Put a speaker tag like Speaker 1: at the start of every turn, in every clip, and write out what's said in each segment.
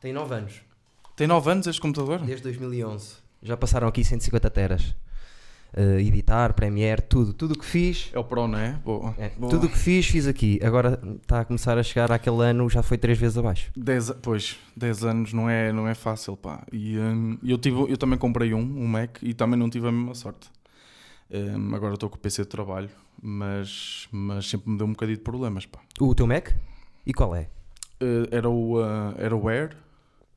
Speaker 1: Tem 9 anos,
Speaker 2: Tem 9 anos este computador?
Speaker 1: desde 2011. Já passaram aqui 150 teras. Eh, editar, Premiere, tudo. Tudo o que fiz,
Speaker 2: É o Pro, não é? Boa.
Speaker 1: é,
Speaker 2: Boa.
Speaker 1: tudo o que fiz, fiz aqui. Agora está a começar a chegar àquele ano, já foi 3 vezes abaixo.
Speaker 2: Dez a- pois, 10 anos não é, não é fácil, pá. E hum, eu, tive, eu também comprei um, um Mac, e também não tive a mesma sorte. Hum, agora estou com o PC de trabalho, mas, mas sempre me deu um bocadinho de problemas, pá.
Speaker 1: O teu Mac? E qual é?
Speaker 2: Eh, era, o, ah, era o Air.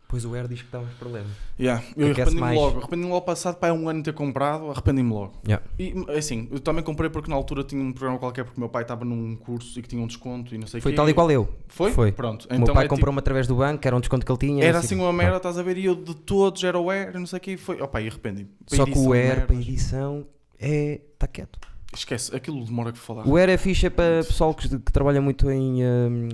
Speaker 1: Pois o Air diz que está uns problemas.
Speaker 2: Yeah, eu
Speaker 1: Aquece
Speaker 2: arrependi-me
Speaker 1: mais.
Speaker 2: logo. Arrependi-me logo passado, pá, é um ano de ter comprado, arrependi-me logo.
Speaker 1: Yeah.
Speaker 2: E assim, eu também comprei porque na altura tinha um programa qualquer, porque meu pai estava num curso e que tinha um desconto e não sei o
Speaker 1: Foi
Speaker 2: quê.
Speaker 1: tal e qual eu.
Speaker 2: Foi?
Speaker 1: Foi.
Speaker 2: Pronto.
Speaker 1: o meu pai
Speaker 2: é tipo-
Speaker 1: comprou-me através do banco, que era um desconto que ele tinha. Ah.
Speaker 2: Era
Speaker 1: não sei
Speaker 2: assim
Speaker 1: o quê.
Speaker 2: uma merda, estás a ver? E eu de todos era o Air, não sei o que, foi. Opa, e arrependi-me. Para
Speaker 1: Só que
Speaker 2: edição,
Speaker 1: o Air,
Speaker 2: merdas.
Speaker 1: para edição, é. Está quieto.
Speaker 2: Esquece, aquilo demora que falar.
Speaker 1: O Air é ficha para pessoal que, que trabalha muito em. hum,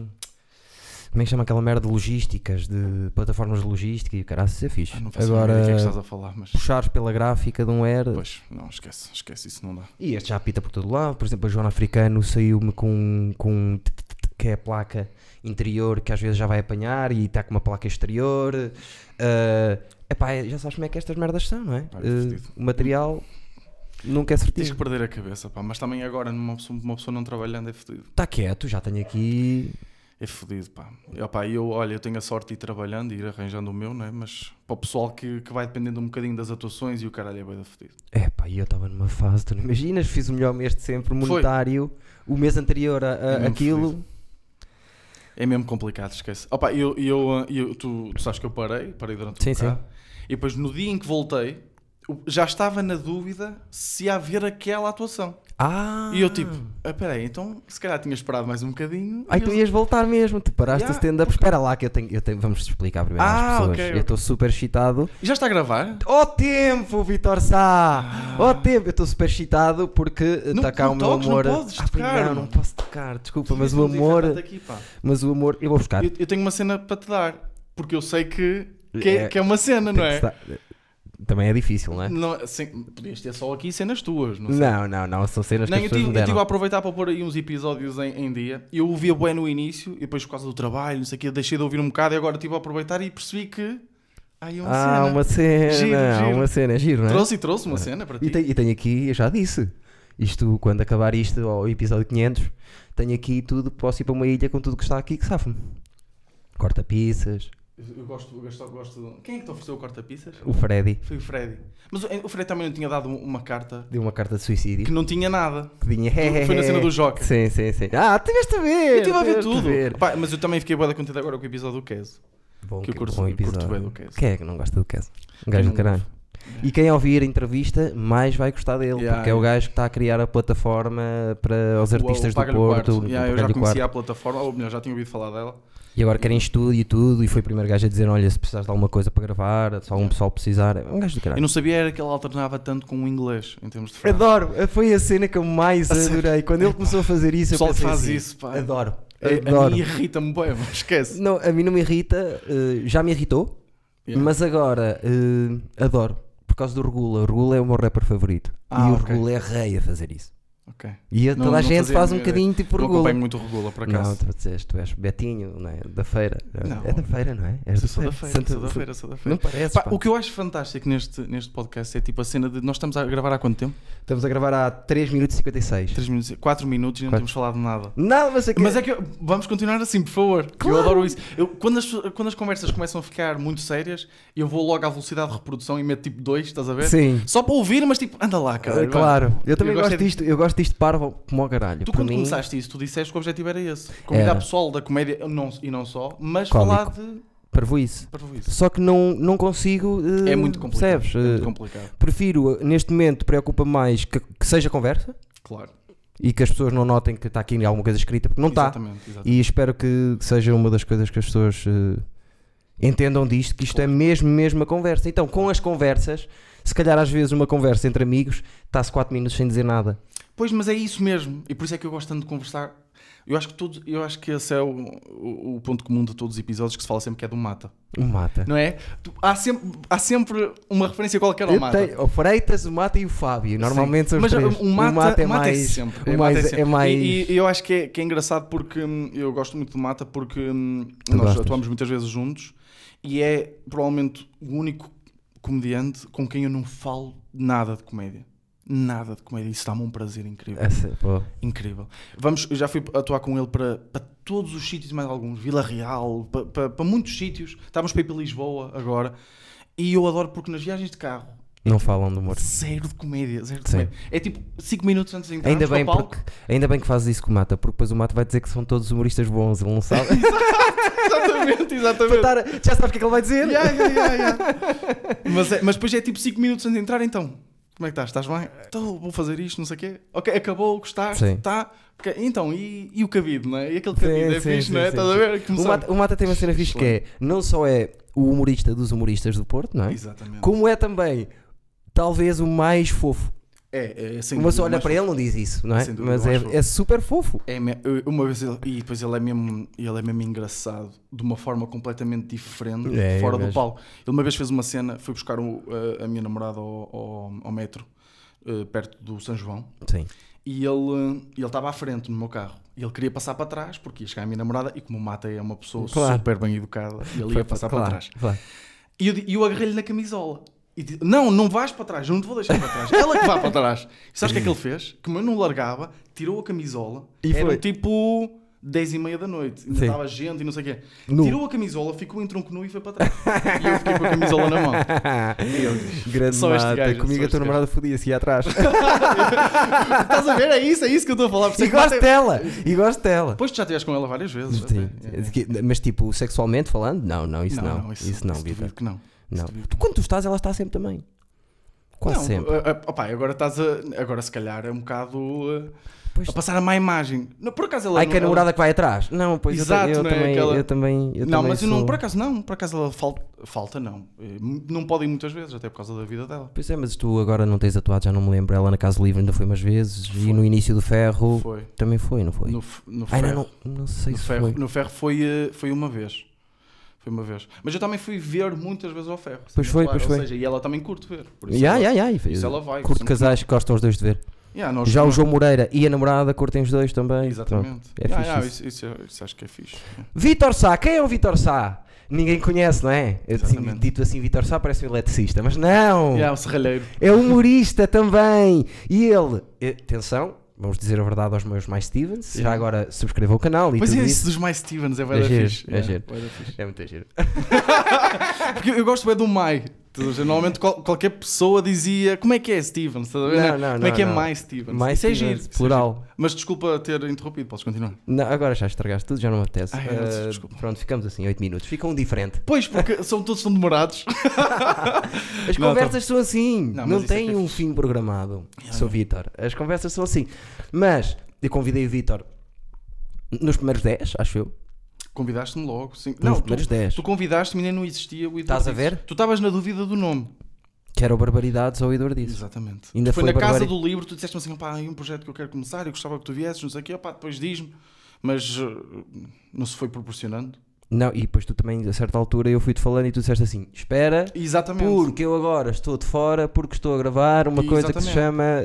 Speaker 1: como é que chama aquela merda de logísticas, de plataformas de logística e o caralho, isso é fixe.
Speaker 2: Ah, não faço Agora...
Speaker 1: Agora,
Speaker 2: ideia do que é que estás a falar, mas.
Speaker 1: puxares pela gráfica de um Air.
Speaker 2: Pois, não, esquece, esquece, isso não dá.
Speaker 1: E este já apita por todo lado. Por exemplo, a Joana Africano saiu-me com, com um t- t- t- que é a placa interior que às vezes já vai apanhar e está com uma placa exterior. Ah, epá, já sabes como é que estas merdas são, não é?
Speaker 2: Ah,
Speaker 1: Ah,
Speaker 2: divertido.
Speaker 1: o material nunca é
Speaker 2: Tens que
Speaker 1: certinho.
Speaker 2: perder a cabeça, pá. Mas também agora, numa pessoa, uma pessoa não trabalhando, é fodido.
Speaker 1: Está Tá quieto, já tenho aqui.
Speaker 2: É fodido, pá. E, opá, eu, olha, eu tenho a sorte de ir trabalhando e ir arranjando o meu, não é? Mas para o pessoal que, que vai dependendo um bocadinho das atuações e o caralho é bem da fodido.
Speaker 1: Epá, e eu estava numa fase, tu não imaginas? Fiz o melhor mês de sempre, monetário. O mês anterior a, a-
Speaker 2: É mesmo
Speaker 1: aquilo.
Speaker 2: É mesmo complicado, esquece. Opa, eu, eu, ah, eu, tu, tu sabes que eu parei, parei durante um
Speaker 1: Sim, sim.
Speaker 2: bocado. E depois no dia em que voltei, eu já estava na dúvida se ia haver aquela atuação.
Speaker 1: Ah!
Speaker 2: E eu tipo, ah, peraí, então se calhar tinha esperado mais um bocadinho.
Speaker 1: Ai,
Speaker 2: E
Speaker 1: tu
Speaker 2: eu-
Speaker 1: ias voltar mesmo, tu paraste
Speaker 2: Yeah,
Speaker 1: o stand-up. Espera lá que eu tenho, eu tenho- Vamos te explicar primeiro
Speaker 2: Ah,
Speaker 1: às pessoas.
Speaker 2: ok,
Speaker 1: Eu
Speaker 2: ok.
Speaker 1: estou super excitado.
Speaker 2: Já está a gravar?
Speaker 1: Ó tempo, Vitor Sá! Ó tempo! Eu estou super excitado porque
Speaker 2: Ah. Não-
Speaker 1: está cá
Speaker 2: não
Speaker 1: o meu
Speaker 2: toques, não
Speaker 1: amor.
Speaker 2: podes
Speaker 1: Ah, pois
Speaker 2: tocar,
Speaker 1: não,
Speaker 2: mano.
Speaker 1: não posso tocar, desculpa,
Speaker 2: Tu
Speaker 1: mas
Speaker 2: dizes
Speaker 1: o
Speaker 2: que não devia estar
Speaker 1: amor. é Ah.
Speaker 2: aqui, um pá.
Speaker 1: Mas o amor. Eu vou buscar.
Speaker 2: Eu, eu tenho uma cena para te dar, porque eu sei que, que,
Speaker 1: É.
Speaker 2: é, que é uma cena,
Speaker 1: Tem
Speaker 2: não
Speaker 1: que
Speaker 2: é?
Speaker 1: estar- eh, Também é difícil, não é?
Speaker 2: Não, assim, podias ter só aqui cenas tuas, não sei.
Speaker 1: Não, não, não, são cenas
Speaker 2: Não,
Speaker 1: que
Speaker 2: eu
Speaker 1: as pessoas
Speaker 2: tive,
Speaker 1: me
Speaker 2: eu tive a
Speaker 1: deram.
Speaker 2: aproveitar para pôr aí uns episódios em, em dia. Eu ouvia bem no início, e depois por causa do trabalho, não sei o quê, deixei de ouvir um bocado e agora estive a aproveitar e percebi que há aí uma
Speaker 1: Ah,
Speaker 2: cena.
Speaker 1: uma cena,
Speaker 2: Giro,
Speaker 1: há
Speaker 2: giro.
Speaker 1: uma cena, é giro, não é?
Speaker 2: Trouxe e trouxe uma cena para ti.
Speaker 1: E tenho, e tenho aqui, eu já disse, isto, quando acabar isto, ao episódio 500, tenho aqui tudo, posso ir para uma ilha com tudo que está aqui, que safa-me. Corta-pizzas,
Speaker 2: Eu gosto, eu gosto, gosto de... Quem é que te ofereceu o corta-pizzas?
Speaker 1: o Freddy,
Speaker 2: Foi o Freddy. Mas o, o Freddy também não tinha dado uma carta
Speaker 1: deu uma carta de suicídio.
Speaker 2: que não tinha nada.
Speaker 1: Que vinha, "Hehehe".
Speaker 2: Foi na cena do Joker.
Speaker 1: Sim, sim, sim. Ah, tiveste a ver!
Speaker 2: Eu estive a ver
Speaker 1: tiveste
Speaker 2: tudo. Pá, mas eu também fiquei boa contente agora com o episódio do Keso.
Speaker 1: Bom,
Speaker 2: Que eu curto-
Speaker 1: bom
Speaker 2: eu curto
Speaker 1: episódio.
Speaker 2: bem do Kes.
Speaker 1: Quem é que não gosta do Kes? Um
Speaker 2: Quem
Speaker 1: gajo do
Speaker 2: não
Speaker 1: caralho. E quem ouvir a entrevista, mais vai gostar dele,
Speaker 2: Yeah,
Speaker 1: porque é o
Speaker 2: eu-
Speaker 1: gajo que está a criar a plataforma para os
Speaker 2: O- o
Speaker 1: artistas do
Speaker 2: Paga-lhe o
Speaker 1: Porto.
Speaker 2: Quarto.
Speaker 1: o
Speaker 2: Yeah, eu já
Speaker 1: Paga-lhe o Quarto.
Speaker 2: conhecia a plataforma, ou melhor, já tinha ouvido falar dela.
Speaker 1: E agora querem estúdio e tudo, e foi o primeiro gajo a dizer: Olha, se precisares de alguma coisa para gravar, se algum pessoal precisar, é um gajo do
Speaker 2: Eu
Speaker 1: caralho.
Speaker 2: não sabia era que ela alternava tanto com o inglês, em
Speaker 1: É
Speaker 2: termos de frase.
Speaker 1: Adoro, foi a cena que eu mais adorei. Quando ele começou a fazer
Speaker 2: O
Speaker 1: isso, eu
Speaker 2: pessoal
Speaker 1: pensei
Speaker 2: faz
Speaker 1: assim,
Speaker 2: isso, pá.
Speaker 1: Adoro,
Speaker 2: É, a
Speaker 1: adoro.
Speaker 2: mim irrita-me bem, mas esquece.
Speaker 1: Não, a mim não me irrita, eh, já me irritou,
Speaker 2: Yeah.
Speaker 1: mas agora eh, adoro, por causa do Regula. O Regula é o meu rapper favorito.
Speaker 2: Ah,
Speaker 1: e o
Speaker 2: ok.
Speaker 1: Regula é rei a fazer isso.
Speaker 2: Ok.
Speaker 1: E a-
Speaker 2: Não-
Speaker 1: toda a
Speaker 2: não
Speaker 1: gente
Speaker 2: fazia a
Speaker 1: faz um
Speaker 2: mínima
Speaker 1: bocadinho tipo
Speaker 2: Não
Speaker 1: Regula.
Speaker 2: acompanho muito o Regula, por
Speaker 1: Não,
Speaker 2: acaso.
Speaker 1: tu disseste, tu és Betinho, não é? Da feira.
Speaker 2: Não.
Speaker 1: É da feira, não é? És
Speaker 2: Eu sou da feira,
Speaker 1: Santa-
Speaker 2: sou da feira, sou da feira.
Speaker 1: Não parece.
Speaker 2: Pá,
Speaker 1: pá.
Speaker 2: o que eu acho fantástico neste, neste podcast é tipo a cena de. Nós estamos a gravar há quanto tempo?
Speaker 1: Estamos a gravar há 3 minutos e 56.
Speaker 2: 3 minutos, 4 minutos e não
Speaker 1: Quatro.
Speaker 2: temos falado nada.
Speaker 1: Nada, mas é que.
Speaker 2: Mas é que eu- vamos continuar assim, por favor.
Speaker 1: Claro.
Speaker 2: Eu adoro isso. Eu- quando, as, quando as conversas começam a ficar muito sérias, eu vou logo à velocidade de reprodução e meto tipo 2, estás a ver?
Speaker 1: é- Sim.
Speaker 2: Só para ouvir, mas tipo, anda lá, cara.
Speaker 1: Ah, claro, eu também gosto
Speaker 2: é de-
Speaker 1: disto, eu gosto disto parvo como ao caralho.
Speaker 2: Tu,
Speaker 1: Para
Speaker 2: quando
Speaker 1: mim,
Speaker 2: começaste isso, tu disseste que o objetivo era esse: convidar
Speaker 1: Era.
Speaker 2: pessoal da comédia não- e não só, mas
Speaker 1: Cómico.
Speaker 2: falar de
Speaker 1: parvo isso.
Speaker 2: parvoíce.
Speaker 1: Só que não, não consigo. eh,
Speaker 2: É muito complicado.
Speaker 1: Percebes?
Speaker 2: é muito
Speaker 1: Eh,
Speaker 2: complicado,
Speaker 1: Prefiro, eh, neste momento, preocupa mais que, que seja conversa
Speaker 2: claro.
Speaker 1: e que as pessoas não notem que está aqui alguma coisa escrita, porque não está.
Speaker 2: Exatamente, exatamente.
Speaker 1: E espero que seja uma das coisas que as pessoas eh, entendam disto, que isto é mesmo, mesmo a conversa. Então, com as conversas, se calhar às vezes uma conversa entre amigos está-se 4 minutos sem dizer nada.
Speaker 2: Pois, mas é isso mesmo. E por isso é que eu gosto tanto de conversar. Eu acho que, todos, eu acho que esse é o, o, o ponto comum de todos os episódios que se fala sempre que é do mata.
Speaker 1: O mata.
Speaker 2: Não é? Tu- Há sempre, há sempre uma referência qualquer ao
Speaker 1: Eu
Speaker 2: mata.
Speaker 1: tenho o Freitas, o Mata e o Fábio. Normalmente são os
Speaker 2: Mas eh,
Speaker 1: três.
Speaker 2: o mata,
Speaker 1: o mata é mais.
Speaker 2: sempre.
Speaker 1: o
Speaker 2: O mata
Speaker 1: mais-
Speaker 2: é sempre.
Speaker 1: é mais-
Speaker 2: E, e eu acho que é, que é engraçado porque hum, eu gosto muito de mata porque hum,
Speaker 1: Tu
Speaker 2: nós
Speaker 1: gostas.
Speaker 2: atuamos muitas vezes juntos e é provavelmente o único comediante com quem eu não falo nada de comédia. Nada de comédia. Isso dá-me um prazer incrível.
Speaker 1: Essa, pô.
Speaker 2: Incrível. Vamos, eu já fui atuar com ele para, para todos os sítios, e mais alguns, Vila Real, para, para, para muitos sítios. Estávamos para ir para Lisboa agora. E eu adoro porque nas viagens de carro,
Speaker 1: Não falam de humor.
Speaker 2: zero de comédia, zero de
Speaker 1: Sim.
Speaker 2: comédia. É tipo 5 minutos antes de entrarmos
Speaker 1: Ainda bem,
Speaker 2: para o palco.
Speaker 1: porque, ainda bem que fazes isso com o Mata, porque depois o Mata vai dizer que são todos humoristas bons, ele não sabe.
Speaker 2: Exatamente,
Speaker 1: Para
Speaker 2: exatamente.
Speaker 1: estar a- já sabe o que é que ele vai dizer?
Speaker 2: Yeah, yeah, yeah, yeah. mas, é- mas depois é tipo 5 minutos antes de entrar, então. Como é que estás? Estás bem? Então, vou fazer isto, não sei o quê. Ok, acabou, gostaste,
Speaker 1: Sim.
Speaker 2: está. Ok, Então, e, e o cabido, não é? E aquele
Speaker 1: Sim,
Speaker 2: cabido é
Speaker 1: sim,
Speaker 2: fixe,
Speaker 1: sim,
Speaker 2: não é?
Speaker 1: sim,
Speaker 2: Estás a
Speaker 1: sim.
Speaker 2: ver?
Speaker 1: O
Speaker 2: Começamos.
Speaker 1: Mata, o Mata tem uma cena fixe que é, não só é o humorista dos humoristas do Porto, não é?
Speaker 2: Exatamente.
Speaker 1: Como é também, talvez, o mais fofo.
Speaker 2: É, é, sem
Speaker 1: Uma só
Speaker 2: dúvida,
Speaker 1: olha
Speaker 2: mas-
Speaker 1: para ele não diz isso, não é?
Speaker 2: Sem dúvida,
Speaker 1: Mas
Speaker 2: o
Speaker 1: é,
Speaker 2: mais fofo.
Speaker 1: é super fofo.
Speaker 2: É, me- eu- uma vez ele, e depois ele é mesmo ele é mesmo engraçado de uma forma completamente diferente
Speaker 1: É,
Speaker 2: fora
Speaker 1: é
Speaker 2: do
Speaker 1: mesmo.
Speaker 2: palco. Ele uma vez fez uma cena, foi buscar o- a, a minha namorada ao, ao- ao metro eh, perto do São João
Speaker 1: Sim.
Speaker 2: e ele eh, ele estava à frente no meu carro e ele queria passar para trás porque ia chegar a minha namorada e como o Mata é uma pessoa
Speaker 1: Claro.
Speaker 2: super bem educada ele ia passar para trás
Speaker 1: Claro.
Speaker 2: e eu, di- e eu agarrei-lhe na camisola. E disse, não, não vais para trás, eu não te vou deixar para trás. Ela que vá para trás. E sabes o que é que ele fez? Como eu não largava, tirou a camisola.
Speaker 1: E
Speaker 2: era
Speaker 1: foi.
Speaker 2: tipo 10 e meia da noite. Ainda
Speaker 1: Sim.
Speaker 2: estava gente e não sei o quê.
Speaker 1: Nu.
Speaker 2: Tirou a camisola, ficou em tronco nu e foi para trás. e eu fiquei com a camisola na mão. E eu disse,
Speaker 1: Grande
Speaker 2: Só este
Speaker 1: Mata,
Speaker 2: gajo, só
Speaker 1: comigo a
Speaker 2: este
Speaker 1: tua namorada fodia-se ia atrás.
Speaker 2: Estás a ver? É isso, é isso que eu estou a falar. Por isso é
Speaker 1: e
Speaker 2: que
Speaker 1: gosto
Speaker 2: até-
Speaker 1: dela! E gosto dela!
Speaker 2: Depois tu já estiveste com ela várias vezes.
Speaker 1: Sim.
Speaker 2: até. É.
Speaker 1: Que- Mas tipo, sexualmente falando? Não, não, isso não. isso, não, Viva.
Speaker 2: duvido que não.
Speaker 1: Não.
Speaker 2: duvido.
Speaker 1: Tu, quando tu estás, ela está sempre também. Quase
Speaker 2: Não,
Speaker 1: sempre.
Speaker 2: ah, ah, opá, agora estás a- Agora se calhar é um bocado. ah,
Speaker 1: Pois-
Speaker 2: a passar a má imagem. Não, por acaso um- ela.
Speaker 1: Ai,
Speaker 2: não-
Speaker 1: que a
Speaker 2: ela-
Speaker 1: namorada que vai atrás. Não, pois eu ta-
Speaker 2: Exato,
Speaker 1: eu,
Speaker 2: não é?
Speaker 1: também,
Speaker 2: Aquela-
Speaker 1: eu também. Eu
Speaker 2: não,
Speaker 1: também
Speaker 2: mas eu não,
Speaker 1: sou-
Speaker 2: por acaso não. Por acaso ela falta. Falta não. Eh, Não pode ir muitas vezes, até por causa da vida dela.
Speaker 1: Pois é, mas tu agora não tens atuado, já não me lembro. Ela na Casa Livre ainda foi umas vezes. E no início do Ferro
Speaker 2: Foi.
Speaker 1: também foi, não foi?
Speaker 2: No, f- no
Speaker 1: Ai,
Speaker 2: ferro.
Speaker 1: não, não, não sei
Speaker 2: no,
Speaker 1: se
Speaker 2: ferro
Speaker 1: foi.
Speaker 2: no ferro foi, eh, foi uma vez. Foi uma vez. Mas eu também fui ver muitas vezes ao ferro.
Speaker 1: Pois foi,
Speaker 2: Claro,
Speaker 1: pois
Speaker 2: ou
Speaker 1: foi.
Speaker 2: seja, e ela também curte ver. Por isso
Speaker 1: Ya,
Speaker 2: ela-
Speaker 1: ya, ya. e-
Speaker 2: isso ela vai,
Speaker 1: Curto
Speaker 2: senão-
Speaker 1: casais que gostam os dois de ver.
Speaker 2: Yeah, nós-
Speaker 1: Já o João Moreira e a namorada curtem os dois também.
Speaker 2: Exatamente.
Speaker 1: É
Speaker 2: Yeah,
Speaker 1: fixe
Speaker 2: yeah, isso, isso é- isso acho que é fixe.
Speaker 1: Vitor Sá, quem é o Vitor Sá? Ninguém conhece, não é? Eu, assim,
Speaker 2: Exatamente.
Speaker 1: dito assim, Vitor Sá parece um eletricista, mas não!
Speaker 2: Yeah, o serralheiro.
Speaker 1: É humorista também. E ele, eh, atenção, vamos dizer a verdade aos meus mais Stevens.
Speaker 2: Sim.
Speaker 1: Já agora subscrevam o canal e
Speaker 2: Pois é,
Speaker 1: tudo
Speaker 2: isso
Speaker 1: isso.
Speaker 2: dos mais Stevens é bué da
Speaker 1: É giro,
Speaker 2: fixe.
Speaker 1: é
Speaker 2: Yeah,
Speaker 1: giro.
Speaker 2: bué da fixe.
Speaker 1: É muito giro.
Speaker 2: Porque eu, eu gosto bem do Mai. Estás a ver? Normalmente qual- qualquer pessoa dizia como é que é Stevens? Estás a ver?
Speaker 1: Não, não,
Speaker 2: como é
Speaker 1: não,
Speaker 2: que é
Speaker 1: não.
Speaker 2: mais Stevens?
Speaker 1: Mais
Speaker 2: Isso é
Speaker 1: Stevens,
Speaker 2: giro, isso é
Speaker 1: plural.
Speaker 2: giro. Mas desculpa ter interrompido, podes continuar.
Speaker 1: Não, agora já estragaste tudo, já não me apetece.
Speaker 2: Ai, não,
Speaker 1: Eh,
Speaker 2: desculpa.
Speaker 1: pronto, ficamos assim, 8 minutos. Fica um diferente.
Speaker 2: Pois, porque são todos tão demorados.
Speaker 1: As
Speaker 2: Não, tá
Speaker 1: conversas são assim,
Speaker 2: Não,
Speaker 1: não,
Speaker 2: mas isso é
Speaker 1: têm
Speaker 2: que é
Speaker 1: um
Speaker 2: fixe.
Speaker 1: fim programado. Sou Vitor. As conversas são assim. Mas eu convidei o Vitor nos primeiros 10, acho eu.
Speaker 2: Convidaste-me logo, sim.
Speaker 1: Nos
Speaker 2: Não, tu,
Speaker 1: primeiros 10.
Speaker 2: tu convidaste-me e ainda não existia o Eduardo.
Speaker 1: Estás a
Speaker 2: Dias.
Speaker 1: ver?
Speaker 2: Tu estavas na dúvida do nome.
Speaker 1: Que era o Barbaridades ou o Eduardo disse.
Speaker 2: Exatamente.
Speaker 1: Ainda
Speaker 2: foi,
Speaker 1: foi
Speaker 2: na casa
Speaker 1: barbari-
Speaker 2: do livro, tu disseste-me assim, pá, há aí um projeto que eu quero começar, eu gostava que tu viesses, não sei o quê, opá, depois diz-me. Mas eh, não se foi proporcionando.
Speaker 1: Não, e depois tu também, a certa altura, eu fui-te falando e tu disseste assim: espera,
Speaker 2: Exatamente.
Speaker 1: porque eu agora estou de fora, porque estou a gravar uma coisa que se
Speaker 2: Exatamente.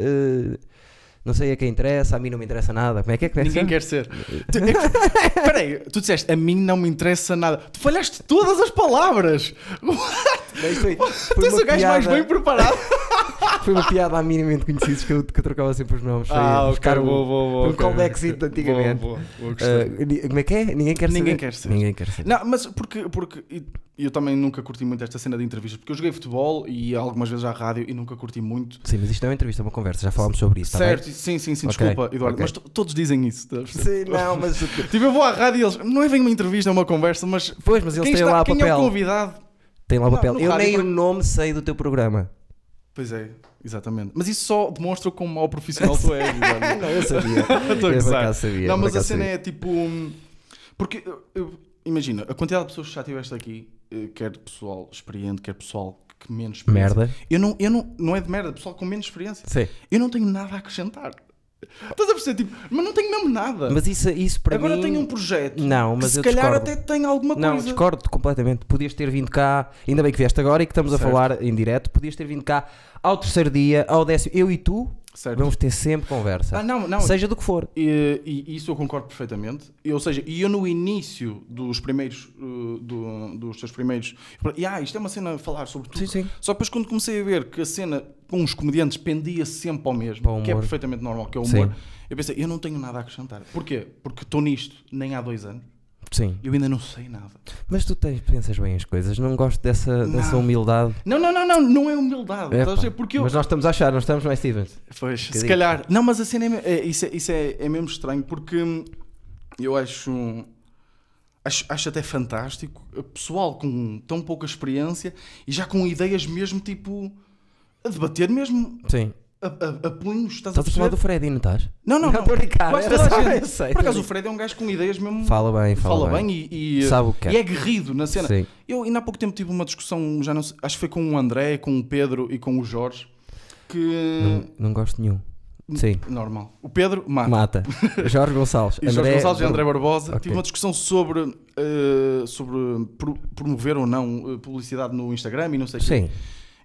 Speaker 1: chama. eh, não sei a quem interessa, a mim não me interessa nada. Como é que é que é que se chama?
Speaker 2: Ninguém quer ser. Tu- é que- Espera aí, tu disseste a mim não me interessa nada. Tu falhaste todas as palavras.
Speaker 1: Não, isto foi-
Speaker 2: Tu
Speaker 1: foi
Speaker 2: és
Speaker 1: uma
Speaker 2: o gajo mais
Speaker 1: piada-
Speaker 2: bem preparado.
Speaker 1: Foi uma piada há minimamente conhecidos que eu, que eu trocava sempre os nomes. foi buscar o-
Speaker 2: Ah, boa,
Speaker 1: um callbackzinho de antigamente.
Speaker 2: Boa, boa, boa, gostei.
Speaker 1: Uh, ni- como é que é? Ninguém quer
Speaker 2: Ninguém
Speaker 1: saber.
Speaker 2: quer saber.
Speaker 1: Ninguém quer saber.
Speaker 2: Não, mas porque, porque e- eu também nunca curti muito esta cena de entrevistas, porque eu joguei futebol e algumas vezes à rádio e nunca curti muito.
Speaker 1: Sim, mas isto não é uma entrevista, é uma conversa. Já falámos sobre isso, tá bem?
Speaker 2: certo, sim, sim, sim,
Speaker 1: Ok,
Speaker 2: desculpa, Eduardo,
Speaker 1: ok.
Speaker 2: mas to- todos dizem isso. estás a perceber?
Speaker 1: Sim, não, mas.
Speaker 2: Tipo, eu vou à rádio e eles. Não é bem uma entrevista, é uma conversa, mas.
Speaker 1: Pois, mas eles
Speaker 2: quem
Speaker 1: têm
Speaker 2: está-
Speaker 1: lá o
Speaker 2: quem é o
Speaker 1: papel.
Speaker 2: convidado?
Speaker 1: Têm lá o
Speaker 2: Não,
Speaker 1: papel.
Speaker 2: no
Speaker 1: Eu
Speaker 2: rádio,
Speaker 1: nem
Speaker 2: por-
Speaker 1: o nome sei do teu programa.
Speaker 2: Pois é, exatamente. Mas isso só demonstra o quão mau profissional tu és. Eduardo.
Speaker 1: Não, eu sabia.
Speaker 2: Estou a
Speaker 1: eu por
Speaker 2: gozar.
Speaker 1: acaso sabia.
Speaker 2: Não,
Speaker 1: por
Speaker 2: mas a
Speaker 1: acaso
Speaker 2: cena
Speaker 1: sabia.
Speaker 2: é tipo. hum, Porque, eu- eu- imagina, a quantidade de pessoas que já tiveste aqui, eh, quer pessoal experiente, quer pessoal que menos experiência.
Speaker 1: Merda.
Speaker 2: Eu não, eu não, não é de merda, pessoal com menos experiência.
Speaker 1: Sim.
Speaker 2: Eu não tenho nada a acrescentar. Estás a perceber? Tipo, mas não tenho mesmo nada.
Speaker 1: Mas isso, isso para
Speaker 2: Agora
Speaker 1: mim.
Speaker 2: tenho um projeto.
Speaker 1: Não,
Speaker 2: que
Speaker 1: mas
Speaker 2: se
Speaker 1: eu
Speaker 2: calhar
Speaker 1: discordo.
Speaker 2: até tem alguma
Speaker 1: Não,
Speaker 2: coisa.
Speaker 1: discordo completamente. Podias ter vindo cá, ainda bem que vieste agora e que estamos a
Speaker 2: Certo.
Speaker 1: falar em direto. Podias ter vindo cá ao terceiro dia, ao décimo. Eu e tu
Speaker 2: Certo.
Speaker 1: vamos ter sempre conversa,
Speaker 2: Ah, não, não.
Speaker 1: seja do que for.
Speaker 2: E, e isso eu concordo perfeitamente. E, ou seja, e eu no início dos primeiros, uh, do- dos teus primeiros. E, ah, isto é uma cena a falar sobre tudo.
Speaker 1: sim.
Speaker 2: Só depois quando comecei a ver que a cena com os comediantes pendia sempre ao mesmo,
Speaker 1: Para o
Speaker 2: que é
Speaker 1: humor.
Speaker 2: perfeitamente normal, que é o humor,
Speaker 1: Sim.
Speaker 2: eu pensei, eu não tenho nada a acrescentar. Porquê? Porque estou nisto nem há dois anos,
Speaker 1: Sim.
Speaker 2: eu ainda não sei nada.
Speaker 1: Mas tu tens, pensas bem as coisas, não gosto dessa, dessa
Speaker 2: Não.
Speaker 1: humildade.
Speaker 2: Não, não, não, não, não é humildade.
Speaker 1: Epá,
Speaker 2: estás a dizer? Porque eu,
Speaker 1: Mas nós estamos a achar, não estamos, não é Stevens?
Speaker 2: Pois, se
Speaker 1: Bocadinho.
Speaker 2: calhar. Não, mas a cena é, me- é- isso, é, isso é, é mesmo estranho porque hum, eu acho, acho. Acho até fantástico. uh, Pessoal com tão pouca experiência e já com ideias mesmo tipo. A debater mesmo
Speaker 1: Sim.
Speaker 2: a, a, a punhos,
Speaker 1: Estás
Speaker 2: estás,
Speaker 1: a falar
Speaker 2: perceber?
Speaker 1: do Freddy, não estás?
Speaker 2: Não, não, não.
Speaker 1: estou a brincar.
Speaker 2: Quase
Speaker 1: era
Speaker 2: toda
Speaker 1: só-
Speaker 2: a gente.
Speaker 1: eu sei.
Speaker 2: Por acaso o Fred é um gajo com ideias mesmo.
Speaker 1: Fala bem, fala,
Speaker 2: fala bem, e, e,
Speaker 1: Sabe o que
Speaker 2: e
Speaker 1: é.
Speaker 2: é aguerrido na cena.
Speaker 1: Sim.
Speaker 2: Eu ainda há pouco tempo tive uma discussão, já não sei, acho que foi com o André, com o Pedro e com o Jorge, que.
Speaker 1: Não, não gosto de nenhum.
Speaker 2: Hum.
Speaker 1: Sim.
Speaker 2: Normal. O Pedro mata.
Speaker 1: Mata. Jorge Gonçalves.
Speaker 2: Ah. E Jorge Gonçalves e André Barbosa.
Speaker 1: Ok.
Speaker 2: Tive uma discussão sobre, eh, sobre pro- promover ou não eh, publicidade no Instagram e não sei o quê.
Speaker 1: Sim.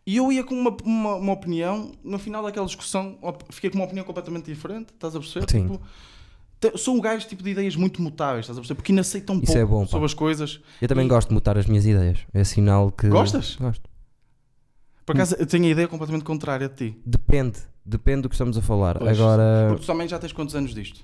Speaker 2: E eu ia com uma, uma, uma opinião, no final daquela discussão, op- fiquei com uma opinião completamente diferente, estás a perceber?
Speaker 1: Sim.
Speaker 2: Tipo, te- sou um gajo tipo, de ideias muito mutáveis, estás a perceber? Porque ainda sei tão
Speaker 1: Isso
Speaker 2: pouco
Speaker 1: é bom, pá.
Speaker 2: sobre as coisas.
Speaker 1: Eu também gosto de mutar as minhas ideias. É sinal que.
Speaker 2: Gostas?
Speaker 1: Gosto.
Speaker 2: Por acaso, eu tenho a ideia completamente contrária de ti.
Speaker 1: Depende. Depende do que estamos a falar.
Speaker 2: Pois.
Speaker 1: Agora,
Speaker 2: Porque tu também já tens quantos anos disto?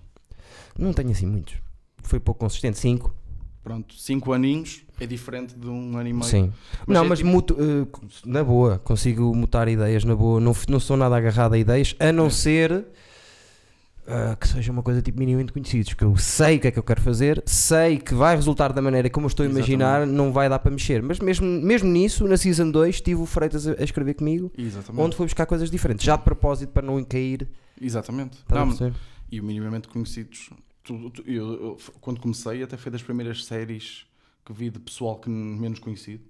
Speaker 1: não tenho assim muitos. Foi pouco consistente. Cinco.
Speaker 2: Pronto, cinco aninhos é diferente de um ano e meio.
Speaker 1: Sim.
Speaker 2: Mas
Speaker 1: não,
Speaker 2: é
Speaker 1: mas
Speaker 2: tipo-
Speaker 1: muto, eh, na boa, consigo mutar ideias na boa, não, f- não sou nada agarrado a ideias, a
Speaker 2: É.
Speaker 1: não ser ah, que seja uma coisa tipo minimamente conhecidos, que eu sei o que é que eu quero fazer, sei que vai resultar da maneira como eu estou a imaginar, não vai dar para mexer. Mas mesmo, mesmo nisso, na Season 2, tive o Freitas a, a escrever comigo,
Speaker 2: Exatamente.
Speaker 1: onde foi buscar coisas diferentes, já de propósito para não cair.
Speaker 2: Exatamente.
Speaker 1: estás a
Speaker 2: Não,
Speaker 1: perceber?
Speaker 2: e o minimamente conhecidos. Tu- tu- eu, eu- quando comecei, até foi das primeiras séries que vi de pessoal que n- menos conhecido.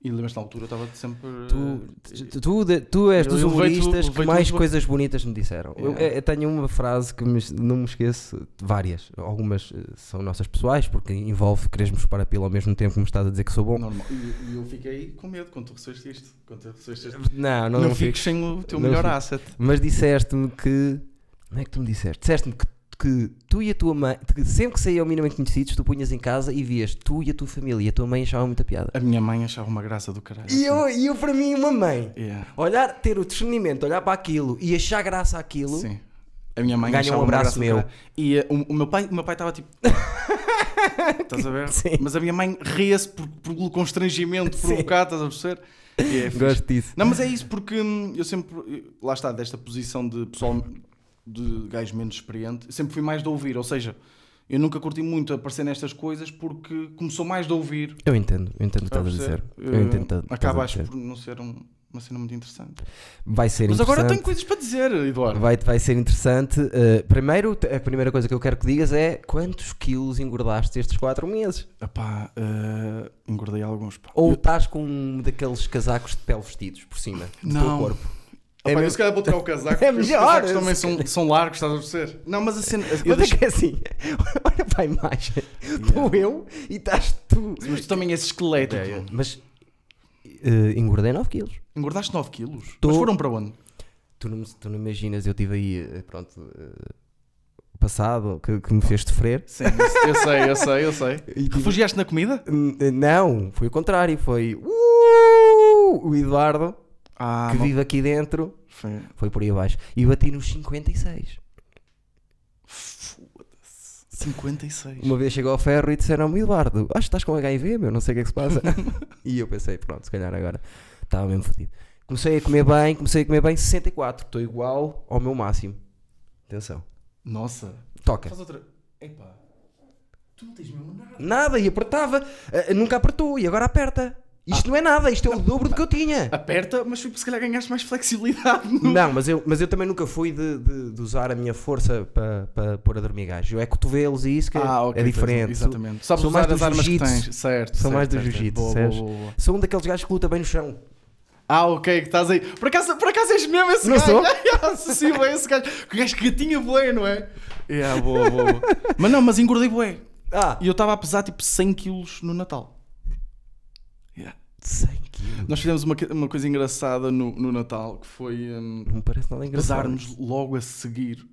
Speaker 2: E lembras na altura eu estava sempre. eh,
Speaker 1: Tu, tu- tu, de- tu és
Speaker 2: Eu
Speaker 1: dos
Speaker 2: levei-te-
Speaker 1: humoristas que
Speaker 2: levei-te
Speaker 1: mais
Speaker 2: muito-
Speaker 1: coisas bonitas me disseram. Eu,
Speaker 2: Yeah.
Speaker 1: eu tenho uma frase que me- não me esqueço, várias. Algumas eh, são nossas pessoais, porque envolve querermos para a pila ao mesmo tempo que me estás a dizer que sou bom.
Speaker 2: Normal. E, e eu fiquei com medo quando tu recebeste isto. Quando tu recebeste este-
Speaker 1: Não, não,
Speaker 2: Não,
Speaker 1: não, fico.
Speaker 2: fiques sem o teu
Speaker 1: Não
Speaker 2: melhor
Speaker 1: fico.
Speaker 2: asset.
Speaker 1: Mas disseste-me que. Como é que tu me disseste? Disseste-me que, que tu e a tua mãe, que sempre que saíam minimamente conhecidos, tu punhas em casa e vias tu e a tua família e a tua mãe achavam muita piada.
Speaker 2: A minha mãe achava uma graça do caralho.
Speaker 1: E eu, e eu para mim, uma mãe.
Speaker 2: Yeah,
Speaker 1: Olhar, ter o discernimento, olhar para aquilo e achar graça àquilo.
Speaker 2: Sim. A minha mãe
Speaker 1: Ganha um
Speaker 2: achava
Speaker 1: abraço
Speaker 2: uma graça do
Speaker 1: meu.
Speaker 2: caralho. E eh, o, o meu pai o meu pai estava tipo. estás a ver?
Speaker 1: Sim.
Speaker 2: Mas a minha mãe ria-se por- pelo constrangimento
Speaker 1: Sim.
Speaker 2: provocado, estás a perceber? E é fixe.
Speaker 1: Gosto disso.
Speaker 2: Não, mas é isso, porque hum, eu sempre, eu- lá está, desta posição de pessoal, de gajo menos experiente, eu sempre fui mais de ouvir, ou seja, eu nunca curti muito aparecer nestas coisas porque começou mais de ouvir.
Speaker 1: Eu entendo, eu entendo o que
Speaker 2: Está a
Speaker 1: estás a dizer.
Speaker 2: perceber?
Speaker 1: Eu
Speaker 2: Eh,
Speaker 1: entendo. o que estás a
Speaker 2: Acaba acho
Speaker 1: dizer.
Speaker 2: por não ser um- uma cena muito interessante.
Speaker 1: Vai ser
Speaker 2: Mas agora tenho
Speaker 1: interessante.
Speaker 2: coisas para dizer, Eduardo.
Speaker 1: Vai, vai ser interessante. Uh, primeiro, te- a primeira coisa que eu quero que digas é quantos quilos engordaste estes 4 meses?
Speaker 2: Epá, eh, engordei alguns. Pá.
Speaker 1: Ou
Speaker 2: Eu-
Speaker 1: estás com um daqueles casacos de pele vestidos por cima do
Speaker 2: Não.
Speaker 1: teu corpo?
Speaker 2: Epá,
Speaker 1: é
Speaker 2: eu
Speaker 1: mesmo-
Speaker 2: se calhar vou tirar o casaco,
Speaker 1: É
Speaker 2: porque os
Speaker 1: melhor,
Speaker 2: casacos
Speaker 1: se
Speaker 2: também são, são largos, estás a perceber? Não, mas a cena. Eu
Speaker 1: Mas
Speaker 2: deixo...
Speaker 1: é que é assim, olha para a imagem, estou eu e estás tu.
Speaker 2: Mas tu também és esqueleto. pô.
Speaker 1: Mas uh, engordei 9 quilos.
Speaker 2: Engordaste 9 quilos?
Speaker 1: Tô-
Speaker 2: Mas foram para onde?
Speaker 1: Tu não, tu não imaginas, eu tive aí, eh, pronto, eh, passado que, que me fez sofrer.
Speaker 2: Sim, eu sei, eu sei, eu sei.
Speaker 1: E tive-
Speaker 2: Refugiaste na comida?
Speaker 1: N- Hum, eh, Não, foi o contrário, foi "Uh, o Eduardo
Speaker 2: Ah,
Speaker 1: que vive aqui dentro
Speaker 2: foi.
Speaker 1: foi por aí abaixo e bati nos 56.
Speaker 2: Foda-se. 56.
Speaker 1: Uma vez chegou ao ferro e disseram-me Eduardo, acho que estás com HIV, meu, não sei o que é que se passa. e eu pensei, pronto, se calhar agora estava mesmo fodido. Comecei a comer bem, comecei a comer bem 64, estou igual ao meu máximo. Atenção,
Speaker 2: Nossa.
Speaker 1: toca.
Speaker 2: Faz outra. Epá. Tu não tens mesmo nada.
Speaker 1: Nada, e apertava, Ah, nunca apertou e agora aperta. Isto não é nada, isto é o dobro do que eu tinha.
Speaker 2: Aperta, mas foi se calhar ganhaste mais flexibilidade.
Speaker 1: Não, mas eu, mas eu também nunca fui de, de- de usar a minha força para pa, pôr a dormir gajo. É cotovelos e isso que
Speaker 2: Ah, ok.
Speaker 1: é diferente.
Speaker 2: Exatamente. Sabes
Speaker 1: Sou
Speaker 2: usar
Speaker 1: mais do
Speaker 2: as armas que
Speaker 1: jiu-jitsu.
Speaker 2: tens. Certo.
Speaker 1: Sou
Speaker 2: certo,
Speaker 1: mais do
Speaker 2: certo.
Speaker 1: jiu-jitsu,
Speaker 2: Boa,
Speaker 1: sabes?
Speaker 2: boa, boa, boa.
Speaker 1: Sou um daqueles gajos que luta bem no chão.
Speaker 2: Ah, ok, que estás aí. Por acaso, por acaso és mesmo esse
Speaker 1: Não
Speaker 2: gajo?
Speaker 1: sou?
Speaker 2: Sim, é esse gajo. Que gajo que tinha bué, não é? Yeah, boa, boa, boa. Mas não, mas engordei bué.
Speaker 1: Ah,
Speaker 2: E eu estava a pesar tipo 100 quilos no Natal. Yeah.
Speaker 1: 100 quilos.
Speaker 2: Nós fizemos uma, que- uma coisa engraçada no, no Natal, que foi... hum,
Speaker 1: Não me parece nada engraçado.
Speaker 2: pesar-nos logo a seguir.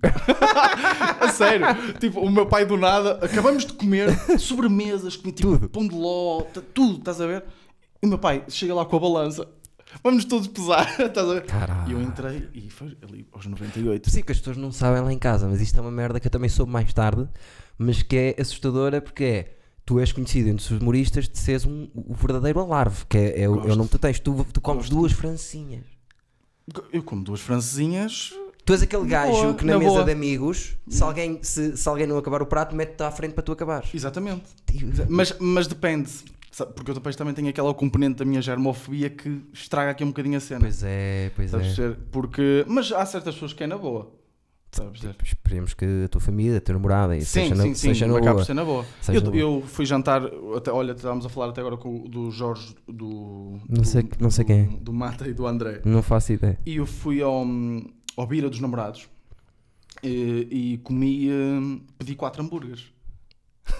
Speaker 2: a sério. Tipo, o meu pai do nada, acabamos de comer sobremesas, comi tipo
Speaker 1: Tudo.
Speaker 2: pão de ló, t- tudo, estás a ver? E o meu pai chega lá com a balança. Vamos todos pesar, estás a ver?
Speaker 1: Caralho.
Speaker 2: E eu entrei e foi ali aos 98.
Speaker 1: Sim, que as pessoas não sabem lá em casa, mas isto é uma merda que eu também soube mais tarde, mas que é assustadora porque é. Tu és conhecido entre os humoristas de seres um, o verdadeiro alarve, que é, é, o, é o
Speaker 2: Gosto.
Speaker 1: nome que tu tens. Tu, tu comes duas francinhas.
Speaker 2: Eu como duas francesinhas.
Speaker 1: Tu és aquele gajo
Speaker 2: boa,
Speaker 1: que na,
Speaker 2: na
Speaker 1: mesa
Speaker 2: boa.
Speaker 1: de amigos, se alguém, se, se alguém não acabar o prato, mete-te à frente para tu acabares.
Speaker 2: Exatamente.
Speaker 1: Tio,
Speaker 2: Mas, mas depende. sabe? Porque eu depois também tenho aquela componente da minha germofobia que estraga aqui um bocadinho a cena.
Speaker 1: Pois é, pois
Speaker 2: sabes
Speaker 1: é.
Speaker 2: dizer? Porque. Mas há certas pessoas que é na boa. Sabes dizer?
Speaker 1: Esperemos que a tua família, a tua namorada, e
Speaker 2: Sim,
Speaker 1: Tipo, seja na,
Speaker 2: sim, sim,
Speaker 1: seja na
Speaker 2: acaba
Speaker 1: boa.
Speaker 2: por ser na boa.
Speaker 1: Seja na
Speaker 2: Eu, eu fui jantar, até, olha, estávamos a falar até agora com, o- do Jorge, do.
Speaker 1: Não sei-
Speaker 2: do,
Speaker 1: não sei
Speaker 2: do-
Speaker 1: quem é.
Speaker 2: Do Mata e do André.
Speaker 1: Não faço ideia.
Speaker 2: E eu fui ao, ao Bira dos Namorados e, e comi, eh, pedi quatro hambúrgueres.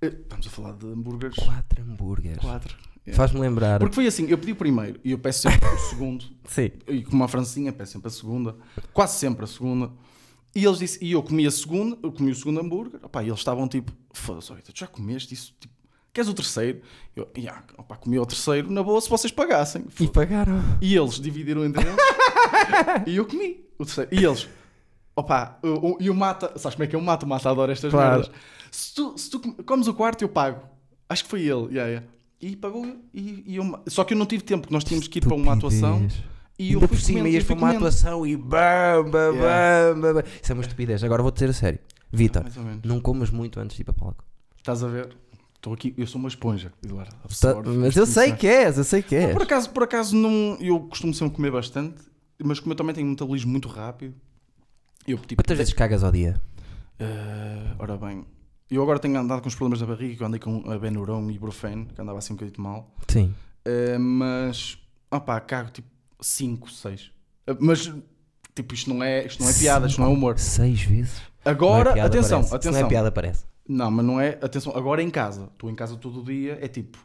Speaker 2: Estamos a falar de hambúrgueres.
Speaker 1: Quatro hambúrgueres.
Speaker 2: Quatro. É.
Speaker 1: Faz-me lembrar.
Speaker 2: Porque foi assim, eu pedi o primeiro e eu peço sempre o segundo.
Speaker 1: Sim.
Speaker 2: E com uma francinha, peço sempre a segunda, quase sempre a segunda. E eles disse, e eu comi a segunda, eu comi o segundo hambúrguer, opá, e eles estavam tipo, foda-se, olha, tu já comeste isso, tipo, queres o terceiro? Eu, "Ya, opá, comi o terceiro, na boa, se vocês pagassem.
Speaker 1: E pagaram.
Speaker 2: E eles dividiram entre eles, e eu comi o terceiro. E eles, opá, o- o- e o Mata, sabes como é que é o Mata? O Mata adora estas
Speaker 1: Claro.
Speaker 2: merdas. Se tu, se tu com- comes o quarto, eu pago. Acho que foi ele, ya, ya. E pagou, e, e eu, só que eu não tive tempo, porque nós tínhamos que ir para uma atuação.
Speaker 1: Estupidez.
Speaker 2: E eu
Speaker 1: Ainda
Speaker 2: fui
Speaker 1: por cima
Speaker 2: comendo,
Speaker 1: ias
Speaker 2: eu
Speaker 1: para
Speaker 2: fui
Speaker 1: uma
Speaker 2: comendo.
Speaker 1: atuação e bam, bam,
Speaker 2: Yeah.
Speaker 1: bam, bam, bam. Isso é uma estupidez. Agora vou-te dizer a sério. Vitor,
Speaker 2: Mais ou menos.
Speaker 1: não comas muito antes de ir para palco.
Speaker 2: Estás a ver? Estou aqui, eu sou uma esponja, Eduardo.
Speaker 1: Tá-
Speaker 2: Absorve
Speaker 1: mas eu
Speaker 2: isto,
Speaker 1: sei
Speaker 2: é. não
Speaker 1: que és, eu sei que és.
Speaker 2: Por acaso, por acaso não, eu costumo sempre comer bastante, mas como eu também tenho um metabolismo muito rápido, eu tipo.
Speaker 1: Quantas vezes cagas ao dia?
Speaker 2: eh, ora bem, eu agora tenho andado com os problemas da barriga, que eu andei com a Benuron e Ibuprofen, que andava assim um bocadinho mal,
Speaker 1: Sim.
Speaker 2: eh, mas, opá, cago tipo 5, 6. Mas, tipo, isto não é, isto não é piada, isto não é humor.
Speaker 1: Seis vezes?
Speaker 2: Agora,
Speaker 1: Não é piada,
Speaker 2: atenção,
Speaker 1: parece. Se
Speaker 2: atenção.
Speaker 1: Não é piada, parece.
Speaker 2: Não, mas não é. Atenção, agora em casa. Estou em casa todo dia. É tipo,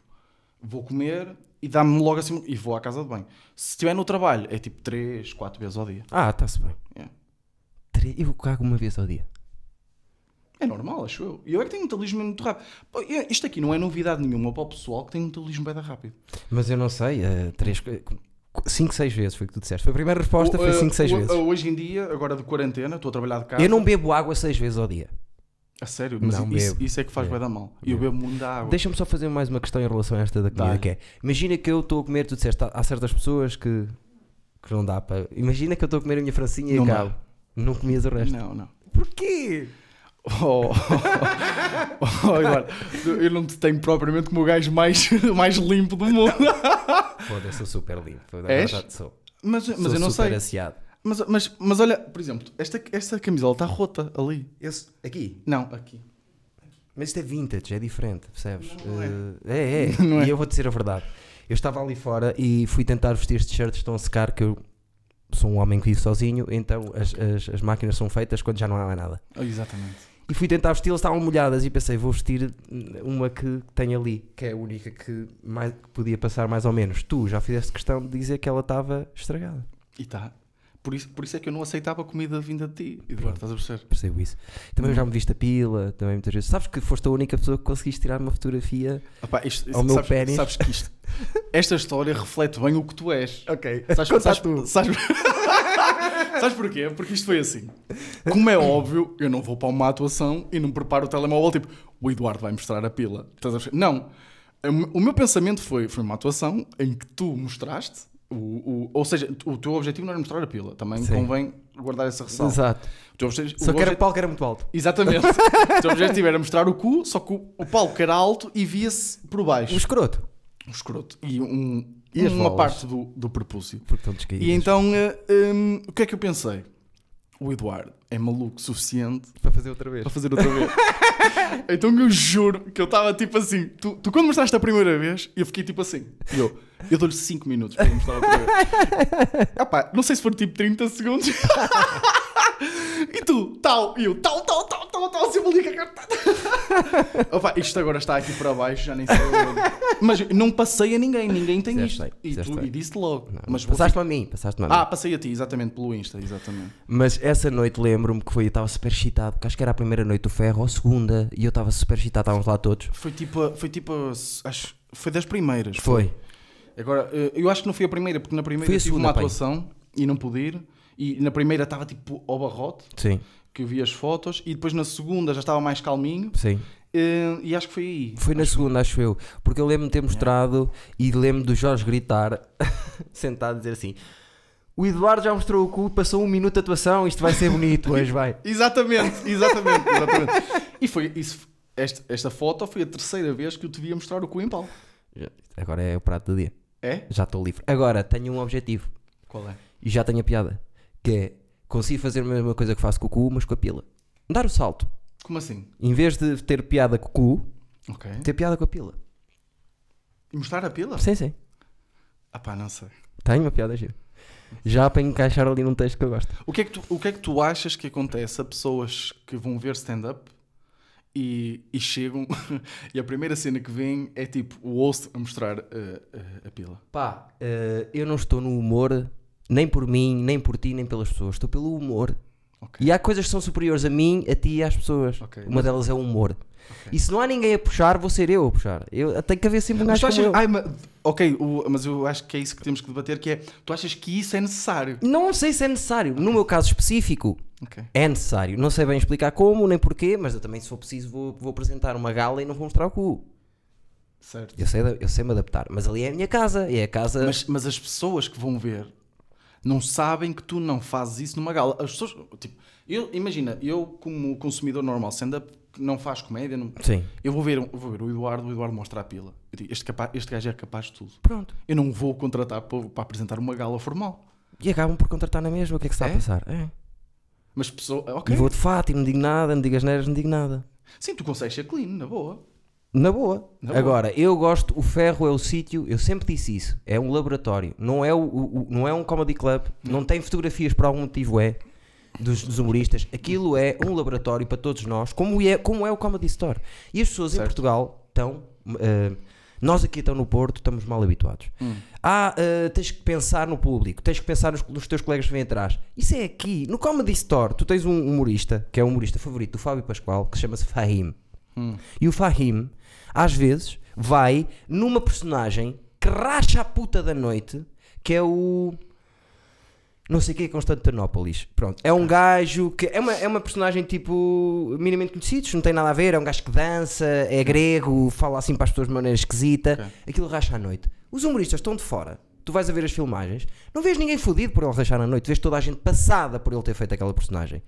Speaker 2: vou comer e dá-me logo assim. E vou à casa de banho. Se estiver no trabalho, é tipo 3, 4 vezes ao dia.
Speaker 1: Ah, está-se bem.
Speaker 2: Yeah.
Speaker 1: Tre- Eu cago uma vez ao dia.
Speaker 2: É normal, acho eu. E eu é que tenho um metabolismo muito rápido. Pô, eu- Isto aqui não é novidade nenhuma para o pessoal que tem um metabolismo bem rápido.
Speaker 1: Mas eu não sei, eh, 5, 6 vezes foi o que tu disseste. Foi a primeira resposta,
Speaker 2: O-
Speaker 1: foi
Speaker 2: eh,
Speaker 1: 5, 6
Speaker 2: o-
Speaker 1: vezes.
Speaker 2: Hoje em dia, agora de quarentena, estou a trabalhar de casa.
Speaker 1: Eu não bebo água 6 vezes ao dia.
Speaker 2: A sério, mas
Speaker 1: Não
Speaker 2: isso,
Speaker 1: bebo.
Speaker 2: isso é que faz bem da mal. E eu bebo muito da água.
Speaker 1: Deixa-me só fazer mais uma questão em relação a esta da comida,
Speaker 2: Dá-lhe.
Speaker 1: que é, imagina que eu estou a comer, tu disseste, há- há certas pessoas que, que não dá para... Imagina que eu estou a comer a minha francinha e
Speaker 2: Não dá.
Speaker 1: acabo. Não comias o resto.
Speaker 2: Não, não.
Speaker 1: Porquê?
Speaker 2: Oh, oh, Eduardo, eu não te tenho propriamente como o gajo mais, mais limpo do mundo.
Speaker 1: Foda-se, sou super limpo. Na
Speaker 2: És?
Speaker 1: verdade sou.
Speaker 2: Mas, mas
Speaker 1: Sou
Speaker 2: eu não
Speaker 1: super
Speaker 2: sei.
Speaker 1: assiado.
Speaker 2: Mas, mas, mas olha, por exemplo, esta, esta camisola está rota ali.
Speaker 1: aqui?
Speaker 2: Não, aqui.
Speaker 1: Mas isto é vintage, é diferente, percebes?
Speaker 2: Não é.
Speaker 1: Eh, é, é.
Speaker 2: Não é.
Speaker 1: E eu vou dizer a verdade. Eu estava ali fora e fui tentar vestir estes shirts, estão a secar, que eu sou um homem que vive sozinho, então as, as, as máquinas são feitas quando já não há mais nada.
Speaker 2: Exatamente.
Speaker 1: E fui tentar vestir, elas estavam molhadas e pensei, vou vestir uma que tenho ali, que é a única que, mais, que podia passar mais ou menos. Tu já fizeste questão de dizer que ela estava estragada.
Speaker 2: E está. Por isso, por isso é que eu não aceitava comida vinda de ti, Eduardo, estás a perceber?
Speaker 1: Percebo isso. Também já me viste a pila, também muitas vezes. Sabes que foste a única pessoa que conseguiste tirar uma fotografia.
Speaker 2: Epá, isto-
Speaker 1: Ao meu
Speaker 2: sabes,
Speaker 1: pénis.
Speaker 2: sabes que isto, esta história reflete bem o que tu és.
Speaker 1: Ok,
Speaker 2: Sabes, sabes, sabes, sabes porquê? Porque isto foi assim. Como é óbvio, eu não vou para uma atuação e não preparo o telemóvel tipo, o Eduardo vai mostrar a pila. Estás a perceber? Não. O meu pensamento foi, foi uma atuação em que tu mostraste, o, o- ou seja, o teu objetivo não era mostrar a pila. Também
Speaker 1: Sim.
Speaker 2: convém guardar essa ressalva.
Speaker 1: Exato.
Speaker 2: O teu obje-
Speaker 1: Só
Speaker 2: o
Speaker 1: que era
Speaker 2: obje-
Speaker 1: palco era muito alto.
Speaker 2: Exatamente. Então, o teu objetivo era mostrar o cu, só que o, o palco era alto e via-se por
Speaker 1: Um
Speaker 2: baixo.
Speaker 1: escroto.
Speaker 2: Um escroto. E, um,
Speaker 1: E as
Speaker 2: uma
Speaker 1: bolas?
Speaker 2: parte do, do prepúcio.
Speaker 1: então, Porque estão descaídos.
Speaker 2: E então, eh, hum, o que é que eu pensei? o Eduardo é maluco o suficiente
Speaker 1: Para fazer outra vez.
Speaker 2: para fazer outra vez. então eu juro que eu estava tipo assim. Tu, tu quando mostraste a primeira vez, eu fiquei tipo assim. E eu, eu dou-lhe 5 minutos para ele mostrar outra vez. Ah pá, não sei se for tipo 30 segundos. e tu, tal, e eu, tal, tal, tal, tal, tal, sempre liga a carta. Opa, isto agora está aqui para baixo, já nem sei. onde. Mas não passei a ninguém, ninguém tem
Speaker 1: Fizeste
Speaker 2: isto.
Speaker 1: bem,
Speaker 2: E,
Speaker 1: fizeste
Speaker 2: tu,
Speaker 1: bem.
Speaker 2: e disse logo.
Speaker 1: Não,
Speaker 2: mas vou
Speaker 1: passaste-me a mim, passaste-me a mim.
Speaker 2: Ah, passei a ti, exatamente, pelo Insta, exatamente.
Speaker 1: Mas essa noite lembro-me que foi, eu estava super excitado, porque acho que era a primeira noite do ferro, ou a segunda, e eu estava super excitado, estávamos lá todos.
Speaker 2: Foi tipo, a- foi tipo, a- acho, foi das primeiras.
Speaker 1: Foi.
Speaker 2: Agora, eh, eu acho que não fui a primeira, porque na primeira
Speaker 1: Foi a
Speaker 2: eu tive
Speaker 1: segunda,
Speaker 2: uma
Speaker 1: pai.
Speaker 2: atuação e não pude ir. E na primeira estava tipo ao barrote,
Speaker 1: Sim,
Speaker 2: que eu vi as fotos, e depois na segunda já estava mais calminho.
Speaker 1: sim.
Speaker 2: eh, E acho que foi aí.
Speaker 1: Foi É. na segunda, acho eu. Porque eu lembro-me de ter mostrado e lembro do Jorge gritar, sentado, a dizer assim: O Eduardo já mostrou o cu, passou um minuto de atuação, isto vai ser bonito hoje, vai.
Speaker 2: Exatamente, exatamente, exatamente. e foi isso. Esta, esta foto foi a terceira vez que eu te via mostrar o cu em pau.
Speaker 1: Já- Agora é o prato do dia.
Speaker 2: É?
Speaker 1: Já estou livre. Agora tenho um objetivo
Speaker 2: Qual é?
Speaker 1: e já tenho a piada: que é consigo fazer a mesma coisa que faço com o cu, mas com a pila. Dar o salto.
Speaker 2: Como assim?
Speaker 1: Em vez de ter piada com o cu,
Speaker 2: Ok.
Speaker 1: ter piada com a pila.
Speaker 2: E mostrar a pila?
Speaker 1: Sim, sim.
Speaker 2: Ah pá, não sei.
Speaker 1: Tenho uma piada gira. Já para encaixar ali num texto que eu gosto.
Speaker 2: O que, é que tu, o que é que tu achas que acontece a pessoas que vão ver stand-up e, e chegam e a primeira cena que vem é tipo o host a mostrar eh, eh, a pila?
Speaker 1: Pá, eh, eu não estou no humor, nem por mim, nem por ti, nem pelas pessoas. Estou pelo humor.
Speaker 2: Ok.
Speaker 1: E há coisas que são superiores a mim, a ti e às pessoas.
Speaker 2: Ok.
Speaker 1: Uma delas é o humor. E se não há ninguém a puxar, vou ser eu a puxar. Eu, tem que haver sempre um
Speaker 2: Mas
Speaker 1: gajo
Speaker 2: tu
Speaker 1: como
Speaker 2: achas,
Speaker 1: eu.
Speaker 2: ai, mas, ok, o- mas eu acho que é isso que temos que debater, que é, tu achas que isso é necessário?
Speaker 1: Não sei se é necessário. No meu caso específico,
Speaker 2: Ok.
Speaker 1: é necessário. Não sei bem explicar como, nem porquê, mas eu também, se for preciso, vou, vou apresentar uma gala e não vou mostrar o cu.
Speaker 2: Certo.
Speaker 1: Eu sei, eu sei me adaptar. Mas ali é a minha casa. É a casa.
Speaker 2: Mas, mas as pessoas que vão ver não sabem que tu não fazes isso numa gala. As pessoas, tipo, eu, imagina, eu como consumidor normal, stand-up, que não faz comédia, não-
Speaker 1: Sim.
Speaker 2: eu vou ver, um- eu vou ver o Eduardo, o Eduardo mostra a pila. Eu digo, este, capa- este gajo é capaz de tudo.
Speaker 1: Pronto.
Speaker 2: Eu não vou contratar para, para apresentar uma gala formal.
Speaker 1: E acabam por contratar na mesma. O que é que se está
Speaker 2: É?
Speaker 1: a passar? É.
Speaker 2: Mas pessoa, ah,
Speaker 1: E
Speaker 2: ok.
Speaker 1: vou de fato e não digo nada, não digo as neiras, não digo nada.
Speaker 2: Sim, tu consegues ser clean, na boa.
Speaker 1: Na boa.
Speaker 2: Na boa.
Speaker 1: Agora, eu gosto, o ferro é o sítio, eu sempre disse isso, é um laboratório, não é, o, o- o- não é um comedy club,
Speaker 2: Hum.
Speaker 1: não tem fotografias por algum motivo, é, dos, dos humoristas. Aquilo é um laboratório para todos nós, como é, como é o Comedy Store. E as pessoas em Portugal estão. eh, nós aqui estão no Porto, estamos mal habituados. Ah, eh, tens que pensar no público, tens que pensar nos, nos teus colegas que vêm atrás. Isso é aqui. No Comedy Store, tu tens um humorista, que é o humorista favorito do Fábio Pascoal, que chama-se Fahim. E o Fahim, às vezes, vai numa personagem que racha a puta da noite, que é o. Não sei o que é Constantinópolis. Pronto. É um gajo que. É uma, é uma personagem tipo. minimamente conhecidos, não tem nada a ver. É um gajo que dança, é grego, fala assim para as pessoas de maneira esquisita.
Speaker 2: Ok.
Speaker 1: Aquilo racha à noite. Os humoristas estão de fora. Tu vais a ver as filmagens. Não vês ninguém fodido por ele rachar à noite. Vês toda a gente passada por ele ter feito aquela personagem.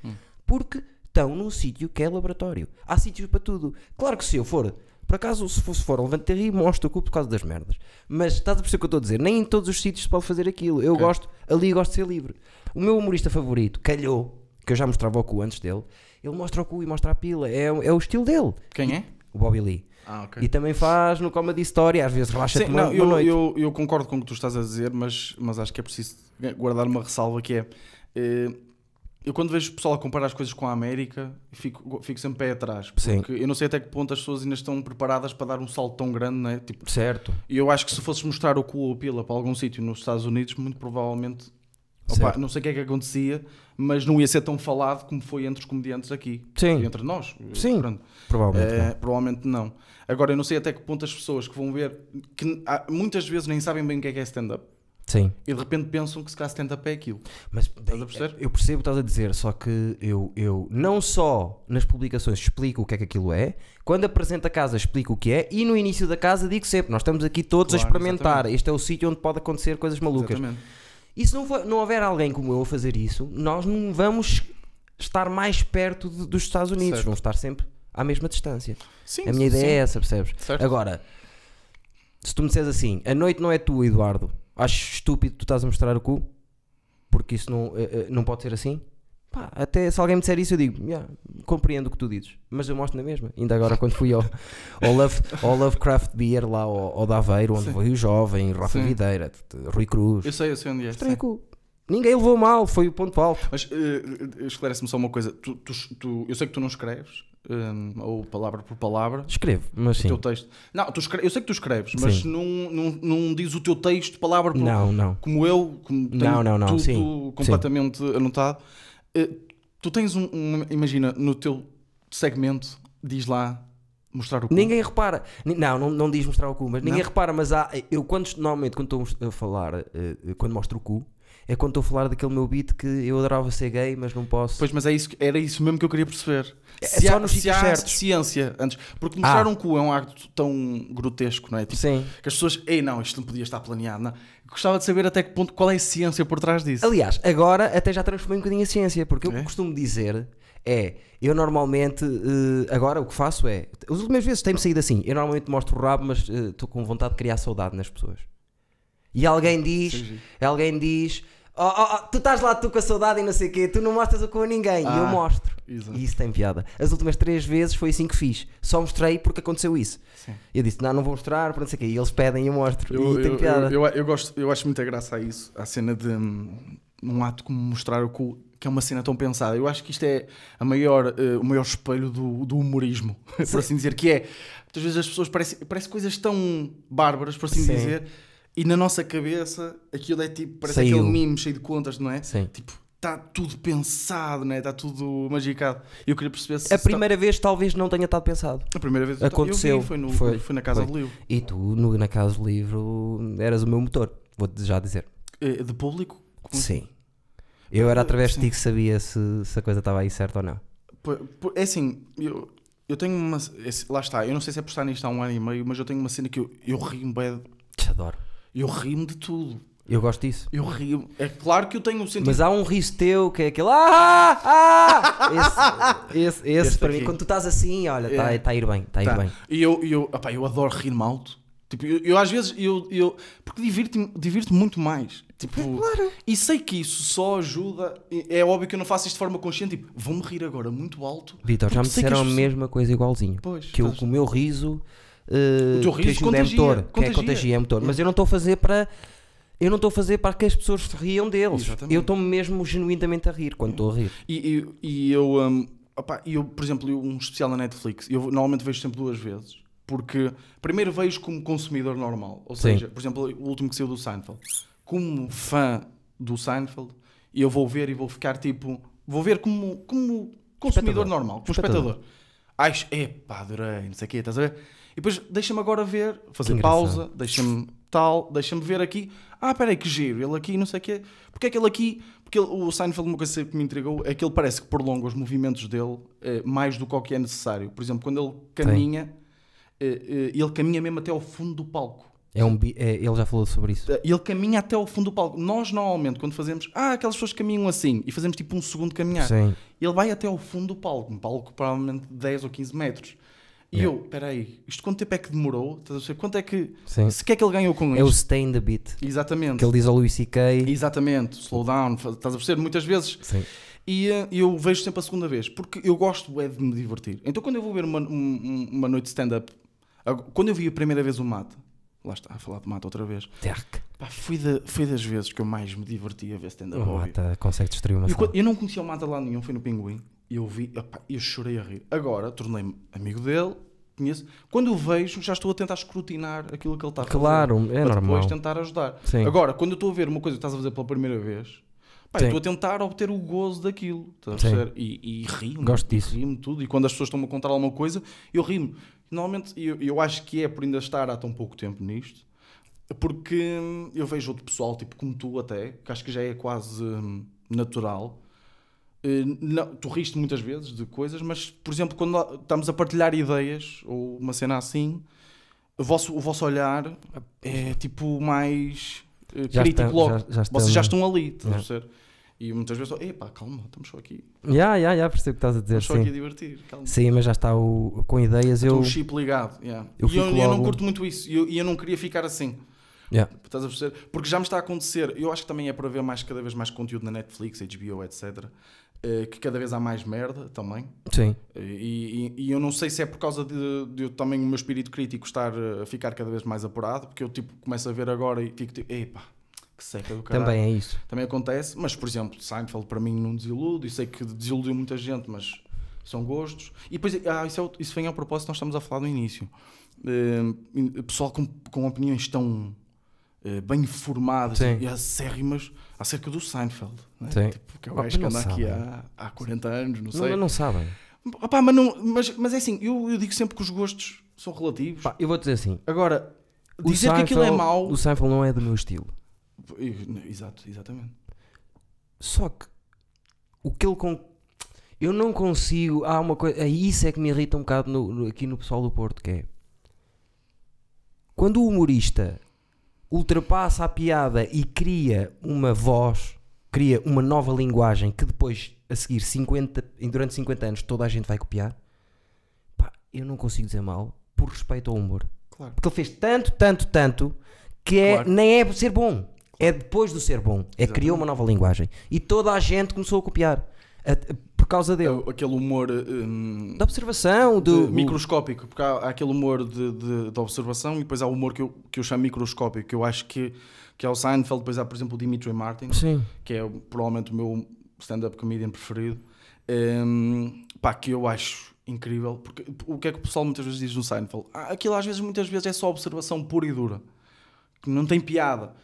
Speaker 1: Porque estão num sítio que é laboratório. Há sítios para tudo. Claro que se eu for. Por acaso, se fosse fora, levante-te e mostra o cu por causa das merdas. Mas estás a perceber o que eu estou a dizer? Nem em todos os sítios se pode fazer aquilo. Eu
Speaker 2: Ok.
Speaker 1: gosto gosto, ali gosto de ser livre. O meu humorista favorito, calhou, que eu já mostrava o cu antes dele, ele mostra o cu e mostra a pila, é, é o estilo dele,
Speaker 2: Quem é?
Speaker 1: o Bobby Lee.
Speaker 2: Ah, ok.
Speaker 1: E também faz no Comedy Story, às vezes
Speaker 2: Sim,
Speaker 1: relaxa-te uma,
Speaker 2: não,
Speaker 1: uma
Speaker 2: eu,
Speaker 1: noite.
Speaker 2: eu, eu concordo com o que tu estás a dizer, mas, mas acho que é preciso guardar uma ressalva que é. eh, eu quando vejo o pessoal a comparar as coisas com a América, fico, fico sempre pé atrás. Porque
Speaker 1: Sim.
Speaker 2: eu não sei até que ponto as pessoas ainda estão preparadas para dar um salto tão grande, né? Tipo,
Speaker 1: Certo.
Speaker 2: e eu acho que se fosses mostrar o cu ou a pila para algum sítio nos Estados Unidos, muito provavelmente. opá,
Speaker 1: Certo.
Speaker 2: não sei o que é que acontecia, mas não ia ser tão falado como foi entre os comediantes aqui.
Speaker 1: Sim.
Speaker 2: Entre nós.
Speaker 1: Sim.
Speaker 2: Pronto.
Speaker 1: Provavelmente.
Speaker 2: É, provavelmente não. Agora, eu não sei até que ponto as pessoas que vão ver, que há- muitas vezes nem sabem bem o que é que é stand-up,
Speaker 1: Sim.
Speaker 2: e de repente pensam que se calhar stand-up é aquilo.
Speaker 1: Mas daí-
Speaker 2: a perceber?
Speaker 1: eu percebo o que estás a dizer, só que eu, eu não só nas publicações explico o que é que aquilo é, quando apresento a casa explico o que é e no início da casa digo sempre: nós estamos aqui todos a
Speaker 2: Claro,
Speaker 1: experimentar, este é o sítio onde pode acontecer coisas malucas.
Speaker 2: Exatamente.
Speaker 1: E se não, for- não houver alguém como eu a fazer isso, nós não vamos estar mais perto de- dos Estados Unidos.
Speaker 2: Certo.
Speaker 1: Vamos estar sempre à mesma distância.
Speaker 2: Sim,
Speaker 1: a minha
Speaker 2: sim.
Speaker 1: ideia é essa, percebes?
Speaker 2: Certo.
Speaker 1: Agora, se tu me disseres assim, a noite não é tua, Eduardo, acho estúpido que tu estás a mostrar o cu, porque isso não, eh, eh, não pode ser assim. Pá, até se alguém me disser isso, eu digo, "Ya, compreendo o que tu dizes, mas eu mostro na mesma. Ainda agora, quando fui ao, ao, Love, ao Lovecraft Beer lá ao, ao da Aveiro, onde
Speaker 2: Sim.
Speaker 1: foi o Jovem, Rafa
Speaker 2: Sim.
Speaker 1: Videira, t- t- Rui Cruz,
Speaker 2: Eu sei, eu sei onde é.
Speaker 1: Estranho
Speaker 2: sei.
Speaker 1: que o- ninguém levou mal, foi o ponto alto.
Speaker 2: Mas eh, esclarece-me só uma coisa. Tu, tu- tu- eu sei que tu não escreves, eh, ou palavra por palavra,
Speaker 1: Escrevo, mas
Speaker 2: o teu
Speaker 1: sim.
Speaker 2: texto. Não, tu escre- eu sei que tu escreves, mas
Speaker 1: Sim.
Speaker 2: não, não, não diz o teu texto palavra por
Speaker 1: Não, não.
Speaker 2: Como eu, como tenho
Speaker 1: Não, não, não,
Speaker 2: tudo
Speaker 1: sim,
Speaker 2: completamente anotado. Eh, tu tens um, um- Imagina, no teu segmento, diz lá mostrar o cu.
Speaker 1: Ninguém repara. Ni- Não, não, não diz mostrar o cu, mas ninguém
Speaker 2: Não?
Speaker 1: repara. Mas há, eu quando est- normalmente quando estou a falar, eh, eh, quando mostro o cu, é quando estou a falar daquele meu beat que eu adorava ser gay, mas não posso.
Speaker 2: Pois, mas é isso, que- era isso mesmo que eu queria perceber.
Speaker 1: É
Speaker 2: se
Speaker 1: só
Speaker 2: há,
Speaker 1: nos
Speaker 2: se
Speaker 1: sítios
Speaker 2: há
Speaker 1: certos.
Speaker 2: ciência antes. Porque mostrar
Speaker 1: Ah.
Speaker 2: um cu é um acto tão grotesco, não é? Tipo,
Speaker 1: Sim.
Speaker 2: Que as pessoas, ei, não, isto não podia estar planeado. Não. Gostava de saber até que ponto, qual é a ciência por trás disso.
Speaker 1: Aliás, agora até já transformei um bocadinho a ciência, porque eu
Speaker 2: É?
Speaker 1: costumo dizer é, eu normalmente, eh, agora o que faço é, as últimas vezes tem-me saído assim, eu normalmente mostro o rabo, mas eh, estou com vontade de criar saudade nas pessoas. E alguém diz,
Speaker 2: Sim,
Speaker 1: alguém diz, "Oh, oh, oh, tu estás lá tu com a saudade e não sei o quê, tu não mostras o cu a ninguém, e eu
Speaker 2: Ah,
Speaker 1: mostro.
Speaker 2: exato.
Speaker 1: E isso tem piada. As últimas três vezes foi assim que fiz, só mostrei porque aconteceu isso.
Speaker 2: Sim.
Speaker 1: Eu disse, não, não vou mostrar, para não sei o quê, e eles pedem e eu mostro,
Speaker 2: Eu,
Speaker 1: e tem
Speaker 2: eu,
Speaker 1: piada.
Speaker 2: eu, eu, eu gosto, eu acho muita graça a isso, à cena de hum, um ato como mostrar o cu, que é uma cena tão pensada. Eu acho que isto é a maior, eh, o maior espelho do, do humorismo, por assim dizer, que é muitas vezes as pessoas parecem, parecem coisas tão bárbaras, por assim
Speaker 1: Sim.
Speaker 2: dizer, e na nossa cabeça aquilo é tipo, parece
Speaker 1: Saiu.
Speaker 2: aquele mimo cheio de contas, não é?
Speaker 1: Sim.
Speaker 2: Tipo, está tudo pensado, não é? Está tudo magicado. E eu queria perceber se.
Speaker 1: A
Speaker 2: se tá-
Speaker 1: primeira vez talvez não tenha estado pensado.
Speaker 2: A primeira vez
Speaker 1: Aconteceu.
Speaker 2: eu vi, foi, no,
Speaker 1: Foi.
Speaker 2: foi, na Casa
Speaker 1: Foi.
Speaker 2: do Livro.
Speaker 1: E tu, no- na casa do livro, eras o meu motor, vou-te já dizer.
Speaker 2: Eh, De público? Como-
Speaker 1: Sim. Eu era através de
Speaker 2: Sim.
Speaker 1: ti que sabia se, se a coisa estava aí certa ou não.
Speaker 2: Pô, pô, É assim, eu, eu tenho uma. esse- lá está, eu não sei se é por estar nisto há um ano e meio, mas eu tenho uma cena que eu, eu rimo bem.
Speaker 1: Te adoro.
Speaker 2: Eu rimo de tudo.
Speaker 1: Eu gosto disso.
Speaker 2: Eu rimo. É claro que eu tenho um sentido.
Speaker 1: Mas há um riso teu que é aquele. Ah! Ah! Esse, esse, esse
Speaker 2: Este
Speaker 1: para
Speaker 2: aqui.
Speaker 1: mim, quando tu estás assim, olha, está
Speaker 2: É.
Speaker 1: a ir bem, está a ir
Speaker 2: Tá.
Speaker 1: bem.
Speaker 2: E eu, e eu, opá, eu adoro rir-me alto. Tipo, eu, eu às vezes. Eu, eu, porque divirto-me divirto muito mais. Tipo,
Speaker 1: É
Speaker 2: E sei que isso só ajuda. e É óbvio que eu não faço isto de forma consciente. Tipo, vou-me rir agora muito alto.
Speaker 1: Vitor, já me
Speaker 2: porque sei que as
Speaker 1: disseram a
Speaker 2: pessoas-
Speaker 1: mesma coisa igualzinho.
Speaker 2: Pois,
Speaker 1: que eu,
Speaker 2: pois.
Speaker 1: com o meu riso.
Speaker 2: O teu riso
Speaker 1: é
Speaker 2: contagia,
Speaker 1: motor. Que é
Speaker 2: contagia.
Speaker 1: contagia, é motor. Mas eu não estou a fazer para. Eu não estou a fazer para que as pessoas se riam deles.
Speaker 2: Exatamente.
Speaker 1: Eu estou-me mesmo genuinamente a rir quando estou a rir.
Speaker 2: E, e- e eu, hum, opá, eu, por exemplo, eu- um especial na Netflix, eu normalmente vejo sempre duas vezes. Porque primeiro vejo como consumidor normal, ou
Speaker 1: Sim.
Speaker 2: seja, por exemplo, o último que saiu do Seinfeld. Como fã do Seinfeld, eu vou ver e vou ficar tipo, vou ver como, como
Speaker 1: Espectador.
Speaker 2: consumidor normal, como
Speaker 1: Espectador.
Speaker 2: espectador. Acho, epá, adorei, não sei o quê, estás a ver? E depois deixa-me agora ver, fazer
Speaker 1: Que
Speaker 2: pausa, deixa-me tal, deixa-me ver aqui. Ah, peraí, que giro, ele aqui, não sei o quê. Porque é que ele aqui. Porque ele- o Seinfeld, uma coisa que me intrigou é que ele parece que prolonga os movimentos dele eh, mais do que o que é necessário. Por exemplo, quando ele caminha, eh, eh, ele caminha mesmo até ao fundo do palco.
Speaker 1: É um, bi- é- ele já falou sobre isso.
Speaker 2: Eh, Ele caminha até ao fundo do palco. Nós, normalmente, quando fazemos, ah, aquelas pessoas caminham assim, e fazemos tipo um segundo de caminhar.
Speaker 1: Sim.
Speaker 2: Ele vai até ao fundo do palco, um palco provavelmente de 10 ou 15 metros. E
Speaker 1: É.
Speaker 2: eu, peraí, isto quanto tempo é que demorou? Estás a perceber? Quanto é que.
Speaker 1: Sim.
Speaker 2: Se que é que ele ganhou com
Speaker 1: É o
Speaker 2: isto?
Speaker 1: stay in the beat.
Speaker 2: Exatamente.
Speaker 1: Que ele diz ao Luís C.K.
Speaker 2: Exatamente. Slow down, faz- estás a perceber? Muitas vezes.
Speaker 1: Sim.
Speaker 2: E eh, eu vejo sempre a segunda vez, porque eu gosto é de me divertir. Então quando eu vou ver uma, um- um- uma noite de stand-up, ag- quando eu vi a primeira vez o Mata, lá está a falar de Mata outra vez,
Speaker 1: Terk.
Speaker 2: pá, foi, da- foi das vezes que eu mais me diverti a ver stand-up.
Speaker 1: O
Speaker 2: óbvio.
Speaker 1: Mata consegue destruir uma
Speaker 2: Eu,
Speaker 1: sala.
Speaker 2: quando- eu não conhecia o Mata lá nenhum, foi no Pinguim. E eu vi, opá, eu chorei a rir. Agora, tornei-me amigo dele, conheço. Quando o vejo, já estou a tentar escrutinar aquilo que ele está a fazer.
Speaker 1: Claro, é
Speaker 2: para
Speaker 1: normal.
Speaker 2: depois tentar ajudar.
Speaker 1: Sim.
Speaker 2: Agora, quando eu estou a ver uma coisa que estás a fazer pela primeira vez, pá,
Speaker 1: Sim.
Speaker 2: eu estou a tentar obter o gozo daquilo. Estás a
Speaker 1: Sim.
Speaker 2: perceber? E, e rio-me.
Speaker 1: Gosto
Speaker 2: e
Speaker 1: disso.
Speaker 2: Rio-me tudo. E quando as pessoas estão-me a contar alguma coisa, eu rio-me. Normalmente, eu, eu acho que é por ainda estar há tão pouco tempo nisto, porque hum, eu vejo outro pessoal, tipo como tu até, que acho que já é quase hum, natural. Eh, não- tu riste muitas vezes de coisas, mas, por exemplo, quando lá- estamos a partilhar ideias ou uma cena assim, o vosso, o vosso olhar é tipo mais eh,
Speaker 1: Já
Speaker 2: crítico
Speaker 1: está-
Speaker 2: logo.
Speaker 1: já- já
Speaker 2: Vocês já
Speaker 1: estamos-
Speaker 2: estão ali, estás a
Speaker 1: Yeah.
Speaker 2: perceber? E muitas vezes, epá, calma, estamos só aqui.
Speaker 1: Já, já, já, percebo o que estás a dizer.
Speaker 2: Estamos só aqui a
Speaker 1: Sim.
Speaker 2: divertir, calma.
Speaker 1: Sim, mas já está o, com ideias.
Speaker 2: Estou
Speaker 1: Eu.
Speaker 2: o chip ligado. yeah.
Speaker 1: eu
Speaker 2: e eu,
Speaker 1: fico
Speaker 2: eu não
Speaker 1: logo-
Speaker 2: curto muito isso. E eu, e eu não queria ficar assim.
Speaker 1: Yeah.
Speaker 2: Estás a perceber? Porque já me está a acontecer. Eu acho que também é para ver mais, cada vez mais conteúdo na Netflix, HBO, etc. eh, que cada vez há mais merda também.
Speaker 1: Sim.
Speaker 2: E, e- e eu não sei se é por causa de, de eu também o meu espírito crítico estar eh, a ficar cada vez mais apurado, porque eu tipo começo a ver agora e fico tipo, epá, que seca do caralho.
Speaker 1: Também é isso.
Speaker 2: Também acontece, mas por exemplo, Seinfeld para mim não desilude, e sei que desiludiu muita gente, mas são gostos. E depois, ah, isso, é outro- isso vem ao propósito, que nós estamos a falar no início. Eh, pessoal com, com opiniões tão eh, bem informadas
Speaker 1: Sim.
Speaker 2: e acérrimas acerca do Seinfeld, né?
Speaker 1: Sim.
Speaker 2: tipo, que é o
Speaker 1: Ah,
Speaker 2: gajo que
Speaker 1: mas
Speaker 2: anda
Speaker 1: não
Speaker 2: aqui
Speaker 1: sabem.
Speaker 2: há, há 40 anos, não
Speaker 1: Não,
Speaker 2: sei.
Speaker 1: mas não sabem.
Speaker 2: Opá, mas, não, mas, mas é assim, eu, eu digo sempre que os gostos são relativos.
Speaker 1: Pá, eu vou dizer assim.
Speaker 2: Agora,
Speaker 1: o
Speaker 2: dizer que aquilo é
Speaker 1: Seinfeld-
Speaker 2: mau.
Speaker 1: O Seinfeld não é do meu estilo.
Speaker 2: Eu- Exato, exatamente.
Speaker 1: Só que o que ele con- eu não consigo. Há uma coisa. Isso é que me irrita um bocado no- no- aqui no pessoal do Porto, que é quando o humorista ultrapassa a piada e cria uma voz, cria uma nova linguagem que depois a seguir 50, em- durante 50 anos toda a gente vai copiar, pá, eu não consigo dizer mal por respeito ao humor.
Speaker 2: Claro.
Speaker 1: Porque ele fez tanto, tanto, tanto que é-
Speaker 2: Claro.
Speaker 1: nem é ser bom. É depois do ser bom. É
Speaker 2: Exatamente.
Speaker 1: criou uma nova linguagem. E toda a gente começou a copiar. A- a- por causa dele.
Speaker 2: É Aquele humor hum,
Speaker 1: da observação,
Speaker 2: de-
Speaker 1: do. o-
Speaker 2: microscópico, porque há, há aquele humor de, de, de observação e depois há o humor que eu, que eu chamo microscópico, que eu acho que, que é o Seinfeld, depois há, por exemplo, o Dimitri Martin,
Speaker 1: Sim.
Speaker 2: que é provavelmente o meu stand-up comedian preferido, hum, pá, que eu acho incrível, porque o que é que o pessoal muitas vezes diz no Seinfeld? Ah, Aquilo às vezes, muitas vezes é só observação pura e dura, que não tem piada.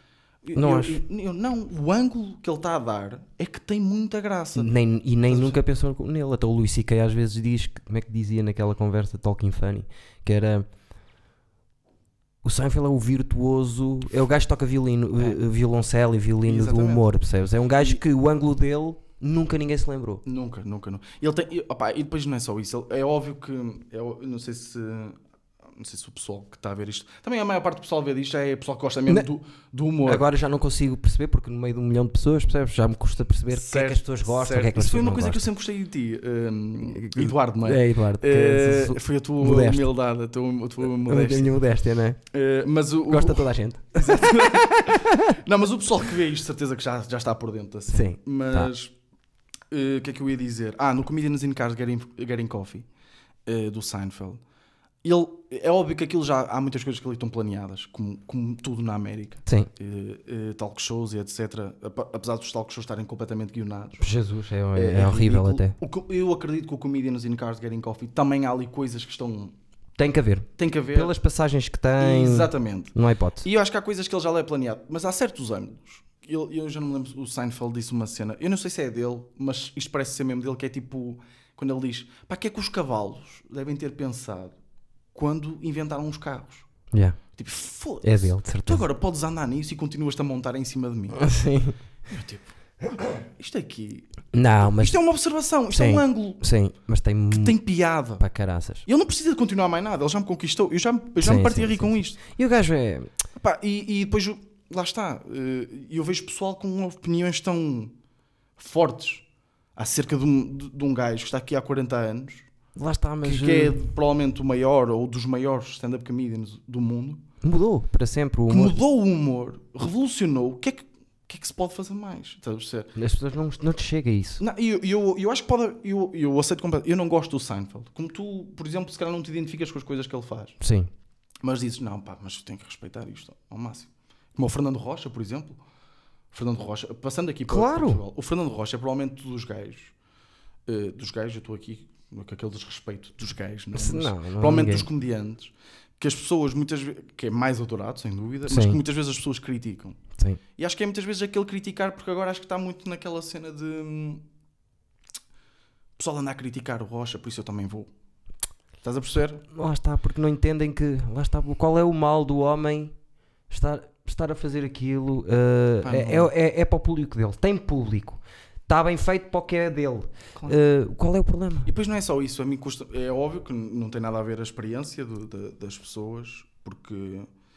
Speaker 2: Eu-
Speaker 1: Não
Speaker 2: eu-
Speaker 1: acho.
Speaker 2: eu- não, o ângulo que ele está a dar é que tem muita graça.
Speaker 1: Nem, e nem nunca pensou co- nele. Até o Luís C.K. às vezes diz, que- como é que dizia naquela conversa de Talking Funny, que era. O Seinfeld é o virtuoso, é o gajo que toca violino,
Speaker 2: É.
Speaker 1: eh, violoncelo e violino do
Speaker 2: Exatamente.
Speaker 1: humor, percebes? É um gajo que o ângulo dele nunca ninguém se lembrou.
Speaker 2: Nunca, nunca, nunca. Ele tem, e, opá, e depois não é só isso. ele- é óbvio que. É, ó- eu não sei se. Não sei se o pessoal que está a ver isto. Também a maior parte do pessoal vê disto é o pessoal que gosta mesmo
Speaker 1: Não.
Speaker 2: do, do humor.
Speaker 1: Agora já não consigo perceber, porque no meio de um milhão de pessoas, percebes? Já me custa perceber o que é que
Speaker 2: Certo,
Speaker 1: as pessoas gostam, o
Speaker 2: certo.
Speaker 1: que é que as
Speaker 2: Isso foi
Speaker 1: pessoas
Speaker 2: uma
Speaker 1: não
Speaker 2: coisa que eu
Speaker 1: gostam.
Speaker 2: sempre gostei de ti, hum, Eduardo, não é?
Speaker 1: É, Eduardo. que
Speaker 2: Eh,
Speaker 1: se- se-
Speaker 2: foi a tua
Speaker 1: modesto. É,
Speaker 2: humildade, a tua, a tua
Speaker 1: a
Speaker 2: modéstia.
Speaker 1: minha modéstia, não é?
Speaker 2: Eh, mas o, o-
Speaker 1: Gosta toda a gente.
Speaker 2: não, mas o pessoal que vê isto, certeza que já, já está por dentro. Assim.
Speaker 1: Sim,
Speaker 2: Mas eh, o que é que eu ia dizer? Ah, no Comedians in Cars Getting, Getting Coffee eh, do Seinfeld. Ele, é óbvio que aquilo já há muitas coisas que ali estão planeadas, como, como tudo na América.
Speaker 1: Sim.
Speaker 2: Eh, eh, talk shows e etc. Apa- Apesar dos talk shows estarem completamente guionados.
Speaker 1: Jesus, é, é horrível
Speaker 2: ridículo.
Speaker 1: até.
Speaker 2: O co- eu acredito que o Comedians in Cars Getting Coffee também há ali coisas que estão.
Speaker 1: Tem que haver.
Speaker 2: tem que haver.
Speaker 1: Pelas passagens que tem,
Speaker 2: Exatamente.
Speaker 1: não há hipótese.
Speaker 2: E eu acho que há coisas que ele já leva planeado, mas há certos ângulos. Eu, eu já não me lembro, o Seinfeld disse uma cena, eu não sei se é dele, mas isto parece ser mesmo dele, que é tipo, quando ele diz, para que é que os cavalos devem ter pensado quando inventaram os carros?
Speaker 1: Yeah,
Speaker 2: Tipo, foda-se.
Speaker 1: É dele, de
Speaker 2: Tu
Speaker 1: certeza.
Speaker 2: agora podes andar nisso e continuas-te a montar em cima de mim.
Speaker 1: Sim.
Speaker 2: Eu, tipo, isto aqui,
Speaker 1: Não, mas
Speaker 2: isto é uma observação, isto é
Speaker 1: Sim.
Speaker 2: um ângulo
Speaker 1: sim, mas tem,
Speaker 2: que
Speaker 1: muito
Speaker 2: tem piada.
Speaker 1: para caraças.
Speaker 2: Ele não precisa de continuar mais nada, ele já me conquistou, eu já, me- eu já
Speaker 1: Sim,
Speaker 2: me parti
Speaker 1: sim,
Speaker 2: a rir
Speaker 1: sim,
Speaker 2: com isto.
Speaker 1: E o gajo é.
Speaker 2: Pá, e, e depois, o- lá está, eh, eu vejo pessoal com opiniões tão fortes acerca de um, de- de um gajo que está aqui há 40 anos,
Speaker 1: Lá está,
Speaker 2: que,
Speaker 1: mas.
Speaker 2: que é
Speaker 1: eh,
Speaker 2: provavelmente o maior ou dos maiores stand-up comedians do mundo,
Speaker 1: eh, Mudou para sempre o
Speaker 2: que
Speaker 1: humor.
Speaker 2: mudou o humor, revolucionou, o que é que, o que, é que se pode fazer mais? Estás a perceber?
Speaker 1: As pessoas não, não te chega a isso.
Speaker 2: Não, eu, eu, eu acho que pode. Eu, eu aceito completamente. Eu não gosto do Seinfeld. Como tu, por exemplo, se calhar não te identificas com as coisas que ele faz.
Speaker 1: Sim.
Speaker 2: Mas dizes, não, pá, mas tenho que respeitar isto ao máximo. Como o Fernando Rocha, por exemplo. Fernando Rocha, passando aqui para
Speaker 1: Claro.
Speaker 2: Portugal, o Fernando Rocha é provavelmente dos gajos. eh, dos gajos, eu estou aqui com aquele desrespeito dos gajos, não, é?
Speaker 1: Se-
Speaker 2: Mas
Speaker 1: não, não há
Speaker 2: provavelmente
Speaker 1: ninguém.
Speaker 2: dos comediantes, que as pessoas muitas vezes. que é mais adorado, sem dúvida, mas
Speaker 1: Sim.
Speaker 2: que muitas vezes as pessoas criticam.
Speaker 1: Sim.
Speaker 2: E acho que é muitas vezes aquele criticar, porque agora acho que está muito naquela cena de. hum, O pessoal anda a criticar o Rocha, por isso eu também vou. Estás a perceber?
Speaker 1: Lá está, porque não entendem que. Lá está, qual é o mal do homem estar, estar a fazer aquilo? eh,
Speaker 2: Pá,
Speaker 1: é,
Speaker 2: não.
Speaker 1: é, é- é para o público dele, tem público, está bem feito para o que é dele.
Speaker 2: Claro.
Speaker 1: Eh, qual é o problema?
Speaker 2: E depois não é só isso, a mim custa, é óbvio que n- não tem nada a ver a experiência do- da- das pessoas, porque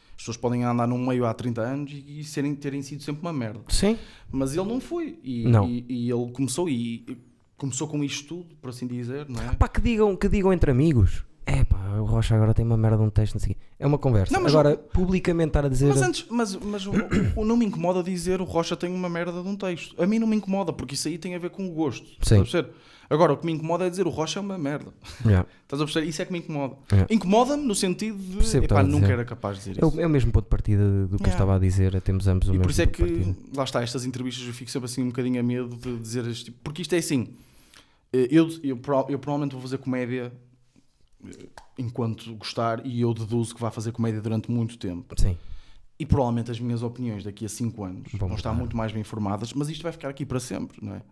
Speaker 2: as pessoas podem andar num meio há 30 anos e, e serem, terem sido sempre uma merda.
Speaker 1: Sim,
Speaker 2: Mas ele não foi, e,
Speaker 1: Não.
Speaker 2: e, e ele começou e, e começou com isto tudo, por assim dizer, não é?
Speaker 1: pá, que digam, que digam entre amigos. É pá, pá, o Rocha agora tem uma merda de um texto, não sei o quê. É uma conversa.
Speaker 2: Não, mas
Speaker 1: agora, publicamente estar a dizer.
Speaker 2: Mas antes, mas, mas o, o- não me incomoda dizer o Rocha tem uma merda de um texto. A mim não me incomoda, porque isso aí tem a ver com o gosto. Estás a perceber? Agora, o que me incomoda é dizer o Rocha é uma merda.
Speaker 1: Yeah.
Speaker 2: Estás a perceber? Isso é que me incomoda.
Speaker 1: É.
Speaker 2: Incomoda-me no sentido de.
Speaker 1: Percebo o que estás
Speaker 2: Epá,
Speaker 1: a
Speaker 2: nunca
Speaker 1: dizer.
Speaker 2: era capaz de dizer
Speaker 1: É
Speaker 2: isso.
Speaker 1: o, é o mesmo ponto de partida do que eu
Speaker 2: Yeah.
Speaker 1: estava a dizer, temos ambos o
Speaker 2: É. E
Speaker 1: mesmo
Speaker 2: por isso é
Speaker 1: ponto de
Speaker 2: que,
Speaker 1: partida.
Speaker 2: lá está, estas entrevistas eu fico sempre assim um bocadinho a medo de dizer este tipo. Porque isto é assim, eh, eu, eu, pro- eu provavelmente vou fazer comédia eh, enquanto gostar e eu deduzo que vai fazer comédia durante muito tempo.
Speaker 1: Sim,
Speaker 2: E provavelmente as minhas opiniões daqui a 5 anos
Speaker 1: Vão
Speaker 2: vão estar
Speaker 1: mudar.
Speaker 2: muito mais bem formadas, mas isto vai ficar aqui para sempre, não é?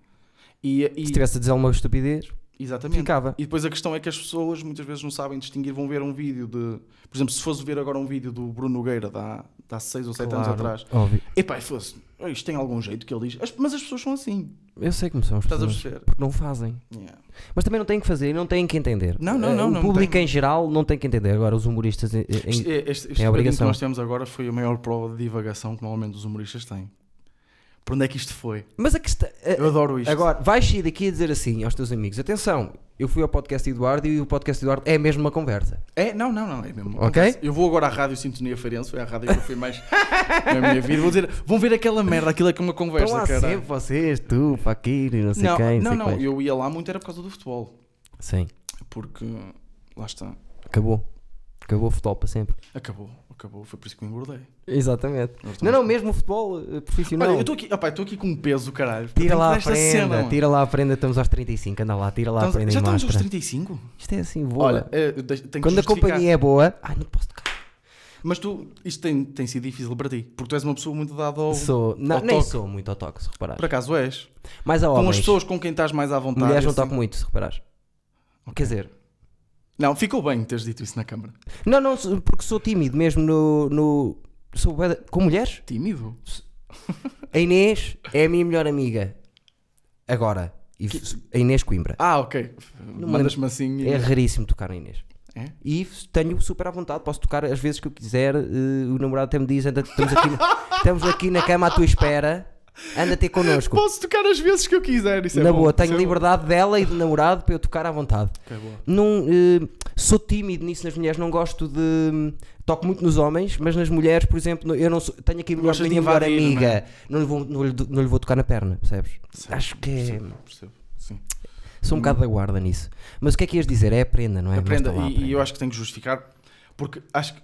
Speaker 2: E, e-
Speaker 1: se tivesse a dizer alguma estupidez,
Speaker 2: exatamente.
Speaker 1: ficava.
Speaker 2: E depois a questão é que as pessoas muitas vezes não sabem distinguir, vão ver um vídeo de. Por exemplo, se fosse ver agora um vídeo do Bruno Nogueira de há 6 ou 7 anos
Speaker 1: Claro,
Speaker 2: atrás,
Speaker 1: Óbvio.
Speaker 2: Epá, e fosse, "Oh, isto tem algum jeito que ele diz. As- mas as pessoas são assim.
Speaker 1: Eu sei como são as
Speaker 2: Estás a
Speaker 1: pessoas,
Speaker 2: perceber?
Speaker 1: porque não fazem.
Speaker 2: Yeah.
Speaker 1: Mas também não têm que fazer e não têm que entender.
Speaker 2: Não, não,
Speaker 1: Eh,
Speaker 2: não,
Speaker 1: O
Speaker 2: não
Speaker 1: público
Speaker 2: tem.
Speaker 1: em geral não tem que entender. Agora, os humoristas. em- em-
Speaker 2: Este, este, este
Speaker 1: é a
Speaker 2: bocadinho que
Speaker 1: obrigação.
Speaker 2: nós temos agora foi a maior prova de divagação que normalmente os humoristas têm. Por onde é que isto foi?
Speaker 1: Mas a questão. eh,
Speaker 2: Eu adoro isto.
Speaker 1: Agora, vais sair daqui a dizer assim aos teus amigos: atenção, eu fui ao podcast Eduardo e o podcast Eduardo é mesmo uma conversa.
Speaker 2: É, não, não, não, é mesmo.
Speaker 1: Ok.
Speaker 2: Eu vou agora à Rádio Sintonia Farense, foi a rádio que eu fui mais na minha vida. Vou dizer, vão ver aquela merda, aquilo é que é uma
Speaker 1: Estão
Speaker 2: conversa,
Speaker 1: lá
Speaker 2: cara.
Speaker 1: sempre vocês, tu, Fakir, e não sei
Speaker 2: Não,
Speaker 1: quem.
Speaker 2: não,
Speaker 1: sei
Speaker 2: não,
Speaker 1: quais.
Speaker 2: eu ia lá muito era por causa do futebol.
Speaker 1: Sim,
Speaker 2: Porque, lá está,
Speaker 1: acabou. Acabou o futebol para sempre.
Speaker 2: acabou, acabou, foi por isso que eu engordei.
Speaker 1: Exatamente.
Speaker 2: Nós estamos
Speaker 1: Não, não, mesmo o futebol eh, profissional.
Speaker 2: Olha, eu estou aqui, opá, eu estou aqui com um peso,
Speaker 1: Tira
Speaker 2: caralho. Eu tenho que
Speaker 1: lá a
Speaker 2: dar esta
Speaker 1: prenda,
Speaker 2: cena, mano.
Speaker 1: tira lá a prenda, estamos aos 35, anda lá, tira lá a
Speaker 2: Estamos-
Speaker 1: prenda
Speaker 2: já
Speaker 1: e
Speaker 2: estamos aos
Speaker 1: mostra.
Speaker 2: 35?
Speaker 1: Isto é assim, voa.
Speaker 2: Olha, eh, eu deixo- tenho que
Speaker 1: Quando a
Speaker 2: justificar.
Speaker 1: companhia é boa, ai, não posso tocar.
Speaker 2: Mas tu, isto tem, tem sido difícil para ti, porque tu és uma pessoa muito dada ao.
Speaker 1: Sou, não,
Speaker 2: ao
Speaker 1: nem
Speaker 2: toque.
Speaker 1: sou muito ao toque, se reparar.
Speaker 2: Por acaso és.
Speaker 1: Mas há
Speaker 2: Com
Speaker 1: homens,
Speaker 2: as pessoas com quem estás mais à vontade.
Speaker 1: mulheres não
Speaker 2: assim.
Speaker 1: tocam muito, se reparar. Quer dizer,
Speaker 2: Não, ficou bem teres dito isso na câmara.
Speaker 1: não, não, sou- porque sou tímido mesmo no. no sou bué de- com mulheres?
Speaker 2: Tímido.
Speaker 1: A Inês é a minha melhor amiga. Agora, e f- a Inês Coimbra.
Speaker 2: Ah, ok.
Speaker 1: Não
Speaker 2: Mandas-me assim. e-
Speaker 1: É raríssimo tocar na Inês.
Speaker 2: É?
Speaker 1: E f- tenho super à vontade, posso tocar as vezes que eu quiser. eh, o namorado até me diz: anda, estamos aqui, na, estamos aqui na cama à tua espera, anda ter connosco.
Speaker 2: Posso tocar as vezes que eu quiser. Isso é
Speaker 1: Na
Speaker 2: bom,
Speaker 1: boa,
Speaker 2: isso é
Speaker 1: tenho
Speaker 2: bom.
Speaker 1: liberdade dela e do namorado para eu tocar à vontade.
Speaker 2: Ok, boa.
Speaker 1: Não, eh, sou tímido nisso nas mulheres, não gosto de. Toco muito nos homens, mas nas mulheres, por exemplo, não- eu não sou- tenho aqui a melhor,
Speaker 2: Gostas de
Speaker 1: minha melhor
Speaker 2: invadir, é?
Speaker 1: amiga, não lhe, vou, não, lhe, não lhe vou tocar na perna, percebes?
Speaker 2: Percebo,
Speaker 1: Acho que é.
Speaker 2: Percebo, percebo. Sim.
Speaker 1: Sou um bocado da guarda nisso. Mas o que é que ias dizer? É a prenda, não é?
Speaker 2: Aprenda,
Speaker 1: Mostra lá a
Speaker 2: e, e eu acho que tenho que justificar, porque acho que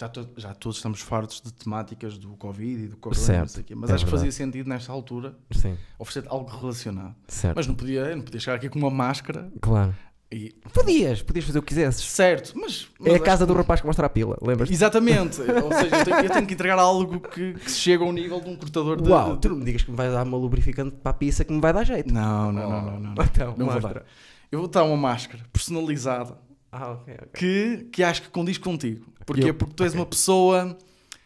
Speaker 2: já, to- já todos estamos fartos de temáticas do Covid e do Corona, não
Speaker 1: Certo,
Speaker 2: sei o quê, mas
Speaker 1: é
Speaker 2: acho que
Speaker 1: verdade.
Speaker 2: fazia sentido nesta altura
Speaker 1: Sim,
Speaker 2: oferecer algo relacionado.
Speaker 1: certo.
Speaker 2: Mas não podia, eu não podia chegar aqui com uma máscara
Speaker 1: Claro.
Speaker 2: e.
Speaker 1: Podias, podias fazer o que quisesses.
Speaker 2: Certo, mas. mas
Speaker 1: É a
Speaker 2: acho
Speaker 1: casa
Speaker 2: que-
Speaker 1: do rapaz que mostra a pila, lembras-te?
Speaker 2: Exatamente, ou seja, eu tenho, eu tenho que entregar algo que, que se chega ao nível de um cortador de.
Speaker 1: Uau,
Speaker 2: de-
Speaker 1: tu não me digas que me vais dar uma lubrificante para a pizza que me vai dar jeito.
Speaker 2: Não, não, não, não, não. não.
Speaker 1: Então,
Speaker 2: Não vou
Speaker 1: mostra.
Speaker 2: dar. Eu vou dar uma máscara personalizada
Speaker 1: Ah, ok, ok.
Speaker 2: que, que acho que condiz contigo. Porquê?
Speaker 1: Eu-
Speaker 2: Porque tu és uma pessoa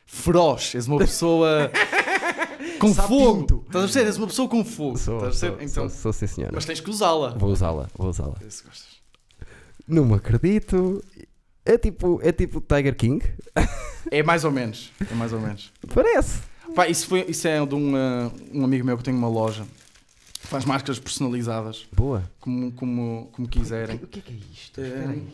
Speaker 2: feroz, és uma pessoa com fogo.
Speaker 1: Sapinto.
Speaker 2: Estás a perceber? És uma pessoa com fogo.
Speaker 1: Sou,
Speaker 2: Estás a
Speaker 1: sou,
Speaker 2: perceber? Então,
Speaker 1: sou, sou sim senhora.
Speaker 2: mas tens que usá-la.
Speaker 1: Vou usá-la, vou usá-la.
Speaker 2: Vê se gostas.
Speaker 1: Não me acredito. É tipo, é tipo Tiger King.
Speaker 2: É mais ou menos. É mais ou menos.
Speaker 1: Parece.
Speaker 2: Pá, isso, foi, isso é de um, ah, um amigo meu que tem uma loja. Faz máscaras personalizadas,
Speaker 1: Boa.
Speaker 2: como, como, como quiserem.
Speaker 1: O que é que é isto?
Speaker 2: É,
Speaker 1: Espera aí.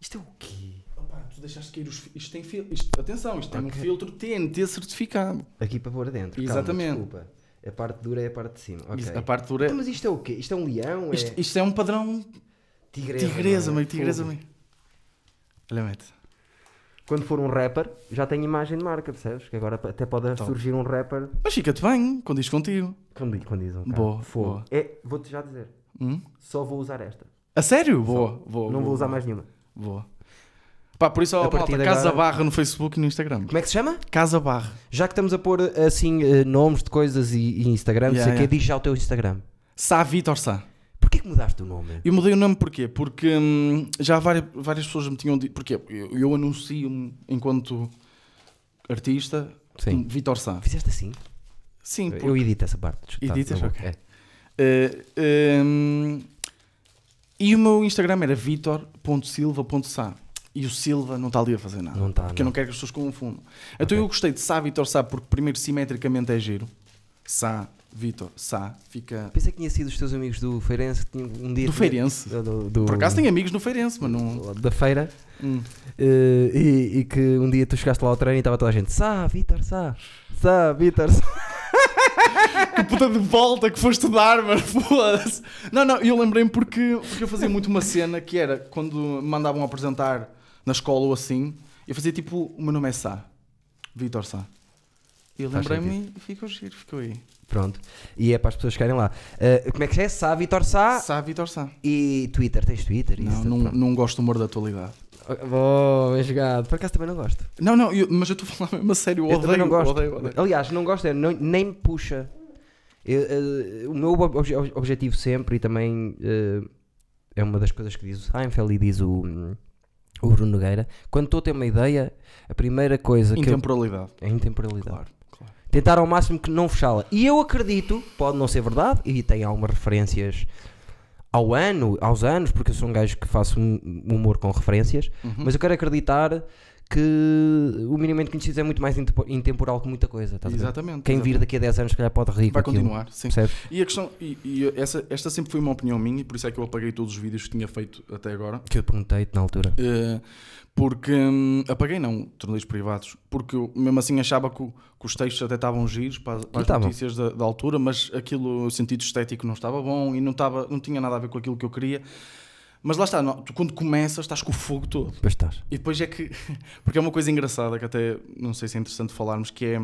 Speaker 1: Isto é o quê?
Speaker 2: Opa, tu deixaste cair os. fi- Isto tem filtro. Atenção, isto tem um
Speaker 1: Ok.
Speaker 2: filtro TNT certificado.
Speaker 1: Aqui para pôr dentro. calma,
Speaker 2: Exatamente.
Speaker 1: desculpa. A parte dura é a parte de cima. ok.
Speaker 2: A parte dura.
Speaker 1: Então, Mas isto é o quê? Isto é um leão?
Speaker 2: Isto,
Speaker 1: é
Speaker 2: isto é um padrão
Speaker 1: tigresa?
Speaker 2: Tigresa,
Speaker 1: não é?
Speaker 2: meio tigresa,
Speaker 1: Fogo.
Speaker 2: meio. Olha, mete.
Speaker 1: Quando for um rapper, já tem imagem de marca, percebes? Que agora até pode surgir um rapper.
Speaker 2: Mas fica-te bem, condiz contigo.
Speaker 1: Quando, quando dizem. cara,
Speaker 2: Boa,
Speaker 1: Fogo.
Speaker 2: boa.
Speaker 1: É, vou-te já dizer.
Speaker 2: Hum?
Speaker 1: Só vou usar esta.
Speaker 2: A sério? Boa, boa.
Speaker 1: não
Speaker 2: boa,
Speaker 1: vou usar mais nenhuma.
Speaker 2: Boa. Pá, por isso, ó,
Speaker 1: A partir
Speaker 2: malta,
Speaker 1: de
Speaker 2: Casa
Speaker 1: agora-
Speaker 2: Barra no Facebook e no Instagram.
Speaker 1: Como é que se chama?
Speaker 2: Casa Barra.
Speaker 1: Já que estamos a pôr assim eh, nomes de coisas e, e Instagram, não sei o
Speaker 2: Yeah, yeah.
Speaker 1: quê, diz já o teu Instagram.
Speaker 2: Sá Vitor Sá.
Speaker 1: Porquê que mudaste o nome?
Speaker 2: Eu mudei o nome porquê? Porque hum, já várias, várias pessoas me tinham dito. Porquê? Eu, eu anuncio-me enquanto artista
Speaker 1: Sim.
Speaker 2: como Vitor Sá.
Speaker 1: Fizeste assim?
Speaker 2: Sim, porque.
Speaker 1: Eu edito essa parte. desculpa,
Speaker 2: Editas?
Speaker 1: tá bom.
Speaker 2: Ok.
Speaker 1: É.
Speaker 2: eh, hum, e o meu Instagram era vitor.silva.sá. E o Silva não está ali a fazer nada.
Speaker 1: Não está,
Speaker 2: Porque eu não quero que as pessoas confundam. Então eu gostei de Sá Vitor Sá porque primeiro simetricamente é giro. Sá Vitor Sá fica
Speaker 1: Pensei que tinha sido os teus amigos do Feirense que tinham um dia.
Speaker 2: do Feirense.
Speaker 1: Do, do- do-
Speaker 2: Por acaso tenho amigos no Feirense, mas não.
Speaker 1: Da feira.
Speaker 2: Hum.
Speaker 1: eh, e, e que um dia tu chegaste lá ao treino e estava toda a gente. Sá, Vitor, Sá. Sá, Vitor, Sá.
Speaker 2: Que puta de volta que foste dar, mas foda-se. Não, não, eu lembrei-me porque, porque eu fazia muito uma cena que era quando me mandavam apresentar na escola ou assim, eu fazia tipo: o meu nome é Sá, Vitor Sá. E eu
Speaker 1: Faz
Speaker 2: lembrei-me e ficou giro, ficou aí.
Speaker 1: Pronto. E é para as pessoas ficarem lá. Eh, como é que é? Sá, Vitor, Sá.
Speaker 2: Sá, Vitor Sá.
Speaker 1: E Twitter. Tens Twitter?
Speaker 2: Não,
Speaker 1: Isso, é
Speaker 2: não,
Speaker 1: pronto.
Speaker 2: não gosto do humor da atualidade.
Speaker 1: Bom, bem jogado. Por acaso também não gosto.
Speaker 2: Não, não, eu- mas eu estou a falar mesmo a sério, eu
Speaker 1: eu também
Speaker 2: odeio,
Speaker 1: não gosto.
Speaker 2: odeio, odeio.
Speaker 1: Aliás, não gosto, é, não- nem me puxa. Eu, eh, o meu obje- objetivo sempre, e também eh, é uma das coisas que diz o Seinfeld e diz o, o Bruno Nogueira, quando estou a ter uma ideia, a primeira coisa que eu...
Speaker 2: Intemporalidade.
Speaker 1: É intemporalidade.
Speaker 2: Claro, claro.
Speaker 1: Tentar ao máximo que não fechá-la. E eu acredito, pode não ser verdade, e tem algumas referências ao ano, aos anos, porque eu sou um gajo que faço um- um humor com referências,
Speaker 2: Uhum.
Speaker 1: mas eu quero acreditar que o minimamente conhecido é muito mais intempo- intemporal que muita coisa. estás a ver?
Speaker 2: Exatamente.
Speaker 1: Quem
Speaker 2: exatamente.
Speaker 1: vir daqui a 10 anos, se calhar pode rir.
Speaker 2: Vai
Speaker 1: com aquilo,
Speaker 2: continuar, sim.
Speaker 1: percebes?
Speaker 2: E a questão, e, e essa, esta sempre foi uma opinião minha, e por isso é que eu apaguei todos os vídeos que tinha feito até agora.
Speaker 1: Que eu perguntei-te na altura.
Speaker 2: Eh, porque hum, apaguei, não, tornei-os privados, porque eu mesmo assim achava que, o- que os textos até estavam giros para, as- para
Speaker 1: E
Speaker 2: as
Speaker 1: estavam.
Speaker 2: notícias da, da altura, mas aquilo, o sentido estético não estava bom e não, estava, não tinha nada a ver com aquilo que eu queria. Mas lá está, não, tu quando começas estás com o fogo todo.
Speaker 1: Depois estás.
Speaker 2: E depois é que. Porque é uma coisa engraçada que até não sei se é interessante falarmos, que é.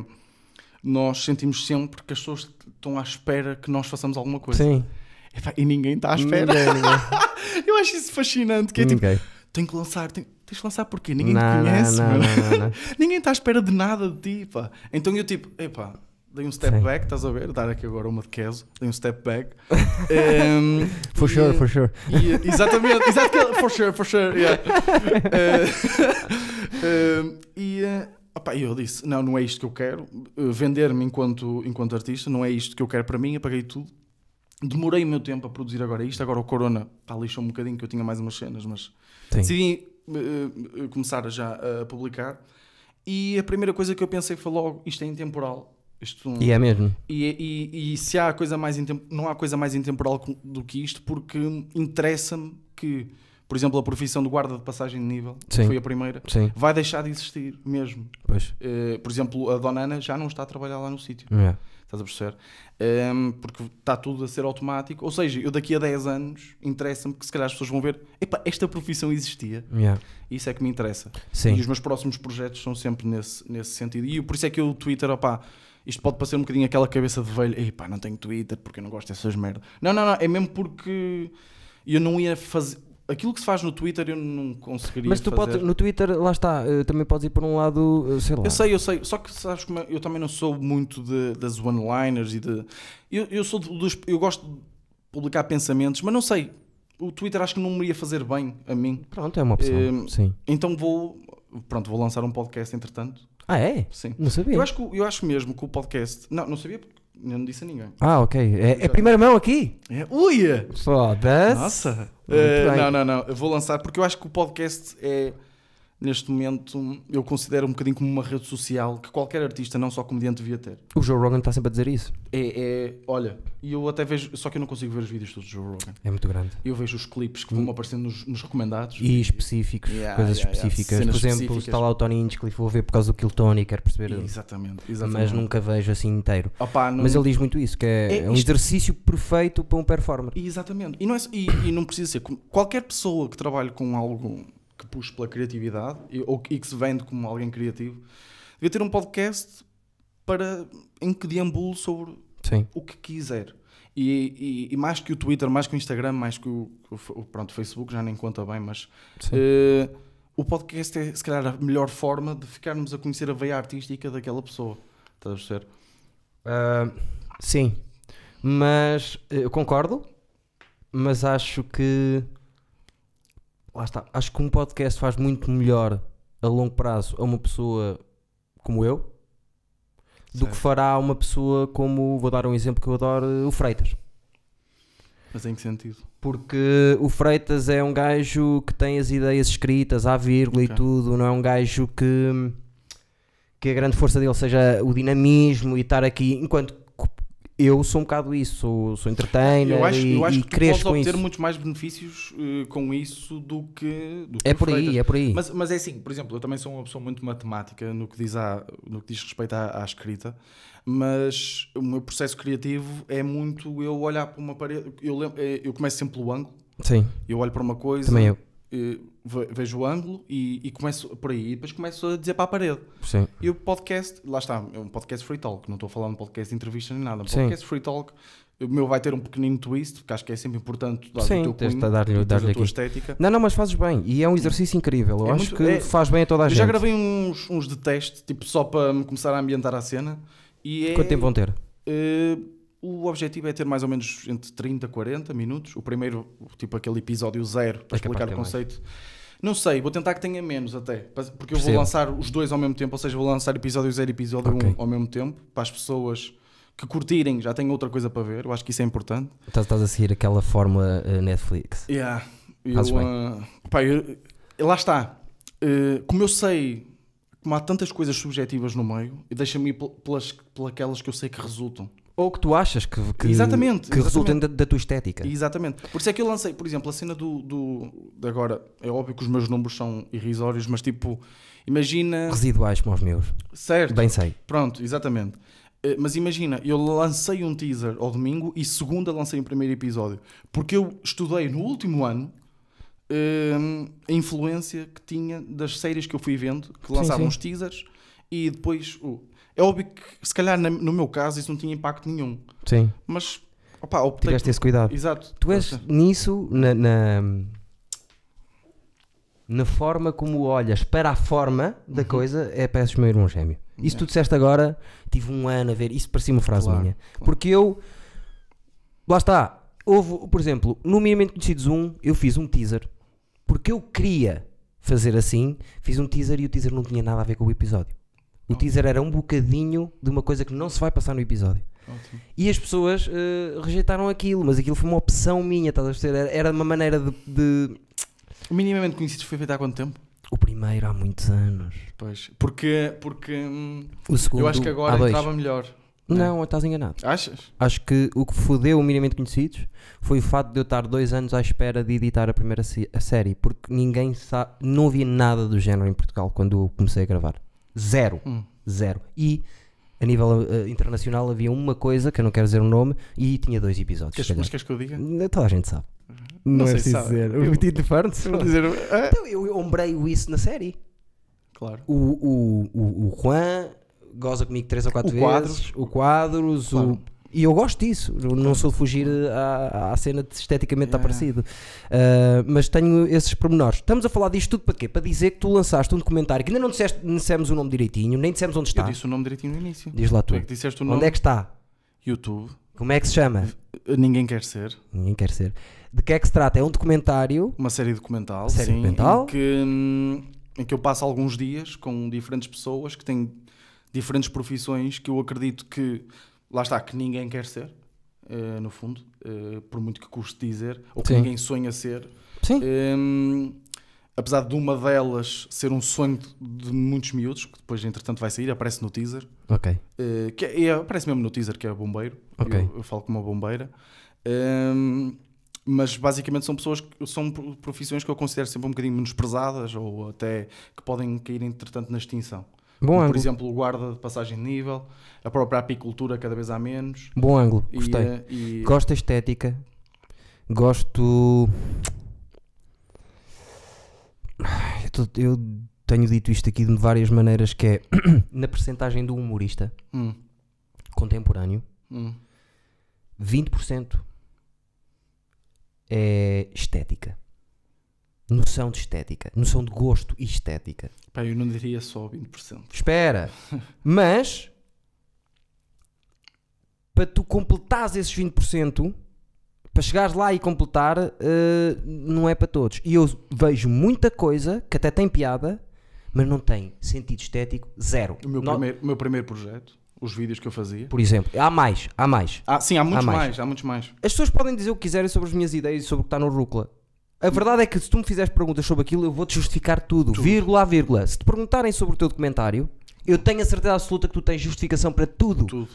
Speaker 2: Nós sentimos sempre que as pessoas estão à espera que nós façamos alguma coisa.
Speaker 1: Sim.
Speaker 2: Epá, E ninguém está à espera.
Speaker 1: Ninguém, ninguém.
Speaker 2: Eu acho isso fascinante. Que é tipo,
Speaker 1: Ninguém.
Speaker 2: tenho que lançar, tenho, tens que lançar porquê? Ninguém
Speaker 1: Não,
Speaker 2: te
Speaker 1: não,
Speaker 2: conhece,
Speaker 1: não,
Speaker 2: meu.
Speaker 1: não, não, não.
Speaker 2: ninguém está à espera de nada de ti, pá. Então eu tipo, epá, dei um step
Speaker 1: Sim.
Speaker 2: back, estás a ver? Dar aqui agora uma de queso, dei um step back. Ehm,
Speaker 1: For
Speaker 2: e-
Speaker 1: sure, for sure.
Speaker 2: e, exatamente, exatamente, for sure, for sure. yeah. Eh, eh, e eh, opá, eu disse: não, não é isto que eu quero. Eh, Vender-me enquanto, enquanto artista não é isto que eu quero para mim. Apaguei tudo. Demorei o meu tempo a produzir agora isto. Agora o Corona pá, lixou um bocadinho, que eu tinha mais umas cenas, mas
Speaker 1: Sim.
Speaker 2: decidi eh, eh, começar já a publicar. E a primeira coisa que eu pensei foi logo: isto é intemporal. Isto não-
Speaker 1: E é mesmo.
Speaker 2: e, e- e se há coisa mais intem- não há coisa mais intemporal co- do que isto, porque interessa-me que, por exemplo, a profissão do guarda de passagem de nível, que
Speaker 1: Sim.
Speaker 2: foi a primeira,
Speaker 1: Sim,
Speaker 2: vai deixar de existir mesmo.
Speaker 1: pois.
Speaker 2: Eh, por exemplo, a Dona Ana já não está a trabalhar lá no sítio,
Speaker 1: É.
Speaker 2: estás a perceber? Ehm, porque está tudo a ser automático. Ou seja, eu daqui a 10 anos interessa-me que se calhar as pessoas vão ver, epá, esta profissão existia,
Speaker 1: Yeah.
Speaker 2: isso é que me interessa. E
Speaker 1: Sim.
Speaker 2: os meus próximos projetos são sempre nesse, nesse sentido. E por isso é que eu, o Twitter, opá, isto pode parecer um bocadinho aquela cabeça de velho, ei pá, não tenho Twitter porque eu não gosto dessas merdas. Não, não, não, é mesmo porque eu não ia fazer. Aquilo que se faz no Twitter eu não conseguiria
Speaker 1: Mas tu
Speaker 2: fazer.
Speaker 1: podes, no Twitter, lá está, eh, também podes ir por um lado, eh, sei lá.
Speaker 2: Eu sei, eu sei. Só que sabes como é- eu também não sou muito de- das one-liners e de. Eu, eu sou de- dos. Eu gosto de publicar pensamentos, mas não sei. O Twitter acho que não me ia fazer bem a mim.
Speaker 1: Pronto, é uma opção.
Speaker 2: Ehm,
Speaker 1: Sim.
Speaker 2: Então vou. Pronto, vou lançar um podcast entretanto.
Speaker 1: Ah, é?
Speaker 2: Sim.
Speaker 1: Não sabia.
Speaker 2: Eu acho, que, eu acho mesmo que o podcast. Não, não sabia porque eu não disse a ninguém.
Speaker 1: Ah, ok. É, é primeira mão aqui?
Speaker 2: É, ui!
Speaker 1: Foda-se.
Speaker 2: Nossa!
Speaker 1: Muito
Speaker 2: Eh,
Speaker 1: bem.
Speaker 2: não, não, não. Eu vou lançar porque eu acho que o podcast é, neste momento, eu considero um bocadinho como uma rede social que qualquer artista, não só comediante, devia ter.
Speaker 1: O Joe Rogan está sempre a dizer isso.
Speaker 2: É, é- olha, e eu até vejo. Só que eu não consigo ver os vídeos todos do Joe Rogan.
Speaker 1: É muito grande.
Speaker 2: Eu vejo os clipes que vão aparecendo nos, nos recomendados.
Speaker 1: Hum. E específicos,
Speaker 2: Yeah,
Speaker 1: coisas
Speaker 2: yeah, yeah.
Speaker 1: específicas.
Speaker 2: Cenas
Speaker 1: Por exemplo,
Speaker 2: específicas.
Speaker 1: está lá o Tony Hinchcliffe, vou ver por causa do Kill Tony, quero perceber.
Speaker 2: Exatamente,
Speaker 1: Mas
Speaker 2: exatamente.
Speaker 1: nunca vejo assim inteiro.
Speaker 2: Opá, não-
Speaker 1: Mas ele diz muito isso, que é,
Speaker 2: É
Speaker 1: é um
Speaker 2: isto-
Speaker 1: exercício perfeito para um performer.
Speaker 2: E Exatamente. E não, é, só- e, e não precisa ser. com- Qualquer pessoa que trabalhe com algo que puxe pela criatividade e, ou, que- e que se vende como alguém criativo, devia ter um podcast para, em que deambule sobre
Speaker 1: Sim.
Speaker 2: o que quiser. E, e- e mais que o Twitter, mais que o Instagram, mais que o, o f- o- pronto, o Facebook, já nem conta bem, mas
Speaker 1: Sim.
Speaker 2: eh, o podcast é se calhar a melhor forma de ficarmos a conhecer a veia artística daquela pessoa. Estás a perceber?
Speaker 1: Ah, sim, mas eh, eu concordo, mas acho que lá está, acho que um podcast faz muito melhor a longo prazo a uma pessoa como eu do que
Speaker 2: Certo.
Speaker 1: fará a uma pessoa como vou dar um exemplo que eu adoro, eh, o Freitas.
Speaker 2: Mas em que sentido?
Speaker 1: Porque o Freitas é um gajo que tem as ideias escritas, à vírgula
Speaker 2: Ok.
Speaker 1: e tudo, não é um gajo que, que a grande força dele seja o dinamismo e estar aqui, enquanto que eu sou um bocado isso, sou, sou entertainer
Speaker 2: eu acho,
Speaker 1: e,
Speaker 2: eu acho
Speaker 1: e
Speaker 2: que tu podes
Speaker 1: cresço com
Speaker 2: obter
Speaker 1: isso.
Speaker 2: muitos mais benefícios eh, com isso do que. Do que
Speaker 1: É
Speaker 2: o
Speaker 1: por
Speaker 2: Freitas.
Speaker 1: aí, é por aí.
Speaker 2: Mas, mas é assim, por exemplo, eu também sou uma pessoa muito matemática no que diz, à- no que diz respeito à, à escrita, mas o meu processo criativo é muito eu olhar para uma parede. Eu, lem- eh, eu começo sempre pelo ângulo,
Speaker 1: Sim,
Speaker 2: eu olho para uma coisa,
Speaker 1: também eu.
Speaker 2: eh, ve- vejo o ângulo e, e começo por aí, e depois começo a dizer para a parede.
Speaker 1: Sim.
Speaker 2: E o podcast, lá está, é um podcast free talk, não estou a falar de um podcast de entrevista nem nada. Um
Speaker 1: Sim.
Speaker 2: podcast free talk, o meu vai ter um pequenino twist, porque acho que é sempre importante dar
Speaker 1: Sim,
Speaker 2: o teu
Speaker 1: tens de
Speaker 2: cunho,
Speaker 1: dar-lhe-
Speaker 2: tens
Speaker 1: dar-lhe
Speaker 2: a
Speaker 1: aqui.
Speaker 2: tua estética.
Speaker 1: Não, não, mas fazes bem. E é um exercício incrível. Eu
Speaker 2: É
Speaker 1: acho
Speaker 2: muito-
Speaker 1: que
Speaker 2: é-
Speaker 1: faz bem a toda a
Speaker 2: Eu
Speaker 1: gente.
Speaker 2: já gravei uns, uns de teste, tipo só para me começar a ambientar a cena. E é,
Speaker 1: Quanto tempo vão ter?
Speaker 2: eh, o objetivo é ter mais ou menos entre 30 e 40 minutos. O primeiro, tipo aquele episódio zero, para
Speaker 1: É capaz de
Speaker 2: explicar
Speaker 1: ter
Speaker 2: o
Speaker 1: mais.
Speaker 2: conceito. Não sei, vou tentar que tenha menos até, pa- porque eu
Speaker 1: Percebo.
Speaker 2: vou lançar os dois ao mesmo tempo, ou seja, vou lançar episódio 0 e episódio 1
Speaker 1: Ok.
Speaker 2: um ao mesmo tempo, para as pessoas que curtirem já têm outra coisa para ver, eu acho que isso é importante.
Speaker 1: Estás, estás a seguir aquela fórmula eh, Netflix.
Speaker 2: Yeah. Eu,
Speaker 1: Fazes bem.
Speaker 2: ah, pá, eu- lá está. Eh, como eu sei, como há tantas coisas subjetivas no meio, e deixa-me ir pel- pelas, pelas que eu sei que resultam.
Speaker 1: Ou que tu achas que, que,
Speaker 2: Exatamente,
Speaker 1: que resultem da, da tua estética.
Speaker 2: Exatamente. Por isso é que eu lancei, por exemplo, a cena do, do- de agora, é óbvio que os meus números são irrisórios, mas tipo, imagina.
Speaker 1: Residuais como os meus.
Speaker 2: Certo.
Speaker 1: Bem sei.
Speaker 2: Pronto, exatamente. Eh, Mas imagina, eu lancei um teaser ao domingo e segunda lancei o primeiro episódio. Porque eu estudei no último ano hum, a influência que tinha das séries que eu fui vendo, que lançavam
Speaker 1: sim.
Speaker 2: os teasers e depois. o- é óbvio que, se calhar, na- no meu caso, isso não tinha impacto nenhum.
Speaker 1: Sim.
Speaker 2: Mas, opá, optei.
Speaker 1: Tiveste esse cuidado.
Speaker 2: Exato.
Speaker 1: Tu és nisso, na, na, na forma como olhas para a forma
Speaker 2: Uhum.
Speaker 1: da coisa, é pareces o meu irmão gêmeo. Isso tu disseste agora, tive um ano a ver, isso parecia uma frase
Speaker 2: Claro,
Speaker 1: minha.
Speaker 2: claro.
Speaker 1: Porque eu, lá está, houve, por exemplo, no Minimamente Conhecidos 1, eu fiz um teaser, porque eu queria fazer assim, fiz um teaser e o teaser não tinha nada a ver com o episódio. O teaser era um bocadinho de uma coisa que não se vai passar no episódio.
Speaker 2: Ótimo.
Speaker 1: E as pessoas eh, rejeitaram aquilo, mas aquilo foi uma opção minha, estás a perceber? Era, era uma maneira de, de-
Speaker 2: O minimamente conhecido foi feito há quanto tempo?
Speaker 1: O primeiro há muitos anos.
Speaker 2: Pois. Porque, porque hum,
Speaker 1: O segundo
Speaker 2: eu acho que
Speaker 1: há
Speaker 2: agora
Speaker 1: dois.
Speaker 2: entrava É. melhor.
Speaker 1: Não, estás enganado.
Speaker 2: Achas?
Speaker 1: Acho que o que fodeu o Minimamente Conhecidos foi o facto de eu estar dois anos à espera de editar a primeira se- a série, porque ninguém sabe, não havia nada do género em Portugal quando eu comecei a gravar. Zero.
Speaker 2: Hum.
Speaker 1: Zero. E a nível eh, internacional havia uma coisa, que eu não quero dizer o nome, e tinha dois episódios.
Speaker 2: Queres,
Speaker 1: se calhar.
Speaker 2: mas queres que eu diga?
Speaker 1: Toda a gente sabe.
Speaker 2: Não Não é sei se preciso sabe. dizer. Eu- O
Speaker 1: Tito Ferns?
Speaker 2: Vou dizer, "Ah."
Speaker 1: Então, eu ombreio isso na série.
Speaker 2: Claro.
Speaker 1: O, o, o, o Juan goza comigo três ou quatro
Speaker 2: O
Speaker 1: vezes.
Speaker 2: Quadros.
Speaker 1: O Quadros.
Speaker 2: Claro.
Speaker 1: O... E eu gosto disso. Eu não sou de fugir à, à cena de esteticamente estar
Speaker 2: Yeah.
Speaker 1: parecido. Ah, mas tenho esses pormenores. Estamos a falar disto tudo para quê? Para dizer que tu lançaste um documentário que ainda não disseste, não dissemos o nome direitinho, nem dissemos onde
Speaker 2: Eu
Speaker 1: está.
Speaker 2: disse o nome direitinho no início.
Speaker 1: Tá. Diz lá
Speaker 2: Tu
Speaker 1: tu.
Speaker 2: é que disseste o nome.
Speaker 1: Onde é que está?
Speaker 2: YouTube.
Speaker 1: Como é que se chama?
Speaker 2: Ninguém quer ser.
Speaker 1: Ninguém quer ser. De que é que se trata? É um documentário.
Speaker 2: Uma série documental.
Speaker 1: Série
Speaker 2: sim,
Speaker 1: documental.
Speaker 2: Em que, hum, em que eu passo alguns dias com diferentes pessoas que têm diferentes profissões que eu acredito que, lá está, que ninguém quer ser, eh, no fundo, eh, por muito que custe dizer, ou que
Speaker 1: Sim.
Speaker 2: ninguém sonha ser.
Speaker 1: Sim.
Speaker 2: Hum, apesar de uma delas ser um sonho de, de muitos miúdos, que depois, entretanto, vai sair, aparece no teaser.
Speaker 1: Ok.
Speaker 2: Eh, que é, é- aparece mesmo no teaser que é bombeiro.
Speaker 1: Ok.
Speaker 2: Eu, eu falo como uma bombeira. Ehm, mas basicamente são pessoas que são pro- profissões que eu considero sempre um bocadinho menosprezadas ou até que podem cair entretanto na extinção.
Speaker 1: Bom
Speaker 2: Como,
Speaker 1: ângulo.
Speaker 2: por exemplo, o guarda de passagem de nível, a própria apicultura cada vez há menos.
Speaker 1: Bom ângulo.
Speaker 2: E,
Speaker 1: Gostei.
Speaker 2: eh, e-
Speaker 1: Gosto da estética. Gosto. Ai, eu tô- Eu tenho dito isto aqui de várias maneiras que é na percentagem do humorista
Speaker 2: Hum,
Speaker 1: contemporâneo,
Speaker 2: hum.
Speaker 1: 20% é estética. Noção de estética, noção de gosto e estética.
Speaker 2: Pá, eu não diria só 20%.
Speaker 1: Espera. Mas para tu completares esses 20%, para chegares lá e completar, eh, não é para todos. E eu vejo muita coisa que até tem piada, mas não tem sentido estético zero.
Speaker 2: O meu,
Speaker 1: Não-
Speaker 2: primeiro, o meu primeiro projeto, os vídeos que eu fazia.
Speaker 1: Por exemplo, há mais, há mais.
Speaker 2: Ah, sim, há muitos
Speaker 1: mais.
Speaker 2: mais. há muitos mais.
Speaker 1: As pessoas podem dizer o que quiserem sobre as minhas ideias e sobre o que está no Rúcula. A verdade é que se tu me fizeres perguntas sobre aquilo, eu vou-te justificar tudo, vírgula a vírgula. Se te perguntarem sobre o teu documentário, eu tenho a certeza absoluta que tu tens justificação para tudo.
Speaker 2: Tudo.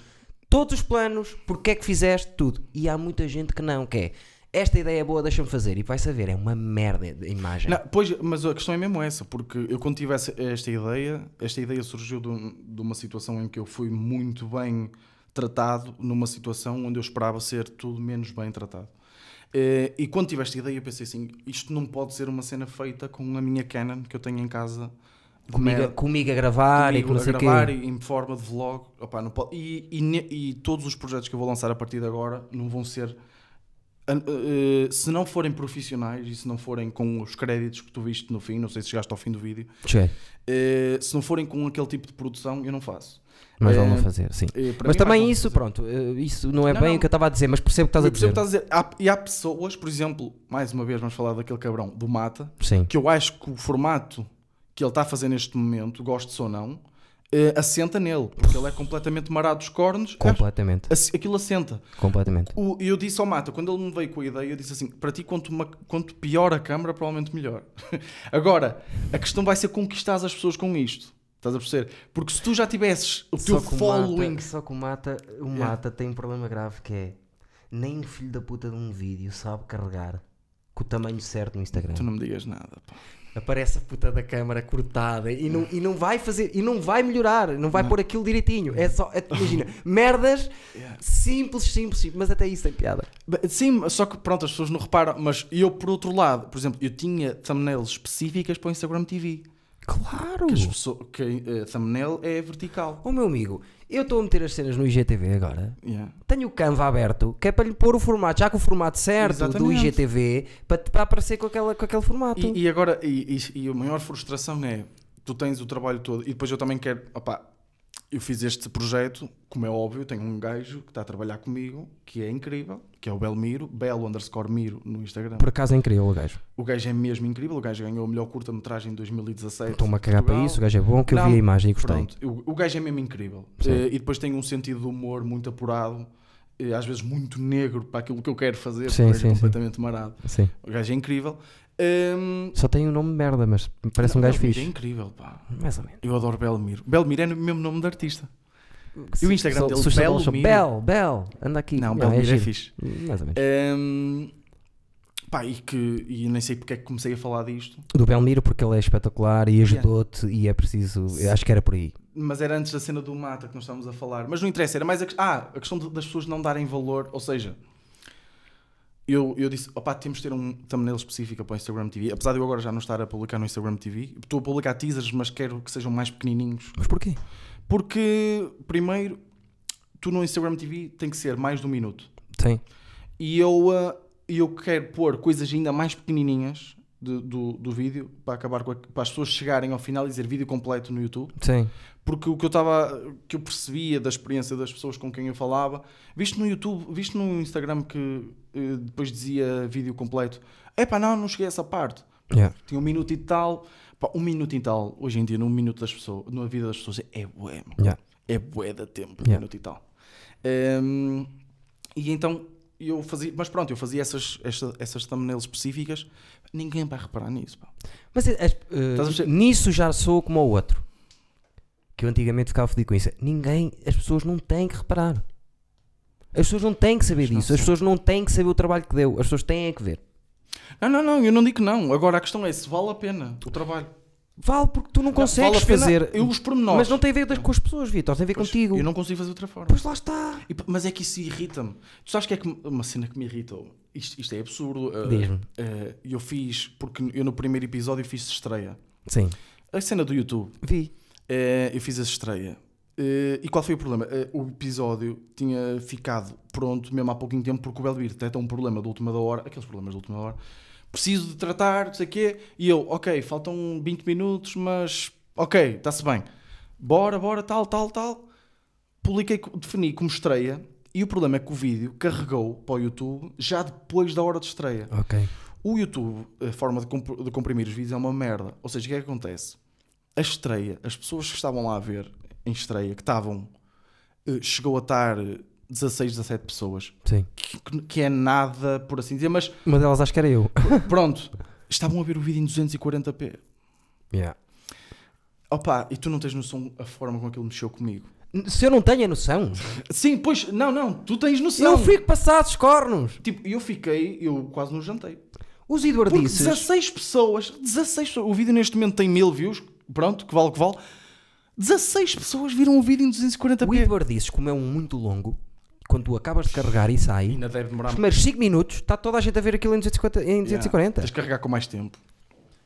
Speaker 1: todos os planos, porque é que fizeste tudo. E há muita gente que não, que é esta ideia é boa, deixa-me fazer. E vai saber, é uma merda a imagem.
Speaker 2: Não, pois, mas a questão é mesmo essa, porque eu quando tive essa- esta ideia, esta ideia surgiu de, um- de uma situação em que eu fui muito bem tratado, numa situação onde eu esperava ser tudo menos bem tratado. Eh, E quando tive esta ideia, eu pensei assim: isto não pode ser uma cena feita com a minha Canon que eu tenho em casa. de
Speaker 1: comigo, é
Speaker 2: merda
Speaker 1: comigo a gravar e
Speaker 2: comigo
Speaker 1: que não
Speaker 2: a
Speaker 1: sei o quê.
Speaker 2: gravar e em forma de vlog. Opá, não pode- e, e ne- e todos os projetos que eu vou lançar a partir de agora não vão ser. an- eh, eh, se não forem profissionais e se não forem com os créditos que tu viste no fim, não sei se chegaste ao fim do vídeo,
Speaker 1: Che,
Speaker 2: eh, se não forem com aquele tipo de produção, eu não faço.
Speaker 1: mas
Speaker 2: Eh,
Speaker 1: vão não fazer, sim.
Speaker 2: Eh, para
Speaker 1: Mas
Speaker 2: mim vai
Speaker 1: também
Speaker 2: acontecer.
Speaker 1: isso, pronto, eh, isso não é
Speaker 2: Não,
Speaker 1: bem
Speaker 2: não.
Speaker 1: o que eu estava a dizer, mas percebo o que estás a
Speaker 2: Eu percebo o
Speaker 1: dizer.
Speaker 2: que estás a dizer. Há- e há pessoas, por exemplo, mais uma vez vamos falar daquele cabrão do Mata,
Speaker 1: Sim.
Speaker 2: que eu acho que o formato que ele está a fazer neste momento, goste ou não, eh, assenta nele, porque ele é completamente marado dos cornos,
Speaker 1: Completamente,
Speaker 2: ass- aquilo assenta.
Speaker 1: completamente.
Speaker 2: O- E eu disse ao Mata, quando ele me veio com a ideia, eu disse assim: para ti, quanto, ma- quanto pior a câmara, provavelmente melhor. Agora, a questão vai ser conquistar as pessoas com isto. Estás a perceber? Porque se tu já tivesses o teu
Speaker 1: que o
Speaker 2: following.
Speaker 1: Mata, só que o Mata, o
Speaker 2: É.
Speaker 1: Mata tem um problema grave que é nem o filho da puta de um vídeo sabe carregar com o tamanho certo no Instagram.
Speaker 2: Tu não me digas nada. pá.
Speaker 1: Aparece a puta da câmara cortada e não, e não vai fazer, e não vai melhorar, não vai pôr aquilo direitinho. É só, é- imagina, merdas
Speaker 2: Yeah.
Speaker 1: simples, simples, simples, mas até isso tem piada.
Speaker 2: Ba- Sim, só que pronto, as pessoas não reparam. Mas eu, por outro lado, por exemplo, eu tinha thumbnails específicas para o Instagram TV.
Speaker 1: Claro!
Speaker 2: Que,
Speaker 1: Uh.
Speaker 2: as pessoas, que eh, thumbnail é vertical.
Speaker 1: Ô meu amigo, eu estou a meter as cenas no IGTV agora.
Speaker 2: Yeah.
Speaker 1: Tenho o Canva aberto, que é para lhe pôr o formato, já com o formato certo do
Speaker 2: Exatamente.
Speaker 1: IGTV, para, para aparecer com, aquela, com aquele formato.
Speaker 2: E, e agora, e, e, e a maior frustração é tu tens o trabalho todo e depois eu também quero, opá, eu fiz este projeto, como é óbvio, tenho um gajo que está a trabalhar comigo, que é incrível, que é o Belmiro, Belo underscore Miro no Instagram.
Speaker 1: Por acaso é incrível o gajo.
Speaker 2: O gajo é mesmo incrível, o gajo ganhou a melhor curta-metragem em 2017.
Speaker 1: Estou-me a cagar para
Speaker 2: Portugal.
Speaker 1: isso, o gajo é bom, que eu
Speaker 2: Não,
Speaker 1: vi a imagem e gostei.
Speaker 2: Pronto, o, o gajo é mesmo incrível.
Speaker 1: Sim.
Speaker 2: Eh, e depois tem um sentido de humor muito apurado, eh, às vezes muito negro para aquilo que eu quero fazer,
Speaker 1: Sim,
Speaker 2: porque o gajo
Speaker 1: sim,
Speaker 2: é
Speaker 1: sim.
Speaker 2: completamente marado.
Speaker 1: Sim.
Speaker 2: O gajo é incrível. Ehm,
Speaker 1: Só tem um nome de merda, mas me parece um
Speaker 2: não,
Speaker 1: gajo
Speaker 2: Belmiro
Speaker 1: fixe.
Speaker 2: É incrível, pá.
Speaker 1: Mais ou menos.
Speaker 2: Eu adoro Belmiro. Belmiro é o mesmo nome de artista. E o Instagram
Speaker 1: Sou-
Speaker 2: dele,
Speaker 1: sou-
Speaker 2: Belo
Speaker 1: sou-
Speaker 2: Miro.
Speaker 1: Bel, Bel, anda aqui.
Speaker 2: Não, Belmiro é,
Speaker 1: giro.
Speaker 2: fixe.
Speaker 1: Mais ou menos.
Speaker 2: Ehm, pá, e que e eu nem sei porque é que comecei a falar disto,
Speaker 1: Do Belmiro, porque ele é espetacular e ajudou-te e é preciso. Eu acho que era por aí.
Speaker 2: mas era antes da cena do mata que nós estávamos a falar. Mas não interessa, era mais a, que- ah, a questão de- das pessoas não darem valor, ou seja, eu, eu disse, opá, temos de ter um thumbnail específico para o Instagram TV, apesar de eu agora já não estar a publicar no Instagram TV, estou a publicar teasers, mas quero que sejam mais pequenininhos,
Speaker 1: Mas porquê?
Speaker 2: porque primeiro, tu no Instagram TV tem que ser mais de um minuto.
Speaker 1: Sim.
Speaker 2: E eu, ah, eu quero pôr coisas ainda mais pequenininhas de- do, do vídeo para acabar com a- para as pessoas chegarem ao final e dizer vídeo completo no YouTube.
Speaker 1: Sim.
Speaker 2: Porque o que eu estava que eu percebia da experiência das pessoas com quem eu falava, visto no YouTube, visto no Instagram que eh, depois dizia vídeo completo, epá, não, não cheguei a essa parte.
Speaker 1: Yeah.
Speaker 2: Tinha um minuto e tal. Pá, um minuto e tal, hoje em dia, num minuto das pessoas, na vida das pessoas, é bué. meu.
Speaker 1: Yeah.
Speaker 2: É bué da tempo,
Speaker 1: Yeah.
Speaker 2: um minuto e tal. Ehm, e então, eu fazia, mas pronto, eu fazia essas, esta- essas thumbnails específicas, ninguém vai reparar nisso, pá.
Speaker 1: Mas eh, as- eh,
Speaker 2: a perceber?
Speaker 1: nisso já sou como ao outro. Que eu antigamente ficava fodido com isso. Ninguém, as pessoas não têm que reparar. As pessoas não têm que saber
Speaker 2: Mas não
Speaker 1: disso. As
Speaker 2: sei.
Speaker 1: pessoas não têm que saber o trabalho que deu. As pessoas têm é que ver.
Speaker 2: Não, não, não, eu não digo que não. Agora a questão é se vale a pena o trabalho.
Speaker 1: Vale porque tu não consegues
Speaker 2: vale a pena
Speaker 1: fazer.
Speaker 2: Eu os pormenores.
Speaker 1: Mas não tem a ver com as pessoas, Vitor. Tem a ver
Speaker 2: Pois,
Speaker 1: contigo.
Speaker 2: Eu não consigo fazer de outra forma.
Speaker 1: Pois lá está.
Speaker 2: E p- mas é que isso irrita-me. Tu sabes que é que me- uma cena que me irritou? Isto, isto é absurdo. eh,
Speaker 1: Diz-me.
Speaker 2: eh, eu fiz, porque eu no primeiro episódio fiz estreia.
Speaker 1: Sim.
Speaker 2: A cena do YouTube,
Speaker 1: Vi.
Speaker 2: eh, eu fiz a estreia. Eh, e qual foi o problema? Eh, o episódio tinha ficado pronto mesmo há pouquinho tempo porque o Belbir detecta um problema da última da hora, aqueles problemas da última hora, preciso de tratar, não sei o quê, e eu, ok, faltam 20 minutos, mas ok, está-se bem. Bora, bora, tal, tal, tal. Publiquei, co- defini como estreia, e o problema é que o vídeo carregou para o YouTube já depois da hora de estreia.
Speaker 1: Ok.
Speaker 2: O YouTube, a forma de, comp- de comprimir os vídeos é uma merda. Ou seja, o que é que acontece? A estreia, as pessoas que estavam lá a ver em estreia, que estavam. eh, Chegou a estar eh, 16, 17 pessoas,
Speaker 1: Sim.
Speaker 2: que, que- que é nada, por assim dizer, mas
Speaker 1: Uma delas acho que era eu.
Speaker 2: pronto, estavam a ver o vídeo em 240p.
Speaker 1: Yeah.
Speaker 2: Opa, e tu não tens noção a forma como aquilo mexeu comigo.
Speaker 1: Se eu não tenho a noção,
Speaker 2: Sim, pois, não, não, tu tens noção.
Speaker 1: eu fico passados cornos.
Speaker 2: Tipo, eu fiquei, eu quase não jantei.
Speaker 1: Os
Speaker 2: Porque
Speaker 1: Eduardices.
Speaker 2: 16 pessoas, 16 pessoas, o vídeo neste momento tem mil views, pronto, que vale o que vale. 16 pessoas viram o vídeo em 240p.
Speaker 1: O Eduardices, como é um muito longo, quando tu acabas de carregar e sai,
Speaker 2: Ainda deve demorar
Speaker 1: os primeiros 5 minutos está toda a gente a ver aquilo em 250, em
Speaker 2: Yeah.
Speaker 1: 240.
Speaker 2: Tens que carregar com mais tempo.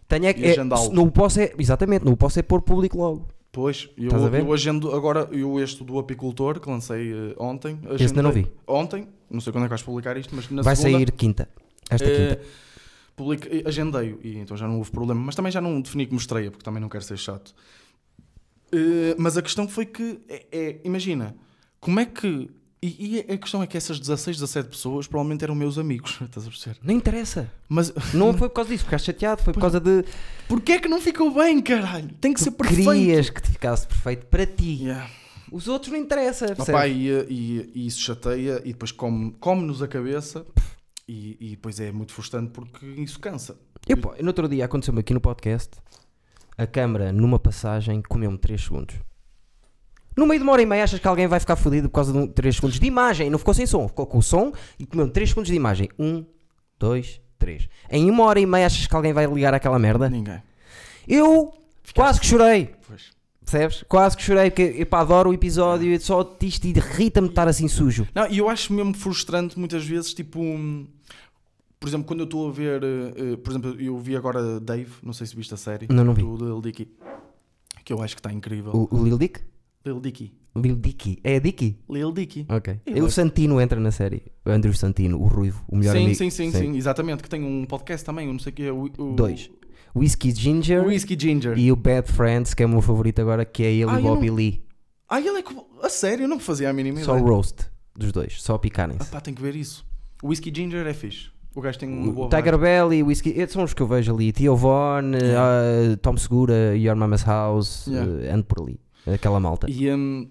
Speaker 1: Tenho é,
Speaker 2: E
Speaker 1: que- é,
Speaker 2: agendá-lo.
Speaker 1: se não o posso é, exatamente, não o posso é pôr público logo.
Speaker 2: Pois, eu,
Speaker 1: Estás a ver?
Speaker 2: eu agendo agora eu este do apicultor que lancei eh, ontem.
Speaker 1: ainda não vi.
Speaker 2: Ontem, não sei quando é que vais publicar isto, mas na
Speaker 1: Vai
Speaker 2: segunda,
Speaker 1: sair quinta. Esta
Speaker 2: eh,
Speaker 1: quinta.
Speaker 2: publica- eh, agendei e então já não houve problema, mas também já não defini que mostrei, porque também não quero ser chato. Eh, mas a questão foi que, é, é, imagina, como é que. E, e a questão é que essas 16, 17 pessoas provavelmente eram meus amigos, estás a perceber?
Speaker 1: Não interessa.
Speaker 2: Mas
Speaker 1: Não foi por causa disso, ficaste chateado, foi por causa de.
Speaker 2: porquê é que não ficou bem, caralho? Tem que ser perfeito.
Speaker 1: Querias que te ficasse perfeito para ti.
Speaker 2: Yeah.
Speaker 1: Os outros não interessa. percebes?
Speaker 2: Opa, e, e- e isso chateia e depois come- come-nos a cabeça e, e depois é muito frustrante porque isso cansa.
Speaker 1: Eu, pá, no outro dia aconteceu-me aqui no podcast, a câmara numa passagem comeu-me 3 segundos. No meio de uma hora e meia achas que alguém vai ficar fodido por causa de 3 segundos de imagem, não ficou sem som, ficou com o som e comeu-me 3 segundos de imagem. 1, 2, 3. Em uma hora e meia achas que alguém vai ligar àquela merda?
Speaker 2: Ninguém.
Speaker 1: Eu quase que chorei,
Speaker 2: Pois.
Speaker 1: percebes? Quase que chorei porque epá, adoro o episódio e só isto irrita-me estar assim sujo.
Speaker 2: Não, e eu acho mesmo frustrante muitas vezes, tipo, hum, por exemplo, quando eu estou a ver, eh, eh, por exemplo, eu vi agora Dave, não sei se viste a série,
Speaker 1: Não, não vi.
Speaker 2: do Lil Dicky, que eu acho que está incrível.
Speaker 1: O, o Lil Dick?
Speaker 2: Lil Dicky.
Speaker 1: Lil Dicky. É a Dicky?
Speaker 2: Lil Dicky.
Speaker 1: Ok.
Speaker 2: Eu
Speaker 1: E É o
Speaker 2: acho-
Speaker 1: Santino entra na série. O Andrew Santino, o ruivo, o melhor
Speaker 2: Sim,
Speaker 1: amigo.
Speaker 2: sim, sim, sim, exatamente, que tem um podcast também, eu não sei o que é. O, o,
Speaker 1: Dois. Whiskey Ginger
Speaker 2: O Whiskey Ginger.
Speaker 1: e o Bad Friends, que é o meu favorito agora, que é ele
Speaker 2: Ah,
Speaker 1: e
Speaker 2: eu
Speaker 1: Bobby Lee.
Speaker 2: Ah, ele é. co- A sério, eu não fazia a mínima
Speaker 1: Só
Speaker 2: ideia.
Speaker 1: roast dos dois, só
Speaker 2: Ah
Speaker 1: picarem-se.
Speaker 2: pá, tem que ver isso. O Whisky Ginger é fixe. O gajo tem uma boa
Speaker 1: O Tiger Belly, Whiskey, esses são os que eu vejo ali. Tio Von, eh, ah, Tom Segura, Your Mama's House, eh,
Speaker 2: Yeah.
Speaker 1: ando por ali. Aquela malta.
Speaker 2: vibe. E, hum,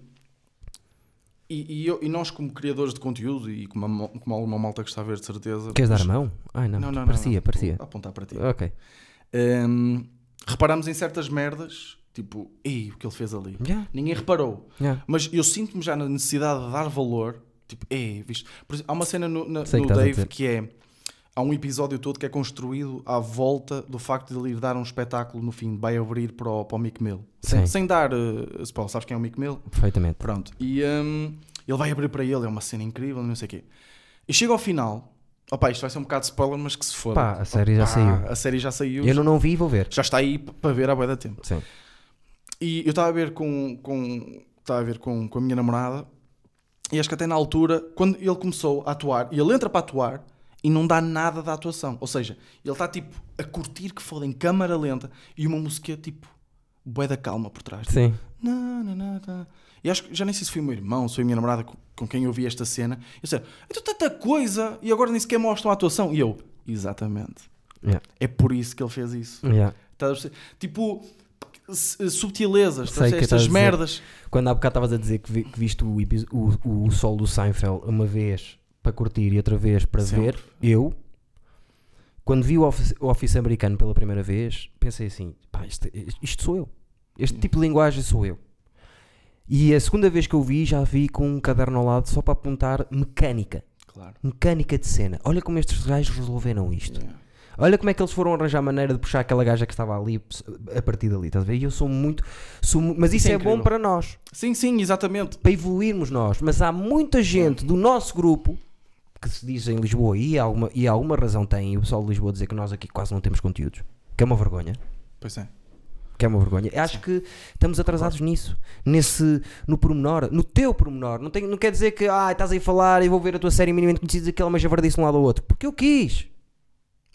Speaker 2: e, e eu- e nós como criadores de conteúdo e como, a mo- como alguma malta que está a ver de certeza...
Speaker 1: Queres dar a mão? Ai não,
Speaker 2: Não, não, não,
Speaker 1: parecia,
Speaker 2: não.
Speaker 1: parecia.
Speaker 2: Vou apontar para ti.
Speaker 1: Ok.
Speaker 2: Hum, reparamos em certas merdas, tipo, ei, o que ele fez ali.
Speaker 1: Yeah,
Speaker 2: Ninguém reparou.
Speaker 1: yeah.
Speaker 2: Mas eu sinto-me já na necessidade de dar valor. Tipo, é, viste? Por exemplo, há uma cena no, na-
Speaker 1: Sei
Speaker 2: no
Speaker 1: que estás a
Speaker 2: Dave
Speaker 1: dizer.
Speaker 2: que é. Há um episódio todo que é construído à volta do facto de ele ir dar um espetáculo no fim, vai abrir para o, para o Mick Mill. Sem,
Speaker 1: Sim.
Speaker 2: sem dar eh, spoiler, sabes quem é o Mick Mill?
Speaker 1: Perfeitamente.
Speaker 2: Pronto. E hum, ele vai abrir para ele, é uma cena incrível, não sei o quê. E chega ao final. Opa, isto vai ser um bocado de spoiler, mas que se foda.
Speaker 1: Pá, a série já
Speaker 2: Opá,
Speaker 1: saiu.
Speaker 2: A série já saiu.
Speaker 1: Eu não, não vi e vou ver.
Speaker 2: Já está aí p- para ver à boia da tempo.
Speaker 1: Sim.
Speaker 2: E eu estava a ver com, com, estava a, ver com, com a minha namorada e acho que até na altura, quando ele começou a atuar, e ele entra para atuar e não dá nada da atuação. Ou seja, ele está tipo a curtir que foda em câmara lenta e uma música tipo bué da calma por trás. Tipo,
Speaker 1: Sim.
Speaker 2: na, na, na, na. E acho que já nem sei se foi o meu irmão, se foi a minha namorada com, com quem eu vi esta cena. Eu disse, então tanta coisa e agora nem sequer mostram a atuação. E eu, exatamente.
Speaker 1: Yeah.
Speaker 2: É por isso que ele fez isso.
Speaker 1: Yeah.
Speaker 2: Estás a perceber? Tipo, s- subtilezas,
Speaker 1: Sei
Speaker 2: estás a
Speaker 1: que
Speaker 2: perceber? estas
Speaker 1: estás a dizer.
Speaker 2: merdas.
Speaker 1: Quando há bocado estavas a dizer que, vi- que viste o, epi- o, o sol do Seinfeld uma vez para curtir e outra vez para
Speaker 2: Sempre.
Speaker 1: ver, eu, quando vi o Office, o Office americano pela primeira vez, pensei assim: pá, isto, isto sou eu. Este tipo de linguagem sou eu. E a segunda vez que eu vi, já vi com um caderno ao lado só para apontar mecânica.
Speaker 2: Claro.
Speaker 1: Mecânica de cena. Olha como estes gajos resolveram isto. Olha como é que eles foram arranjar a maneira de puxar aquela gaja que estava ali a partir dali. Estás a ver? E eu sou muito. sou mu- mas
Speaker 2: Isso
Speaker 1: isso
Speaker 2: é
Speaker 1: é bom
Speaker 2: incrível.
Speaker 1: para nós
Speaker 2: Sim, sim, exatamente.
Speaker 1: para evoluirmos nós, mas há muita gente do nosso grupo que se diz em Lisboa e alguma, e alguma razão tem e o pessoal de Lisboa dizer que nós aqui quase não temos conteúdos, que é uma vergonha.
Speaker 2: Pois é.
Speaker 1: Que é uma vergonha. Acho que estamos atrasados nisso. Nesse, no pormenor, no teu pormenor. Não, tem, não quer dizer que ah, estás aí a falar e vou ver a tua série minimamente conhecida aquela mas já de um lado ao outro. Porque eu quis.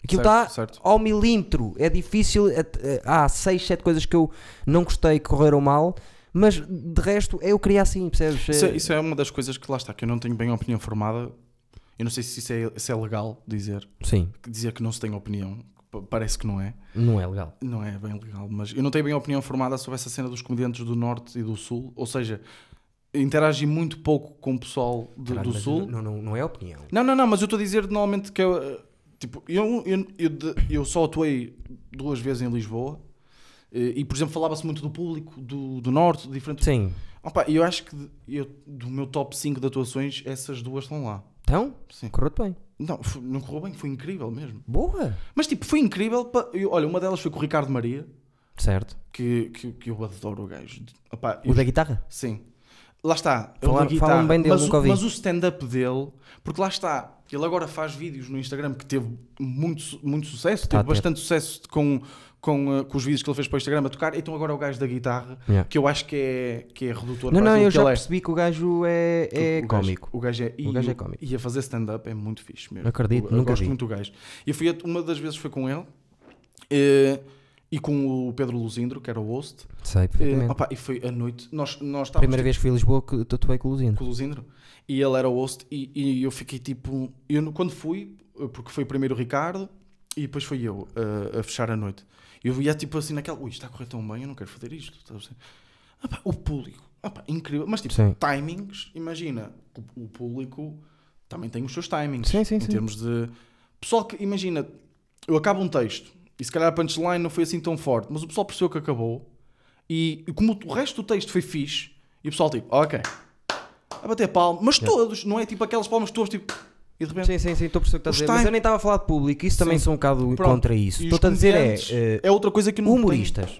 Speaker 1: Aquilo
Speaker 2: Certo,
Speaker 1: está
Speaker 2: certo.
Speaker 1: ao milímetro. É difícil. é- é- Há 6, 7 coisas que eu não gostei que correram mal, mas de resto eu queria assim, percebes?
Speaker 2: Isso, é- isso é uma das coisas que lá está, que eu não tenho bem opinião formada. Eu não sei se isso é, se é legal dizer.
Speaker 1: Sim,
Speaker 2: Dizer que não se tem opinião. P- Parece que não é.
Speaker 1: não é legal.
Speaker 2: Não é bem legal, mas eu não tenho bem opinião formada sobre essa cena dos comediantes do Norte e do Sul. Ou seja, interagi muito pouco com o pessoal de-
Speaker 1: Caralho,
Speaker 2: do
Speaker 1: mas
Speaker 2: Sul.
Speaker 1: Não, não, não é opinião.
Speaker 2: Não, não, não, mas eu estou a dizer normalmente que eu, eh, tipo, eu, eu, eu, de- eu só atuei duas vezes em Lisboa eh, e, por exemplo, falava-se muito do público do, do Norte, de diferentes.
Speaker 1: Sim,
Speaker 2: Opa, eu acho que de- eu, do meu top 5 de atuações, essas duas estão lá.
Speaker 1: Então,
Speaker 2: Sim.
Speaker 1: correu-te bem.
Speaker 2: Não, f- não correu bem, foi incrível mesmo.
Speaker 1: Boa!
Speaker 2: Mas tipo, foi incrível. pa- eu- olha, uma delas foi com o Ricardo Maria,
Speaker 1: Certo.
Speaker 2: que, que, que eu adoro o gajo. De- Opa, eu-
Speaker 1: O da guitarra?
Speaker 2: Sim. Lá está. ele
Speaker 1: Falaram-
Speaker 2: na guitarra,
Speaker 1: falam bem dele,
Speaker 2: mas,
Speaker 1: nunca
Speaker 2: o,
Speaker 1: ouvi.
Speaker 2: mas o stand-up dele, porque lá está, ele agora faz vídeos no Instagram que teve muito, su- muito sucesso,
Speaker 1: Está a
Speaker 2: teve
Speaker 1: ter.
Speaker 2: bastante sucesso com, com, eh, com os vídeos que ele fez para o Instagram a tocar, então agora é o gajo da guitarra,
Speaker 1: Yeah.
Speaker 2: que eu acho que é, que é redutor
Speaker 1: Não,
Speaker 2: para
Speaker 1: não,
Speaker 2: aquilo
Speaker 1: eu
Speaker 2: que
Speaker 1: já
Speaker 2: ele é.
Speaker 1: percebi que o gajo é, é
Speaker 2: O gajo-
Speaker 1: cómico.
Speaker 2: o gajo é, e
Speaker 1: O gajo é
Speaker 2: o-
Speaker 1: cómico.
Speaker 2: E a fazer stand-up é muito fixe mesmo.
Speaker 1: Acredito,
Speaker 2: eu, eu
Speaker 1: nunca
Speaker 2: gosto
Speaker 1: vi.
Speaker 2: muito do gajo. E fui a- uma das vezes foi com ele eh, e com o Pedro Luzindro, que era o host.
Speaker 1: Sei
Speaker 2: Eh,
Speaker 1: perfeitamente.
Speaker 2: opa, e foi à noite. Nós, nós estávamos
Speaker 1: Primeira vez que fui a Lisboa que tatuei com o Luzindo.
Speaker 2: tá, com o Luzindro e ele era o host e, e eu fiquei tipo eu no- quando fui porque foi primeiro o Ricardo e depois foi eu a- a fechar a noite eu ia tipo assim naquela ui está a correr tão bem eu não quero fazer isto estás a perceber? Ah pá, o público ah pá, incrível mas tipo
Speaker 1: Sim.
Speaker 2: timings imagina o, o público também tem os seus timings
Speaker 1: Sim, sim,
Speaker 2: em
Speaker 1: sim.
Speaker 2: termos de pessoal que imagina eu acabo um texto e se calhar a punchline não foi assim tão forte mas o pessoal percebeu que acabou e e como o resto do texto foi fixe e o pessoal tipo ok a bater palmas, mas todos, não é tipo aquelas palmas todas tipo. E de repente.
Speaker 1: Sim, sim, sim, estou a perceber o que estás a
Speaker 2: Os
Speaker 1: dizer. Mas eu
Speaker 2: time-
Speaker 1: nem estava a falar de público, isso também
Speaker 2: Sim.
Speaker 1: sou um bocado
Speaker 2: Pronto.
Speaker 1: contra isso.
Speaker 2: E os
Speaker 1: Estou a dizer é.
Speaker 2: comediantes,
Speaker 1: eh,
Speaker 2: é outra coisa que eu não
Speaker 1: humoristas.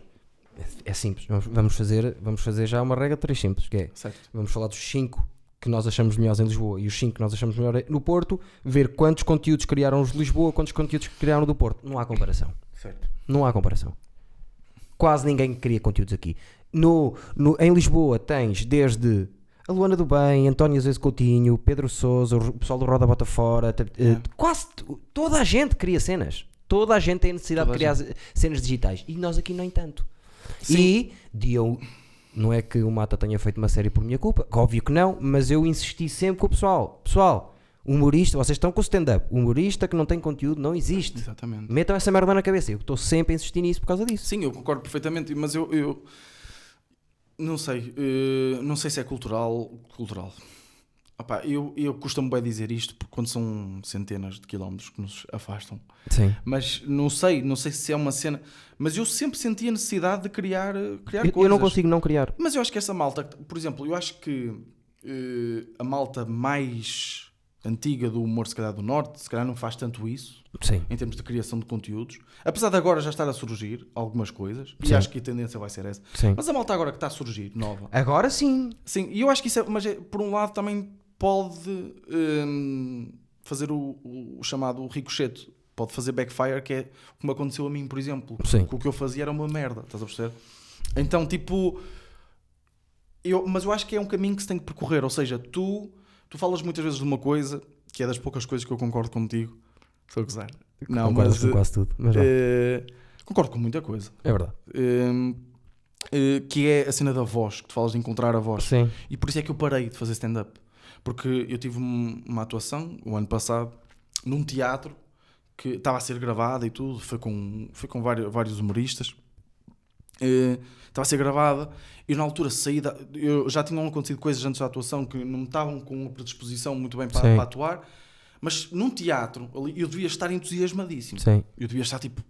Speaker 1: É simples, vamos- vamos fazer, vamos fazer já uma regra de três simples, que é,
Speaker 2: Tenho. Certo.
Speaker 1: vamos falar dos cinco que nós achamos melhores em Lisboa e os cinco que nós achamos melhor no Porto, ver quantos conteúdos criaram os de Lisboa, quantos conteúdos criaram do Porto. Não há comparação.
Speaker 2: Certo.
Speaker 1: Não há comparação. Quase ninguém cria conteúdos aqui. No, no- em Lisboa tens desde a Luana do Bem, António Azevedo Coutinho, Pedro Sousa, o pessoal do Roda Bota Fora. t- eh,
Speaker 2: Yeah.
Speaker 1: Quase t- toda a gente cria cenas. Toda a gente tem necessidade
Speaker 2: Toda
Speaker 1: de
Speaker 2: a
Speaker 1: criar cenas digitais. E nós aqui, no entanto.
Speaker 2: Sim.
Speaker 1: E de eu. Não é que o Mata tenha feito uma série por minha culpa, que óbvio que não, mas eu insisti sempre com o pessoal. Pessoal, humorista, vocês estão com o stand-up. Humorista que não tem conteúdo não existe.
Speaker 2: Exatamente.
Speaker 1: Metam essa merda na cabeça. Eu estou sempre a insistir nisso por causa disso.
Speaker 2: Sim, eu concordo perfeitamente, mas eu. eu não sei. eh, não sei se é cultural. Cultural. Opá, eu, eu custa-me bem dizer isto porque quando são centenas de quilómetros que nos afastam.
Speaker 1: Sim.
Speaker 2: Mas não sei, não sei se é uma cena. Mas eu sempre senti a necessidade de criar, eh, criar
Speaker 1: Eu,
Speaker 2: coisas.
Speaker 1: não consigo não criar.
Speaker 2: Mas eu acho que essa malta, que- por exemplo, eu acho que eh, a malta mais antiga do humor, se calhar do Norte, se calhar não faz tanto isso
Speaker 1: Sim.
Speaker 2: em termos de criação de conteúdos. Apesar de agora já estar a surgir algumas coisas,
Speaker 1: Sim.
Speaker 2: e acho que a tendência vai ser essa.
Speaker 1: Sim.
Speaker 2: Mas a malta agora que está a surgir, nova.
Speaker 1: Agora sim.
Speaker 2: Sim, e eu acho que isso é, mas é- por um lado também pode hum, fazer o, o chamado ricochete. Pode fazer backfire, que é como aconteceu a mim, por exemplo.
Speaker 1: Sim.
Speaker 2: Que o que eu fazia era uma merda, estás a perceber? Então, tipo, eu, mas eu acho que é um caminho que se tem que percorrer. Ou seja, tu, tu falas muitas vezes de uma coisa que é das poucas coisas que eu concordo contigo. Estou a gozar. Não,
Speaker 1: Concordas
Speaker 2: mas.
Speaker 1: com quase tudo. Mas vá.
Speaker 2: eh, concordo com muita coisa.
Speaker 1: é verdade.
Speaker 2: Hum, eh, que é a cena da voz, que tu falas de encontrar a voz.
Speaker 1: Sim.
Speaker 2: E por isso é que eu parei de fazer stand-up. Porque eu tive um- uma atuação, o ano passado, num teatro que estava a ser gravada e tudo, foi com, foi com vários, vários humoristas. Eh, Estava a ser gravada e na altura saí da, eu já tinham acontecido coisas antes da atuação que não me estavam com uma predisposição muito bem para,
Speaker 1: Sim.
Speaker 2: para atuar, mas num teatro ali eu devia estar entusiasmadíssimo.
Speaker 1: Sim.
Speaker 2: Eu devia estar tipo,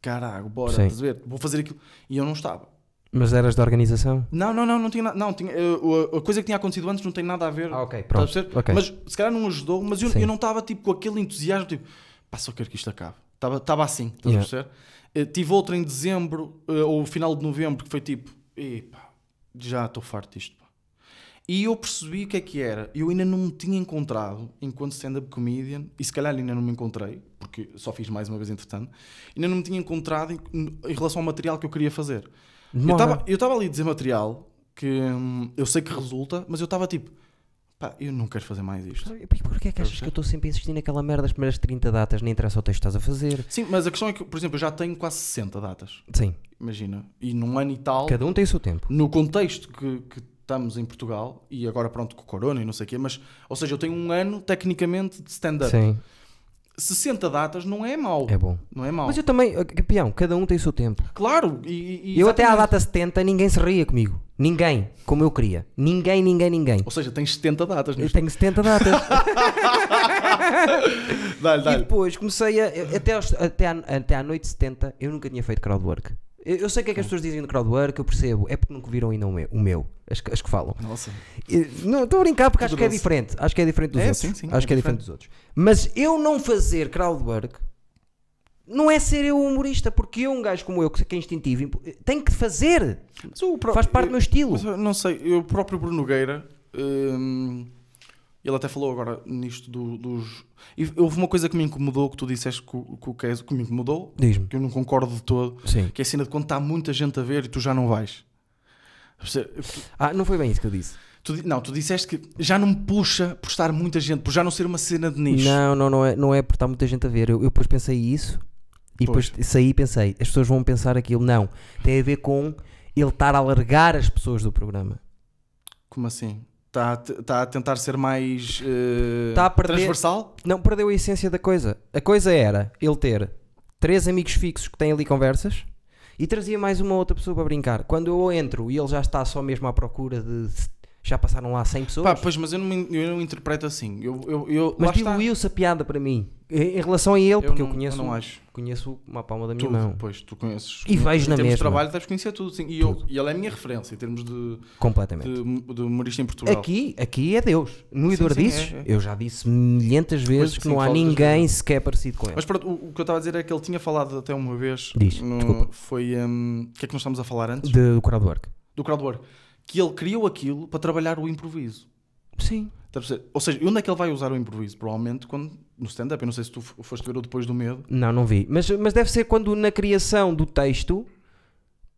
Speaker 2: caralho, bora,
Speaker 1: Sim.
Speaker 2: estás a ver? Vou fazer aquilo. E eu não estava.
Speaker 1: Mas eras da organização?
Speaker 2: Não, não, não, não tinha nada. Não, tinha, eh, o- a coisa que tinha acontecido antes não tem nada a ver.
Speaker 1: Ah, ok.
Speaker 2: Estás Tá a
Speaker 1: Pronto.
Speaker 2: perceber?
Speaker 1: Ok.
Speaker 2: Mas se calhar não ajudou, mas eu,
Speaker 1: Sim.
Speaker 2: eu não estava tipo com aquele entusiasmo, tipo, pá, só quero que isto acabe. Estava estava assim, estás
Speaker 1: Yeah.
Speaker 2: a perceber? Eh, tive outra em dezembro, eh, ou final de novembro, que foi tipo, epá, já estou farto disto. pá." E eu percebi o que é que era. Eu ainda não me tinha encontrado enquanto stand-up comedian, e se calhar ainda não me encontrei, porque só fiz mais uma vez entretanto, ainda não me tinha encontrado em, em relação ao material que eu queria fazer. Eu
Speaker 1: Demora.
Speaker 2: estava- Eu estava ali a dizer material que hum, eu sei que resulta, mas eu estava tipo, pá, eu não quero fazer mais isto.
Speaker 1: E porquê é que achas que eu estou sempre a insistir naquela merda das primeiras 30 datas? Nem interessa o texto que estás a fazer.
Speaker 2: Sim, mas a questão é que, por exemplo, eu já tenho quase 60 datas,
Speaker 1: Sim.
Speaker 2: imagina, e num ano e tal,
Speaker 1: Cada um tem o seu tempo.
Speaker 2: no contexto que, que estamos em Portugal, e agora pronto com o Corona e não sei o quê, mas, ou seja, eu tenho um ano tecnicamente de stand-up.
Speaker 1: Sim.
Speaker 2: 60 datas não é mau.
Speaker 1: É bom.
Speaker 2: Não é mau.
Speaker 1: Mas eu também, eh, campeão, cada um tem o seu tempo.
Speaker 2: Claro, e, e-
Speaker 1: Eu até à
Speaker 2: exatamente.
Speaker 1: data 70 ninguém se ria comigo. Ninguém. Como eu queria. Ninguém, ninguém, ninguém.
Speaker 2: Ou seja, tens 70 datas.
Speaker 1: Eu
Speaker 2: Neste...
Speaker 1: tenho 70 datas.
Speaker 2: Dá-lhe,
Speaker 1: E
Speaker 2: dá-lhe.
Speaker 1: depois comecei a. eu- Até, aos- até, à, até à noite 70, eu nunca tinha feito crowdwork. Eu eu sei o que é que as pessoas dizem no crowdwork, eu percebo. É porque nunca viram ainda o meu, o meu as, que- as que falam.
Speaker 2: Nossa.
Speaker 1: E- Não, estou a brincar porque acho
Speaker 2: Tudo
Speaker 1: que é
Speaker 2: doce.
Speaker 1: diferente. Acho que é diferente dos
Speaker 2: É,
Speaker 1: outros.
Speaker 2: sim, sim,
Speaker 1: acho
Speaker 2: é
Speaker 1: que é diferente
Speaker 2: diferente.
Speaker 1: dos outros. Mas eu não fazer crowdwork não é ser eu humorista, porque eu, um gajo como eu, que que é instintivo, impo- tenho que fazer.
Speaker 2: Mas o pró-
Speaker 1: Faz parte do meu estilo.
Speaker 2: Mas eu não sei, eu- o próprio Bruno Nogueira, hum, ele até falou agora nisto do- dos. e houve uma coisa que me incomodou, que tu disseste que, o- que, o que, é- que me incomodou,
Speaker 1: Diz-me.
Speaker 2: que eu não concordo de todo,
Speaker 1: Sim.
Speaker 2: que é a cena de quando está muita gente a ver e tu já não vais. Perce-
Speaker 1: Ah, não foi bem isso que eu disse.
Speaker 2: Tu, di- não, tu disseste que já não me puxa por estar muita gente, por já não ser uma cena de nicho.
Speaker 1: Não, não, não é, não é porque está muita gente a ver. Eu, eu depois pensei isso e depois saí e pensei, as pessoas vão pensar aquilo. Não. Tem a ver com ele estar a largar as pessoas do programa.
Speaker 2: Como assim? Está a, te- tá a tentar ser mais eh,
Speaker 1: Tá a perder-
Speaker 2: transversal?
Speaker 1: Não perdeu a essência da coisa. A coisa era ele ter três amigos fixos que têm ali conversas e trazia mais uma outra pessoa para brincar. Quando eu entro e ele já está só mesmo à procura de. Já passaram lá 100 pessoas.
Speaker 2: Pá, pois, mas eu não, me- eu não interpreto assim. Eu, eu, eu,
Speaker 1: mas
Speaker 2: lá está.
Speaker 1: diluiu-se a piada para mim. Em em relação a ele, porque eu
Speaker 2: não-
Speaker 1: conheço, um
Speaker 2: não acho.
Speaker 1: conheço uma palma da minha
Speaker 2: Tudo,
Speaker 1: mão.
Speaker 2: pois, tu conheces.
Speaker 1: E vejo
Speaker 2: em
Speaker 1: na
Speaker 2: termos
Speaker 1: mesma.
Speaker 2: de trabalho, deves conhecer tudo, sim. E, eu, e ele é a minha referência em termos de,
Speaker 1: Completamente.
Speaker 2: de, de humorista em Portugal.
Speaker 1: Aqui, aqui é Deus. No
Speaker 2: Sim,
Speaker 1: Idor
Speaker 2: sim,
Speaker 1: dizes,
Speaker 2: é, é.
Speaker 1: eu já disse milhentas vezes
Speaker 2: Mas,
Speaker 1: que
Speaker 2: sim,
Speaker 1: não há
Speaker 2: falas das
Speaker 1: ninguém sequer parecido com ele.
Speaker 2: é? Mas pronto, o, o que eu estava a dizer é que ele tinha falado até uma vez.
Speaker 1: Diz,
Speaker 2: no-
Speaker 1: desculpa.
Speaker 2: Foi. hum, O que é que nós estamos a falar antes?
Speaker 1: De, do crowdwork.
Speaker 2: Do crowdwork. Que ele criou aquilo para trabalhar o improviso.
Speaker 1: Sim.
Speaker 2: Está a perceber? Ou seja, onde é que ele vai usar o improviso? Provavelmente quando, no stand-up. Eu não sei se tu f- foste ver o Depois do Medo.
Speaker 1: Não, não vi. Mas, mas deve ser quando na criação do texto,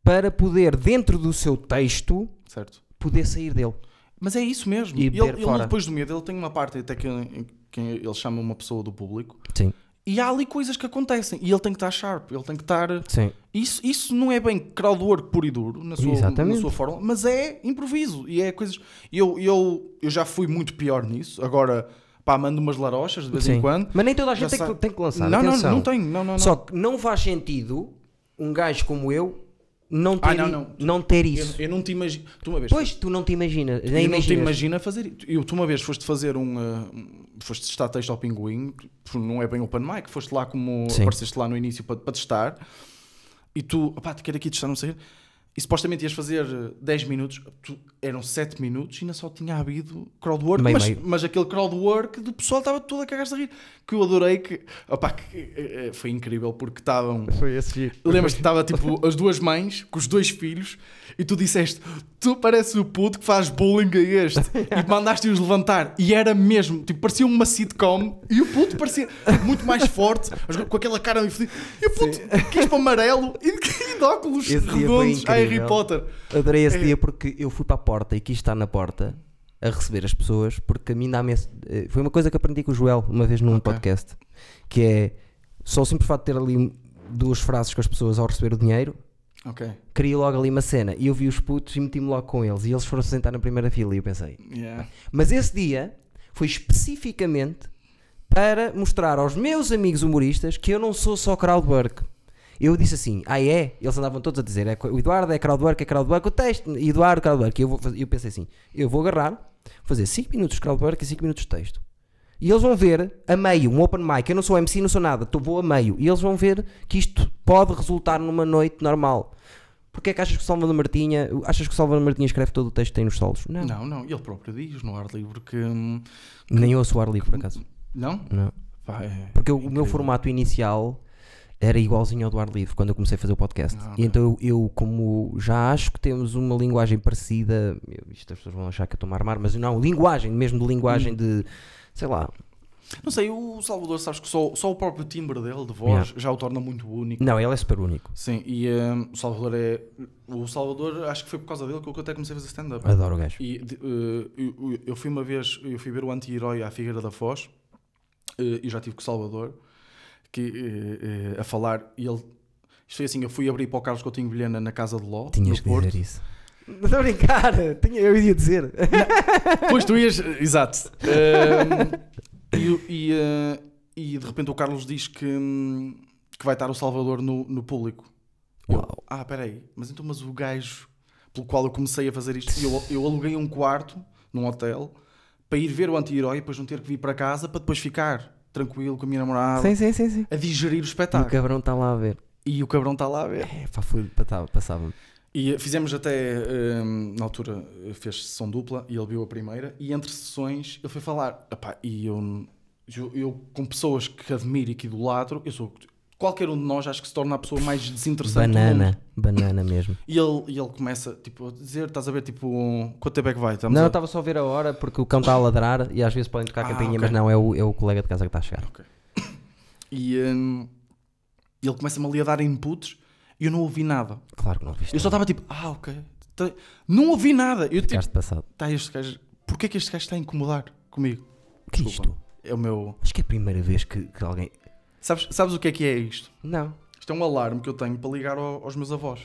Speaker 1: para poder, dentro do seu texto,
Speaker 2: Certo?
Speaker 1: poder sair dele.
Speaker 2: Mas é isso mesmo.
Speaker 1: E
Speaker 2: ele,
Speaker 1: beber
Speaker 2: ele
Speaker 1: fora.
Speaker 2: no Depois do Medo, ele tem uma parte até que, em que ele chama uma pessoa do público.
Speaker 1: Sim,
Speaker 2: E há ali coisas que acontecem. E ele tem que estar sharp. Ele tem que estar.
Speaker 1: sim.
Speaker 2: Isso, isso não é bem crowdwork puro e duro na sua,
Speaker 1: Exatamente.
Speaker 2: na sua forma, mas é improviso e é coisas. Eu, eu, eu já fui muito pior nisso. Agora, pá, mando umas larochas de vez
Speaker 1: sim.
Speaker 2: em quando.
Speaker 1: Mas nem toda a
Speaker 2: Já
Speaker 1: gente tem que,
Speaker 2: sabe.
Speaker 1: tem que lançar.
Speaker 2: não, não,
Speaker 1: atenção.
Speaker 2: não tenho. Não, não, não.
Speaker 1: Só que não faz sentido um gajo como eu não ter,
Speaker 2: Ah, não,
Speaker 1: i-
Speaker 2: não.
Speaker 1: não ter
Speaker 2: eu,
Speaker 1: isso.
Speaker 2: eu não te imagino. Tu uma vez.
Speaker 1: Pois, tu não te imaginas.
Speaker 2: eu
Speaker 1: Nem
Speaker 2: não te
Speaker 1: imaginas.
Speaker 2: imagina fazer. Eu, tu uma vez foste fazer um. uh, um- foste testar texto ao pinguim. tu Não é bem open mic. Foste lá como.
Speaker 1: Sim.
Speaker 2: Apareceste lá no início para, para testar. E tu. Opá, te quero aqui testar, não sei. o quê." E supostamente ias fazer uh, 10 minutos. tu- eram 7 minutos e ainda só tinha havido crowdwork.
Speaker 1: Meio,
Speaker 2: mas,
Speaker 1: meio.
Speaker 2: mas aquele crowdwork do pessoal estava todo a cagar-se a rir. Que eu adorei. Que, opá, que, eh, eh, foi incrível porque estavam.
Speaker 1: Foi esse giro.
Speaker 2: Lembras-te que estava tipo as duas mães com os dois filhos e tu disseste: Tu pareces o puto que faz bullying a este e mandaste-os levantar. E era mesmo, tipo, parecia uma sitcom e o puto parecia muito mais forte, mas com aquela cara meio fodida. E o puto quis para amarelo e de óculos
Speaker 1: Esse dia foi
Speaker 2: redondos a Harry
Speaker 1: incrível.
Speaker 2: Potter.
Speaker 1: Adorei esse
Speaker 2: É.
Speaker 1: dia porque eu fui para a porta e quis estar na porta a receber as pessoas porque a mim dá-me. esse- eh, Foi uma coisa que aprendi com o Joel uma vez num
Speaker 2: Ok.
Speaker 1: podcast que é só o simples facto de ter ali duas frases com as pessoas ao receber o dinheiro.
Speaker 2: Ok.
Speaker 1: Queria logo ali uma cena e eu vi os putos e meti-me logo com eles e eles foram se sentar na primeira fila e eu pensei.
Speaker 2: Yeah.
Speaker 1: Mas esse dia foi especificamente para mostrar aos meus amigos humoristas que eu não sou só crowdwork. Eu disse assim, ah é? Eles andavam todos a dizer, é, co- o Eduardo é crowdwork, é crowdwork, o texto, Eduardo crowdwork. E eu, vou fazer- eu pensei assim, eu vou agarrar, fazer 5 minutos de crowdwork e 5 minutos de texto. E eles vão ver, a meio, um open mic, eu não sou MC, não sou nada, tô, vou a meio. E eles vão ver que isto pode resultar numa noite normal. Porquê é que achas que o Salvador Martinha, achas que o Salvador Martinha escreve todo o texto que tem nos solos? Não,
Speaker 2: Não, não, ele próprio diz no ar livre que. hum,
Speaker 1: nem eu sou ar livre, por acaso.
Speaker 2: Não?
Speaker 1: Não.
Speaker 2: Pá, é-
Speaker 1: Porque eu- o
Speaker 2: incrível.
Speaker 1: meu formato inicial era igualzinho ao do ar livre quando eu comecei a fazer o podcast.
Speaker 2: Ah,
Speaker 1: E então eu, eu, como já acho que temos uma linguagem parecida, eu- isto as pessoas vão achar que eu estou a armar, mas não, linguagem, mesmo de linguagem de sei lá.
Speaker 2: Não sei, o Salvador, sabes que só, só o próprio timbre dele, de voz, já o torna muito único.
Speaker 1: Não, ele é super único.
Speaker 2: Sim, e hum, o Salvador é. O Salvador, acho que foi por causa dele que eu até comecei a fazer stand-up.
Speaker 1: Adoro o gajo.
Speaker 2: E de- eh, eu, eu- eu fui uma vez, eu fui ver o anti-herói à Figueira da Foz eh, e já tive com o Salvador que, eh, eh, a falar e ele. Isto foi assim, eu fui abrir para o Carlos Coutinho Vilhena na casa de Ló,
Speaker 1: Tinhas
Speaker 2: no
Speaker 1: que
Speaker 2: Porto.
Speaker 1: dizer isso. Não estou a brincar, tinha, eu ia dizer.
Speaker 2: Pois tu ias, exato. Ehm, e, o- e, eh, e de repente o Carlos diz que, hum, que vai estar o Salvador no, no público. E eu,
Speaker 1: Uau.
Speaker 2: ah, peraí, mas então mas o gajo pelo qual eu comecei a fazer isto, eu, eu aluguei um quarto num hotel para ir ver o anti-herói e depois não ter que vir para casa para depois ficar tranquilo com a minha namorada
Speaker 1: Ah, sim, sim, sim.
Speaker 2: a digerir o
Speaker 1: E o
Speaker 2: espetáculo.
Speaker 1: cabrão está lá a ver.
Speaker 2: E o cabrão está lá a ver.
Speaker 1: É, pá, foi, passava- passava-me.
Speaker 2: E fizemos até, hum, na altura, fez sessão dupla e ele viu a primeira. E entre sessões ele foi falar. Epá, e eu, eu, eu, com pessoas que admiro e que idolatro, eu sou. Qualquer um de nós acho que se torna a pessoa mais desinteressante. do mundo.
Speaker 1: Banana, banana mesmo.
Speaker 2: E ele, e ele começa tipo, a dizer: estás a ver, tipo, quanto tempo é que vai? Estamos
Speaker 1: não, tá- eu
Speaker 2: a-
Speaker 1: estava só a ver a hora porque o cão está a ladrar e às vezes podem tocar a
Speaker 2: Ah,
Speaker 1: campainha,
Speaker 2: ok.
Speaker 1: mas não, é o, é o colega de casa que está a chegar.
Speaker 2: E hum, ele começa-me ali a dar inputs e eu não ouvi nada.
Speaker 1: Claro que não viste.
Speaker 2: Eu só
Speaker 1: nada.
Speaker 2: estava tipo, ah, ok. Tá- Não ouvi nada. Eu tipo,
Speaker 1: Ficaste passado.
Speaker 2: tá, este gajo, porquê que este gajo está a incomodar comigo?
Speaker 1: O que é
Speaker 2: Desculpa.
Speaker 1: isto?
Speaker 2: É o meu.
Speaker 1: Acho que é a primeira vez que, que alguém.
Speaker 2: Sabes, sabes o que é que é isto?
Speaker 1: Não.
Speaker 2: Isto é um alarme que eu tenho para ligar ao- aos meus avós.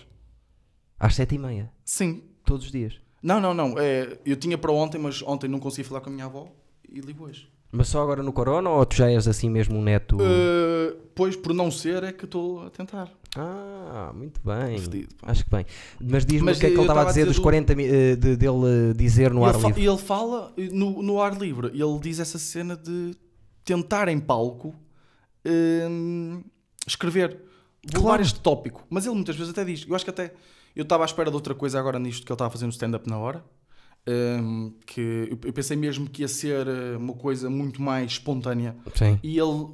Speaker 1: Às sete e meia.
Speaker 2: Sim.
Speaker 1: Todos os dias.
Speaker 2: Não, não, não. É, eu tinha para ontem, mas ontem não consegui falar com a minha avó e ligo hoje.
Speaker 1: Mas só agora no Corona ou tu já és assim mesmo um neto?
Speaker 2: Eh, pois, por não ser, é que estou a tentar.
Speaker 1: Ah, muito bem.
Speaker 2: Fedido, pá.
Speaker 1: Acho que bem. Mas diz-me
Speaker 2: Mas
Speaker 1: o que é que
Speaker 2: eu
Speaker 1: ele estava a
Speaker 2: tava
Speaker 1: dizer dos
Speaker 2: do-
Speaker 1: 40 mi- eh, de, dele eh, dizer no
Speaker 2: E
Speaker 1: ar
Speaker 2: ele, fa-
Speaker 1: livre.
Speaker 2: e ele fala eh, no, no ar livre, e ele diz essa cena de tentar em palco hum, escrever, levar
Speaker 1: Claro.
Speaker 2: este tópico. Mas ele muitas vezes até diz, eu acho que até eu estava à espera de outra coisa agora nisto que ele estava fazendo stand-up na hora. hum, que eu, eu pensei mesmo que ia ser eh, uma coisa muito mais espontânea.
Speaker 1: Sim.
Speaker 2: E ele,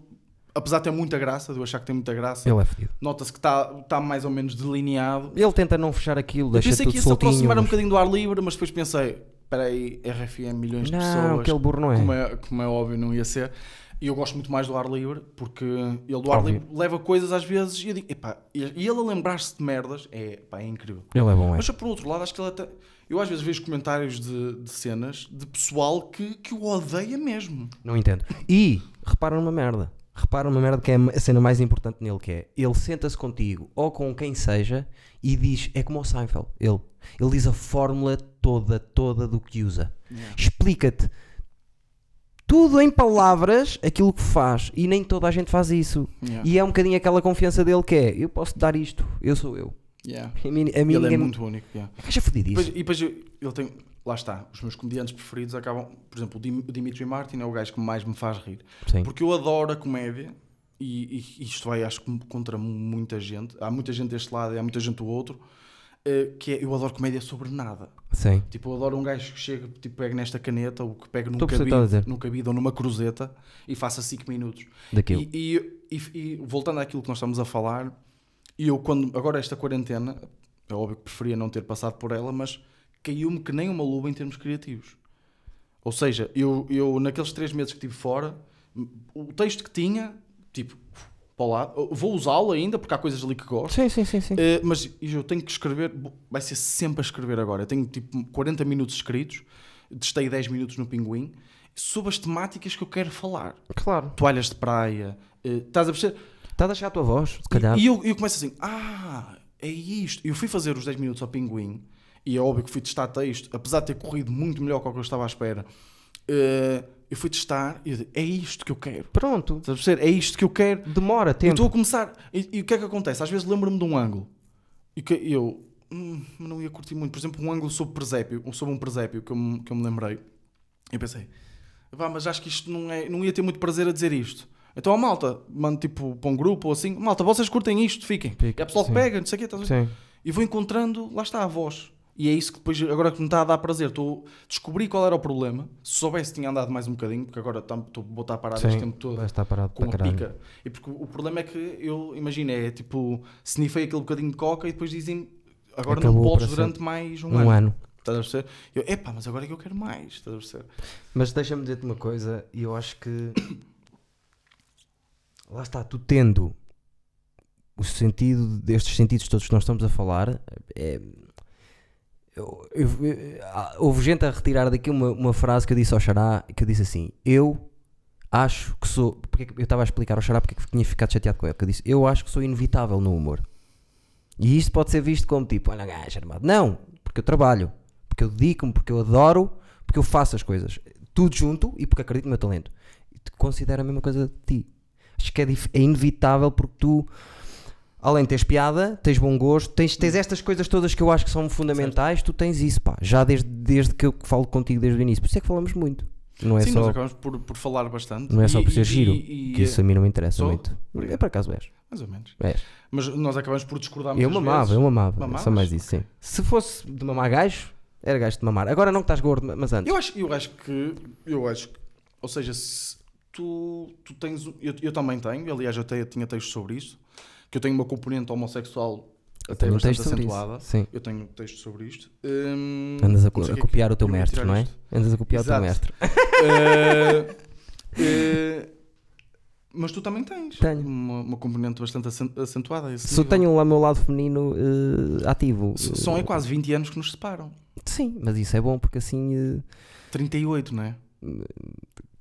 Speaker 2: apesar de ter muita graça, de eu achar que tem muita graça,
Speaker 1: Ele é fedido.
Speaker 2: nota-se que está tá mais ou menos delineado.
Speaker 1: Ele tenta não fechar aquilo,
Speaker 2: Eu
Speaker 1: deixa
Speaker 2: pensei
Speaker 1: tudo
Speaker 2: que ia se
Speaker 1: soltinho.
Speaker 2: aproximar um
Speaker 1: mas-
Speaker 2: bocadinho do ar livre, mas depois pensei, espera aí, RFM, milhões de
Speaker 1: Não,
Speaker 2: pessoas,
Speaker 1: aquele burro não é.
Speaker 2: como, é, como é óbvio não ia ser. E eu gosto muito mais do ar livre, porque ele do ar
Speaker 1: Óbvio.
Speaker 2: livre leva coisas às vezes e eu digo, epá, e e ele a lembrar-se de merdas é, pá, é incrível.
Speaker 1: Ele é bom, é.
Speaker 2: Mas por outro lado, acho que ele até... Eu às vezes vejo comentários de, de cenas de pessoal que, que o odeia mesmo.
Speaker 1: Não entendo. E repara numa merda. Repara numa merda que é a cena mais importante nele, que é ele senta-se contigo ou com quem seja e diz, é como o Seinfeld, ele. Ele diz a fórmula toda, toda do que usa. Explica-te tudo em palavras aquilo que faz e nem toda a gente faz isso.
Speaker 2: Yeah.
Speaker 1: E é um bocadinho aquela confiança dele que é, eu posso dar isto, eu sou eu.
Speaker 2: Yeah.
Speaker 1: A mim, a mim
Speaker 2: Ele é
Speaker 1: ninguém...
Speaker 2: muito único. yeah.
Speaker 1: Acha fodido
Speaker 2: Depois-
Speaker 1: isso.
Speaker 2: e depois eu- ele tem. Lá está, os meus comediantes preferidos acabam. Por exemplo, o Dim- o Dimitri Martin é o gajo que mais me faz rir.
Speaker 1: Sim.
Speaker 2: Porque eu adoro a comédia e, e isto vai, acho que, contra muita gente. Há muita gente deste lado e há muita gente do outro. eh, que é, eu adoro comédia sobre nada.
Speaker 1: Sim.
Speaker 2: Tipo, eu adoro um gajo que chega, tipo, pega nesta caneta ou que pega num
Speaker 1: Estou a perceber o que estás a
Speaker 2: cabide,
Speaker 1: dizer.
Speaker 2: num cabide ou numa cruzeta e faça 5 minutos.
Speaker 1: Daquilo.
Speaker 2: E, e- e- e voltando àquilo que nós estamos a falar, e eu quando agora esta quarentena, é óbvio que preferia não ter passado por ela, mas caiu-me que nem uma luva em termos criativos. Ou seja, eu, eu naqueles três meses que estive fora, o texto que tinha, tipo, para o lado, eu vou usá-lo ainda porque há coisas ali que gosto.
Speaker 1: Sim, sim, sim, sim.
Speaker 2: Eh, mas eu tenho que escrever, vai ser sempre a escrever agora. Eu tenho tipo 40 minutos escritos, testei 10 minutos no Pinguim, sobre as temáticas que eu quero falar
Speaker 1: Claro.
Speaker 2: toalhas de praia. eh, estás a perceber?
Speaker 1: Está a deixar a tua voz, se calhar.
Speaker 2: E eu, eu começo assim: ah, é isto. Eu fui fazer os 10 minutos ao Pinguim e é óbvio que fui testar texto, apesar de ter corrido muito melhor que o que eu estava à espera. eh, eu fui testar e eu digo, é isto que eu quero.
Speaker 1: Pronto.
Speaker 2: Estás a perceber? É isto que eu quero.
Speaker 1: Demora
Speaker 2: Eu
Speaker 1: tempo.
Speaker 2: estou a começar. E, e o que é que acontece? Às vezes lembro-me de um ângulo e que eu hum, mas não ia curtir muito. Por exemplo, um ângulo sobre presépio, ou sobre um presépio que eu, me- que eu me lembrei. Eu pensei, vá, mas acho que isto não é. Não ia ter muito prazer a dizer isto. Então a malta, mando tipo para um grupo ou assim, malta, vocês curtem isto, fiquem.
Speaker 1: Fica,
Speaker 2: e a pessoa que
Speaker 1: sim.
Speaker 2: pega, não sei o quê, estás a ver?
Speaker 1: Sim.
Speaker 2: E vou encontrando, lá está a voz. E é isso que depois, agora que me está a dar prazer, estou descobri qual era o problema. Se soubesse, tinha andado mais um bocadinho, porque agora tam- estou vou estar parado este tempo todo
Speaker 1: vai estar parado
Speaker 2: com
Speaker 1: para
Speaker 2: uma
Speaker 1: caralho.
Speaker 2: pica. E porque o problema é que eu imagino, é tipo, snifei aquele bocadinho de coca e depois dizem agora
Speaker 1: Acabou
Speaker 2: não podes
Speaker 1: para
Speaker 2: durante mais um,
Speaker 1: Um,
Speaker 2: ano.
Speaker 1: ano.
Speaker 2: Estás a perceber? Eu, epá, mas agora é que eu quero mais, estás a perceber?
Speaker 1: Mas deixa-me dizer-te uma coisa, e eu acho que lá está, tu tendo o sentido destes sentidos todos que nós estamos a falar, é- eu- eu- eu- há- houve gente a retirar daqui uma, uma frase que eu disse ao Xará, que eu disse assim, eu acho que sou, porque é que- eu estava a explicar ao Xará porque é que tinha ficado chateado com a época, eu disse, eu acho que sou inevitável no humor. E isto pode ser visto como tipo, olha, gajo armado. Não, porque eu trabalho, porque eu dedico-me, porque eu adoro, porque eu faço as coisas. Tudo junto e porque acredito no meu talento. E te considero a mesma coisa de ti. Acho que é, dif- é inevitável porque tu, além de teres piada, tens bom gosto, tens, tens estas coisas todas que eu acho que são fundamentais, tu tens isso, pá. Já desde, desde que eu falo contigo desde o início. Por isso é que falamos muito. Não é
Speaker 2: Sim, nós
Speaker 1: só,
Speaker 2: acabamos por, por falar bastante.
Speaker 1: não é só
Speaker 2: E-
Speaker 1: por ser
Speaker 2: e-
Speaker 1: giro,
Speaker 2: e- e-
Speaker 1: que isso a mim não me interessa
Speaker 2: sou?
Speaker 1: muito.
Speaker 2: Obrigado.
Speaker 1: É por acaso és.
Speaker 2: Mais ou menos.
Speaker 1: És.
Speaker 2: Mas nós acabamos por discordar
Speaker 1: Eu
Speaker 2: muitas
Speaker 1: mamava, eu
Speaker 2: Ah, vezes.
Speaker 1: mamava.
Speaker 2: Mamavas?
Speaker 1: Só mais isso, sim. Se fosse de mamar gajo, era gajo de mamar. Agora não que estás gordo, mas antes.
Speaker 2: Eu acho, eu acho que. Eu acho que- Ou seja, se tu, tu tens. um- Eu, eu também tenho, aliás, eu até tinha textos sobre isto, que eu tenho uma componente homossexual até
Speaker 1: tenho um
Speaker 2: bastante
Speaker 1: texto sobre isso,
Speaker 2: acentuada.
Speaker 1: sim.
Speaker 2: Eu tenho um texto sobre isto. Hum,
Speaker 1: Andas a,
Speaker 2: não sei
Speaker 1: a
Speaker 2: que é que-
Speaker 1: copiar o teu
Speaker 2: eu ia
Speaker 1: mestre,
Speaker 2: tirar
Speaker 1: não é?
Speaker 2: isto.
Speaker 1: Andas a copiar o
Speaker 2: Exato.
Speaker 1: teu mestre.
Speaker 2: Eh, eh, mas tu também tens
Speaker 1: Tenho.
Speaker 2: Uma, uma componente bastante acen- acentuada. a esse
Speaker 1: Se eu
Speaker 2: nível.
Speaker 1: tenho lá o meu lado feminino eh, ativo.
Speaker 2: S- São é quase 20 anos que nos separam.
Speaker 1: Sim, mas isso é bom porque assim eh,
Speaker 2: 38, não é?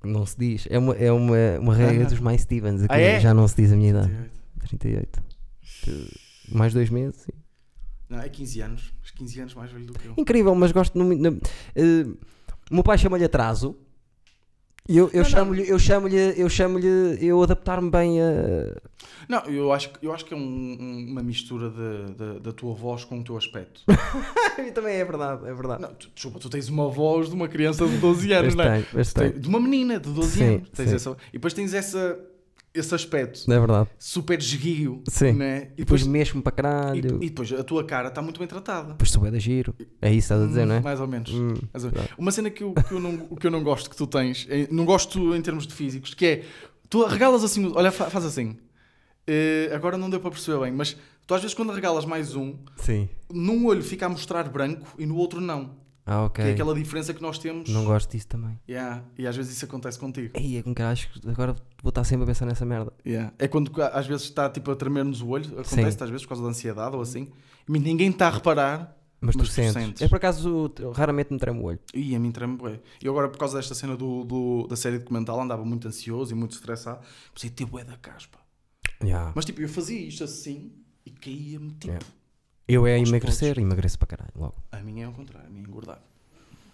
Speaker 1: não se diz. É uma, é uma, uma regra dos mais Stevens.
Speaker 2: Ah, é?
Speaker 1: que Já não se diz a minha idade.
Speaker 2: 38.
Speaker 1: 38. Que- Mais dois meses. sim.
Speaker 2: Não, é 15 anos. Os 15 anos mais velho do que eu.
Speaker 1: Incrível, mas gosto. No, no, eh, o meu pai chama-lhe atraso. E eu, eu
Speaker 2: Não, não.
Speaker 1: chamo-lhe, eu chamo-lhe, eu chamo-lhe, eu adaptar-me bem a.
Speaker 2: Não, eu acho, que- eu acho que é um- um- uma mistura de- de- da tua voz com o teu aspecto.
Speaker 1: também é verdade, é verdade.
Speaker 2: Não, tu, desculpa, tu tens uma voz de uma criança de 12 anos, não é?
Speaker 1: Bastante, bastante.
Speaker 2: Tem- De uma menina de 12
Speaker 1: Sim,
Speaker 2: anos. Tens
Speaker 1: sim.
Speaker 2: essa- e depois tens essa, esse aspecto
Speaker 1: É verdade.
Speaker 2: super esguio,
Speaker 1: Sim.
Speaker 2: né? E
Speaker 1: Depois
Speaker 2: depois,
Speaker 1: mexo-me para
Speaker 2: e,
Speaker 1: caralho.
Speaker 2: e depois a tua cara está muito bem tratada.
Speaker 1: Depois sou bué da giro. É isso que estás a dizer, não é?
Speaker 2: Mais ou menos.
Speaker 1: Hum.
Speaker 2: Mais ou menos. Uma cena que eu, que, eu não, que eu não gosto que tu tens, eh, não gosto em termos de físicos, que é tu regalas assim, o- olha, fa- faz assim. Eh, agora não deu para perceber bem, mas tu às vezes quando regalas mais um,
Speaker 1: Sim.
Speaker 2: num olho fica a mostrar branco e no outro não.
Speaker 1: Ah, ok.
Speaker 2: Que é aquela diferença que nós temos.
Speaker 1: Não gosto disso também.
Speaker 2: Yeah, E às vezes isso acontece contigo.
Speaker 1: Ei, é com caralho, acho que agora vou estar sempre a pensar nessa merda.
Speaker 2: Yeah. É quando ca- às vezes está tipo a tremer-nos o olho,
Speaker 1: Sim.
Speaker 2: acontece às vezes por causa da ansiedade ou assim, mas ninguém está a reparar.
Speaker 1: Mas,
Speaker 2: Mas
Speaker 1: tu,
Speaker 2: tu
Speaker 1: sentes.
Speaker 2: sentes.
Speaker 1: É por acaso, eu raramente me tremo o olho.
Speaker 2: E a mim treme bué. E agora por causa desta cena do, do- da série documental andava muito ansioso e muito estressado, pensei, teu bué da caspa.
Speaker 1: Ya.
Speaker 2: Mas tipo, eu fazia isto assim e caía-me tipo.
Speaker 1: Yeah. Eu é
Speaker 2: aos
Speaker 1: emagrecer, emagreço para caralho logo.
Speaker 2: A minha é ao contrário, a minha é engordar.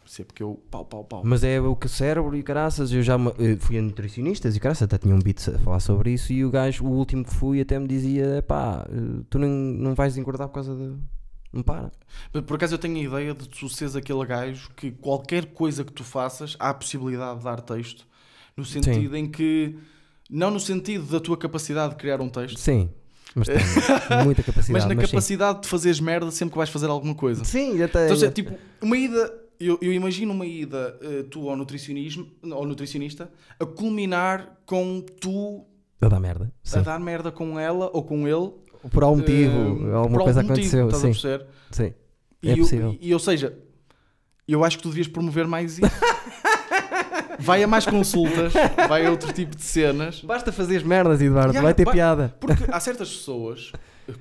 Speaker 2: Percebo porque eu pau, pau, pau.
Speaker 1: Mas é o que o cérebro e caraças. Eu já me- eu fui a nutricionistas e caraças, até tinha um beat a falar sobre isso. E o gajo, o último que fui, até me dizia: pá, eh, tu não, não vais engordar por causa de. Não para.
Speaker 2: Mas, Por acaso eu tenho a ideia de tu seres aquele gajo que qualquer coisa que tu faças há a possibilidade de dar texto. No sentido em que. Não no sentido da tua capacidade de criar um texto,
Speaker 1: Sim, mas tenho muita
Speaker 2: mas
Speaker 1: capacidade.
Speaker 2: na
Speaker 1: Mas, sim.
Speaker 2: capacidade de fazeres merda sempre que vais fazer alguma coisa.
Speaker 1: Sim, já tenho.
Speaker 2: Então, se é, tipo, uma ida. Eu, eu imagino uma ida eh, tu ao, nutricionismo, ao nutricionista a culminar com tu
Speaker 1: a dar merda. Sim.
Speaker 2: a dar merda com ela ou com ele.
Speaker 1: Por algum motivo,
Speaker 2: Então, eh,
Speaker 1: alguma
Speaker 2: por
Speaker 1: coisa
Speaker 2: algum
Speaker 1: aconteceu.
Speaker 2: Motivo,
Speaker 1: sim,
Speaker 2: estás a perceber?
Speaker 1: sim.
Speaker 2: E,
Speaker 1: É
Speaker 2: eu-
Speaker 1: possível.
Speaker 2: e- ou seja, eu acho que tu devias promover mais isso. vai a mais consultas, vai a outro tipo de cenas.
Speaker 1: Basta fazeres merdas, Eduardo,
Speaker 2: Ya,
Speaker 1: vai ter
Speaker 2: ba-
Speaker 1: piada.
Speaker 2: Porque há certas pessoas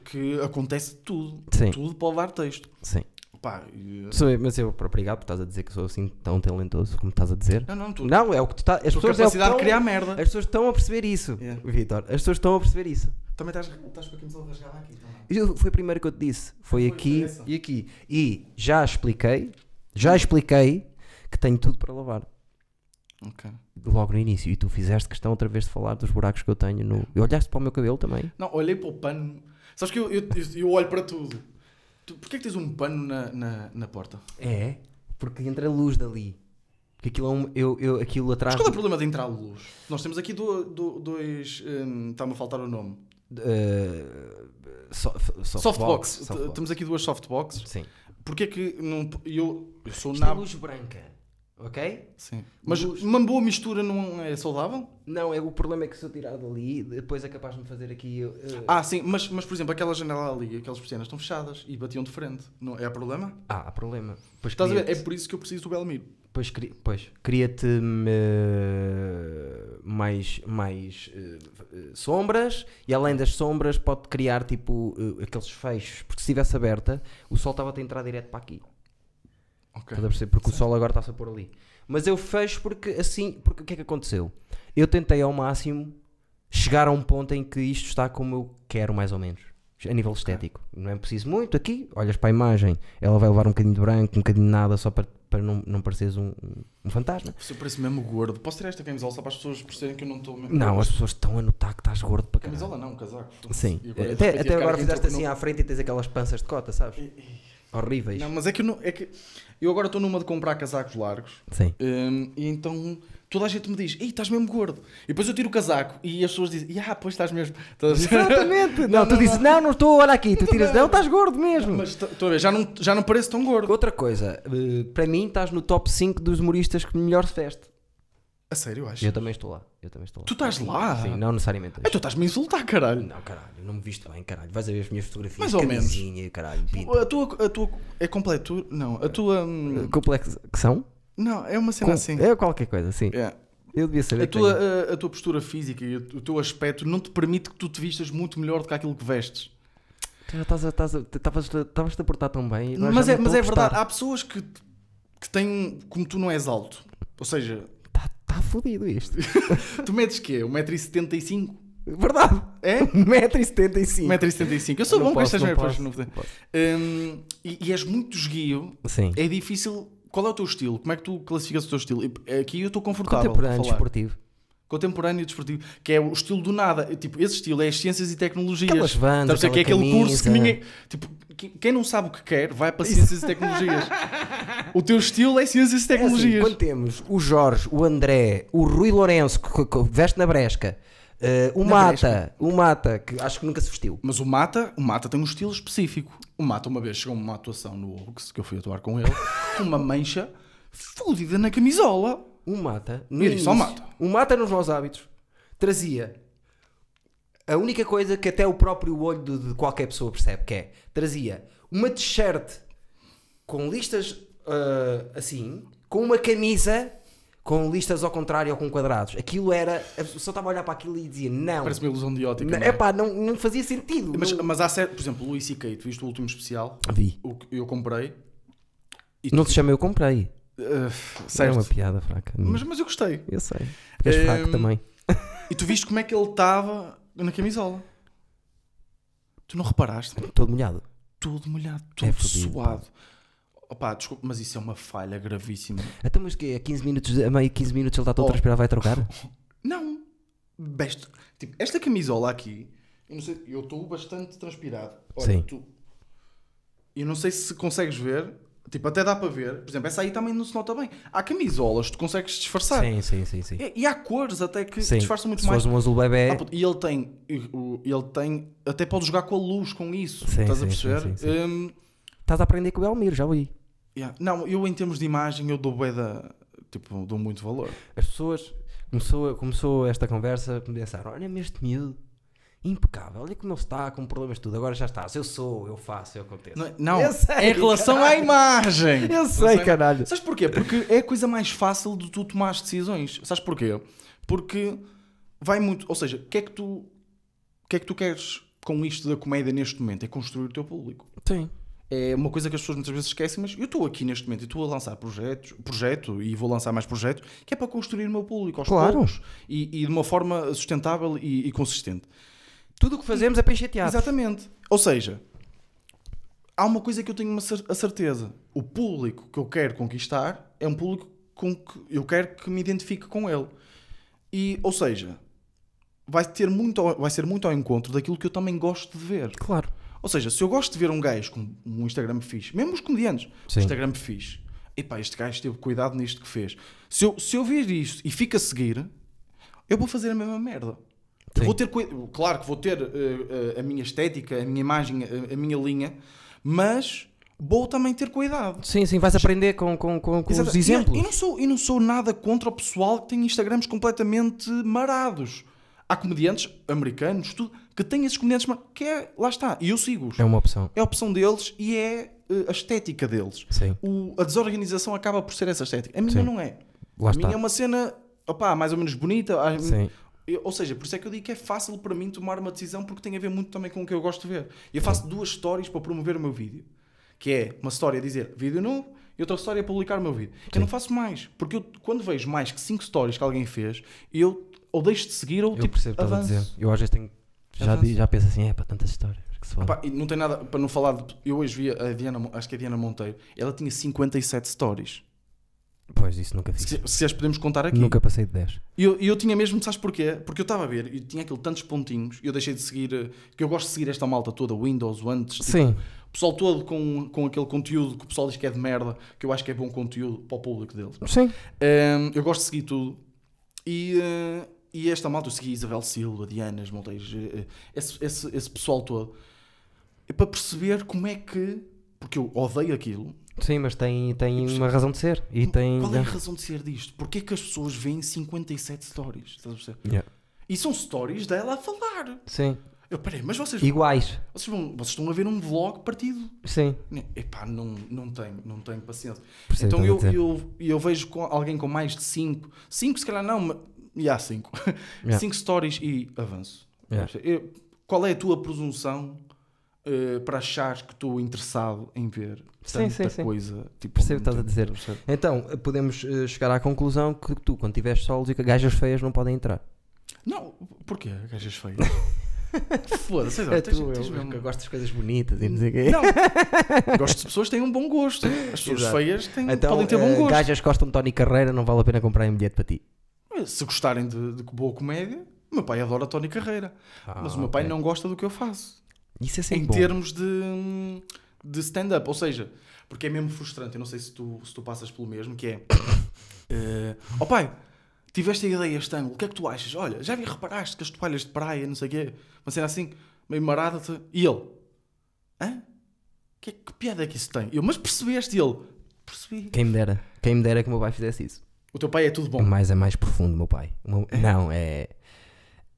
Speaker 2: que acontece tudo.
Speaker 1: Sim.
Speaker 2: Tudo pode dar texto.
Speaker 1: Sim.
Speaker 2: Pá, e-
Speaker 1: Sou eu, mas eu, obrigado por estás a dizer que sou assim tão talentoso como estás a dizer.
Speaker 2: Não, não, tu,
Speaker 1: Não, é o que tu estás. As
Speaker 2: tua
Speaker 1: pessoas é o que
Speaker 2: capacidade de
Speaker 1: tão-
Speaker 2: criar merda.
Speaker 1: As pessoas estão a perceber isso,
Speaker 2: Yeah.
Speaker 1: Vitor. As pessoas estão a perceber isso.
Speaker 2: Também estás, estás com a camisola rasgada aqui. Não é?
Speaker 1: Eu- foi a primeira que eu te disse. Foi
Speaker 2: Foi,
Speaker 1: aqui
Speaker 2: foi essa.
Speaker 1: e aqui. E já expliquei, já expliquei que tenho tudo para lavar.
Speaker 2: Ok.
Speaker 1: Logo no início. E tu fizeste questão outra vez de falar dos buracos que eu tenho no. E olhaste para o meu cabelo também.
Speaker 2: Não, olhei para o pano. Sabes que eu, eu, eu- eu olho para tudo. Tu, porquê é que tens um pano na, na, na porta?
Speaker 1: É, porque entra luz dali. Porque aquilo, é um- eu, eu, aquilo atrás.
Speaker 2: Mas qual é o problema de entrar luz? Nós temos aqui do- do- dois. hum, Está-me a faltar o nome.
Speaker 1: Eh, so- softbox.
Speaker 2: Softbox. T-
Speaker 1: softbox.
Speaker 2: Temos aqui duas softboxes.
Speaker 1: Sim.
Speaker 2: Porquê é que não. Eu, eu sou
Speaker 1: Isto é
Speaker 2: nabo.
Speaker 1: luz branca, ok?
Speaker 2: Sim. Mas
Speaker 1: Luz.
Speaker 2: uma boa mistura não é saudável?
Speaker 1: Não, é, o problema é que se eu tirar dali, depois é capaz de me fazer aqui. eh,
Speaker 2: Ah, sim, mas, mas por exemplo, aquela janela ali, aquelas persianas estão fechadas e batiam de frente. Não, é problema?
Speaker 1: Ah, há problema. Pois
Speaker 2: Estás a ver?
Speaker 1: queria-te.
Speaker 2: É por isso que eu preciso do Belmiro.
Speaker 1: Pois, queria- pois, queria-te eh, mais, mais eh, eh, sombras e além das sombras pode criar tipo eh, aqueles fechos, porque se estivesse aberta o sol estava a entrar direto para aqui.
Speaker 2: Ok.
Speaker 1: Estás a perceber? Porque o sol agora está-se a pôr ali. Mas eu fecho porque assim, porque o que é que aconteceu? Eu tentei ao máximo chegar a um ponto em que isto está como eu quero, mais ou menos. A nível estético. Não é preciso muito aqui. Olhas para a imagem, ela vai levar um bocadinho de branco, um bocadinho de nada, só para, para não, não pareceres um, um fantasma.
Speaker 2: Se eu pareço mesmo gordo, posso tirar esta camisola só para as pessoas perceberem que eu não estou mesmo.
Speaker 1: Não, as
Speaker 2: gordo?
Speaker 1: pessoas estão a notar que estás gordo para caralho.
Speaker 2: Camisola não, casaco.
Speaker 1: Sim.
Speaker 2: E agora, de
Speaker 1: Até, até
Speaker 2: repente, a cara
Speaker 1: agora
Speaker 2: que
Speaker 1: fizeste
Speaker 2: entrou
Speaker 1: assim à frente então e tens aquelas panças de cota, sabes?
Speaker 2: que não-
Speaker 1: Horríveis.
Speaker 2: Não, mas é que eu, não, é que eu agora estou numa de comprar casacos largos
Speaker 1: Sim.
Speaker 2: Hum, e então toda a gente me diz: Ei, estás mesmo gordo. E depois eu tiro o casaco e as pessoas dizem: Ah, pois estás mesmo. Estás-
Speaker 1: Exatamente. Não, tu dizes, não, não estou, olha aqui. Tu tiras, não, estás gordo mesmo.
Speaker 2: Mas t- estou a ver, já não, já não pareço tão gordo.
Speaker 1: Outra coisa, eh, para mim estás no top 5 dos humoristas que melhor se veste.
Speaker 2: A sério, acho.
Speaker 1: Eu também estou lá. Eu também estou lá.
Speaker 2: Tu estás lá?
Speaker 1: Sim, não necessariamente.
Speaker 2: Ah, tu estás-me a insultar, caralho.
Speaker 1: Não, caralho, não me visto bem, caralho. Vais a ver as minhas fotografias.
Speaker 2: Mais ou menos.
Speaker 1: camisinha, caralho, pinto.
Speaker 2: A tua, a tua. É completo? Não, a tua. hum,
Speaker 1: Complexão?
Speaker 2: Não, é uma cena
Speaker 1: Com-
Speaker 2: assim.
Speaker 1: É qualquer coisa, sim.
Speaker 2: É.
Speaker 1: Eu devia saber.
Speaker 2: A
Speaker 1: que
Speaker 2: tua, a, a tua postura física e o teu aspecto não te permite que tu te vistas muito melhor do que aquilo que vestes.
Speaker 1: tenho. Tu já estás a- estás a- estavas- estavas-te a portar tão bem. agora
Speaker 2: Mas
Speaker 1: já
Speaker 2: é,
Speaker 1: me estou a
Speaker 2: mas é verdade,
Speaker 1: gostar.
Speaker 2: há pessoas que, que têm um. Como tu não és alto. Ou seja,
Speaker 1: Está tá fodido isto.
Speaker 2: tu medes quê? 1,75m?
Speaker 1: Verdade.
Speaker 2: É?
Speaker 1: 1,75m.
Speaker 2: 1,75m. Eu sou
Speaker 1: Não
Speaker 2: bom com
Speaker 1: posso,
Speaker 2: estas
Speaker 1: não
Speaker 2: merdas.
Speaker 1: posso,
Speaker 2: não vou-
Speaker 1: não posso.
Speaker 2: Hum, e, e és muito esguio.
Speaker 1: Sim.
Speaker 2: É difícil. Qual é o teu estilo? Como é que tu classificas o teu estilo? E- eh, Aqui eu estou confortável.
Speaker 1: Contemporâneo,
Speaker 2: a falar.
Speaker 1: desportivo.
Speaker 2: Contemporâneo e desportivo, que é o estilo do nada. Eu, Tipo, esse estilo é as ciências e tecnologias.
Speaker 1: Aquelas vans,
Speaker 2: Sabes, é que é
Speaker 1: aquela
Speaker 2: aquele curso que
Speaker 1: camisa.
Speaker 2: ninguém. Tipo, que- quem não sabe o que quer vai para ciências e tecnologias. O teu estilo é ciências e
Speaker 1: É assim,
Speaker 2: tecnologias.
Speaker 1: quando temos o Jorge, o André, o Rui Lourenço, que, que- que veste na Bresca, eh, o
Speaker 2: Na
Speaker 1: Mata, o Mata, que acho que nunca se vestiu.
Speaker 2: Mas o Mata, o Mata tem um estilo específico. O Mata uma vez chegou-me uma atuação no Oaks, que eu fui atuar com ele, com uma mancha fodida na camisola.
Speaker 1: O Mata, no
Speaker 2: Eu disse ao
Speaker 1: início,
Speaker 2: Mata.
Speaker 1: o Mata nos maus hábitos, trazia a única coisa que até o próprio olho de, de qualquer pessoa percebe, que é, trazia uma t-shirt com listas eh, assim, com uma camisa com listas ao contrário ou com quadrados. Aquilo era, a pessoa estava a olhar para aquilo e dizia, não,
Speaker 2: Parece uma ilusão de ótica. não
Speaker 1: é
Speaker 2: é?
Speaker 1: pá, não, não fazia sentido.
Speaker 2: Mas,
Speaker 1: não-
Speaker 2: mas há certo, por exemplo, Luís e Kate, viste o último especial?
Speaker 1: Vi.
Speaker 2: O que eu comprei.
Speaker 1: Não se chama Eu Comprei.
Speaker 2: eh,
Speaker 1: É uma
Speaker 2: certo.
Speaker 1: piada fraca.
Speaker 2: Mas, mas eu gostei.
Speaker 1: Eu sei. Porque és
Speaker 2: Ehm,
Speaker 1: fraco também.
Speaker 2: E tu viste como é que ele estava na camisola? Tu não reparaste?
Speaker 1: Todo molhado.
Speaker 2: Todo molhado, todo
Speaker 1: É fodido, pá.
Speaker 2: suado. Opa, desculpa, mas isso é uma falha gravíssima.
Speaker 1: Até mas que é 15 minutos, a meio 15 minutos ele está todo
Speaker 2: Oh.
Speaker 1: a transpirar, vai trocar?
Speaker 2: Não. Best... Tipo, esta camisola aqui, eu não sei, eu estou bastante transpirado. Olha,
Speaker 1: Sim.
Speaker 2: tu. Eu não sei se consegues ver, tipo, até dá para ver. Por exemplo, essa aí também não se nota bem. Há camisolas que tu consegues disfarçar.
Speaker 1: Sim, sim, sim, sim.
Speaker 2: E, e há cores até que
Speaker 1: Sim.
Speaker 2: disfarçam muito
Speaker 1: Se
Speaker 2: mais.
Speaker 1: fores um azul bebê,
Speaker 2: Ah, puto, e ele tem, e o- ele tem, até pode jogar com a luz com isso.
Speaker 1: Sim,
Speaker 2: estás a
Speaker 1: sim, sim, sim,
Speaker 2: perceber?
Speaker 1: sim.
Speaker 2: Hum,
Speaker 1: estás a aprender com o Belmiro, já ouvi.
Speaker 2: yeah. Não, eu em termos de imagem, eu dou bué da. Tipo, dou muito valor.
Speaker 1: As pessoas, começou, começou esta conversa, começaram, olha-me este miúdo, impecável, olha como ele está, com problemas de tudo, agora já está, eu sou, eu faço, eu aconteço.
Speaker 2: Não, não,
Speaker 1: Eu sei,
Speaker 2: é em relação
Speaker 1: caralho.
Speaker 2: à imagem.
Speaker 1: Eu sei,
Speaker 2: Não
Speaker 1: caralho.
Speaker 2: Sabes porquê? Porque é a coisa mais fácil de tu tomar as decisões. Sabes porquê? Porque vai muito. Ou seja, o que é que tu. o que é que tu queres com isto da comédia neste momento? É construir o teu público.
Speaker 1: Sim.
Speaker 2: É uma coisa que as pessoas muitas vezes esquecem, mas eu estou aqui neste momento e estou a lançar projetos, projeto e vou lançar mais projetos, que é para construir o meu público aos
Speaker 1: Claro.
Speaker 2: poucos e, e de uma forma sustentável e, e consistente.
Speaker 1: Tudo o que fazemos é para encher teatro.
Speaker 2: Exatamente. Ou seja, há uma coisa que eu tenho uma cer- a certeza: o público que eu quero conquistar é um público com que eu quero que me identifique com ele. E, ou seja, vai, ter muito ao- vai ser muito ao encontro daquilo que eu também gosto de ver.
Speaker 1: Claro.
Speaker 2: Ou seja, se eu gosto de ver um gajo com um Instagram fixe, mesmo os comediantes,
Speaker 1: Sim.
Speaker 2: Instagram fixe, epá, este gajo teve cuidado nisto que fez. Se eu, se eu ver isto e fico a seguir, eu vou fazer a mesma merda. Eu
Speaker 1: Sim.
Speaker 2: vou ter cuidado, claro que vou ter eh, eh, a minha estética, a minha imagem, a, a minha linha, mas vou também ter cuidado.
Speaker 1: Sim, sim, vais aprender com, com, com, com os
Speaker 2: Exato. E-
Speaker 1: exemplos.
Speaker 2: E não, sou, e não sou nada contra o pessoal que tem Instagrams completamente marados. Há comediantes americanos tudo, que têm esses comediantes marados, que é, lá está, e eu sigo-os
Speaker 1: É uma opção.
Speaker 2: é a opção deles e é eh, a estética deles.
Speaker 1: Sim.
Speaker 2: O- a desorganização acaba por ser essa estética. A minha
Speaker 1: Sim.
Speaker 2: não é.
Speaker 1: Lá
Speaker 2: a
Speaker 1: está.
Speaker 2: minha é uma cena opá, mais ou menos bonita. a-
Speaker 1: Sim.
Speaker 2: eu- ou seja, por isso é que eu digo que é fácil para mim tomar uma decisão porque tem a ver muito também com o que eu gosto de ver. Eu faço duas stories para promover o meu vídeo. Que é uma história a dizer vídeo novo e outra história a publicar o meu vídeo. Eu não faço mais. Porque eu, quando vejo mais que cinco stories que alguém fez, eu ou deixo de seguir ou
Speaker 1: Eu
Speaker 2: tipo,
Speaker 1: percebo o que estás a
Speaker 2: avanço.
Speaker 1: dizer. Eu às vezes tenho. Já,
Speaker 2: Avanço.
Speaker 1: di- já penso assim, é para tantas histórias. Que se foda.
Speaker 2: Pá, e não tem nada para não falar. De, eu hoje vi a Diana, Mo- acho que é a Diana Monteiro, ela tinha 57 stories.
Speaker 1: Pois, isso nunca fiz.
Speaker 2: Se, se as podemos contar aqui.
Speaker 1: Nunca passei de 10.
Speaker 2: E eu, e eu tinha mesmo, sabes porquê? Porque eu estava a ver, e tinha aquele tantos pontinhos, e eu deixei de seguir, eh, que eu gosto de seguir esta malta toda, Windows, antes, tipo,
Speaker 1: Sim.
Speaker 2: o pessoal todo com, com aquele conteúdo que o pessoal diz que é de merda, que eu acho que é bom conteúdo para o público deles.
Speaker 1: Sim.
Speaker 2: Ehm, eu gosto de seguir tudo. E, eh, e esta malta, eu segui a Isabel Silva, Dianas Monteiro, eh, eh, esse, esse, esse pessoal todo, é para perceber como é que. Porque eu odeio aquilo.
Speaker 1: Sim, mas tem, tem uma razão de ser. E tem. né?
Speaker 2: Qual é a razão de ser disto? Porquê que as pessoas veem 57 stories? Estás a perceber?
Speaker 1: Yeah.
Speaker 2: E são stories dela a falar.
Speaker 1: um- Sim.
Speaker 2: Eu, peraí, mas vocês,
Speaker 1: Iguais.
Speaker 2: vocês, vão, vocês estão a ver um vlog partido.
Speaker 1: Sim.
Speaker 2: Né, Epá, não, não tenho, não tenho paciência.
Speaker 1: Percebo o
Speaker 2: então
Speaker 1: é que
Speaker 2: eu,
Speaker 1: estás a
Speaker 2: eu, eu vejo com alguém com mais de 5, 5 se calhar não, mas e há 5. 5
Speaker 1: Yeah.
Speaker 2: stories e avanço.
Speaker 1: Yeah.
Speaker 2: Eu- qual é a tua presunção eh, para achares que estou interessado em ver
Speaker 1: Sim,
Speaker 2: tanta
Speaker 1: sim, sim.
Speaker 2: coisa? Tipo,
Speaker 1: Percebo
Speaker 2: ao
Speaker 1: o que estás a
Speaker 2: mesmo
Speaker 1: dizer.
Speaker 2: tempo, percebes?
Speaker 1: Então, podemos eh, chegar à conclusão que tu, quando tiveres solos e que gajas feias não podem entrar.
Speaker 2: Não, porquê? Gajas feias. Foda-se,
Speaker 1: É
Speaker 2: tens-
Speaker 1: tu,
Speaker 2: tens
Speaker 1: eu,
Speaker 2: mesmo-
Speaker 1: que eu gosto das coisas bonitas e não sei o quê.
Speaker 2: Não, gosto de pessoas que têm um bom gosto. As pessoas
Speaker 1: Exato.
Speaker 2: feias têm,
Speaker 1: Então,
Speaker 2: podem ter bom
Speaker 1: eh,
Speaker 2: gosto.
Speaker 1: gajas que gostam de Tony Carreira, não vale a pena comprar um bilhete para ti.
Speaker 2: Se gostarem de, de boa comédia, o meu pai adora Tony Carreira.
Speaker 1: Ah,
Speaker 2: mas o meu pai
Speaker 1: ok.
Speaker 2: não gosta do que eu faço.
Speaker 1: Isso é sempre
Speaker 2: em
Speaker 1: bom.
Speaker 2: termos de, de stand-up. Ou seja, porque é mesmo frustrante. Eu não sei se tu, se tu passas pelo mesmo, que é... eh, oh pai, tiveste a ideia este ângulo. O que é que tu achas? Olha, já vi, reparaste que as toalhas de praia, não sei o quê. Mas era assim, meio marada-te. E ele... Hã? Que, que piada é que isso tem? Eu, mas percebeste? E ele... Percebi.
Speaker 1: Quem me dera. Quem me dera que o meu pai fizesse isso.
Speaker 2: O teu pai é tudo bom.
Speaker 1: Mas é mais profundo, meu pai. O meu- Não, é.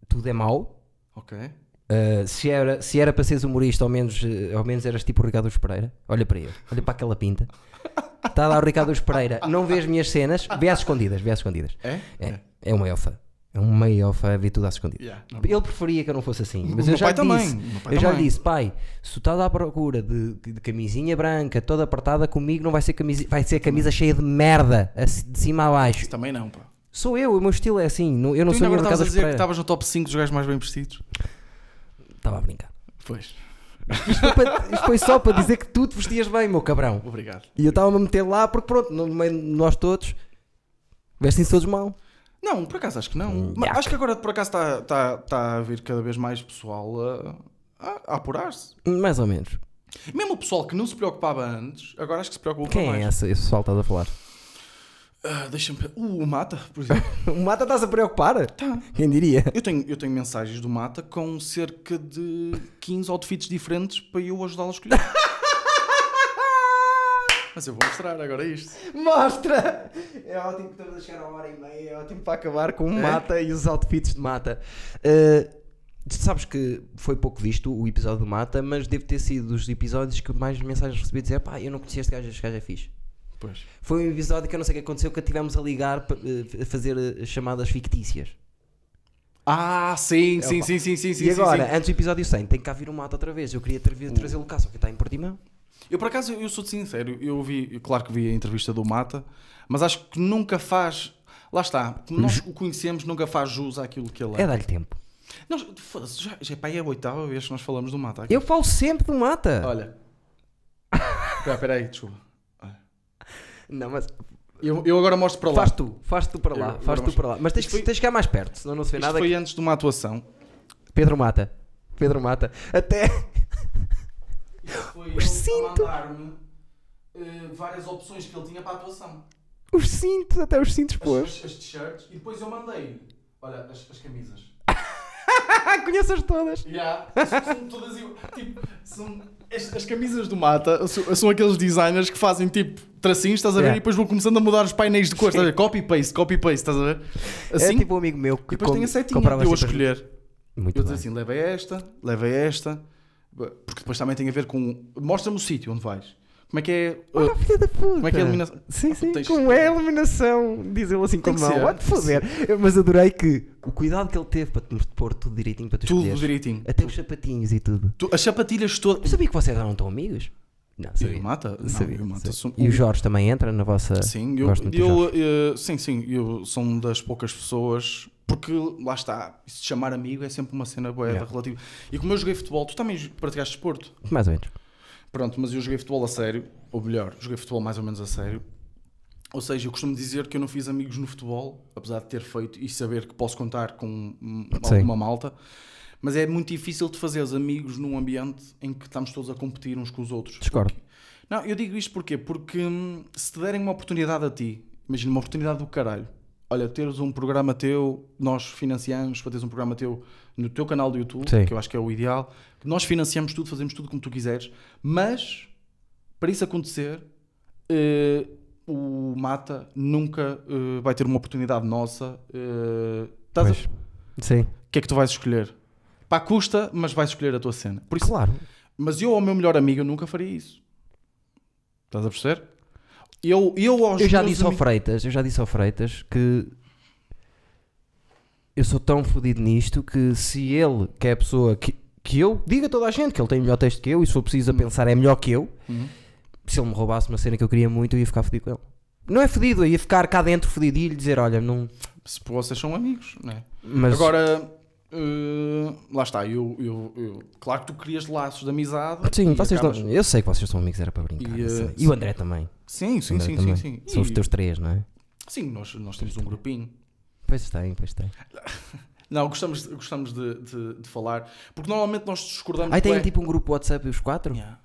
Speaker 1: Tudo é mau.
Speaker 2: Ok. É?
Speaker 1: Uh, se, era, se era para seres humorista, ao menos, eh, ao menos eras tipo o Ricardo Luz Pereira. Olha para ele, olha para aquela pinta. Está lá o Ricardo Luz Pereira. Não vê as minhas cenas, vê às escondidas, vê às escondidas.
Speaker 2: É?
Speaker 1: É, é um meio fã. É um meio fã, vê tudo às escondidas.
Speaker 2: Yeah, normal.
Speaker 1: Ele preferia que eu não fosse assim. Mas
Speaker 2: Tá meu
Speaker 1: eu já
Speaker 2: pai
Speaker 1: lhe disse,
Speaker 2: também, meu pai
Speaker 1: eu já lhe
Speaker 2: também.
Speaker 1: disse, pai, se tu estás à procura de, de camisinha branca, toda apertada comigo, não vai ser camisa, vai ser camisa cheia de merda, assim, de cima a baixo.
Speaker 2: Isso também não, pá.
Speaker 1: Sou eu, o meu estilo é assim. não- eu não
Speaker 2: tu
Speaker 1: sou
Speaker 2: ainda
Speaker 1: nenhum Ricardo
Speaker 2: agora estavas a
Speaker 1: Luz
Speaker 2: dizer que
Speaker 1: Pereira.
Speaker 2: estavas no top 5 dos gajos mais bem vestidos.
Speaker 1: Estava a brincar.
Speaker 2: Pois.
Speaker 1: Isto foi, para- isto foi só para dizer que tu te vestias bem, meu cabrão.
Speaker 2: Obrigado.
Speaker 1: E eu estava-me a meter lá porque, pronto, no meio de nós todos, vestem-se todos mal.
Speaker 2: Não, por acaso acho que não.
Speaker 1: Hum,
Speaker 2: Mas
Speaker 1: yaca.
Speaker 2: acho que agora por acaso está tá, tá a vir cada vez mais pessoal a, a- a apurar-se.
Speaker 1: Mais ou menos.
Speaker 2: Mesmo o pessoal que não se preocupava antes, agora acho que se preocupa
Speaker 1: Quem é
Speaker 2: mais.
Speaker 1: essa, esse pessoal que estás a falar?
Speaker 2: Ah, Deixa-me. pe- Uh, o Mata, por exemplo.
Speaker 1: O Mata estás a preocupar?
Speaker 2: Tá.
Speaker 1: Quem diria?
Speaker 2: eu, tenho, eu tenho mensagens do Mata com cerca de 15 outfits diferentes para eu ajudá-lo a escolher. Mas eu vou mostrar agora isto.
Speaker 1: Mostra! É ótimo que estamos a chegar a uma hora e meia, é ótimo para acabar com o Mata e os outfits de Mata. Uh, tu sabes que foi pouco visto o episódio do Mata, mas deve ter sido dos episódios que mais mensagens recebi dizer: pá, eu não conhecia este gajo, este gajo é fixe.
Speaker 2: Pois.
Speaker 1: Foi um episódio que eu não sei o que aconteceu, que tivemos a ligar pa- eh, a fazer eh, chamadas fictícias.
Speaker 2: Ah, sim, sim,
Speaker 1: Opa.
Speaker 2: sim, sim, sim, sim.
Speaker 1: É e
Speaker 2: sim,
Speaker 1: agora,
Speaker 2: sim.
Speaker 1: antes do episódio 100, tem que cá vir o Mata outra vez. Eu queria tra- trazê-lo cá, só que está em Portimão.
Speaker 2: Eu, por acaso, eu sou sincero. Eu vi, eu, claro que vi a entrevista do Mata, mas acho que nunca faz. Lá está, como nós o conhecemos, nunca faz jus àquilo que ele
Speaker 1: É
Speaker 2: é.
Speaker 1: dar-lhe tempo.
Speaker 2: Nós, foda-se, já, já pá, é a oitava vez que nós falamos do Mata. aqui.
Speaker 1: Eu falo sempre do Mata.
Speaker 2: Olha. Espera, espera aí, desculpa. Olha.
Speaker 1: Não, mas
Speaker 2: Eu, eu agora mostro para lá.
Speaker 1: faz tu, faz tu para
Speaker 2: Eu-
Speaker 1: lá,
Speaker 2: eu
Speaker 1: faz tu
Speaker 2: gosto.
Speaker 1: para lá. Mas tens, que-
Speaker 2: Isto foi-
Speaker 1: tens que chegar mais perto, senão não se vê
Speaker 2: Isto
Speaker 1: nada.
Speaker 2: foi antes de uma atuação.
Speaker 1: Pedro Mata. Pedro Mata. Até.
Speaker 2: Foi
Speaker 1: ele a cinto.
Speaker 2: mandar-me eh, várias opções que ele tinha para a atuação.
Speaker 1: Os cintos, até os cintos pôs.
Speaker 2: As, t-shirts. E depois eu mandei, olha, as camisas.
Speaker 1: Ah, conheço-as todas.
Speaker 2: Yeah. São todas iguais. Tipo, são as, as camisas do Mata são, são aqueles designers que fazem tipo tracinhos, estás a ver?
Speaker 1: Yeah.
Speaker 2: E depois vão começando a mudar os painéis de cor, estás a ver? Copy paste, copy paste, estás a ver? Assim,
Speaker 1: É tipo um amigo meu que
Speaker 2: e depois
Speaker 1: com-
Speaker 2: tem a setinha
Speaker 1: comprava
Speaker 2: eu a
Speaker 1: sempre-
Speaker 2: escolher.
Speaker 1: Muito
Speaker 2: Eu
Speaker 1: bem.
Speaker 2: dizer assim, leva esta, leva esta, porque depois também tem a ver com. Mostra-me o sítio onde vais. Como é que é. uh,
Speaker 1: Ah, filha da puta.
Speaker 2: como é que é a iluminação?
Speaker 1: Sim, sim,
Speaker 2: Tens-
Speaker 1: como é a iluminação, diz ele assim com a
Speaker 2: Tem que ser.
Speaker 1: mão, vai-te foder. Eu- Mas adorei que o cuidado que ele teve para te pôr tudo direitinho para tu
Speaker 2: Tudo
Speaker 1: escolheres.
Speaker 2: direitinho.
Speaker 1: Até os sapatinhos e tudo.
Speaker 2: Tu- as sapatilhas todas.
Speaker 1: Sabia que vocês não estão amigos? Não,
Speaker 2: E
Speaker 1: sabia.
Speaker 2: o Mata? Não,
Speaker 1: sabia,
Speaker 2: e o Mata
Speaker 1: sabia.
Speaker 2: são-
Speaker 1: E o Jorge também entra na vossa...
Speaker 2: Sim, eu,
Speaker 1: Gosto muito do
Speaker 2: eu, eh, sim, sim, eu sou das poucas pessoas, porque lá está, isso de chamar amigo é sempre uma cena boa,
Speaker 1: Yeah.
Speaker 2: relativa. E como eu joguei futebol, tu também praticaste desporto.
Speaker 1: Mais ou menos.
Speaker 2: Pronto, mas eu joguei futebol a sério, ou melhor, joguei futebol mais ou menos a sério. Ou seja, eu costumo dizer que eu não fiz amigos no futebol, apesar de ter feito e saber que posso contar com hum,
Speaker 1: Sim.
Speaker 2: alguma malta, mas é muito difícil de fazer amigos num ambiente em que estamos todos a competir uns com os outros.
Speaker 1: Discordo.
Speaker 2: Porque- Não, eu digo isto porquê? Porque hum, se te derem uma oportunidade a ti, imagina uma oportunidade do caralho, olha, teres um programa teu, nós financiamos para teres um programa teu no teu canal do YouTube,
Speaker 1: Sim.
Speaker 2: que eu acho que é o ideal, nós financiamos tudo, fazemos tudo como tu quiseres, mas para isso acontecer, eh, o Mata nunca eh, vai ter uma oportunidade nossa. eh, estás a-
Speaker 1: Pois. Sim.
Speaker 2: O que é que tu vais escolher? Pá, custa, mas vais escolher a tua cena. Por isso,
Speaker 1: Claro.
Speaker 2: Mas eu ao meu melhor amigo eu nunca faria isso. Estás a perceber? Eu, eu, aos
Speaker 1: Eu já
Speaker 2: meus
Speaker 1: disse ao
Speaker 2: amigos-
Speaker 1: Freitas, eu já disse ao Freitas que eu sou tão fodido nisto que se ele, que é a pessoa que, que eu, diga a toda a gente que ele tem melhor texto que eu e se for preciso a pensar é melhor que eu,
Speaker 2: Uhum.
Speaker 1: se ele me roubasse uma cena que eu queria muito, eu ia ficar fodido com ele. Não é fodido, eu ia ficar cá dentro fodido e lhe dizer, olha, não.
Speaker 2: Se vocês são amigos, não é?
Speaker 1: Mas
Speaker 2: Agora, eh, lá está. Eu, eu, eu- claro que tu crias laços de amizade.
Speaker 1: Ah, sim,
Speaker 2: e
Speaker 1: vocês
Speaker 2: acabas-
Speaker 1: não, eu sei que vocês são amigos, era para brincar.
Speaker 2: E,
Speaker 1: eu sei.
Speaker 2: eh,
Speaker 1: E o André também.
Speaker 2: Sim, sim,
Speaker 1: André
Speaker 2: sim, sim,
Speaker 1: também.
Speaker 2: sim.
Speaker 1: São os
Speaker 2: E-
Speaker 1: teus três, não é?
Speaker 2: Sim, nós, nós temos um grupinho.
Speaker 1: Pois tem, pois tem.
Speaker 2: Não, gostamos, gostamos de, de- de falar. Porque normalmente nós discordamos.
Speaker 1: Aí tem
Speaker 2: bué.
Speaker 1: tipo um grupo WhatsApp os quatro?
Speaker 2: Yeah.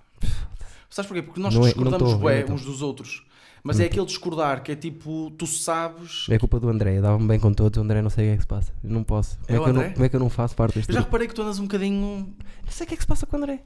Speaker 2: Sabes porquê? Porque nós
Speaker 1: Não é- não
Speaker 2: discordamos
Speaker 1: tô,
Speaker 2: bué
Speaker 1: não tô.
Speaker 2: uns dos outros. Mas é aquele discordar que é tipo, tu sabes.
Speaker 1: É culpa do André, eu dava-me bem com todos, o André não sei o que é que se passa. Eu não posso. Como
Speaker 2: É
Speaker 1: é,
Speaker 2: o
Speaker 1: que eu não,
Speaker 2: André?
Speaker 1: como é que eu não faço parte deste
Speaker 2: Eu já
Speaker 1: grupo?
Speaker 2: reparei que tu andas um bocadinho.
Speaker 1: Não sei o que é que se passa com o André.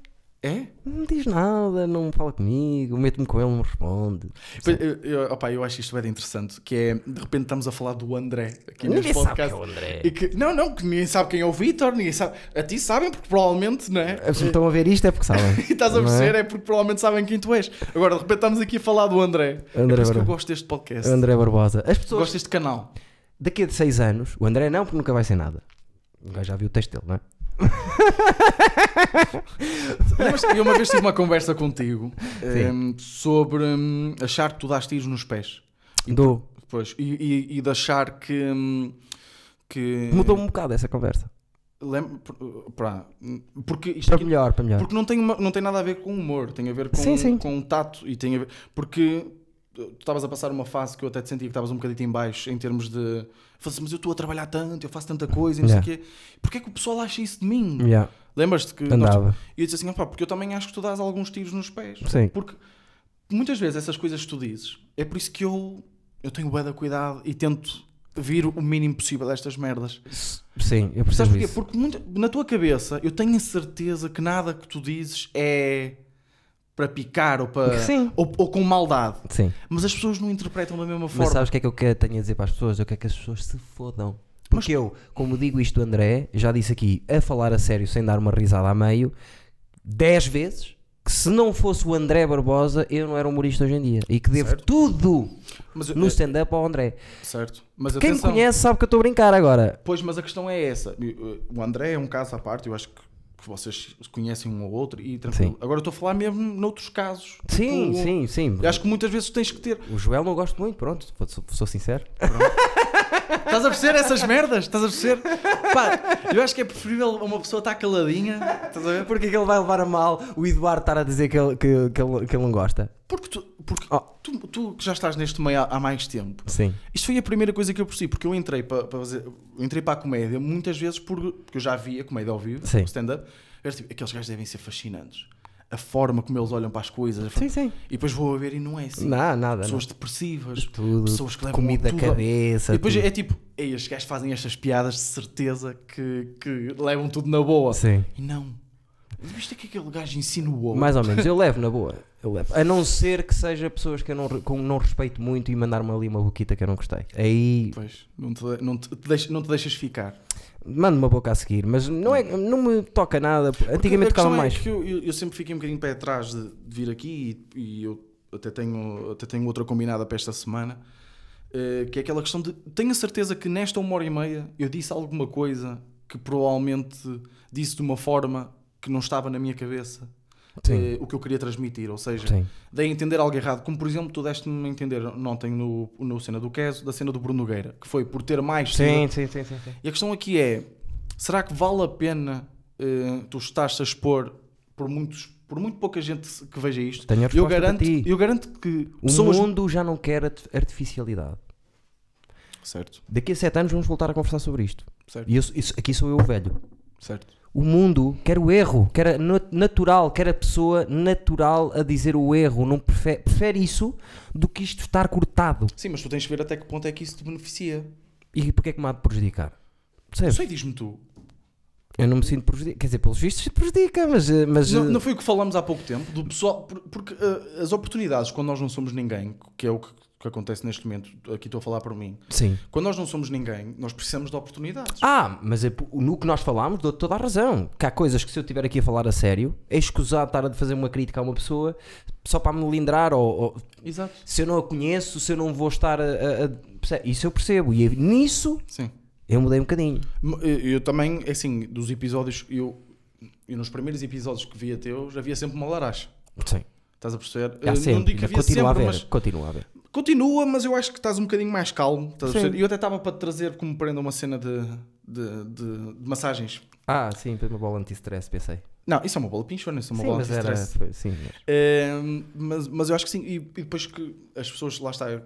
Speaker 2: É?
Speaker 1: Não diz nada, não fala comigo, meto-me com ele, não me responde.
Speaker 2: Eu, eu, opa, eu acho isto bem interessante. Que é, de repente estamos a falar do André aqui neste
Speaker 1: Ninguém sabe que
Speaker 2: podcast.
Speaker 1: é o André.
Speaker 2: E que- não, não, que ninguém sabe quem é o Vitor, ninguém sabe. A ti sabem, porque provavelmente, não é?
Speaker 1: Se me estão a ver isto é porque sabem.
Speaker 2: E estás a
Speaker 1: não é?
Speaker 2: perceber, é? porque provavelmente sabem quem tu és. Agora, de repente, estamos aqui a falar do André. é por
Speaker 1: André
Speaker 2: isso que eu
Speaker 1: Barbosa.
Speaker 2: gosto deste podcast.
Speaker 1: André Barbosa. As pessoas
Speaker 2: Gosto deste canal.
Speaker 1: daqui a de 6 anos, o André não, porque nunca vai ser nada. O gajo já viu o texto dele, não é?
Speaker 2: Mas Eu uma vez tive uma conversa contigo ehm, sobre hum, achar que tu dás tiros nos pés.
Speaker 1: Do...
Speaker 2: Pois, e, e, e de achar que. hum, que
Speaker 1: Mudou um bocado essa conversa.
Speaker 2: Lem- por- pá, porque isto é
Speaker 1: Para
Speaker 2: aqui,
Speaker 1: melhor, para melhor.
Speaker 2: porque não tem, uma- não tem nada a ver com humor, tem a ver com,
Speaker 1: Sim, sim.
Speaker 2: com um tato e tem a ver. Porque tu estavas a passar uma fase que eu até te sentia que estavas um bocadinho em baixo em termos de. Fazes, mas eu estou a trabalhar tanto, eu faço tanta coisa e não sei o quê. Porquê é que o pessoal acha isso de mim?
Speaker 1: Yeah,
Speaker 2: Lembras-te que. nós-
Speaker 1: andava.
Speaker 2: E eu disse assim, opá, porque eu também acho que tu dás alguns tiros nos pés.
Speaker 1: Sim.
Speaker 2: Porque muitas vezes essas coisas que tu dizes, é por isso que eu, eu tenho bué da cuidado e tento vir o mínimo possível destas merdas.
Speaker 1: Sim, eu
Speaker 2: Sabes
Speaker 1: percebo
Speaker 2: porquê?
Speaker 1: isso.
Speaker 2: Porque muita- na tua cabeça eu tenho a certeza que nada que tu dizes é para picar ou para
Speaker 1: Sim.
Speaker 2: ou, ou com maldade.
Speaker 1: Sim.
Speaker 2: Mas as pessoas não interpretam da mesma
Speaker 1: Mas
Speaker 2: forma.
Speaker 1: sabes o que é que eu quero- tenho a dizer para as pessoas? Eu quero que as pessoas se fodam. Porque eu, como digo isto do André, já disse aqui, a falar a sério sem dar uma risada a meio, 10 vezes, que se não fosse o André Barbosa, eu não era humorista hoje em dia. E que devo
Speaker 2: Certo.
Speaker 1: tudo
Speaker 2: Mas eu-
Speaker 1: no
Speaker 2: é,
Speaker 1: stand-up ao André.
Speaker 2: certo. Mas
Speaker 1: Quem me
Speaker 2: atenção.
Speaker 1: conhece sabe que eu estou a brincar agora.
Speaker 2: Pois, mas a questão é essa. Eu, eu, O André é um caso à parte, eu acho que, que vocês conhecem um ao outro e tranquilo.
Speaker 1: Sim.
Speaker 2: Agora eu estou a falar mesmo noutros casos.
Speaker 1: Sim,
Speaker 2: Tipo,
Speaker 1: sim, sim.
Speaker 2: eu Acho que muitas vezes tens que ter.
Speaker 1: O Joel não gosto muito, pronto, sou, sou sincero.
Speaker 2: Estás a perceber essas merdas? Estás a perceber? Pá, eu acho que é preferível uma pessoa estar caladinha. Estás a ver?
Speaker 1: Porque é que ele vai levar a mal o Eduardo estar a dizer que ele, que, que ele, que ele não gosta?
Speaker 2: Porque tu, porque
Speaker 1: Oh.
Speaker 2: tu, tu que já estás neste meio há, há mais tempo,
Speaker 1: Sim.
Speaker 2: isto foi a primeira coisa que eu percebi, porque eu entrei para, para fazer, eu entrei para a comédia muitas vezes por- porque eu já via comédia ao vivo,
Speaker 1: Sim.
Speaker 2: stand-up, eu era tipo, aqueles gajos devem ser fascinantes. A forma como eles olham para as coisas, a forma-
Speaker 1: Sim, sim.
Speaker 2: e depois vou a ver e não é assim.
Speaker 1: Não, nada. não.
Speaker 2: Pessoas depressivas,
Speaker 1: Tudo,
Speaker 2: pessoas que levam
Speaker 1: comida da
Speaker 2: tudo a-
Speaker 1: cabeça.
Speaker 2: E depois
Speaker 1: tudo.
Speaker 2: é tipo, ei, estes gajos fazem estas piadas de certeza que, que levam tudo na boa.
Speaker 1: Sim.
Speaker 2: E não. Viste o que aquele gajo insinuou?
Speaker 1: Mais ou menos, eu levo na boa. Eu levo. A não ser que seja pessoas que eu não, re- com- não respeito muito e mandar-me ali uma boquita que eu não gostei. Aí
Speaker 2: Pois, não te, não, te, te deixas, não te deixas ficar.
Speaker 1: mando uma boca a seguir, mas não, é, não me toca nada. Antigamente
Speaker 2: Porque a
Speaker 1: tocava
Speaker 2: questão é
Speaker 1: mais.
Speaker 2: que eu, eu- eu sempre fiquei um bocadinho pé atrás de, de vir aqui e, e eu até tenho, até tenho outra combinada para esta semana, eh, que é aquela questão de tenho a certeza que nesta uma hora e meia eu disse alguma coisa que provavelmente disse de uma forma que não estava na minha cabeça.
Speaker 1: Sim.
Speaker 2: eh, o que eu queria transmitir, ou seja,
Speaker 1: Sim.
Speaker 2: dei a entender algo errado, como por exemplo tu deste-me a entender ontem no, no cena do Queso, da cena do Bruno Nogueira, que foi por ter mais
Speaker 1: Sim, sim, sim, sim, sim.
Speaker 2: e a questão aqui é: será que vale a pena eh, tu estás a expor por muitos por muito pouca gente se- que veja isto,
Speaker 1: Tenho a
Speaker 2: eu
Speaker 1: resposta para
Speaker 2: garanto,
Speaker 1: ti.
Speaker 2: eu garanto que
Speaker 1: O
Speaker 2: pessoas.
Speaker 1: mundo já não quer art- artificialidade.
Speaker 2: Certo,
Speaker 1: Daqui a sete anos vamos voltar a conversar sobre isto.
Speaker 2: certo,
Speaker 1: E eu sou- isso- aqui sou eu o velho.
Speaker 2: certo.
Speaker 1: O mundo quer o erro, quer a na- natural, quer a pessoa natural a dizer o erro. Não prefe- prefere isso do que isto estar cortado.
Speaker 2: Sim, mas tu tens de ver até que ponto é que isso te beneficia.
Speaker 1: E porquê é que me há de prejudicar?
Speaker 2: Não
Speaker 1: Percebes?
Speaker 2: sei, diz-me tu.
Speaker 1: Eu não me sinto prejudicado. Quer dizer, pelos vistos, prejudica, mas. eh, mas
Speaker 2: Não,
Speaker 1: eh,
Speaker 2: não foi o que falámos há pouco tempo do pessoal, por- porque eh, as oportunidades quando nós não somos ninguém, que é o que, que acontece neste momento, aqui estou a falar por mim.
Speaker 1: Sim.
Speaker 2: Quando nós não somos ninguém, nós precisamos de oportunidades.
Speaker 1: Ah, mas é po- no que nós falámos, dou-te toda a razão. Que há coisas que se eu estiver aqui a falar a sério, é escusado estar a fazer uma crítica a uma pessoa só para me lindrar ou, ou-
Speaker 2: Exato.
Speaker 1: se eu não a conheço, se eu não vou estar a. a- a- perce- Isso eu percebo. E nisso
Speaker 2: Sim.
Speaker 1: eu mudei um bocadinho.
Speaker 2: M- Eu, eu também, assim, dos episódios, eu, eu nos primeiros episódios que via teus, havia sempre uma laracha.
Speaker 1: Sim.
Speaker 2: Estás a perceber?
Speaker 1: Há
Speaker 2: Eh,
Speaker 1: sempre,
Speaker 2: não digo
Speaker 1: ainda
Speaker 2: que havia
Speaker 1: continua a
Speaker 2: sempre,
Speaker 1: ver,
Speaker 2: mas
Speaker 1: continua a ver.
Speaker 2: continua, mas eu acho que estás um bocadinho mais calmo. Estás a
Speaker 1: Sim.
Speaker 2: perceber? Eu até estava para te trazer como prenda uma cena de, de, de- de massagens.
Speaker 1: Ah, sim, foi uma bola anti-stress, pensei.
Speaker 2: Não, isso é uma bola pinchona, isso é uma
Speaker 1: sim,
Speaker 2: bola
Speaker 1: mas era.
Speaker 2: anti-stress.
Speaker 1: Foi, sim, mas-
Speaker 2: Ehm, mas, mas eu acho que sim, e, e depois que as pessoas, lá está, eh,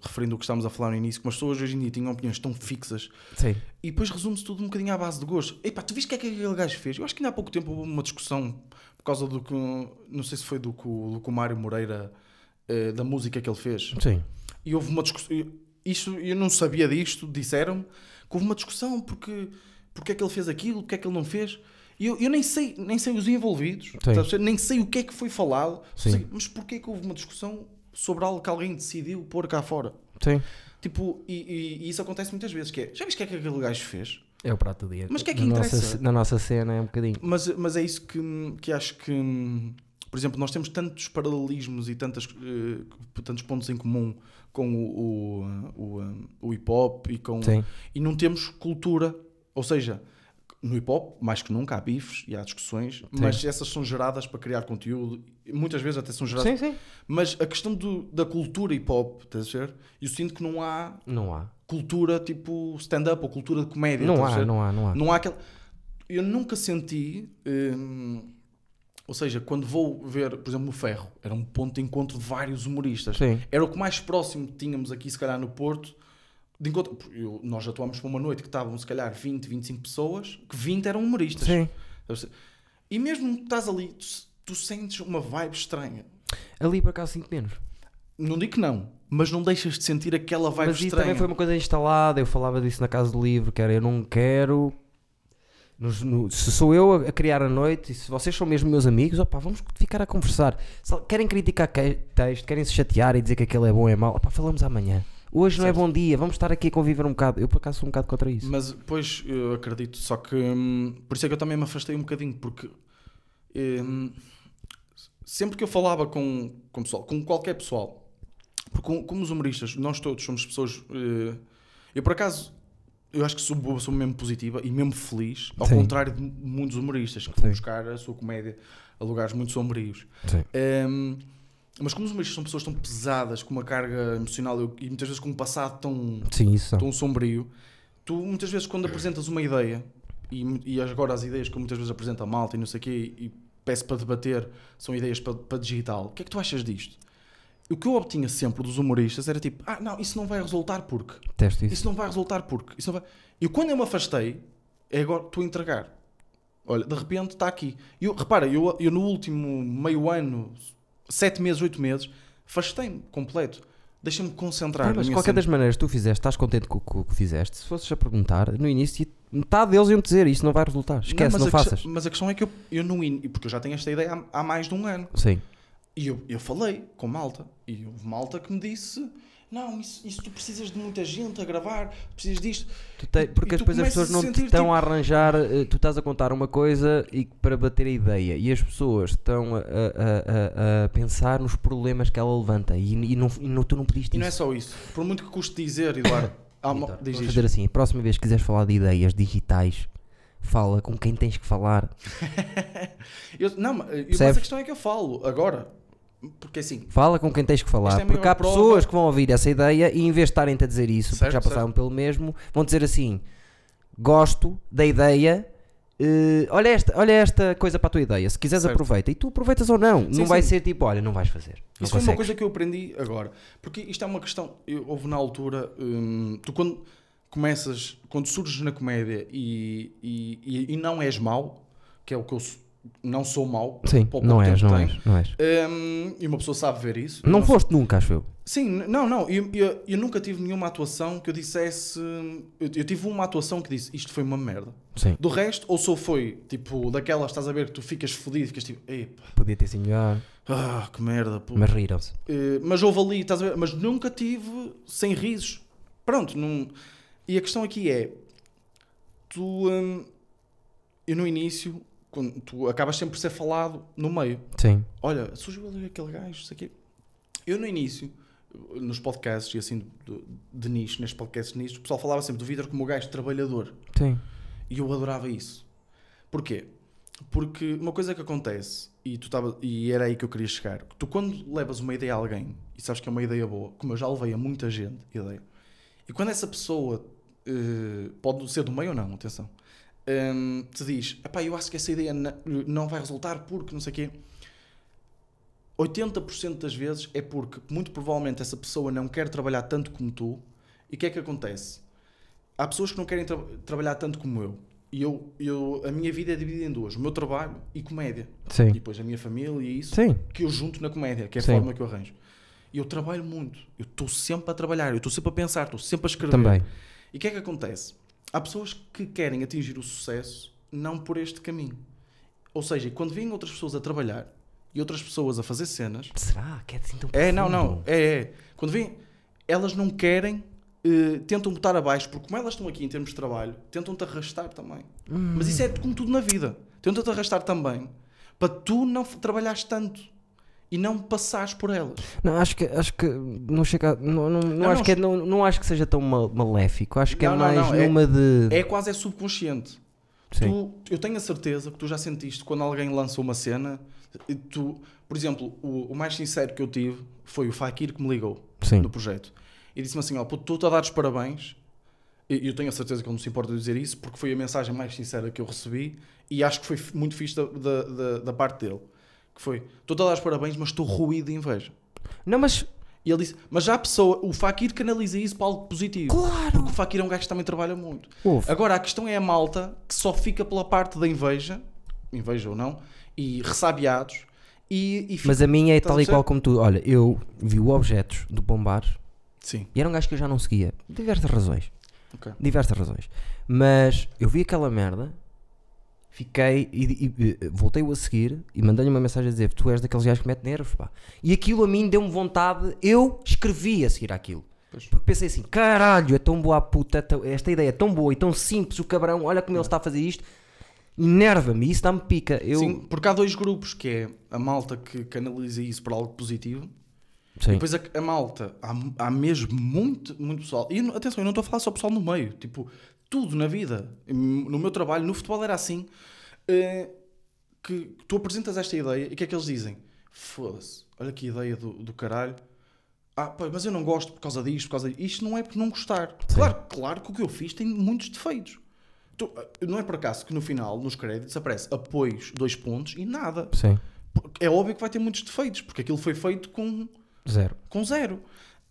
Speaker 2: referindo o que estávamos a falar no início, como as pessoas hoje em dia tinham opiniões tão fixas,
Speaker 1: sim.
Speaker 2: e depois resume-se tudo um bocadinho à base de gosto. Epá, tu viste o que é que aquele gajo fez? Eu acho que ainda há pouco tempo houve uma discussão por causa do que, não sei se foi do que o, do que o Mário Moreira, eh, da música que ele fez,
Speaker 1: Sim.
Speaker 2: e houve uma discussão, isso, eu não sabia disto, disseram-me, que houve uma discussão porque, porque é que ele fez aquilo, porque é que ele não fez. E eu, eu nem, sei, nem sei os envolvidos, estás a perceber? nem sei o que é que foi falado,
Speaker 1: Sim.
Speaker 2: sei- mas porquê que houve uma discussão sobre algo que alguém decidiu pôr cá fora?
Speaker 1: Sim.
Speaker 2: Tipo, e, e- e isso acontece muitas vezes, que é, já viste o que é que aquele gajo fez?
Speaker 1: É o prato do dia.
Speaker 2: Mas o que é que
Speaker 1: na Nossa,
Speaker 2: interessa?
Speaker 1: ce- na nossa cena é um bocadinho.
Speaker 2: Mas, mas é isso que, que acho que, por exemplo, nós temos tantos paralelismos e tantas, eh, tantos pontos em comum com o, o, o, o hip hop e, com,
Speaker 1: Sim.
Speaker 2: e não temos cultura. Ou seja, no hip hop, mais que nunca, há bifes e há discussões, mas essas são geradas para criar conteúdo, e muitas vezes até são geradas.
Speaker 1: Sim, sim.
Speaker 2: Mas a questão do- da cultura hip hop, estás a ver? Eu sinto que não há
Speaker 1: Não há.
Speaker 2: cultura tipo stand-up ou cultura de comédia.
Speaker 1: Não
Speaker 2: estás a
Speaker 1: há,
Speaker 2: ver?
Speaker 1: não há, não há.
Speaker 2: Então, Não há aquela. Eu nunca senti. hum, ou seja, quando vou ver, por exemplo, no Ferro, era um ponto de encontro de vários humoristas.
Speaker 1: Sim.
Speaker 2: Era o que mais próximo tínhamos aqui, se calhar, no Porto. De encontro, eu- nós atuámos para uma noite que estavam, se calhar, 20, 25 pessoas, que 20 eram humoristas.
Speaker 1: Sim.
Speaker 2: E mesmo que estás ali, tu, tu sentes uma vibe estranha.
Speaker 1: Ali por acaso sinto menos.
Speaker 2: Não digo que não, mas não deixas de sentir aquela vibe
Speaker 1: Mas isso
Speaker 2: estranha.
Speaker 1: também foi uma coisa instalada, eu falava disso na casa do livro, que era eu não quero. nos- no- se sou eu a, a criar a noite e se vocês são mesmo meus amigos, opá, vamos ficar a conversar. Se al- querem criticar que, texto, querem se chatear e dizer que aquele é bom é mau, opá, falamos amanhã. Hoje não é bom dia, vamos estar aqui a conviver um bocado. Eu por acaso sou um bocado contra isso.
Speaker 2: Mas, pois, eu acredito, só que hum, por isso é que eu também me afastei um bocadinho, porque hum, sempre que eu falava com, com pessoal, com qualquer pessoal, porque com- como os humoristas, nós todos somos pessoas. eh, eu por acaso, eu acho que sou uma pessoa mesmo positiva e mesmo feliz, ao
Speaker 1: Sim.
Speaker 2: contrário de muitos humoristas que vão
Speaker 1: Sim.
Speaker 2: buscar a sua comédia a lugares muito sombrios.
Speaker 1: Sim.
Speaker 2: Hum, mas como os humoristas são pessoas tão pesadas, com uma carga emocional eu- e muitas vezes com um passado tão
Speaker 1: Sim, isso são.
Speaker 2: tom um sombrio, tu muitas vezes quando apresentas uma ideia, e, mu- e agora as ideias que eu muitas vezes apresento a malta e não sei o quê, e peço para debater, são ideias para, para digital, o que é que tu achas disto? O que eu obtinha sempre dos humoristas era tipo, ah não, isso não vai resultar porque,
Speaker 1: Detesto isso.
Speaker 2: isso não vai resultar porque, isso não vai... E quando eu me afastei, é agora estou a entregar. Olha, de repente está aqui. E Eu, repara, eu, eu no último meio ano, sete meses, oito meses, afastei-me completo. Deixa-me concentrar.
Speaker 1: Ah,
Speaker 2: na
Speaker 1: mas de
Speaker 2: minha
Speaker 1: qualquer
Speaker 2: cena.
Speaker 1: das maneiras que tu fizeste, estás contente com o que- com o que fizeste. Se fosses a perguntar, no início, metade deles iam dizer isso não vai resultar. Esquece, não,
Speaker 2: mas a
Speaker 1: faças.
Speaker 2: questão- mas a questão é que eu, eu não. in- Porque eu já tenho esta ideia há, há mais de um ano.
Speaker 1: Sim.
Speaker 2: E eu, eu falei com malta. E houve malta que me disse: Não, isso, isso tu precisas de muita gente a gravar, precisas disto.
Speaker 1: Tu te- porque
Speaker 2: e tu
Speaker 1: depois as
Speaker 2: começas
Speaker 1: pessoas
Speaker 2: a
Speaker 1: não te
Speaker 2: sentir,
Speaker 1: estão
Speaker 2: tipo-
Speaker 1: a arranjar, eh, tu estás a contar uma coisa e que- para bater a ideia e as pessoas estão a, a- a- a- a pensar nos problemas que ela levanta e, e não, e não- tu não pediste
Speaker 2: E não é
Speaker 1: isso.
Speaker 2: só isso. Por muito que custe dizer, Eduardo, há uma-
Speaker 1: Vitor,
Speaker 2: diz
Speaker 1: vamos
Speaker 2: isto.
Speaker 1: fazer assim, a próxima vez que quiseres falar de ideias digitais, fala com quem tens que falar.
Speaker 2: Eu, não, mas- eu- mas a
Speaker 1: Percebes?
Speaker 2: questão é que eu falo agora. Porque assim,
Speaker 1: Fala com quem tens que
Speaker 2: Esta
Speaker 1: falar,
Speaker 2: é a
Speaker 1: porque
Speaker 2: maior
Speaker 1: há
Speaker 2: prova.
Speaker 1: pessoas que vão ouvir essa ideia e em vez de estarem-te a dizer isso,
Speaker 2: Certo,
Speaker 1: porque já passaram pelo mesmo, vão dizer assim: gosto da ideia, eh, olha, esta, olha esta coisa para a tua ideia. Se quiseres,
Speaker 2: Certo.
Speaker 1: aproveita. E tu aproveitas ou não.
Speaker 2: Sim,
Speaker 1: não vai
Speaker 2: sim.
Speaker 1: ser tipo, olha, não vais fazer. Não
Speaker 2: Isso foi uma
Speaker 1: consegues.
Speaker 2: coisa que eu aprendi agora. Porque isto é uma questão. eu- houve na altura. hum, tu, quando começas. Quando surges na comédia e, e, e- e não és mau, que é o que eu sou- não sou mau.
Speaker 1: Sim,
Speaker 2: para o pouco
Speaker 1: não és,
Speaker 2: tempo
Speaker 1: não
Speaker 2: que
Speaker 1: és, não és.
Speaker 2: tenho, hum, e uma pessoa sabe ver isso.
Speaker 1: Não
Speaker 2: Eu
Speaker 1: foste nunca, acho eu.
Speaker 2: Sim, n- não, não. Eu, eu, eu nunca tive nenhuma atuação que eu dissesse. hum, Eu, eu tive uma atuação que disse isto foi uma merda.
Speaker 1: Sim.
Speaker 2: Do resto, ou só foi tipo daquelas, estás a ver que tu ficas fodido, ficas tipo, epa,
Speaker 1: Podia ter sido melhor,
Speaker 2: ah, que merda, pô.
Speaker 1: mas riram-se.
Speaker 2: Eh, mas houve ali, estás a ver? Mas nunca tive sem risos. Pronto, não... e a questão aqui é: tu, hum, eu no início, quando tu acabas sempre por ser falado no meio.
Speaker 1: Sim.
Speaker 2: Olha, surgiu ali aquele gajo, isso aqui. Eu no início, nos podcasts e assim de, de nicho, nestes podcasts de nicho, o pessoal falava sempre do Vitor como o gajo trabalhador.
Speaker 1: Sim.
Speaker 2: E eu adorava isso. Porquê? Porque uma coisa que acontece, e, tu tava, e era aí que eu queria chegar, tu quando levas uma ideia a alguém, e sabes que é uma ideia boa, como eu já levei a muita gente, ideia, e quando essa pessoa, eh, pode ser do meio ou não, atenção, hum, te diz, epá, eu acho que essa ideia na- não vai resultar porque não sei o quê, 80% das vezes é porque, muito provavelmente, essa pessoa não quer trabalhar tanto como tu, e o que é que acontece? há pessoas que não querem tra- trabalhar tanto como eu. E eu, eu, a minha vida é dividida em duas: o meu trabalho e comédia. E
Speaker 1: Sim.
Speaker 2: depois a minha família e isso
Speaker 1: Sim.
Speaker 2: que eu junto na comédia, que é a
Speaker 1: Sim.
Speaker 2: forma que eu arranjo. E eu trabalho muito, eu estou sempre a trabalhar, eu estou sempre a pensar, estou sempre a escrever.
Speaker 1: Também.
Speaker 2: E o que é que acontece? Há pessoas que querem atingir o sucesso não por este caminho. Ou seja, quando vêm outras pessoas a trabalhar e outras pessoas a fazer cenas,
Speaker 1: Será que é assim tão
Speaker 2: é, não,
Speaker 1: profundo?
Speaker 2: não. É, é. Quando vêm, elas não querem, eh, tentam botar abaixo, porque como elas estão aqui em termos de trabalho, tentam-te arrastar também. Mas isso é como tudo na vida. Tentam-te arrastar também para tu não f- trabalhares tanto e não passares por elas.
Speaker 1: Não, acho que, acho que não chega. a- Não, não, não
Speaker 2: Não,
Speaker 1: acho
Speaker 2: não,
Speaker 1: que é- não, não acho que seja tão ma- maléfico. Acho que é
Speaker 2: Não, não,
Speaker 1: mais
Speaker 2: não, é-
Speaker 1: numa de.
Speaker 2: É um quase é subconsciente.
Speaker 1: Sim.
Speaker 2: Tu- eu tenho a certeza que tu já sentiste quando alguém lançou uma cena. e tu, por exemplo, o, o mais sincero que eu tive foi o Fakir que me ligou.
Speaker 1: Sim.
Speaker 2: do projeto. E disse-me assim: ó, puto, estou a dar os parabéns. E eu tenho a certeza que ele não se importa de dizer isso, porque foi a mensagem mais sincera que eu recebi e acho que foi f- muito fixe da, da, da- da parte dele. Que foi: estou a dar os parabéns, mas estou ruído de inveja.
Speaker 1: Não, mas.
Speaker 2: E ele disse: mas já a pessoa, o Fakir canaliza isso para algo positivo.
Speaker 1: Claro!
Speaker 2: Porque o Fakir é um gajo que também trabalha muito.
Speaker 1: Ouve.
Speaker 2: Agora, a questão é a malta que só fica pela parte da inveja, inveja ou não, e ressabiados. E, e fica-
Speaker 1: Mas a minha é
Speaker 2: Estás a
Speaker 1: tal e
Speaker 2: perceber?
Speaker 1: qual como tu. Olha, eu vi o Objetos do Bombar
Speaker 2: Sim,
Speaker 1: e era um gajo que eu já não seguia. Diversas razões.
Speaker 2: ok.
Speaker 1: Diversas razões. Mas eu vi aquela merda, fiquei e, e- e voltei-o a seguir e mandei-lhe uma mensagem a dizer: Tu és daqueles gajos que mete nervos, pá. E aquilo a mim deu-me vontade, eu escrevi a seguir aquilo.
Speaker 2: Pois.
Speaker 1: Porque pensei assim: caralho, é tão boa a puta, é tão- esta ideia é tão boa e tão simples, o cabrão, olha
Speaker 2: É.
Speaker 1: como ele está a fazer isto. Enerva-me, isso dá-me pica. Eu,
Speaker 2: Sim, porque há dois grupos, que é a malta que canaliza isso para algo positivo,
Speaker 1: Sim.
Speaker 2: e depois é a, a malta, há, há mesmo muito, muito pessoal, e não- atenção, eu não estou a falar só pessoal no meio, tipo, tudo na vida, no meu trabalho, no futebol era assim, eh, que tu apresentas esta ideia, e o que é que eles dizem? Foda-se, olha que ideia do, do caralho, ah, pois, mas eu não gosto por causa disto, por causa disto. Isto não é por não gostar. Claro, claro que o que eu fiz tem muitos defeitos. Tu- não é por acaso que no final, nos créditos, aparece apoios, dois pontos e nada.
Speaker 1: Sim,
Speaker 2: Porque É óbvio que vai ter muitos defeitos, porque aquilo foi feito com,
Speaker 1: zero.
Speaker 2: com zero.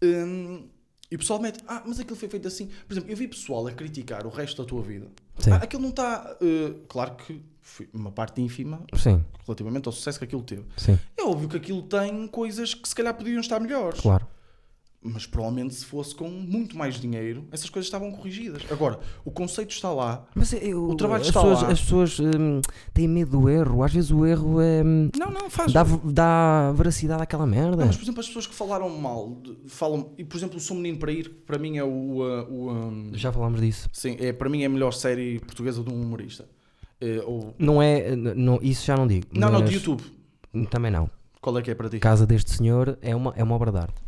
Speaker 2: Hum, e o pessoal mete, ah, mas aquilo foi feito assim. Por exemplo, eu vi pessoal a criticar o resto da tua vida.
Speaker 1: Sim.
Speaker 2: Ah, aquilo não está. eh, claro que foi uma parte ínfima
Speaker 1: Sim,
Speaker 2: relativamente ao sucesso que aquilo teve.
Speaker 1: sim,
Speaker 2: É óbvio que aquilo tem coisas que se calhar podiam estar melhores.
Speaker 1: claro.
Speaker 2: Mas provavelmente se fosse com muito mais dinheiro, essas coisas estavam corrigidas. Agora, o conceito está lá.
Speaker 1: Mas eu,
Speaker 2: O trabalho
Speaker 1: as,
Speaker 2: está
Speaker 1: pessoas,
Speaker 2: lá.
Speaker 1: as pessoas hum, têm medo do erro, às vezes o erro é. hum,
Speaker 2: Não, não, faz.
Speaker 1: Dá, dá veracidade àquela merda.
Speaker 2: Não, mas, por exemplo, as pessoas que falaram mal, de- falam, e por exemplo, o Sou Menino para Ir, que para mim é o. uh, o, um,
Speaker 1: Já falámos disso.
Speaker 2: sim, é, para mim é a melhor série portuguesa de um humorista. Eh, ou,
Speaker 1: Não é. n- Não, isso já não digo.
Speaker 2: não, não,
Speaker 1: mas-
Speaker 2: de YouTube.
Speaker 1: Também não.
Speaker 2: Qual é que é para ti?
Speaker 1: Casa deste senhor é uma, é uma obra de arte.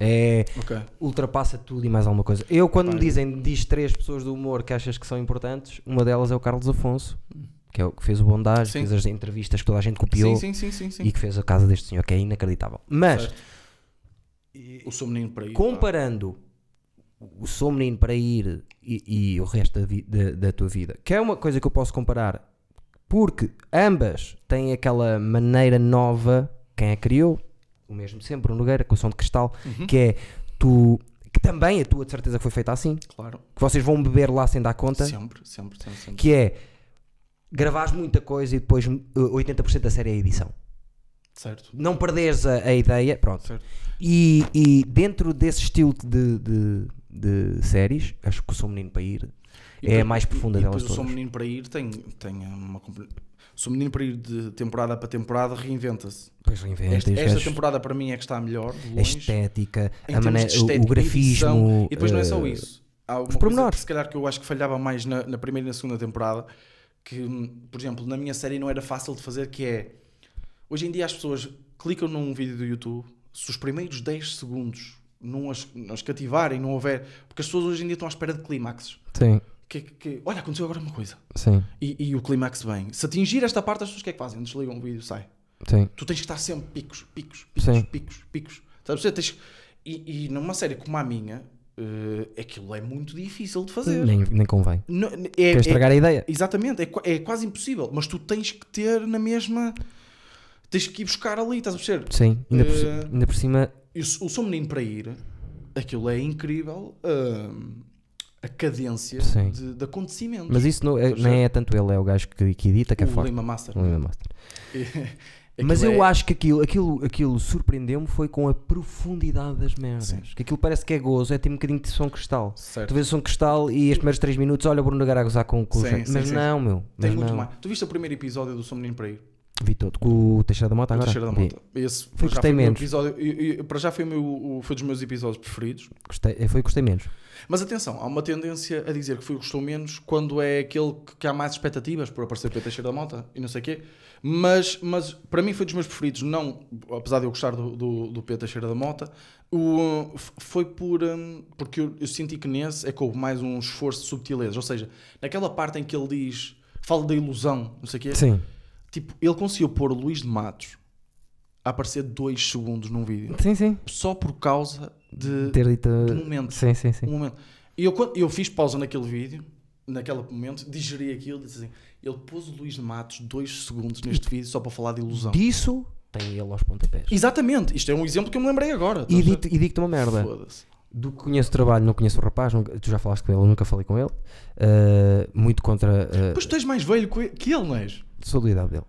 Speaker 1: É.
Speaker 2: Ok.
Speaker 1: Ultrapassa tudo e mais alguma coisa. Eu, quando me
Speaker 2: Pá, eu-
Speaker 1: dizem, diz três pessoas do humor que achas que são importantes, uma delas é o Carlos Afonso, que é o que fez o Bondage,
Speaker 2: Sim.
Speaker 1: fez as entrevistas que toda a gente copiou
Speaker 2: Sim, sim, sim, sim. sim.
Speaker 1: e que fez a casa deste senhor, que é inacreditável. Mas,
Speaker 2: O Sou Menino para Ir. pá.
Speaker 1: comparando o sou menino para ir e, e o resto da, vi- da- da tua vida. Que é uma coisa que eu posso comparar, porque ambas têm aquela maneira nova, quem a criou, o mesmo sempre, o Nogueira, com o som de cristal, que é tu, que também a tua de certeza que foi feita assim,
Speaker 2: Claro.
Speaker 1: que vocês vão beber lá sem dar conta,
Speaker 2: Sempre, sempre, sempre. sempre.
Speaker 1: que é gravares muita coisa e depois uh, 80% da série é edição.
Speaker 2: Certo.
Speaker 1: Não perderes a, a ideia, pronto.
Speaker 2: Certo.
Speaker 1: E, e dentro desse estilo de, de- de séries, acho que o Sou Menino para Ir é
Speaker 2: E
Speaker 1: a
Speaker 2: depois-
Speaker 1: mais profunda
Speaker 2: e
Speaker 1: delas
Speaker 2: depois o Sou
Speaker 1: todas.
Speaker 2: Menino para Ir tem, tem uma. compo- O Sou Menino para Ir de temporada para temporada reinventa-se.
Speaker 1: Pois reinventas,
Speaker 2: Esta, esta
Speaker 1: gajos,
Speaker 2: temporada para mim é que está a melhor. de
Speaker 1: a
Speaker 2: Longe.
Speaker 1: estética,
Speaker 2: em
Speaker 1: a
Speaker 2: termos
Speaker 1: maneira,
Speaker 2: de
Speaker 1: o-
Speaker 2: estética,
Speaker 1: o grafismo.
Speaker 2: edição, e depois não é só
Speaker 1: eh,
Speaker 2: isso. Há os
Speaker 1: pormenores.
Speaker 2: Se calhar que eu acho que falhava mais na, na primeira e na segunda temporada, que, hum, por exemplo, na minha série não era fácil de fazer, que é... Hoje em dia as pessoas clicam num vídeo do YouTube, se os primeiros 10 segundos não as, não as cativarem, não houver... Porque as pessoas hoje em dia estão à espera de clímaxes.
Speaker 1: Sim,
Speaker 2: Que, que- olha, aconteceu agora uma coisa.
Speaker 1: sim,
Speaker 2: E, e o clímax vem. Se atingir esta parte, as pessoas o que é que fazem? Desligam o vídeo, sai
Speaker 1: sim.
Speaker 2: tu tens que estar sempre picos, picos, picos,
Speaker 1: Sim.
Speaker 2: picos, picos. Sabes? Você tens... e, e numa série como a minha, eh, aquilo é muito difícil de fazer.
Speaker 1: Nem, nem convém.
Speaker 2: Não- n- é-
Speaker 1: Queres
Speaker 2: é,
Speaker 1: estragar a ideia?
Speaker 2: exatamente, é, qua- é quase impossível, mas tu tens que ter na mesma. Tens que ir buscar ali, estás a perceber?
Speaker 1: Sim, ainda, por, ci-
Speaker 2: eh,
Speaker 1: ainda por cima.
Speaker 2: E o, s- o Sou Menino para Ir, aquilo é incrível hum, a cadência
Speaker 1: Sim.
Speaker 2: de, de acontecimentos.
Speaker 1: Mas isso não é,
Speaker 2: Pois
Speaker 1: nem é tanto ele, é o gajo que, que edita, que é
Speaker 2: o
Speaker 1: forte.
Speaker 2: Lima Master.
Speaker 1: O Lima Master.
Speaker 2: Aquilo
Speaker 1: Mas eu
Speaker 2: é-
Speaker 1: acho que aquilo, aquilo, aquilo surpreendeu-me foi com a profundidade das merdas.
Speaker 2: Sim.
Speaker 1: Que aquilo parece que é gozo, é tipo um bocadinho de som cristal.
Speaker 2: Certo.
Speaker 1: Tu vês o som cristal e os primeiros 3 minutos, olha o Bruno Nogueira a gozar com, com o
Speaker 2: Sim,
Speaker 1: Jean.
Speaker 2: sim,
Speaker 1: Mas
Speaker 2: sim.
Speaker 1: não, meu.
Speaker 2: Tem
Speaker 1: mas
Speaker 2: muito
Speaker 1: não.
Speaker 2: mais. Tu viste o primeiro episódio do Sou Menino para Ir?
Speaker 1: Vi todo. Com o Teixeira da Mota
Speaker 2: O
Speaker 1: agora?
Speaker 2: Teixeira da
Speaker 1: Vi.
Speaker 2: Mota. Esse para já
Speaker 1: gostei
Speaker 2: foi o meu
Speaker 1: menos.
Speaker 2: episódio- e- e- para já foi, o meu, o- foi dos meus episódios preferidos.
Speaker 1: Gostei, eh, foi que gostei menos.
Speaker 2: Mas atenção, há uma tendência a dizer que foi o que gostou menos quando é aquele que, que há mais expectativas por aparecer Pedro Teixeira da Mota e não sei o quê. Mas, mas para mim foi dos meus preferidos, não, apesar de eu gostar do, do, do Pedro Teixeira da Mota, o, f- foi por. hum, porque eu, eu senti que nesse é que houve mais um esforço de subtileza. Ou seja, naquela parte em que ele diz. fala da ilusão, não sei o quê.
Speaker 1: Sim.
Speaker 2: Tipo, ele conseguiu pôr o Luís de Matos a aparecer dois segundos num vídeo
Speaker 1: Sim, sim.
Speaker 2: só por causa de,
Speaker 1: Ter dito. eh,
Speaker 2: de momento.
Speaker 1: Sim, sim, sim.
Speaker 2: Um momento. E eu, quando- eu fiz pausa naquele vídeo, naquele momento, digeri aquilo, disse assim: ele pôs o Luís de Matos dois segundos neste vídeo só para falar de ilusão.
Speaker 1: Disso tem ele aos pontapés.
Speaker 2: Exatamente, isto é um exemplo que eu me lembrei agora.
Speaker 1: E,
Speaker 2: estás a ver?
Speaker 1: dito- e digo-te uma merda.
Speaker 2: Foda-se.
Speaker 1: Do que conheço o trabalho, não conheço o rapaz, nunca- tu já falaste com ele, eu nunca falei com ele. Eh, muito contra. eh,
Speaker 2: Pois tu és mais velho que que ele, não és?
Speaker 1: Sou da idade dele.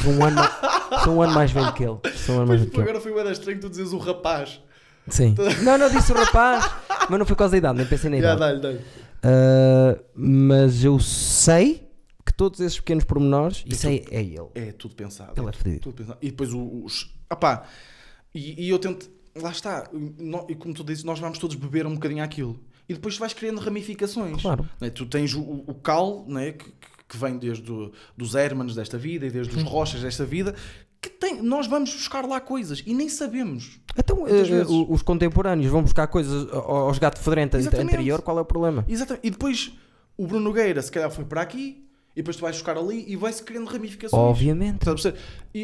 Speaker 1: Sou um ano, ma- sou um ano mais velho que ele. Sou um ano mais velho que ele.
Speaker 2: Agora foi o Eda Estranho que tu dizes o rapaz.
Speaker 1: Sim. Não, não disse o rapaz, mas não foi por causa da idade, nem pensei na
Speaker 2: Já,
Speaker 1: idade.
Speaker 2: dá-lhe, dá-lhe.
Speaker 1: Ah, mas eu sei que todos esses pequenos pormenores, isso aí é ele.
Speaker 2: É tudo pensado.
Speaker 1: Ele é fedido.
Speaker 2: Tudo pensado. E depois o- os. Ah pá, e, e eu tento. Lá está. no- e como tu disse, nós vamos todos beber um bocadinho aquilo. E depois vais criando ramificações.
Speaker 1: Claro.
Speaker 2: Né? Tu tens o, o- o cal, né? que, que- que vem desde o- dos Hermanos desta vida e desde os Rochas desta vida. Que tem, nós vamos buscar lá coisas e nem sabemos.
Speaker 1: Então,
Speaker 2: Muitas
Speaker 1: ah,
Speaker 2: vezes.
Speaker 1: o- os contemporâneos vão buscar coisas a- aos gato fedorento ante-
Speaker 2: Exatamente.
Speaker 1: anterior, qual é o problema?
Speaker 2: Exatamente. E depois o Bruno Nogueira, se calhar, foi para aqui. E depois tu vais buscar ali e vai-se criando ramificações.
Speaker 1: Obviamente.
Speaker 2: Estás a perceber? E,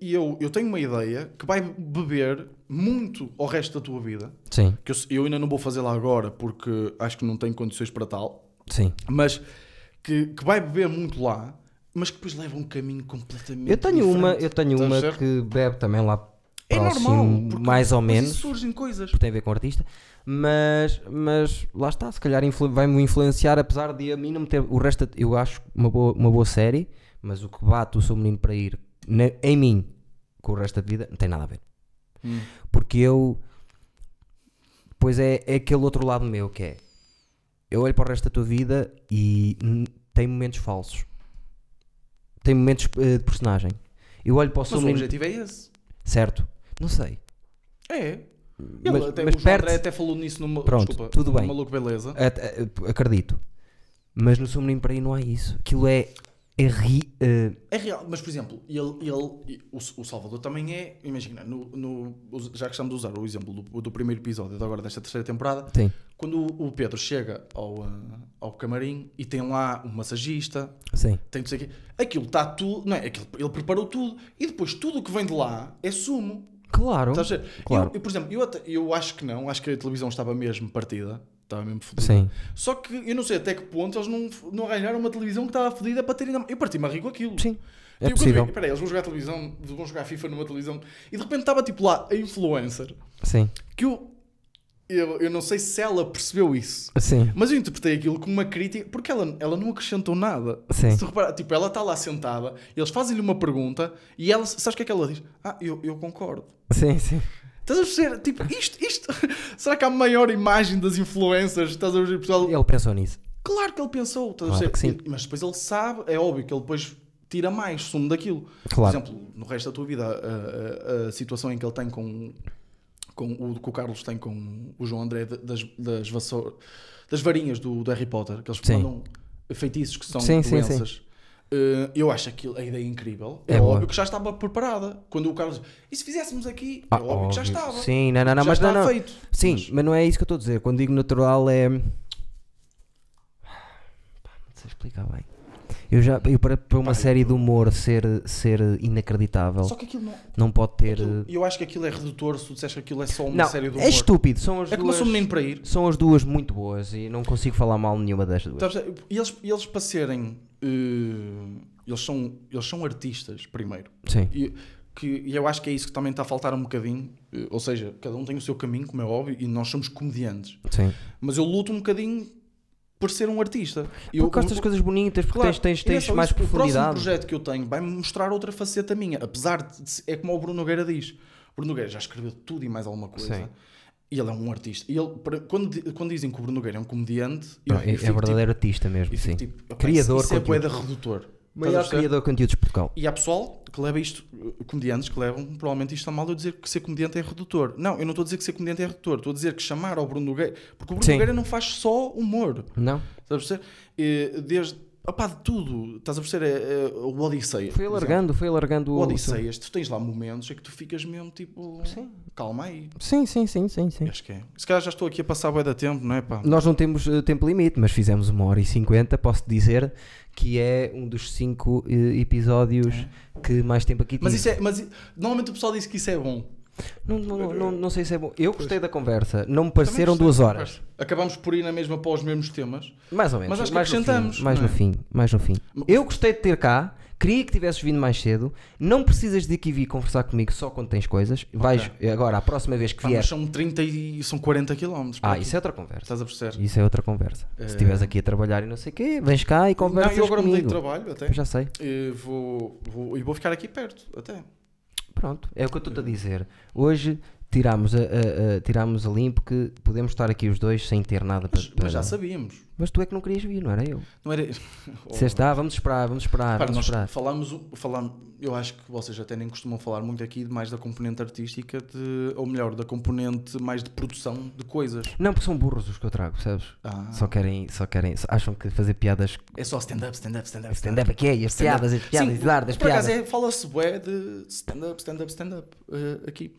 Speaker 2: e- e eu, eu tenho uma ideia que vai beber muito ao resto da tua vida.
Speaker 1: Sim,
Speaker 2: Que eu, se- eu ainda não vou fazê-la agora porque acho que não tenho condições para tal.
Speaker 1: sim.
Speaker 2: Mas que, que vai beber muito lá, mas que depois leva um caminho completamente
Speaker 1: Eu tenho uma, eu
Speaker 2: diferente.
Speaker 1: tenho
Speaker 2: Estás a
Speaker 1: uma
Speaker 2: perceber?
Speaker 1: que bebe também lá
Speaker 2: É
Speaker 1: próximo,
Speaker 2: normal. porque
Speaker 1: mais ou
Speaker 2: depois
Speaker 1: menos.
Speaker 2: surgem coisas.
Speaker 1: porque tem a ver com artista, mas, mas lá está, se calhar influ- vai-me influenciar, apesar de a mim não me ter. O resto, eu acho uma boa, uma boa série, mas o que bate o seu menino para ir na- em mim com o resto da vida não tem nada a ver.
Speaker 2: Hum.
Speaker 1: Porque eu. Pois é, é aquele outro lado meu que é. Eu olho para o resto da tua vida e hum, tem momentos falsos. Tem momentos eh, de personagem. Eu olho para o seu
Speaker 2: Mas o
Speaker 1: menino.
Speaker 2: objetivo é esse.
Speaker 1: Certo? Não sei.
Speaker 2: É. Ele
Speaker 1: Mas,
Speaker 2: até,
Speaker 1: mas
Speaker 2: o João
Speaker 1: perde-
Speaker 2: André até falou nisso numa.
Speaker 1: Pronto,
Speaker 2: desculpa,
Speaker 1: tudo
Speaker 2: numa
Speaker 1: bem.
Speaker 2: Maluco Beleza.
Speaker 1: At- a- acredito. Mas no seu menino para aí não há isso. Aquilo é. é ri- eh,
Speaker 2: É real, mas por exemplo, ele, ele- o, o Salvador também é, imagina, no, no- já que estamos a usar o exemplo do, do primeiro episódio de agora desta terceira temporada,
Speaker 1: tem.
Speaker 2: quando o, o Pedro chega ao, ah, ao camarim e tem lá um massagista,
Speaker 1: Sim.
Speaker 2: tem não sei o quê, aquilo está tudo, não é? Aquilo, ele preparou tudo e depois tudo o que vem de lá é sumo.
Speaker 1: Claro.
Speaker 2: Estás a ver?
Speaker 1: Então, Claro.
Speaker 2: Eu, eu, por exemplo, eu, até- eu acho que não, acho que a televisão estava mesmo partida estava mesmo fodido.
Speaker 1: Sim.
Speaker 2: Só que eu não sei até que ponto eles não, não arranjaram uma televisão que estava fodida para terem na mão. Eu parti-me a rir com aquilo.
Speaker 1: Sim. É
Speaker 2: Tipo, quando eu
Speaker 1: possível.
Speaker 2: vi, Peraí, eles vão jogar televisão, vão jogar FIFA numa televisão. E de repente estava tipo lá a influencer
Speaker 1: Sim.
Speaker 2: que eu, eu. Eu não sei se ela percebeu isso.
Speaker 1: Sim.
Speaker 2: Mas eu interpretei aquilo como uma crítica, porque ela, ela não acrescentou nada.
Speaker 1: Sim.
Speaker 2: Se tu reparar, tipo, ela está lá sentada, eles fazem-lhe uma pergunta e ela, sabes o que é que ela diz? Ah, eu, eu concordo.
Speaker 1: Sim, sim.
Speaker 2: Estás a perceber? Tipo, isto, isto. Será que há maior imagem das influencers? Estás a ver, pessoal?
Speaker 1: Ele pensou nisso.
Speaker 2: Claro que ele pensou, estás a
Speaker 1: Claro
Speaker 2: perceber?
Speaker 1: que sim.
Speaker 2: E- Mas depois ele sabe, é óbvio que ele depois tira mais sumo daquilo.
Speaker 1: Claro.
Speaker 2: Por exemplo, no resto da tua vida, a, a- a situação em que ele tem com, com o que o Carlos tem com o João André de- das, das, vassou- das varinhas do, do Harry Potter, que eles
Speaker 1: Sim.
Speaker 2: mandam feitiços que são
Speaker 1: Sim, sim,
Speaker 2: doenças. Eh, eu acho aquilo, a ideia incrível. É,
Speaker 1: É
Speaker 2: óbvio
Speaker 1: boa.
Speaker 2: que já estava preparada. Quando o Carlos diz, e se fizéssemos aqui?
Speaker 1: Ah,
Speaker 2: é óbvio, que já estava.
Speaker 1: Sim, não, não, não,
Speaker 2: já
Speaker 1: mas
Speaker 2: está
Speaker 1: não, não.
Speaker 2: feito.
Speaker 1: Sim,
Speaker 2: Mas-
Speaker 1: mas... não é isso que eu estou a dizer. Quando digo natural é. Pá, não sei explicar bem. Eu já. Eu para, para uma
Speaker 2: Pá,
Speaker 1: série de humor ser, ser inacreditável,
Speaker 2: Só que aquilo não.
Speaker 1: não pode ter.
Speaker 2: aquilo- eu acho que aquilo é redutor se tu disseste que aquilo é só uma
Speaker 1: Não,
Speaker 2: série do
Speaker 1: é
Speaker 2: humor.
Speaker 1: estúpido. São as
Speaker 2: É como eu
Speaker 1: duas.
Speaker 2: sou menino para ir.
Speaker 1: São as duas muito boas e não consigo falar mal nenhuma das duas.
Speaker 2: Sabes, Então, e eles, e eles para serem. eh, eles, são, eles são artistas, primeiro.
Speaker 1: Sim,
Speaker 2: E, que, e eu acho que é isso que também está a faltar um bocadinho. Eh, ou seja, cada um tem o seu caminho, como é óbvio, e nós somos comediantes.
Speaker 1: sim.
Speaker 2: Mas eu luto um bocadinho por ser um artista. Eu,
Speaker 1: Porque gostas de coisas bonitas, porque
Speaker 2: Claro,
Speaker 1: tens, tens,
Speaker 2: e não é
Speaker 1: tens
Speaker 2: só
Speaker 1: mais
Speaker 2: isso, O próximo
Speaker 1: profundidade.
Speaker 2: projeto que eu tenho vai-me mostrar outra faceta minha. Apesar de. se- É como o Bruno Nogueira diz. Bruno Nogueira já escreveu tudo e mais alguma coisa.
Speaker 1: Sim.
Speaker 2: E ele é um artista. E ele, para- quando, di- quando dizem que o Bruno Nogueira é um comediante,
Speaker 1: Não,
Speaker 2: eu,
Speaker 1: é,
Speaker 2: eu
Speaker 1: é
Speaker 2: fico, tipo,
Speaker 1: verdadeiro artista mesmo,
Speaker 2: E
Speaker 1: sim.
Speaker 2: fico tipo, "Opa,
Speaker 1: Criador
Speaker 2: isso, isso é
Speaker 1: conteúdo.
Speaker 2: boeda redutor. Estás
Speaker 1: Maior
Speaker 2: a perceber?
Speaker 1: criador de conteúdos de Portugal.
Speaker 2: E há pessoal que leva isto, eh, comediantes que levam provavelmente isto a mal eu dizer que ser comediante é redutor. Não, eu não estou a dizer que ser comediante é redutor, estou a dizer que chamar ao Bruno Nogueira, porque o Bruno
Speaker 1: Sim.
Speaker 2: Nogueira não faz só humor,
Speaker 1: Não?
Speaker 2: estás a perceber? Eh, Desde, opá, de tudo, estás a perceber? É, é, o Odisseia.
Speaker 1: Foi
Speaker 2: por
Speaker 1: alargando, foi alargando
Speaker 2: exemplo.
Speaker 1: o.
Speaker 2: O Odisseias, tu tens lá momentos em que tu ficas mesmo tipo,
Speaker 1: Sim.
Speaker 2: calma aí.
Speaker 1: Sim, sim, sim, sim, sim.
Speaker 2: Acho que é. Se calhar já estou aqui a passar bué da tempo, não é pá?
Speaker 1: Nós não temos eh, tempo limite, mas fizemos uma hora e cinquenta. Posso dizer que é um dos cinco eh, episódios que mais tempo aqui
Speaker 2: É. Mas
Speaker 1: tive.
Speaker 2: isso é, mas i- normalmente o pessoal diz que isso é bom.
Speaker 1: não, não, não, não sei se é bom. Eu gostei da conversa. Não me pareceram
Speaker 2: Também
Speaker 1: duas
Speaker 2: gostei,
Speaker 1: horas.
Speaker 2: mas Acabamos por ir na mesma para os mesmos temas.
Speaker 1: Mais ou menos.
Speaker 2: Mas acho que
Speaker 1: mais no fim,
Speaker 2: acrescentamos,
Speaker 1: mais
Speaker 2: não
Speaker 1: no
Speaker 2: é?
Speaker 1: fim, mais no fim. Eu gostei de ter cá. Queria que tivesses vindo mais cedo. Não precisas de aqui vir conversar comigo só quando tens coisas. Vais agora, a próxima vez que
Speaker 2: Pá, mas
Speaker 1: vieres.
Speaker 2: são 30 e são 40 km.
Speaker 1: é? Ah, isso é outra conversa.
Speaker 2: Estás a perceber?
Speaker 1: Isso é outra conversa. Se estiveres aqui a trabalhar e não sei o quê, vens cá e
Speaker 2: Eh, Não,
Speaker 1: conversas
Speaker 2: eu agora mudei de
Speaker 1: comigo.
Speaker 2: trabalho até.
Speaker 1: Eu já sei.
Speaker 2: E vou, vou, e vou ficar aqui perto até.
Speaker 1: Pronto, é o que eu estou a dizer. Hoje tirámos a, a- a- tirámos a limpo que podemos estar aqui os dois sem ter nada para.
Speaker 2: Mas, mas já sabíamos.
Speaker 1: Mas tu é que não querias vir, não era eu?
Speaker 2: Não era.
Speaker 1: Disseste, ah, vamos esperar, vamos esperar,
Speaker 2: Oh, Repara,
Speaker 1: vamos
Speaker 2: nós
Speaker 1: esperar.
Speaker 2: falámos, falámos, eu acho que vocês até nem costumam falar muito aqui de mais da componente artística, de, ou melhor, da componente mais de produção de coisas.
Speaker 1: Não, porque são burros os que eu trago, percebes?
Speaker 2: Ah,
Speaker 1: Só querem, só querem, só- acham que fazer piadas.
Speaker 2: é só stand-up, stand-up, stand-up.
Speaker 1: Stand-up aqui, e as piadas, as piadas,
Speaker 2: Ah, Sim,
Speaker 1: e dar das
Speaker 2: por
Speaker 1: piadas.
Speaker 2: acaso
Speaker 1: É...
Speaker 2: é, fala-se bué de stand-up, stand-up, stand-up eh, aqui.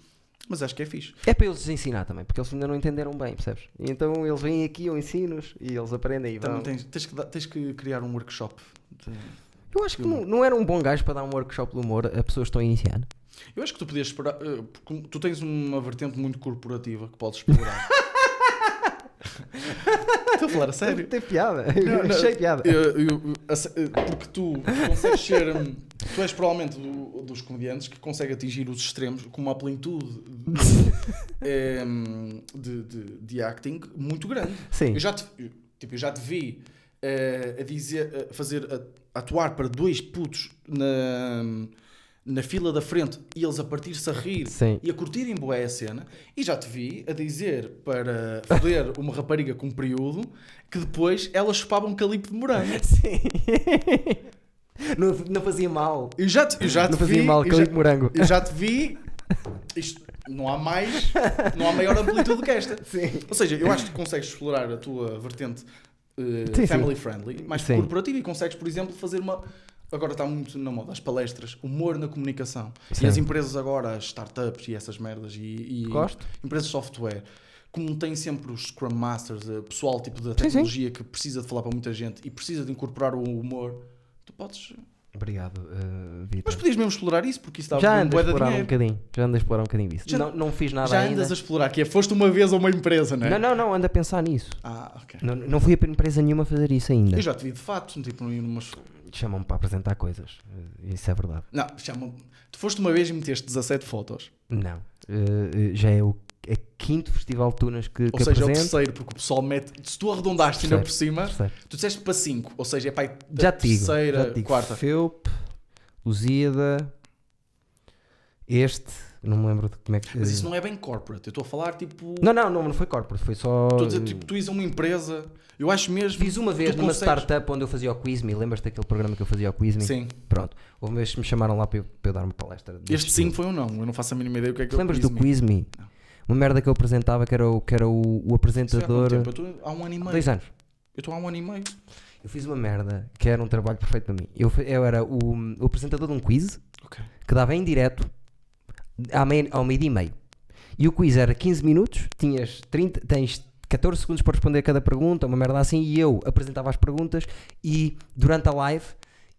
Speaker 2: Mas acho que é fixe.
Speaker 1: para eles ensinar também, porque eles ainda não entenderam bem, percebes? E então eles vêm aqui, eu ensino-os e eles aprendem e
Speaker 2: Também
Speaker 1: vão.
Speaker 2: tens, tens, que, dar- tens que criar um workshop. de-
Speaker 1: Eu acho que não, não era um bom gajo para dar um workshop de humor a pessoas que estão a iniciar.
Speaker 2: Eu acho que tu podias esperar. eh, porque tu tens uma vertente muito corporativa que podes explorar. Estou a falar a sério.
Speaker 1: Tem piada,
Speaker 2: Não, não,
Speaker 1: achei piada.
Speaker 2: eu- eu- a sé- eh, porque tu consegues ser. hum, Tu és provavelmente do- dos comediantes que consegue atingir os extremos com uma amplitude de, em, de, de- de acting muito grande.
Speaker 1: Sim.
Speaker 2: Eu já te, eu, tipo, eu já te vi eh, a dizer, a fazer, a- a atuar para dois putos na, hum, na fila da frente e eles a partir-se a rir
Speaker 1: Sim.
Speaker 2: e a curtirem boé a cena. E já te vi a dizer para foder uma rapariga com um período que depois ela chupava um calipo de morango.
Speaker 1: Sim. não, não fazia mal.
Speaker 2: Eu já te, eu já
Speaker 1: Não
Speaker 2: te
Speaker 1: fazia
Speaker 2: vi,
Speaker 1: mal,
Speaker 2: eu
Speaker 1: calipo
Speaker 2: já-
Speaker 1: de morango.
Speaker 2: Eu já te vi. Isto não há mais, não há maior amplitude que esta.
Speaker 1: Sim.
Speaker 2: Ou seja, eu acho que consegues explorar a tua vertente eh,
Speaker 1: Sim, sim.
Speaker 2: family friendly, mais
Speaker 1: Sim.
Speaker 2: corporativa, e consegues, por exemplo, fazer uma. Agora está muito na moda as palestras, humor na comunicação.
Speaker 1: Sim.
Speaker 2: E as empresas agora, as startups e essas merdas, e, e
Speaker 1: Gosto.
Speaker 2: empresas de software, como têm sempre os Scrum Masters, eh, pessoal tipo da
Speaker 1: Sim, sim.
Speaker 2: tecnologia que precisa de falar para muita gente e precisa de incorporar o humor, tu podes
Speaker 1: Obrigado, eh, Vitor.
Speaker 2: Mas podias mesmo explorar isso, porque isso dava
Speaker 1: Já
Speaker 2: uma
Speaker 1: ando a
Speaker 2: bué de
Speaker 1: explorar um
Speaker 2: dinheiro.
Speaker 1: bocadinho. Já ando a explorar um bocadinho isso.
Speaker 2: Já-
Speaker 1: não, não fiz nada
Speaker 2: Já
Speaker 1: ainda.
Speaker 2: andas a explorar, que é foste uma vez a uma empresa, não é?
Speaker 1: Não, não, não, ando a pensar nisso.
Speaker 2: Ah, ok.
Speaker 1: Não, não fui a empresa nenhuma fazer isso ainda.
Speaker 2: Eu já te vi de fato, tipo, não ia numas.
Speaker 1: Chamam-me para apresentar coisas. Eh, Isso é verdade.
Speaker 2: Não, chama Tu foste uma vez e meteste 17 fotos.
Speaker 1: Não. Eh, eh, já é o é quinto festival de Tunas que,
Speaker 2: Ou
Speaker 1: que
Speaker 2: seja, é o
Speaker 1: apresento.
Speaker 2: terceiro, porque o pessoal mete. Se tu arredondaste ainda por cima,
Speaker 1: Terceiro.
Speaker 2: tu disseste para 5. Ou seja, é para aí da
Speaker 1: Já te digo.
Speaker 2: terceira,
Speaker 1: já te digo.
Speaker 2: quarta.
Speaker 1: Feup, Lusíada, este, não me lembro de como é que.
Speaker 2: Mas isso não é bem corporate. Eu estou a falar tipo.
Speaker 1: não, não, não, não foi corporate, foi só. eh,
Speaker 2: Estou a dizer, tipo, tu és uma empresa. Eu acho mesmo.
Speaker 1: Fiz uma vez
Speaker 2: tu
Speaker 1: numa
Speaker 2: consegues.
Speaker 1: startup onde eu fazia o Quizme, lembras-te daquele programa que eu fazia o Quizme?
Speaker 2: Sim.
Speaker 1: Pronto, houve uma vez que me chamaram lá para eu, para eu dar uma palestra. deste
Speaker 2: Este sim foi ou não. Eu não faço a mínima ideia o que é que
Speaker 1: Te lembras
Speaker 2: eu
Speaker 1: do Quizme? Uma merda que eu apresentava que era o, que era o, o
Speaker 2: Isso é há quanto
Speaker 1: apresentador.
Speaker 2: tempo? Eu estou há um ano e meio.
Speaker 1: Dois anos.
Speaker 2: Eu estou há um ano e meio.
Speaker 1: Eu fiz uma merda que era um trabalho perfeito para mim. Eu, fe- eu era o, o apresentador de um quiz
Speaker 2: Ok.
Speaker 1: que dava em direto à meia- ao meio-dia e meio. E o quiz era 15 minutos, tinhas 30, tens 14 segundos para responder a cada pergunta, uma merda assim, e eu apresentava as perguntas e durante a live.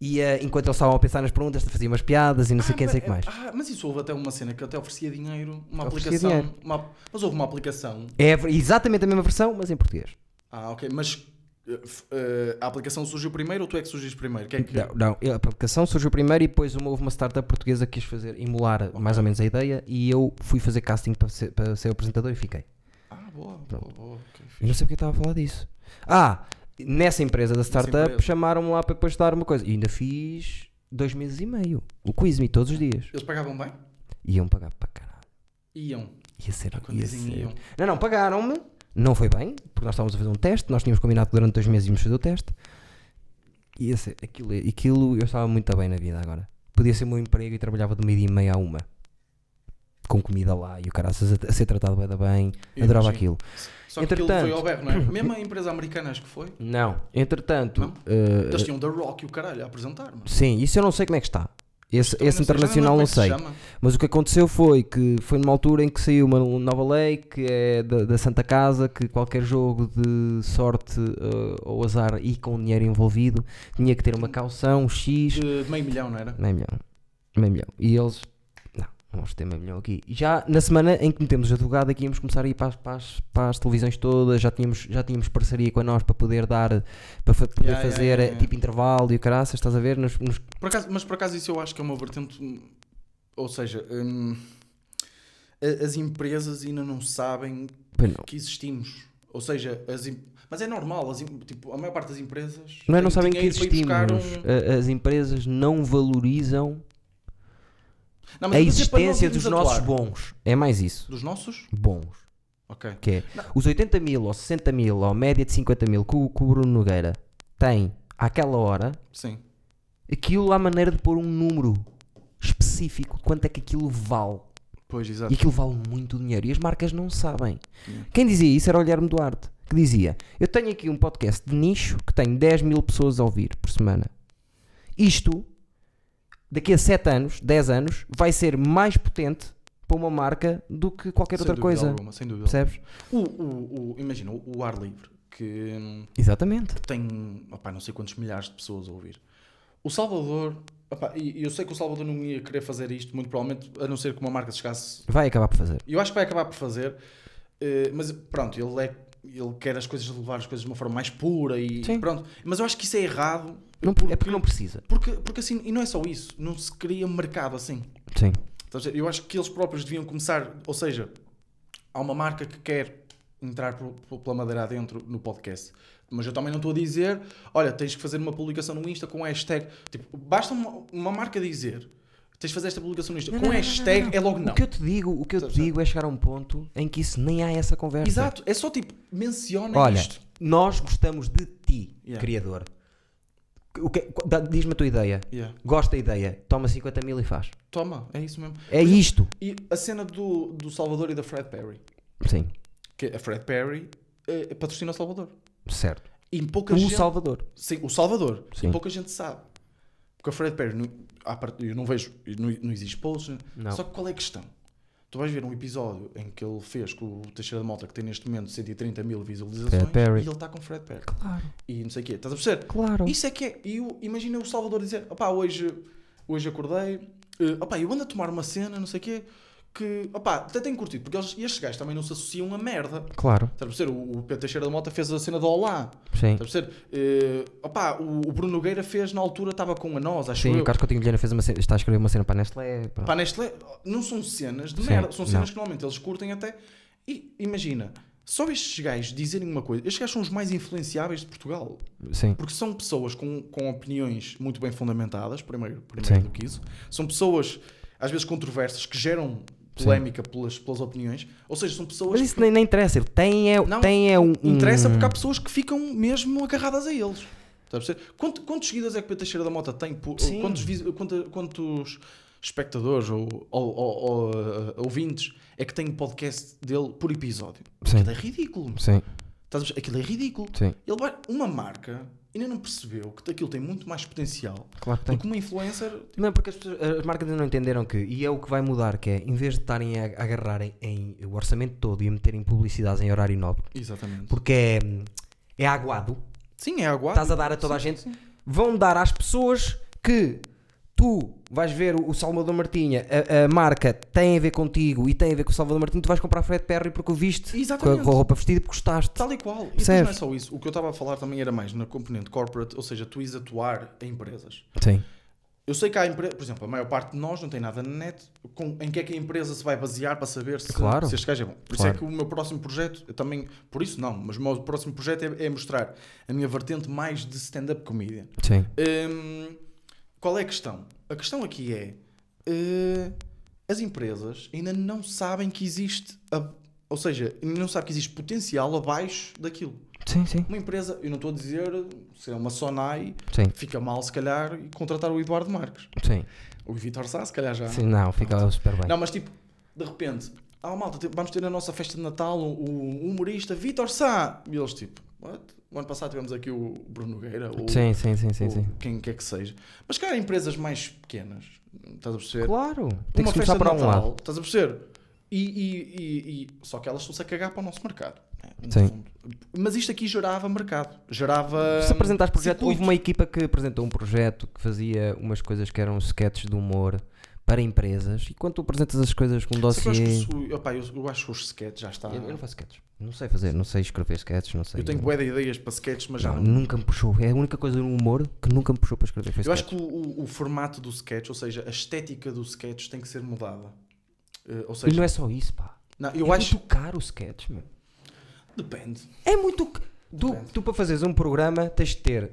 Speaker 1: ia enquanto eles estavam a pensar nas perguntas, fazia umas piadas e não sei
Speaker 2: Ah,
Speaker 1: quem,
Speaker 2: mas-
Speaker 1: sei o que mais.
Speaker 2: Ah, mas isso houve até uma cena que até oferecia dinheiro, uma
Speaker 1: Oferecia
Speaker 2: aplicação.
Speaker 1: dinheiro.
Speaker 2: uma- mas houve uma aplicação.
Speaker 1: É exatamente a mesma versão, mas em português.
Speaker 2: Ah, ok. Mas eh, f- eh, a aplicação surgiu primeiro ou tu é que surgiste primeiro? Quem é que...
Speaker 1: Não, não, eu- a aplicação surgiu primeiro e depois uma, houve uma startup portuguesa que quis fazer, emular mais ou menos a ideia e eu fui fazer casting para ser, para ser apresentador e fiquei.
Speaker 2: Ah, boa, boa, boa. ok,
Speaker 1: Eu
Speaker 2: fixe.
Speaker 1: não sei porque eu estava a falar disso. Ah, nessa empresa da startup
Speaker 2: empresa.
Speaker 1: chamaram-me lá para depois dar uma coisa e ainda fiz dois meses e meio o quiz me todos os dias
Speaker 2: Eles pagavam bem?
Speaker 1: e iam pagar para caralho.
Speaker 2: Iam.
Speaker 1: Ia ser,
Speaker 2: Ah, quando
Speaker 1: ia
Speaker 2: dizem
Speaker 1: ser.
Speaker 2: iam.
Speaker 1: Não, não, pagaram-me. Não foi bem, porque nós estávamos a fazer um teste, nós tínhamos combinado que durante dois meses íamos fazer o teste. Ia ser, aquilo, aquilo eu estava muito bem na vida agora. Podia ser o meu emprego e trabalhava de meio-dia e meia a uma. Com comida lá e o cara a ser a ser tratado bem, bem
Speaker 2: Eu
Speaker 1: adorava
Speaker 2: imagino.
Speaker 1: aquilo.
Speaker 2: Só que aquilo foi
Speaker 1: Entretanto-
Speaker 2: ao berro, não é? Mesmo a empresa americana, acho que foi.
Speaker 1: Não, entretanto,
Speaker 2: Não? Então,
Speaker 1: eh,
Speaker 2: Eles tinham The Rock e o caralho a apresentar, mano.
Speaker 1: sim, isso eu não sei como é que está. Esse,
Speaker 2: Também
Speaker 1: esse internacional não sei.
Speaker 2: já lembro como é que se chama.
Speaker 1: Mas o que aconteceu foi que foi numa altura em que saiu uma nova lei que é da, da Santa Casa que qualquer jogo de sorte eh, ou azar e com dinheiro envolvido tinha que ter uma calção X.
Speaker 2: De- De meio milhão, não era?
Speaker 1: Meio milhão. Meio milhão. E eles. Não, não vamos ter meio milhão aqui. E já na semana em que metemos o advogado aqui íamos começar a ir para as, para as- para as televisões todas, já tínhamos, já tínhamos parceria com a nós para poder dar, para fa- poder
Speaker 2: Yeah, yeah,
Speaker 1: fazer
Speaker 2: yeah,
Speaker 1: eh,
Speaker 2: yeah.
Speaker 1: tipo intervalo e o caraças, estás a ver? Nos- nos-
Speaker 2: Por acaso, mas por acaso isso eu acho que é uma vertente. hum, Ou seja, hum, a- as empresas ainda não sabem
Speaker 1: Pois não.
Speaker 2: que existimos. Ou seja, as em- mas é normal, as em- tipo, a maior parte das empresas.
Speaker 1: Não é?
Speaker 2: tem
Speaker 1: Não sabem que
Speaker 2: dinheiro para ir
Speaker 1: existimos.
Speaker 2: buscar um-
Speaker 1: A- As empresas não valorizam
Speaker 2: Não, Ah, mas
Speaker 1: a
Speaker 2: eu estou dizer para nós
Speaker 1: existência
Speaker 2: irmos
Speaker 1: dos nossos
Speaker 2: atuar.
Speaker 1: bons. É mais isso.
Speaker 2: Dos nossos?
Speaker 1: Bons.
Speaker 2: Ok.
Speaker 1: Que é os 80 mil ou 60 mil ou a média de 50 mil que o, que o Bruno Nogueira tem àquela hora,
Speaker 2: Sim.
Speaker 1: aquilo há maneira de pôr um número específico de quanto é que aquilo vale.
Speaker 2: Pois,
Speaker 1: E
Speaker 2: exato.
Speaker 1: aquilo vale muito dinheiro. E as marcas não sabem.
Speaker 2: Yeah.
Speaker 1: Quem dizia isso era o Guilherme Duarte, que dizia: Eu tenho aqui um podcast de nicho que tem 10 mil pessoas a ouvir por semana. Isto, daqui a 7 anos, 10 anos, vai ser mais potente para uma marca do que qualquer
Speaker 2: Sem
Speaker 1: outra
Speaker 2: dúvida
Speaker 1: coisa.
Speaker 2: alguma, sem dúvida.
Speaker 1: Percebes?
Speaker 2: O, o, o- imagina, o, o ar livre, que hum,
Speaker 1: Exatamente.
Speaker 2: tem opá, não sei quantos milhares de pessoas a ouvir. O Salvador, opá, e e eu sei que o Salvador não ia querer fazer isto, muito provavelmente, a não ser que uma marca se chegasse.
Speaker 1: Vai acabar por fazer.
Speaker 2: Eu acho que vai acabar por fazer, eh, mas pronto, ele é- Ele quer as coisas levar as coisas de uma forma mais pura e
Speaker 1: Sim.
Speaker 2: pronto. Mas eu acho que isso é errado.
Speaker 1: Não-
Speaker 2: porque,
Speaker 1: é porque não precisa.
Speaker 2: porque, porque assim, e não é só isso, não se cria mercado assim.
Speaker 1: Sim.
Speaker 2: Estás a ver? Eu acho que eles próprios deviam começar, ou seja, há uma marca que quer entrar por- por- pela madeira adentro no podcast. Mas eu também não estou a dizer, olha, tens que fazer uma publicação no Insta com hashtag. Tipo, basta uma, uma marca dizer, tens de fazer esta publicação no Insta com hashtag, é logo não. Tá
Speaker 1: O que eu te digo, o que eu te
Speaker 2: Percebes?
Speaker 1: digo é chegar a um ponto em que isso nem há essa conversa.
Speaker 2: Exato, é só tipo, menciona
Speaker 1: Olha,
Speaker 2: isto.
Speaker 1: é nós gostamos de ti,
Speaker 2: Yeah.
Speaker 1: criador. O que- é, qu- dá- Diz-me a tua ideia.
Speaker 2: Yeah.
Speaker 1: Gosta da ideia. Toma 50 mil e faz.
Speaker 2: Toma, é isso mesmo.
Speaker 1: É isto.
Speaker 2: E a cena do, do Salvador e da Fred Perry,
Speaker 1: Sim,
Speaker 2: que é, a Fred Perry eh, patrocina o Salvador.
Speaker 1: certo.
Speaker 2: E pouca
Speaker 1: O
Speaker 2: gente...
Speaker 1: Salvador.
Speaker 2: Sim, o Salvador.
Speaker 1: Sim.
Speaker 2: E pouca gente sabe. Porque a Fred Perry, não, à parte- eu não vejo, não, não existe posts. né?
Speaker 1: Não.
Speaker 2: Só que qual é a questão? Tu vais ver um episódio em que ele fez com o Teixeira da Malta, que tem neste momento 130 mil visualizações,
Speaker 1: Fred Perry.
Speaker 2: e ele está com Fred Perry.
Speaker 1: Claro,
Speaker 2: E não sei o quê. Estás a perceber?
Speaker 1: claro.
Speaker 2: Isso é que é. E eu- imagina o Salvador dizer: opá, hoje, hoje acordei, eh, opá, eu ando a tomar uma cena, não sei o quê, que opá, até tenho curtido, porque eles, estes gajos também não se associam a merda.
Speaker 1: Claro,
Speaker 2: Estás a perceber? O, o Pedro Teixeira da Mota fez a cena do Olá.
Speaker 1: sim.
Speaker 2: Estás a perceber? Eh, opá, o, o Bruno Nogueira fez na altura, estava com a nós, acho
Speaker 1: Sim,
Speaker 2: eu.
Speaker 1: o Carlos Coutinho de Vilhena fez uma cena, está a escrever uma cena para a Nestlé. pronto.
Speaker 2: Pá, Nestlé, não são cenas de
Speaker 1: Sim,
Speaker 2: merda, são
Speaker 1: não.
Speaker 2: cenas que normalmente eles curtem até. E imagina, só estes gajos dizerem uma coisa, estes gajos são os mais influenciáveis de Portugal.
Speaker 1: Sim,
Speaker 2: Porque são pessoas com, com opiniões muito bem fundamentadas, primeiro,
Speaker 1: Sim.
Speaker 2: primeiro do que isso. São pessoas, às vezes, controversas, que geram polémica pelas, pelas opiniões. Ou seja, são pessoas
Speaker 1: mas isso
Speaker 2: que...
Speaker 1: nem, nem interessa. Ele tem é,
Speaker 2: Não,
Speaker 1: tem é um. um-
Speaker 2: Interessa porque há pessoas que ficam mesmo agarradas a eles. Está a perceber? Quanto- quantos seguidores é que o Pedro Teixeira da Mota tem? Por-
Speaker 1: Sim.
Speaker 2: Quantos, vis- quanta- quantos espectadores ou, ou- ou- ou, uh, ouvintes é que tem o podcast dele por episódio?
Speaker 1: Sim.
Speaker 2: Aquilo é ridículo. meu.
Speaker 1: Sim,
Speaker 2: Estás a perceber? Aquilo é ridículo.
Speaker 1: sim.
Speaker 2: Ele vai, uma marca ainda não percebeu que aquilo tem muito mais potencial
Speaker 1: Claro que tem.
Speaker 2: do que uma influencer.
Speaker 1: Não, porque as, pessoas- as marcas ainda não entenderam que, e é o que vai mudar, que é, em vez de estarem a a agarrarem em o orçamento todo e a meterem publicidades em horário nobre,
Speaker 2: Exatamente.
Speaker 1: porque é, é aguado,
Speaker 2: Sim, é aguado.
Speaker 1: estás a dar a toda a gente, vão dar às pessoas que tu vais ver o o Salvador Martinha, a, a marca tem a ver contigo e tem a ver com o Salvador Martinha, tu vais comprar Fred Perry porque o viste com a,
Speaker 2: Exatamente.
Speaker 1: com a roupa vestida porque gostaste.
Speaker 2: Tal e qual. E depois
Speaker 1: Percebes?
Speaker 2: não é só isso. O que eu estava a falar também era mais na componente corporate, ou seja, tu ires atuar em empresas.
Speaker 1: Sim,
Speaker 2: Eu sei que há empresas, por exemplo, a maior parte de nós não tem nada na net com, em que é que a empresa se vai basear para saber se,
Speaker 1: Claro.
Speaker 2: se este gajo é bom. Por
Speaker 1: Claro.
Speaker 2: isso é que o meu próximo projeto, eu também, por isso não, mas o meu próximo projeto é, é mostrar a minha vertente mais de stand-up comédia.
Speaker 1: sim,
Speaker 2: Hum, qual é a questão? A questão aqui é: eh, as empresas ainda não sabem que existe, a- ou seja, ainda não sabem que existe potencial abaixo daquilo.
Speaker 1: sim, sim.
Speaker 2: Uma empresa, eu não estou a dizer, se é uma Sonai,
Speaker 1: Sim,
Speaker 2: fica mal se calhar e contratar o Eduardo Marques.
Speaker 1: sim.
Speaker 2: Ou o Vitor Sá, se calhar já.
Speaker 1: Sim, não, fica super bem.
Speaker 2: Não, mas tipo, de repente, ah malta, te- vamos ter na nossa festa de Natal o, o humorista Vitor Sá. E eles tipo, what? O ano passado tivemos aqui o Bruno Nogueira, ou
Speaker 1: Sim, sim, sim, sim,
Speaker 2: ou
Speaker 1: sim.
Speaker 2: quem quer que seja. Mas cá há empresas mais pequenas, estás a perceber?
Speaker 1: Claro, tem que
Speaker 2: Uma
Speaker 1: se começar
Speaker 2: festa
Speaker 1: por
Speaker 2: de
Speaker 1: algum
Speaker 2: Natal,
Speaker 1: lado.
Speaker 2: Estás a perceber? E, e- e- e- só que elas estão-se a cagar para o nosso mercado. né? No
Speaker 1: Sim.
Speaker 2: fundo. Mas isto aqui gerava mercado, gerava.
Speaker 1: Se apresentares projeto,
Speaker 2: circuito.
Speaker 1: houve uma equipa que apresentou um projeto que fazia umas coisas que eram sketches de humor para empresas e quando tu apresentas as coisas com um
Speaker 2: Só que eu acho que
Speaker 1: dossiê.
Speaker 2: isso- opá, eu, eu acho que os sketches já está.
Speaker 1: Eu, eu não
Speaker 2: Eu,
Speaker 1: faço sketches. Não sei fazer, não sei escrever sketches, não sei.
Speaker 2: tenho bué de ideias para sketches, mas já
Speaker 1: Não,
Speaker 2: não.
Speaker 1: nunca me puxou. É a única coisa no humor que nunca me puxou para escrever. Foi
Speaker 2: Eu acho
Speaker 1: sketch.
Speaker 2: que o, o- o formato do sketch, ou seja, a estética do sketch tem que ser mudada. Eh, ou
Speaker 1: E
Speaker 2: seja,
Speaker 1: não é só isso, pá.
Speaker 2: não,
Speaker 1: é
Speaker 2: eu acho.
Speaker 1: muito caro o sketch, meu.
Speaker 2: Depende.
Speaker 1: É muito. ca- Tu,
Speaker 2: Depende.
Speaker 1: tu para fazeres um programa tens de ter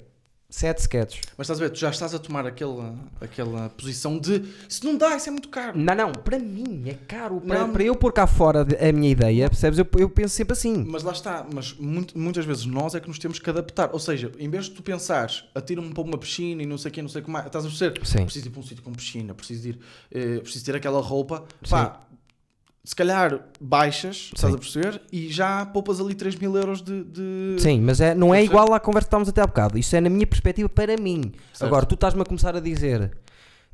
Speaker 1: sete sketches.
Speaker 2: Mas estás a ver, tu já estás a tomar aquela, aquela posição de isso não dá, isso é muito caro.
Speaker 1: Não, não, para mim é caro. Para,
Speaker 2: Não.
Speaker 1: para eu pôr cá fora de- a minha ideia, percebes? Eu, eu penso sempre assim.
Speaker 2: Mas lá está, mas muito- muitas vezes nós é que nos temos que adaptar. Ou seja, em vez de tu pensares, atira-me para uma piscina e não sei o quê, não sei o que mais, estás a perceber?
Speaker 1: Sim.
Speaker 2: Preciso ir para um sítio com piscina, preciso, ir, eh, preciso ter aquela roupa. Pá, se calhar baixas, estás a perceber? E já poupas ali 3 mil euros de. de-
Speaker 1: Sim, mas é, não é
Speaker 2: Percebe?
Speaker 1: igual à conversa que estávamos até há bocado. Isso é na minha perspectiva para mim.
Speaker 2: Certo.
Speaker 1: Agora, tu estás-me a começar a dizer: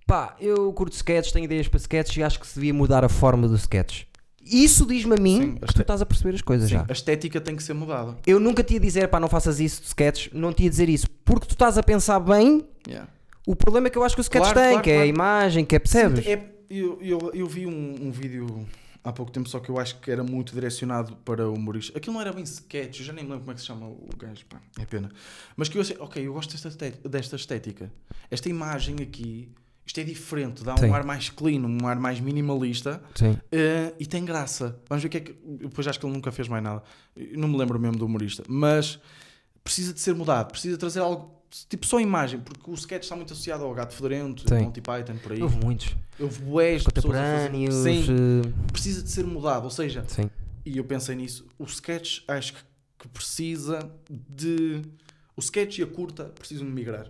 Speaker 1: pá, eu curto sketches, tenho ideias para sketches e acho que se devia mudar a forma do sketch. Isso diz-me a mim
Speaker 2: Sim,
Speaker 1: que
Speaker 2: este-
Speaker 1: tu estás a perceber as coisas
Speaker 2: Sim,
Speaker 1: já.
Speaker 2: a estética tem que ser mudada.
Speaker 1: Eu nunca te ia dizer, pá, não faças isso de sketch, não te ia dizer isso. Porque tu estás a pensar bem
Speaker 2: Yeah.
Speaker 1: o problema que eu acho que o sketch
Speaker 2: Claro,
Speaker 1: tem,
Speaker 2: claro,
Speaker 1: que é a
Speaker 2: claro.
Speaker 1: imagem, que é, percebes?
Speaker 2: É- eu, eu, eu vi um, um vídeo há pouco tempo, só que eu acho que era muito direcionado para humoristas. Aquilo não era bem sketch, eu já nem me lembro como é que se chama o gajo, pá, é pena. Mas que eu achei, ok, eu gosto desta, estet- desta estética. Esta imagem aqui, isto é diferente, dá
Speaker 1: Sim.
Speaker 2: um ar mais clean, um ar mais minimalista.
Speaker 1: Sim.
Speaker 2: eh, e tem graça. Vamos ver o que é que. Depois acho que ele nunca fez mais nada. Eu não me lembro mesmo do humorista. Mas precisa de ser mudado, precisa trazer algo. Tipo só imagem, porque o sketch está muito associado ao gato fedorento,
Speaker 1: Sim.
Speaker 2: Monty Python, por aí.
Speaker 1: Houve muitos.
Speaker 2: Houve bués de pessoas a fazer-
Speaker 1: Contemporâneos.
Speaker 2: Sim,
Speaker 1: eh,
Speaker 2: precisa de ser mudado. Ou seja,
Speaker 1: Sim.
Speaker 2: e eu pensei nisso, o sketch acho que- que precisa de. O sketch e a curta precisam de migrar.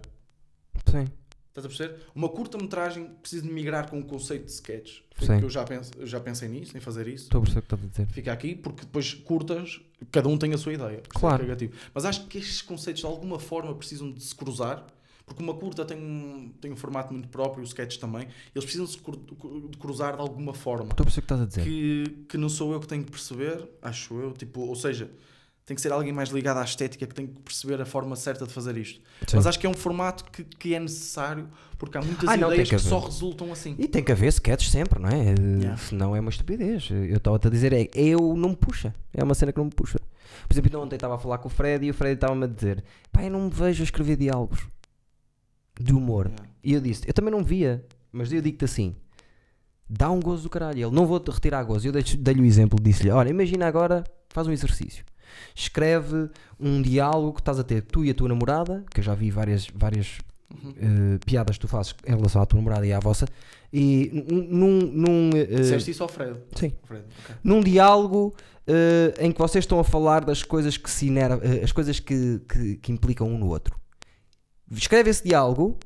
Speaker 1: Sim.
Speaker 2: Estás a perceber? Uma curta-metragem precisa de migrar com o conceito de sketch. Foi
Speaker 1: Sim.
Speaker 2: que Eu já, penso, eu já pensei nisso, em fazer isso.
Speaker 1: Estou a perceber o que estás a dizer.
Speaker 2: Fica aqui, porque depois curtas, cada um tem a sua ideia. Isso é
Speaker 1: Claro.
Speaker 2: cagativo. Mas acho que estes conceitos de alguma forma precisam de se cruzar Porque uma curta tem um, tem um formato muito próprio, o sketch também. Eles precisam se cru- cru- de cruzar de alguma forma.
Speaker 1: Estou a perceber o que estás a dizer.
Speaker 2: Que, que não sou eu que tenho que perceber, acho eu. Tipo, ou seja, tem que ser alguém mais ligado à estética que tem que perceber a forma certa de fazer isto.
Speaker 1: Sim.
Speaker 2: Mas acho que é um formato que, que é necessário porque há muitas
Speaker 1: Ah, não, tem
Speaker 2: ideias
Speaker 1: que
Speaker 2: que, só
Speaker 1: haver.
Speaker 2: resultam assim.
Speaker 1: E tem que haver sketches sempre, não é?
Speaker 2: Yeah.
Speaker 1: Senão é uma estupidez. Eu estava-te a dizer, é, eu não me puxa. É uma cena que não me puxa. Por exemplo, ainda ontem estava a falar com o Fred e o Fred estava-me a dizer: pá, eu não me vejo a escrever diálogos de humor.
Speaker 2: Yeah.
Speaker 1: E eu disse: eu também não via, mas eu digo-te assim: dá um gozo do caralho. Ele não vou-te retirar gozo. Eu deixo- dei-lhe o exemplo, disse-lhe: olha, imagina agora, faz um exercício. Escreve um diálogo que estás a ter tu e a tua namorada, que eu já vi várias, várias
Speaker 2: Uhum.
Speaker 1: eh, piadas que tu fazes em relação à tua namorada e à vossa, e n- n- num, num, eh,
Speaker 2: Disseste isso ao Fred.
Speaker 1: sim,
Speaker 2: Fred, ok.
Speaker 1: num diálogo eh, em que vocês estão a falar das coisas que se iner- eh, as coisas que, que, que implicam um no outro. Escreve esse diálogo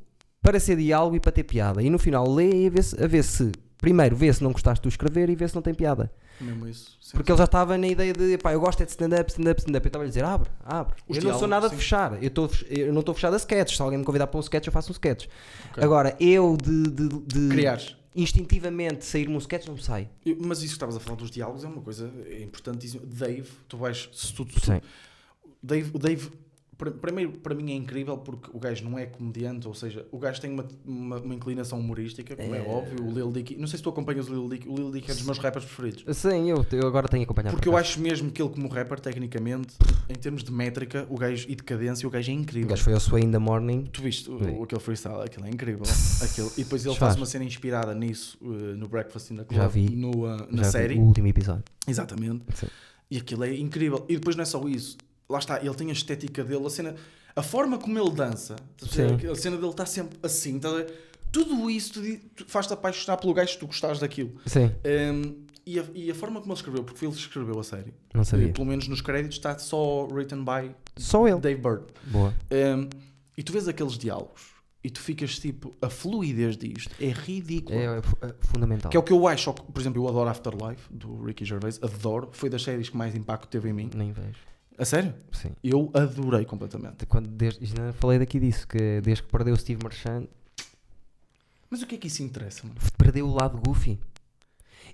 Speaker 1: para ser diálogo e para ter piada. E no final lê e vê se, a ver se. Primeiro, vê se não gostaste de tu escrever e vê se não tem piada.
Speaker 2: Mesmo isso. Sim.
Speaker 1: Porque ele já estava na ideia de, pá, eu gosto é de stand-up, stand-up, stand-up. Eu estava a dizer, abre, abre.
Speaker 2: Os
Speaker 1: eu não sou
Speaker 2: diálogos,
Speaker 1: nada
Speaker 2: sim.
Speaker 1: de fechar. Eu, tô fech- eu não estou fechado a sketches. Se alguém me convidar para um sketch, eu faço um sketch.
Speaker 2: Ok.
Speaker 1: Agora, eu de, de, de
Speaker 2: Criares.
Speaker 1: instintivamente sair-me um sketch, não me sai.
Speaker 2: Eu- Mas isso que estavas a falar dos diálogos é uma coisa é importantíssima. Dave, tu vais. Se tu, se tu-
Speaker 1: Sim.
Speaker 2: Dave, o Dave pr- primeiro, para mim é incrível porque o gajo não é comediante, ou seja, o gajo tem uma, uma, uma inclinação humorística, como é,
Speaker 1: É.
Speaker 2: óbvio. O Lil Dicky, não sei se tu acompanhas o Lil Dicky, o Lil Dicky é dos meus rappers preferidos.
Speaker 1: Sim, eu, eu agora tenho acompanhado.
Speaker 2: Porque
Speaker 1: por
Speaker 2: eu
Speaker 1: acaso.
Speaker 2: acho mesmo que ele, como rapper, tecnicamente, em termos de métrica o gajo, e de cadência, o gajo é
Speaker 1: O
Speaker 2: incrível.
Speaker 1: gajo foi ao Sway in the Morning.
Speaker 2: Tu viste o-
Speaker 1: Vi.
Speaker 2: aquele freestyle, aquilo é incrível.
Speaker 1: Pss,
Speaker 2: Aquilo. E depois ele
Speaker 1: desfaz.
Speaker 2: faz uma cena inspirada nisso eh, no Breakfast in the Club,
Speaker 1: Já vi.
Speaker 2: no, eh,
Speaker 1: já
Speaker 2: na
Speaker 1: vi
Speaker 2: série.
Speaker 1: O último episódio.
Speaker 2: Exatamente.
Speaker 1: Sim.
Speaker 2: E aquilo é incrível. E depois não é só isso. Lá está, ele tem a estética dele, a cena, a forma como ele dança, estás a perceber? a cena dele está sempre assim, estás a ver? tudo isso tu di- tu faz-te apaixonar pelo gajo se tu gostares daquilo.
Speaker 1: Sim,
Speaker 2: Hum, e, a, e a forma como ele escreveu, porque ele escreveu a série,
Speaker 1: não sabia.
Speaker 2: e, pelo menos nos créditos está só written by
Speaker 1: Só ele.
Speaker 2: Dave Bird.
Speaker 1: Boa.
Speaker 2: Hum, e tu vês aqueles diálogos e tu ficas tipo, a fluidez disto é ridícula.
Speaker 1: É, é fu- é fundamental.
Speaker 2: Que é o que eu acho, por exemplo, eu adoro Afterlife do Ricky Gervais, adoro, foi das séries que mais impacto teve em mim.
Speaker 1: Nem vejo.
Speaker 2: A sério?
Speaker 1: Sim.
Speaker 2: Eu adorei completamente.
Speaker 1: De Quando, desde, já falei daqui disso, que desde que perdeu o Steve Marchand,
Speaker 2: Mas o que é que isso interessa, mano?
Speaker 1: perdeu o lado goofy.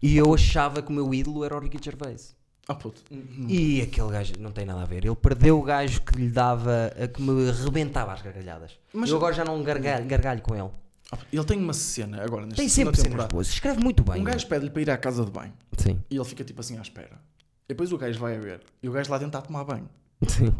Speaker 1: E eu achava que o meu ídolo era o Ricky Gervais.
Speaker 2: Ah, puto. E-
Speaker 1: E aquele gajo não tem nada a ver. Ele perdeu o gajo que lhe dava, a que me rebentava as gargalhadas.
Speaker 2: Mas-
Speaker 1: eu agora já não gargalho, gargalho com ele.
Speaker 2: Ah, puto, Ele tem uma cena agora nesta
Speaker 1: Tem sempre
Speaker 2: segunda
Speaker 1: cenas
Speaker 2: temporada.
Speaker 1: boas. Escreve muito bem.
Speaker 2: Um gajo pede-lhe para ir à casa de banho
Speaker 1: Sim,
Speaker 2: e ele fica tipo assim à espera. E depois o gajo vai a ver e o gajo lá dentro está a tomar banho.
Speaker 1: sim,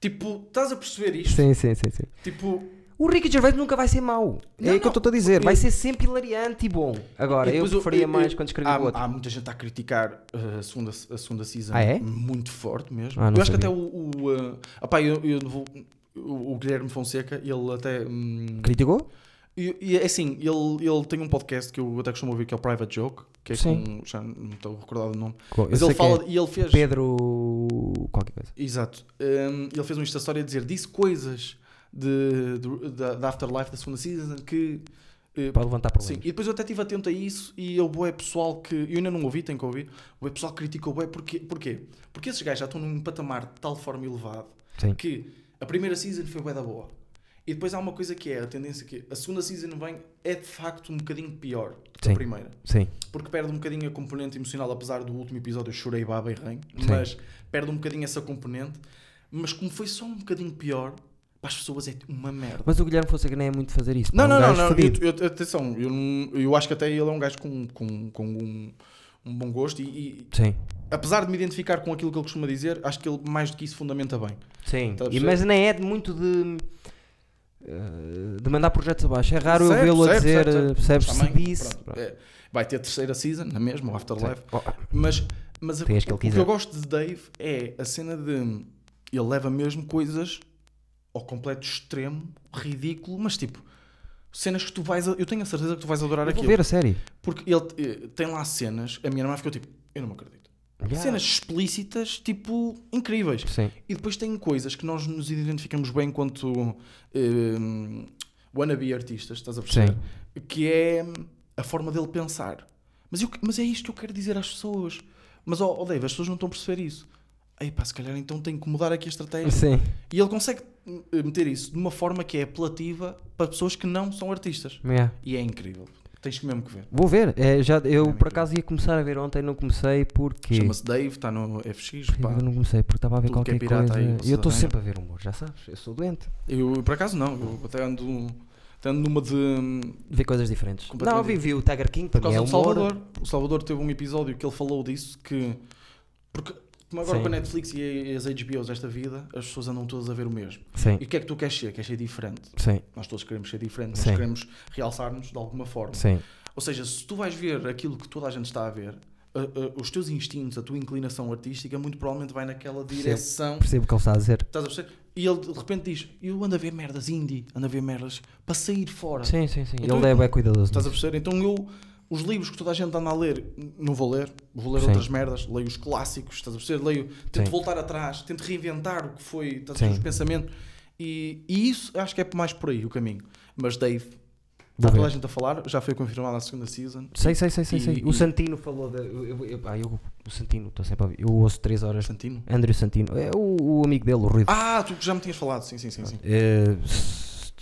Speaker 2: Tipo, estás a perceber isto?
Speaker 1: sim, sim, sim. sim.
Speaker 2: Tipo,
Speaker 1: O Ricky Gervais nunca vai ser mau.
Speaker 2: Não,
Speaker 1: é o que eu
Speaker 2: não.
Speaker 1: estou a dizer. Vai ser sempre hilariante e bom. Agora,
Speaker 2: e
Speaker 1: eu
Speaker 2: depois
Speaker 1: preferia
Speaker 2: e-
Speaker 1: mais
Speaker 2: e-
Speaker 1: quando escrevi
Speaker 2: há,
Speaker 1: o outro.
Speaker 2: Há muita gente a criticar uh, a, segunda, a segunda season
Speaker 1: Ah, é?
Speaker 2: muito forte mesmo.
Speaker 1: Ah, não
Speaker 2: eu acho que
Speaker 1: sabia.
Speaker 2: até o. o uh, opá, eu, eu não vou- o o Guilherme Fonseca, ele até. hum,
Speaker 1: Criticou?
Speaker 2: E, e é assim, ele, ele tem um podcast que eu até costumo ouvir que é o Private Joke, que é
Speaker 1: Sim.
Speaker 2: com. Já não me estou recordado do nome.
Speaker 1: Co- eu
Speaker 2: Mas
Speaker 1: sei
Speaker 2: ele
Speaker 1: quem
Speaker 2: fala. E ele
Speaker 1: é.
Speaker 2: fez.
Speaker 1: Pedro. qualquer coisa.
Speaker 2: Exato. Hum, ele fez uma história a dizer: disse coisas de, de- da, da Afterlife da segunda season que. eh,
Speaker 1: Pode levantar
Speaker 2: Sim,
Speaker 1: problemas.
Speaker 2: e depois eu até estive atento a isso e o bué pessoal que, eu ainda não ouvi, tenho que ouvir, o bué pessoal que critica o bué, porquê? porquê? Porque esses gajos já estão num patamar de tal forma elevado
Speaker 1: Sim.
Speaker 2: que a primeira season foi bué da boa. E depois há uma coisa que é a tendência que a segunda season vem é de facto um bocadinho pior que
Speaker 1: Sim.
Speaker 2: a primeira.
Speaker 1: Sim.
Speaker 2: Porque perde um bocadinho a componente emocional, apesar do último episódio eu chorei baba e rei,
Speaker 1: Sim.
Speaker 2: mas perde um bocadinho essa componente. Mas como foi só um bocadinho pior, para as pessoas é uma merda.
Speaker 1: Mas o Guilherme Fonseca nem é muito fazer isso.
Speaker 2: Não,
Speaker 1: É um
Speaker 2: não, não,
Speaker 1: gajo
Speaker 2: não.
Speaker 1: fedido.
Speaker 2: Eu, eu- atenção, eu, não- eu acho que até ele é um gajo com, com, com um, um bom gosto e, e,
Speaker 1: Sim.
Speaker 2: apesar de me identificar com aquilo que ele costuma dizer, acho que ele mais do que isso fundamenta bem.
Speaker 1: Sim,
Speaker 2: Tá a
Speaker 1: e,
Speaker 2: perceber?
Speaker 1: mas nem é de muito de, eh, de mandar projetos abaixo. É raro eu
Speaker 2: Percebe,
Speaker 1: vê-lo a dizer,
Speaker 2: percebe, percebe,
Speaker 1: eh, percebes? Se
Speaker 2: Também,
Speaker 1: disse.
Speaker 2: pronto, é, vai ter a terceira season, na mesma, o Afterlife.
Speaker 1: Sim. Oh,
Speaker 2: Mas, mas a-
Speaker 1: Tem as que ele
Speaker 2: o que
Speaker 1: quiser.
Speaker 2: eu gosto de Dave é a cena de ele leva mesmo coisas ao completo extremo, ridículo, mas tipo. Cenas que tu vais. a- eu tenho a certeza que tu vais adorar
Speaker 1: eu vou
Speaker 2: aquilo.
Speaker 1: ver a série.
Speaker 2: Porque ele eh, tem lá cenas. A minha irmã ficou tipo, eu não me acredito.
Speaker 1: Yeah.
Speaker 2: Cenas explícitas, tipo, incríveis.
Speaker 1: Sim.
Speaker 2: E depois tem coisas que nós nos identificamos bem enquanto hum, wannabe artistas, estás a perceber? Que é a forma dele pensar. Mas, eu- mas é isto que eu quero dizer às pessoas. Mas, oh, oh Dave, as pessoas não estão a perceber isso. Ei, pá, se calhar então tenho que mudar aqui a estratégia.
Speaker 1: Sim.
Speaker 2: E ele consegue eh, meter isso de uma forma que é apelativa para pessoas que não são artistas.
Speaker 1: Yeah.
Speaker 2: E é incrível. Tens que mesmo que ver.
Speaker 1: Vou ver. É, já, eu
Speaker 2: muito
Speaker 1: por acaso ia começar a ver ontem, não comecei porque.
Speaker 2: Chama-se Dave, está no FX.
Speaker 1: Porquê
Speaker 2: pá.
Speaker 1: que Eu não comecei porque estava a ver
Speaker 2: tudo que
Speaker 1: qualquer
Speaker 2: é pirata
Speaker 1: coisa.
Speaker 2: aí, vocês
Speaker 1: eu estou
Speaker 2: arranjam.
Speaker 1: sempre a ver humor, já sabes? Eu sou doente.
Speaker 2: Eu, por acaso, não. Eu até ando, até ando numa de. hum,
Speaker 1: Ver coisas diferentes. Não,
Speaker 2: Completamente
Speaker 1: vi, vi o Tiger King,
Speaker 2: Por
Speaker 1: para mim
Speaker 2: causa
Speaker 1: é
Speaker 2: do
Speaker 1: humor.
Speaker 2: Salvador. O Salvador teve um episódio que ele falou disso que. Porque como agora
Speaker 1: Sim.
Speaker 2: com a Netflix e- e as HBOs desta vida, as pessoas andam todas a ver o mesmo.
Speaker 1: Sim,
Speaker 2: E o que é que tu queres ser? Queres ser diferente?
Speaker 1: sim,
Speaker 2: Nós todos queremos ser diferentes,
Speaker 1: Sim.
Speaker 2: nós queremos realçar-nos de alguma forma.
Speaker 1: sim.
Speaker 2: Ou seja, se tu vais ver aquilo que toda a gente está a ver, a- a- os teus instintos, a tua inclinação artística, muito provavelmente vai naquela direção.
Speaker 1: Percebo o que ele está a dizer.
Speaker 2: Estás a perceber? E ele de repente diz: Eu ando a ver merdas indie, ando a ver merdas para sair fora.
Speaker 1: Sim, sim, sim.
Speaker 2: Então,
Speaker 1: ele é bem cuidadoso.
Speaker 2: Estás a
Speaker 1: nisso.
Speaker 2: perceber? Então eu, os livros que toda a gente anda a ler, n- não vou ler, vou ler
Speaker 1: Sim.
Speaker 2: outras merdas, leio os clássicos, estás a perceber? Leio, tento
Speaker 1: Sim.
Speaker 2: voltar atrás, tento reinventar o que foi, estás a perceber,
Speaker 1: Sim.
Speaker 2: os pensamentos. E, e isso acho que é mais por aí o caminho. Mas Dave,
Speaker 1: Vou
Speaker 2: está toda a
Speaker 1: ver.
Speaker 2: gente a falar, já foi confirmada a segunda season.
Speaker 1: Sei, sei, sei, sei, sei.
Speaker 2: E-
Speaker 1: O
Speaker 2: e-
Speaker 1: Santino falou da. Eu, eu- eu- ah, eu- o Santino, estou sempre a ouvir. Eu ouço 3 horas.
Speaker 2: Constantino.
Speaker 1: André Santino. É o, o amigo dele, o Ruivo.
Speaker 2: Ah, tu já me tinhas falado, sim, sim, sim. sim.
Speaker 1: Eh, s-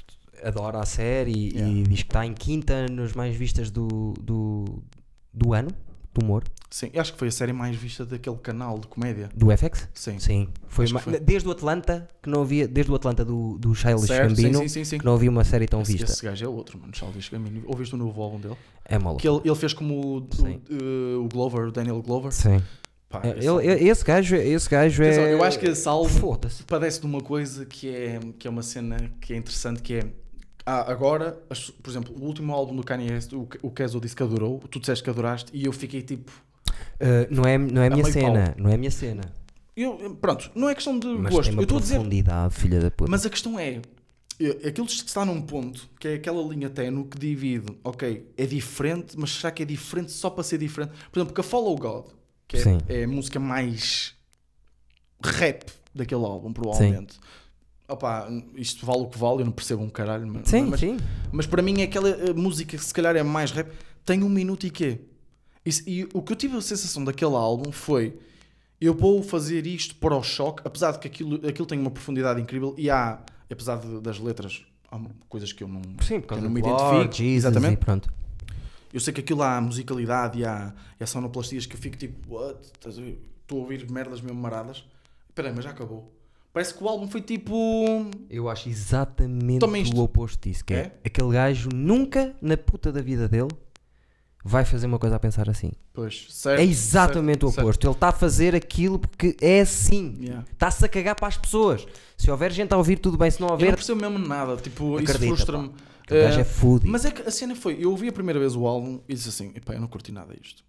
Speaker 1: adora a série e- e
Speaker 2: Yeah.
Speaker 1: diz que está em quinta nos mais vistas do, do, do ano, do humor,
Speaker 2: Sim, eu acho que foi a série mais vista daquele canal de comédia.
Speaker 1: do FX.
Speaker 2: Sim.
Speaker 1: Sim, foi,
Speaker 2: Acho que
Speaker 1: ma-
Speaker 2: foi.
Speaker 1: desde o Atlanta que não havia, desde é o Atlanta do, do Childish
Speaker 2: Certo, sim,
Speaker 1: Gambino
Speaker 2: sim, sim, sim.
Speaker 1: que não havia uma série tão
Speaker 2: Esse,
Speaker 1: vista.
Speaker 2: esse gajo é outro, mano. Charles Gambino. Ouviste o novo álbum dele?
Speaker 1: É maluco.
Speaker 2: Que ele, ele fez como o,
Speaker 1: Sim.
Speaker 2: o, eh, o Glover, o Daniel Glover.
Speaker 1: Sim.
Speaker 2: Pá,
Speaker 1: É,
Speaker 2: Ah, esse
Speaker 1: ele-
Speaker 2: álbum-
Speaker 1: ele- esse gajo, esse gajo
Speaker 2: Atenção,
Speaker 1: é.
Speaker 2: eu acho que esse álbum
Speaker 1: Foda-se.
Speaker 2: padece de uma coisa que é, que é uma cena que é interessante, que é ah, agora, as- por exemplo, o último álbum do Kanye West, o, o Kezo disse que adorou, tu disseste que adoraste, e eu fiquei tipo,
Speaker 1: Eh, não é, não é a minha
Speaker 2: Tá meio
Speaker 1: cena. Não é a minha cena.
Speaker 2: eu, pronto, não é questão de
Speaker 1: Mas
Speaker 2: gosto,
Speaker 1: tem
Speaker 2: eu
Speaker 1: uma
Speaker 2: estou a dizer,
Speaker 1: profundidade, filha da puta.
Speaker 2: Mas a questão é, é, aquilo está num ponto que é aquela linha ténue que divide, ok, é diferente, mas será que é diferente só para ser diferente? Por exemplo, que a Follow God, que
Speaker 1: Sim.
Speaker 2: é, é a música mais rap daquele álbum, provavelmente. Opa, isto vale o que vale, eu não percebo um caralho, mas,
Speaker 1: sim,
Speaker 2: mas,
Speaker 1: sim.
Speaker 2: mas para mim é aquela eh, música que se calhar é mais rap, tem um minuto e quê? Isso- e o que eu tive a sensação daquele álbum foi eu vou fazer isto para o choque, apesar de que aquilo, aquilo tem uma profundidade incrível e há, apesar de- das letras, há coisas que eu não.
Speaker 1: Sim, por causa
Speaker 2: não
Speaker 1: do
Speaker 2: me
Speaker 1: Lord,
Speaker 2: identifico,
Speaker 1: Jesus
Speaker 2: exatamente.
Speaker 1: E pronto.
Speaker 2: Eu sei que aquilo há musicalidade e há, e há sonoplastias que eu fico tipo, what? Estás a ver? Estou a ouvir merdas mesmo maradas. Peraí, mas já acabou. Parece que o álbum foi tipo.
Speaker 1: Eu acho exatamente
Speaker 2: Toma isto.
Speaker 1: o oposto disso. Que é?
Speaker 2: É?
Speaker 1: aquele gajo nunca na puta da vida dele vai fazer uma coisa a pensar assim.
Speaker 2: Pois, certo,
Speaker 1: é exatamente
Speaker 2: certo,
Speaker 1: o
Speaker 2: certo.
Speaker 1: oposto. Ele está a fazer aquilo porque é assim.
Speaker 2: Yeah.
Speaker 1: Está-se a cagar para as pessoas. Se houver gente a ouvir, tudo bem. Se não
Speaker 2: Eu não
Speaker 1: houver,
Speaker 2: percebo mesmo nada, tipo,
Speaker 1: Acredita,
Speaker 2: isso frustra-me.
Speaker 1: pá. aquele gajo
Speaker 2: Eh,
Speaker 1: é foodie.
Speaker 2: Mas é que a cena foi, eu ouvi a primeira vez o álbum e disse assim, epá, eu não curti nada disto.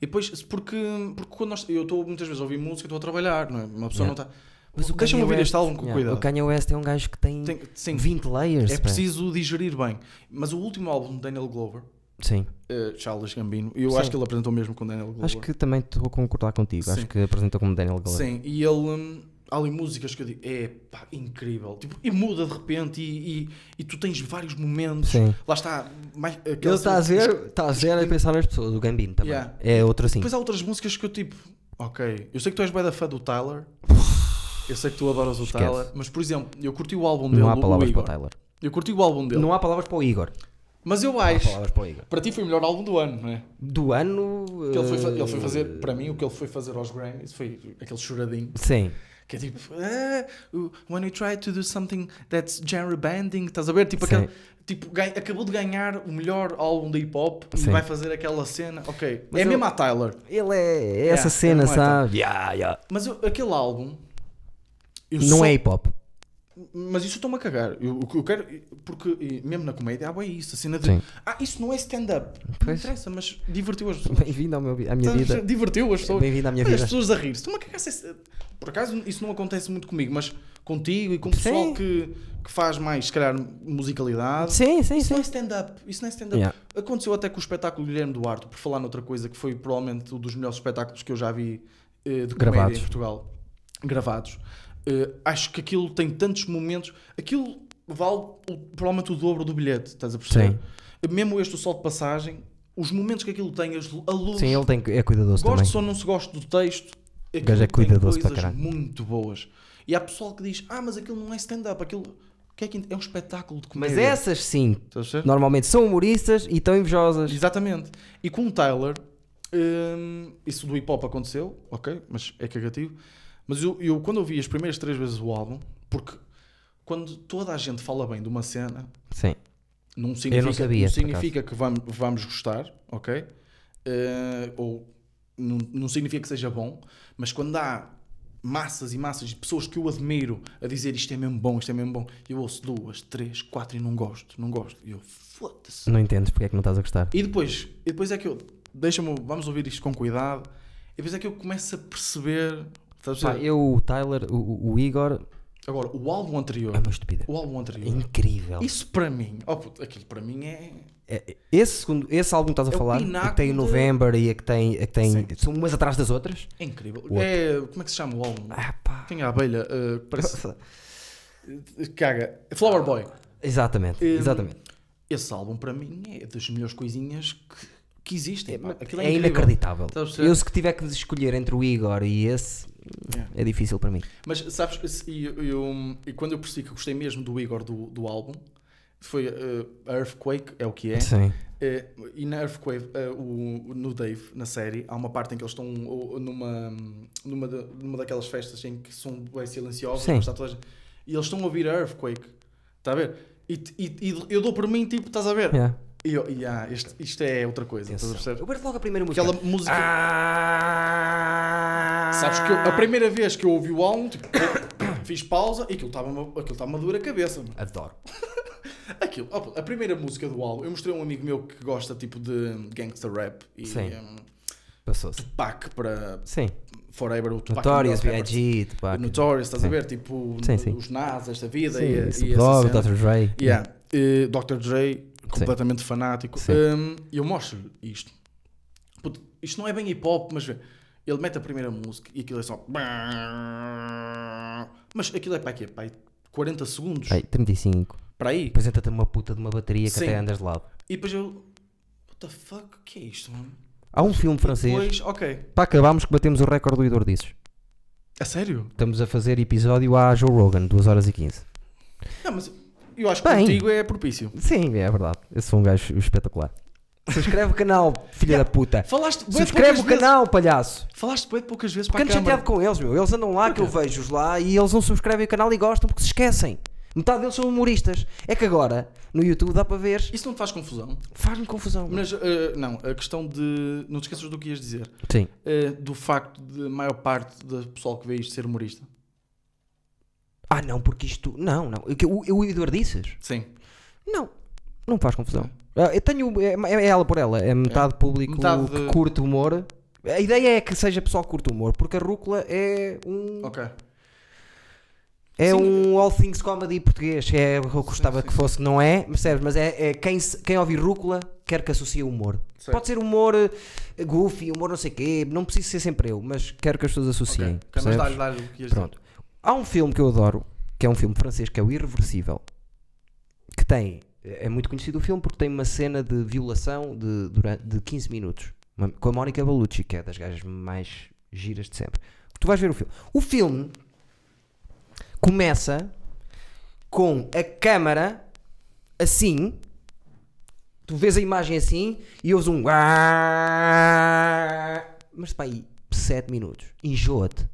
Speaker 2: E depois, porque, porque quando nós, eu estou muitas vezes a ouvir música, estou a trabalhar, não é? Uma pessoa não está... Deixa-me
Speaker 1: Kanye
Speaker 2: ouvir
Speaker 1: West-
Speaker 2: este álbum com
Speaker 1: Yeah,
Speaker 2: cuidado.
Speaker 1: O Kanye West é um gajo que tem,
Speaker 2: Tem- sim,
Speaker 1: 20 layers.
Speaker 2: é
Speaker 1: pá.
Speaker 2: preciso digerir bem. Mas o último álbum de Daniel Glover,
Speaker 1: Sim.
Speaker 2: eh, Charles Gambino, eu
Speaker 1: Sim.
Speaker 2: acho que ele apresentou mesmo com Daniel Glover.
Speaker 1: Acho que também estou a concordar contigo. Acho
Speaker 2: Sim.
Speaker 1: que apresentou como Daniel Glover.
Speaker 2: Sim, e ele... hum, Há ali músicas que eu digo, é pá, incrível. Tipo, e muda de repente e, e, e tu tens vários momentos.
Speaker 1: Sim.
Speaker 2: Lá está. Mais,
Speaker 1: Ele
Speaker 2: aquela
Speaker 1: está a
Speaker 2: cena-
Speaker 1: ver, está a ver e pensar nas pessoas. O Gambino também.
Speaker 2: Yeah.
Speaker 1: É outro assim.
Speaker 2: Depois há outras músicas que eu tipo, ok, eu sei que tu és bem da fã do Tyler, eu sei que tu adoras o
Speaker 1: Esquece.
Speaker 2: Tyler, mas por exemplo, eu curti o álbum dele,
Speaker 1: Não há
Speaker 2: o
Speaker 1: palavras para
Speaker 2: Igor.
Speaker 1: o Tyler.
Speaker 2: Eu curti o álbum dele,
Speaker 1: Não há palavras para o Igor.
Speaker 2: mas eu
Speaker 1: Não há
Speaker 2: acho,
Speaker 1: palavras para o Igor.
Speaker 2: para ti foi o melhor álbum do ano, não é?
Speaker 1: Do ano.
Speaker 2: Que ele, foi, fa- ele foi
Speaker 1: eh,
Speaker 2: fazer, para mim, o que ele foi fazer aos Grammys foi aquele choradinho,
Speaker 1: Sim.
Speaker 2: que é tipo, "Ah, o- when you try to do something that's genre bending, estás a ver? Tipo,
Speaker 1: Sim.
Speaker 2: aquele, tipo ganha- acabou de ganhar o melhor álbum de hip hop e
Speaker 1: Sim.
Speaker 2: vai fazer aquela cena, ok,
Speaker 1: Mas
Speaker 2: é
Speaker 1: eu-
Speaker 2: mesmo a Tyler.
Speaker 1: Ele é, é essa
Speaker 2: Yeah,
Speaker 1: cena,
Speaker 2: ele não é
Speaker 1: sabe? Yeah, yeah.
Speaker 2: Mas eu- aquele álbum. eu
Speaker 1: Não
Speaker 2: só-
Speaker 1: é hip hop.
Speaker 2: Mas isso estou-me a cagar. Eu, o que eu quero. Porque e mesmo na comédia há bem isso. A cena de.
Speaker 1: Sim.
Speaker 2: Ah, isso não é stand-up. Não
Speaker 1: Pois.
Speaker 2: interessa, mas divertiu as pessoas.
Speaker 1: Bem-vindo ao meu, vi- à minha vida.
Speaker 2: Divertiu as pessoas.
Speaker 1: Bem-vindo à minha
Speaker 2: Olha, As
Speaker 1: vida.
Speaker 2: pessoas a rir. Estou-me a cagar. se esse- Por acaso isso não acontece muito comigo, mas contigo e com o
Speaker 1: Sim.
Speaker 2: pessoal que, que faz mais, se calhar, musicalidade.
Speaker 1: Sim, sim,
Speaker 2: Isso não é
Speaker 1: sim.
Speaker 2: stand-up. Isso não é stand-up.
Speaker 1: Yeah.
Speaker 2: Aconteceu até com o espetáculo do Guilherme Duarte, por falar noutra coisa que foi provavelmente um dos melhores espetáculos que eu já vi eh, de comédia
Speaker 1: Gravados.
Speaker 2: em Portugal. Gravados. Eh, acho que aquilo tem tantos momentos. Aquilo vale o- provavelmente o dobro do bilhete, estás a perceber?
Speaker 1: Sim.
Speaker 2: Mesmo este, o sol de passagem, os momentos que aquilo tem, as lu- a luz.
Speaker 1: Sim, ele tem, que- é cuidoso
Speaker 2: gosto
Speaker 1: também.
Speaker 2: ou não se gosto do texto, Aquilo
Speaker 1: gajo é
Speaker 2: tem
Speaker 1: cuidadoso pra
Speaker 2: coisas
Speaker 1: caralho.
Speaker 2: muito boas. E há pessoal que diz: Ah, mas aquilo não é stand-up, aquilo o que é, que é um espetáculo de
Speaker 1: Mas é
Speaker 2: comédia.
Speaker 1: essas sim,
Speaker 2: Estás a perceber?
Speaker 1: normalmente são humoristas e estão invejosas.
Speaker 2: Exatamente. E com o Tyler, hum, isso do hip hop aconteceu, ok, mas é cagativo. Mas eu, eu, quando ouvi as primeiras três vezes o álbum, porque quando toda a gente fala bem de uma cena,
Speaker 1: Sim.
Speaker 2: não significa,
Speaker 1: sabia, por
Speaker 2: significa que vamos, vamos gostar, ok? Eh, ou não, não significa que seja bom, mas quando há massas e massas de pessoas que eu admiro a dizer isto é mesmo bom, isto é mesmo bom, eu ouço duas, três, quatro e não gosto, não gosto. E eu, foda-se.
Speaker 1: Não entendes porque é que não estás a gostar.
Speaker 2: E depois, e depois é que eu, deixa-me, vamos ouvir isto com cuidado, e depois é que eu começo a perceber, estás a
Speaker 1: Pá,
Speaker 2: perceber?
Speaker 1: eu, o Tyler, o- o, o Igor,
Speaker 2: Agora, o álbum anterior,
Speaker 1: é uma estupidez.
Speaker 2: o álbum anterior,
Speaker 1: é Incrível.
Speaker 2: isso para mim, oh, puto, aquilo para mim é...
Speaker 1: É- Esse, segundo, esse álbum que estás a
Speaker 2: É o
Speaker 1: falar, a que tem o
Speaker 2: pináculo de-
Speaker 1: November e a que tem. A que
Speaker 2: Sim.
Speaker 1: tem são umas atrás das outras.
Speaker 2: É incrível.
Speaker 1: Outro.
Speaker 2: É, como é que se chama o álbum?
Speaker 1: Ah, pá.
Speaker 2: Tem a abelha, eh, que parece. Caga. Flower Boy.
Speaker 1: Exatamente,
Speaker 2: Hum,
Speaker 1: exatamente.
Speaker 2: Esse álbum para mim é das melhores coisinhas que, que existem. pá. Aquilo
Speaker 1: É
Speaker 2: incrível.
Speaker 1: inacreditável.
Speaker 2: Estás a perceber?
Speaker 1: Eu, se que tiver que escolher entre o Igor e esse, é difícil para mim.
Speaker 2: Mas sabes, esse- e eu, eu- e quando eu percebi que gostei mesmo do Igor do, do álbum, foi eh, a Earthquake, é o que é.
Speaker 1: Sim.
Speaker 2: Eh, e na Earthquake, eh, o- o- no Dave, na série, há uma parte em que eles estão oh, numa, numa, da- numa daquelas festas em que são bem silenciosos,
Speaker 1: Sim.
Speaker 2: mas está toda a gente- e eles estão a ouvir a Earthquake, está a ver? E, t- e- e eu dou por mim, tipo, estás a ver?
Speaker 1: Yeah.
Speaker 2: E eu, e, ah, este- isto é outra coisa, estás a
Speaker 1: Atenção.
Speaker 2: perceber?
Speaker 1: Eu perco logo a primeira música.
Speaker 2: Aquela música.
Speaker 1: Ah!
Speaker 2: Sabes que eu- a primeira vez que eu ouvi o álbum, tipo, fiz pausa e aquilo estava-me aquilo estava-me a doer a cabeça. mano.
Speaker 1: Adoro.
Speaker 2: Aquilo, opa, a primeira música do álbum, eu mostrei a um amigo meu que gosta tipo de gangster rap e
Speaker 1: Sim.
Speaker 2: um,
Speaker 1: Passou-se.
Speaker 2: Tupac para
Speaker 1: Sim.
Speaker 2: Forever, o Tupac
Speaker 1: Notorious,
Speaker 2: and the Hot Peppers.
Speaker 1: B.I.G., Tupac.
Speaker 2: Notorious, estás a
Speaker 1: Sim.
Speaker 2: ver? Tipo,
Speaker 1: Sim, sim.
Speaker 2: os Nas, esta vida
Speaker 1: Sim,
Speaker 2: e, a-
Speaker 1: Snoop
Speaker 2: e essa
Speaker 1: Dogg,
Speaker 2: cena.
Speaker 1: Dr. Dre.
Speaker 2: Yeah. Eh, Dr. Dre, completamente fanático.
Speaker 1: Sim.
Speaker 2: Hum, E eu mostro-lhe isto. Puto, isto não é bem hip hop, mas vê, ele mete a primeira música e aquilo é só. Mas aquilo é para quê? Para aí 40 segundos?
Speaker 1: Ai, 35.
Speaker 2: Para aí?
Speaker 1: Apresenta-te uma puta de uma bateria que
Speaker 2: Sim.
Speaker 1: até andas de lado.
Speaker 2: E depois eu. What the fuck? O que é isto, mano?
Speaker 1: Há um filme francês.
Speaker 2: Depois, ok.
Speaker 1: Pá, acabámos que batemos o recorde do Idor Disses.
Speaker 2: É sério?
Speaker 1: Estamos a fazer episódio à Joe Rogan, 2 horas e 15.
Speaker 2: Não, mas eu acho que
Speaker 1: Bem.
Speaker 2: contigo é propício.
Speaker 1: Sim, é verdade. Eu sou um gajo espetacular. Subscreve o canal, filha da puta.
Speaker 2: Falaste bué de
Speaker 1: Subscreve o
Speaker 2: poucas vezes-
Speaker 1: canal, palhaço.
Speaker 2: Falaste bué de poucas vezes para a
Speaker 1: Ficando
Speaker 2: câmara.
Speaker 1: chateado com eles, meu. Eles andam lá, que eu vejo-os lá e eles não subscrevem o canal e gostam porque se esquecem. Metade deles são humoristas. É que agora, no YouTube, dá para ver.
Speaker 2: Isso não te faz confusão?
Speaker 1: Faz-me confusão. meu.
Speaker 2: Mas, eh, não, a questão de. Não te esqueças do que ias dizer.
Speaker 1: Sim.
Speaker 2: Eh, do facto de a maior parte do pessoal que vê isto ser humorista.
Speaker 1: Ah, não, porque isto. Não, não. O que- O, o Eduardo disses?
Speaker 2: Sim.
Speaker 1: Não. Não faz confusão. Ah, Eu tenho. É, é ela por ela. É metade público
Speaker 2: Metade
Speaker 1: que
Speaker 2: de-
Speaker 1: curte humor. A ideia é que seja pessoal que curte humor, porque a Rúcula é um.
Speaker 2: Ok.
Speaker 1: É
Speaker 2: Sim.
Speaker 1: um All Things Comedy português. É o que eu gostava
Speaker 2: sim.
Speaker 1: que fosse, não é? Percebes? Mas é, é quem, se- quem ouvir rúcula quer que associe o humor.
Speaker 2: Certo.
Speaker 1: Pode ser humor eh, goofy, humor não sei quê. Não preciso ser sempre eu, mas quero que as pessoas associem.
Speaker 2: ok. Mas
Speaker 1: percebes?
Speaker 2: dá-lhe dá o que ias
Speaker 1: Pronto. Há um filme que eu adoro, que é um filme francês, que é o Irreversível. Que tem. É muito conhecido o filme porque tem uma cena de violação de, durante, de 15 minutos. uma- Com a Mónica Bellucci, que é das gajas mais giras de sempre. Tu vais ver o filme. O filme começa com a câmara assim. Tu vês a imagem assim e ouves um. Mas pá, aí 7 minutos. Enjoa-te.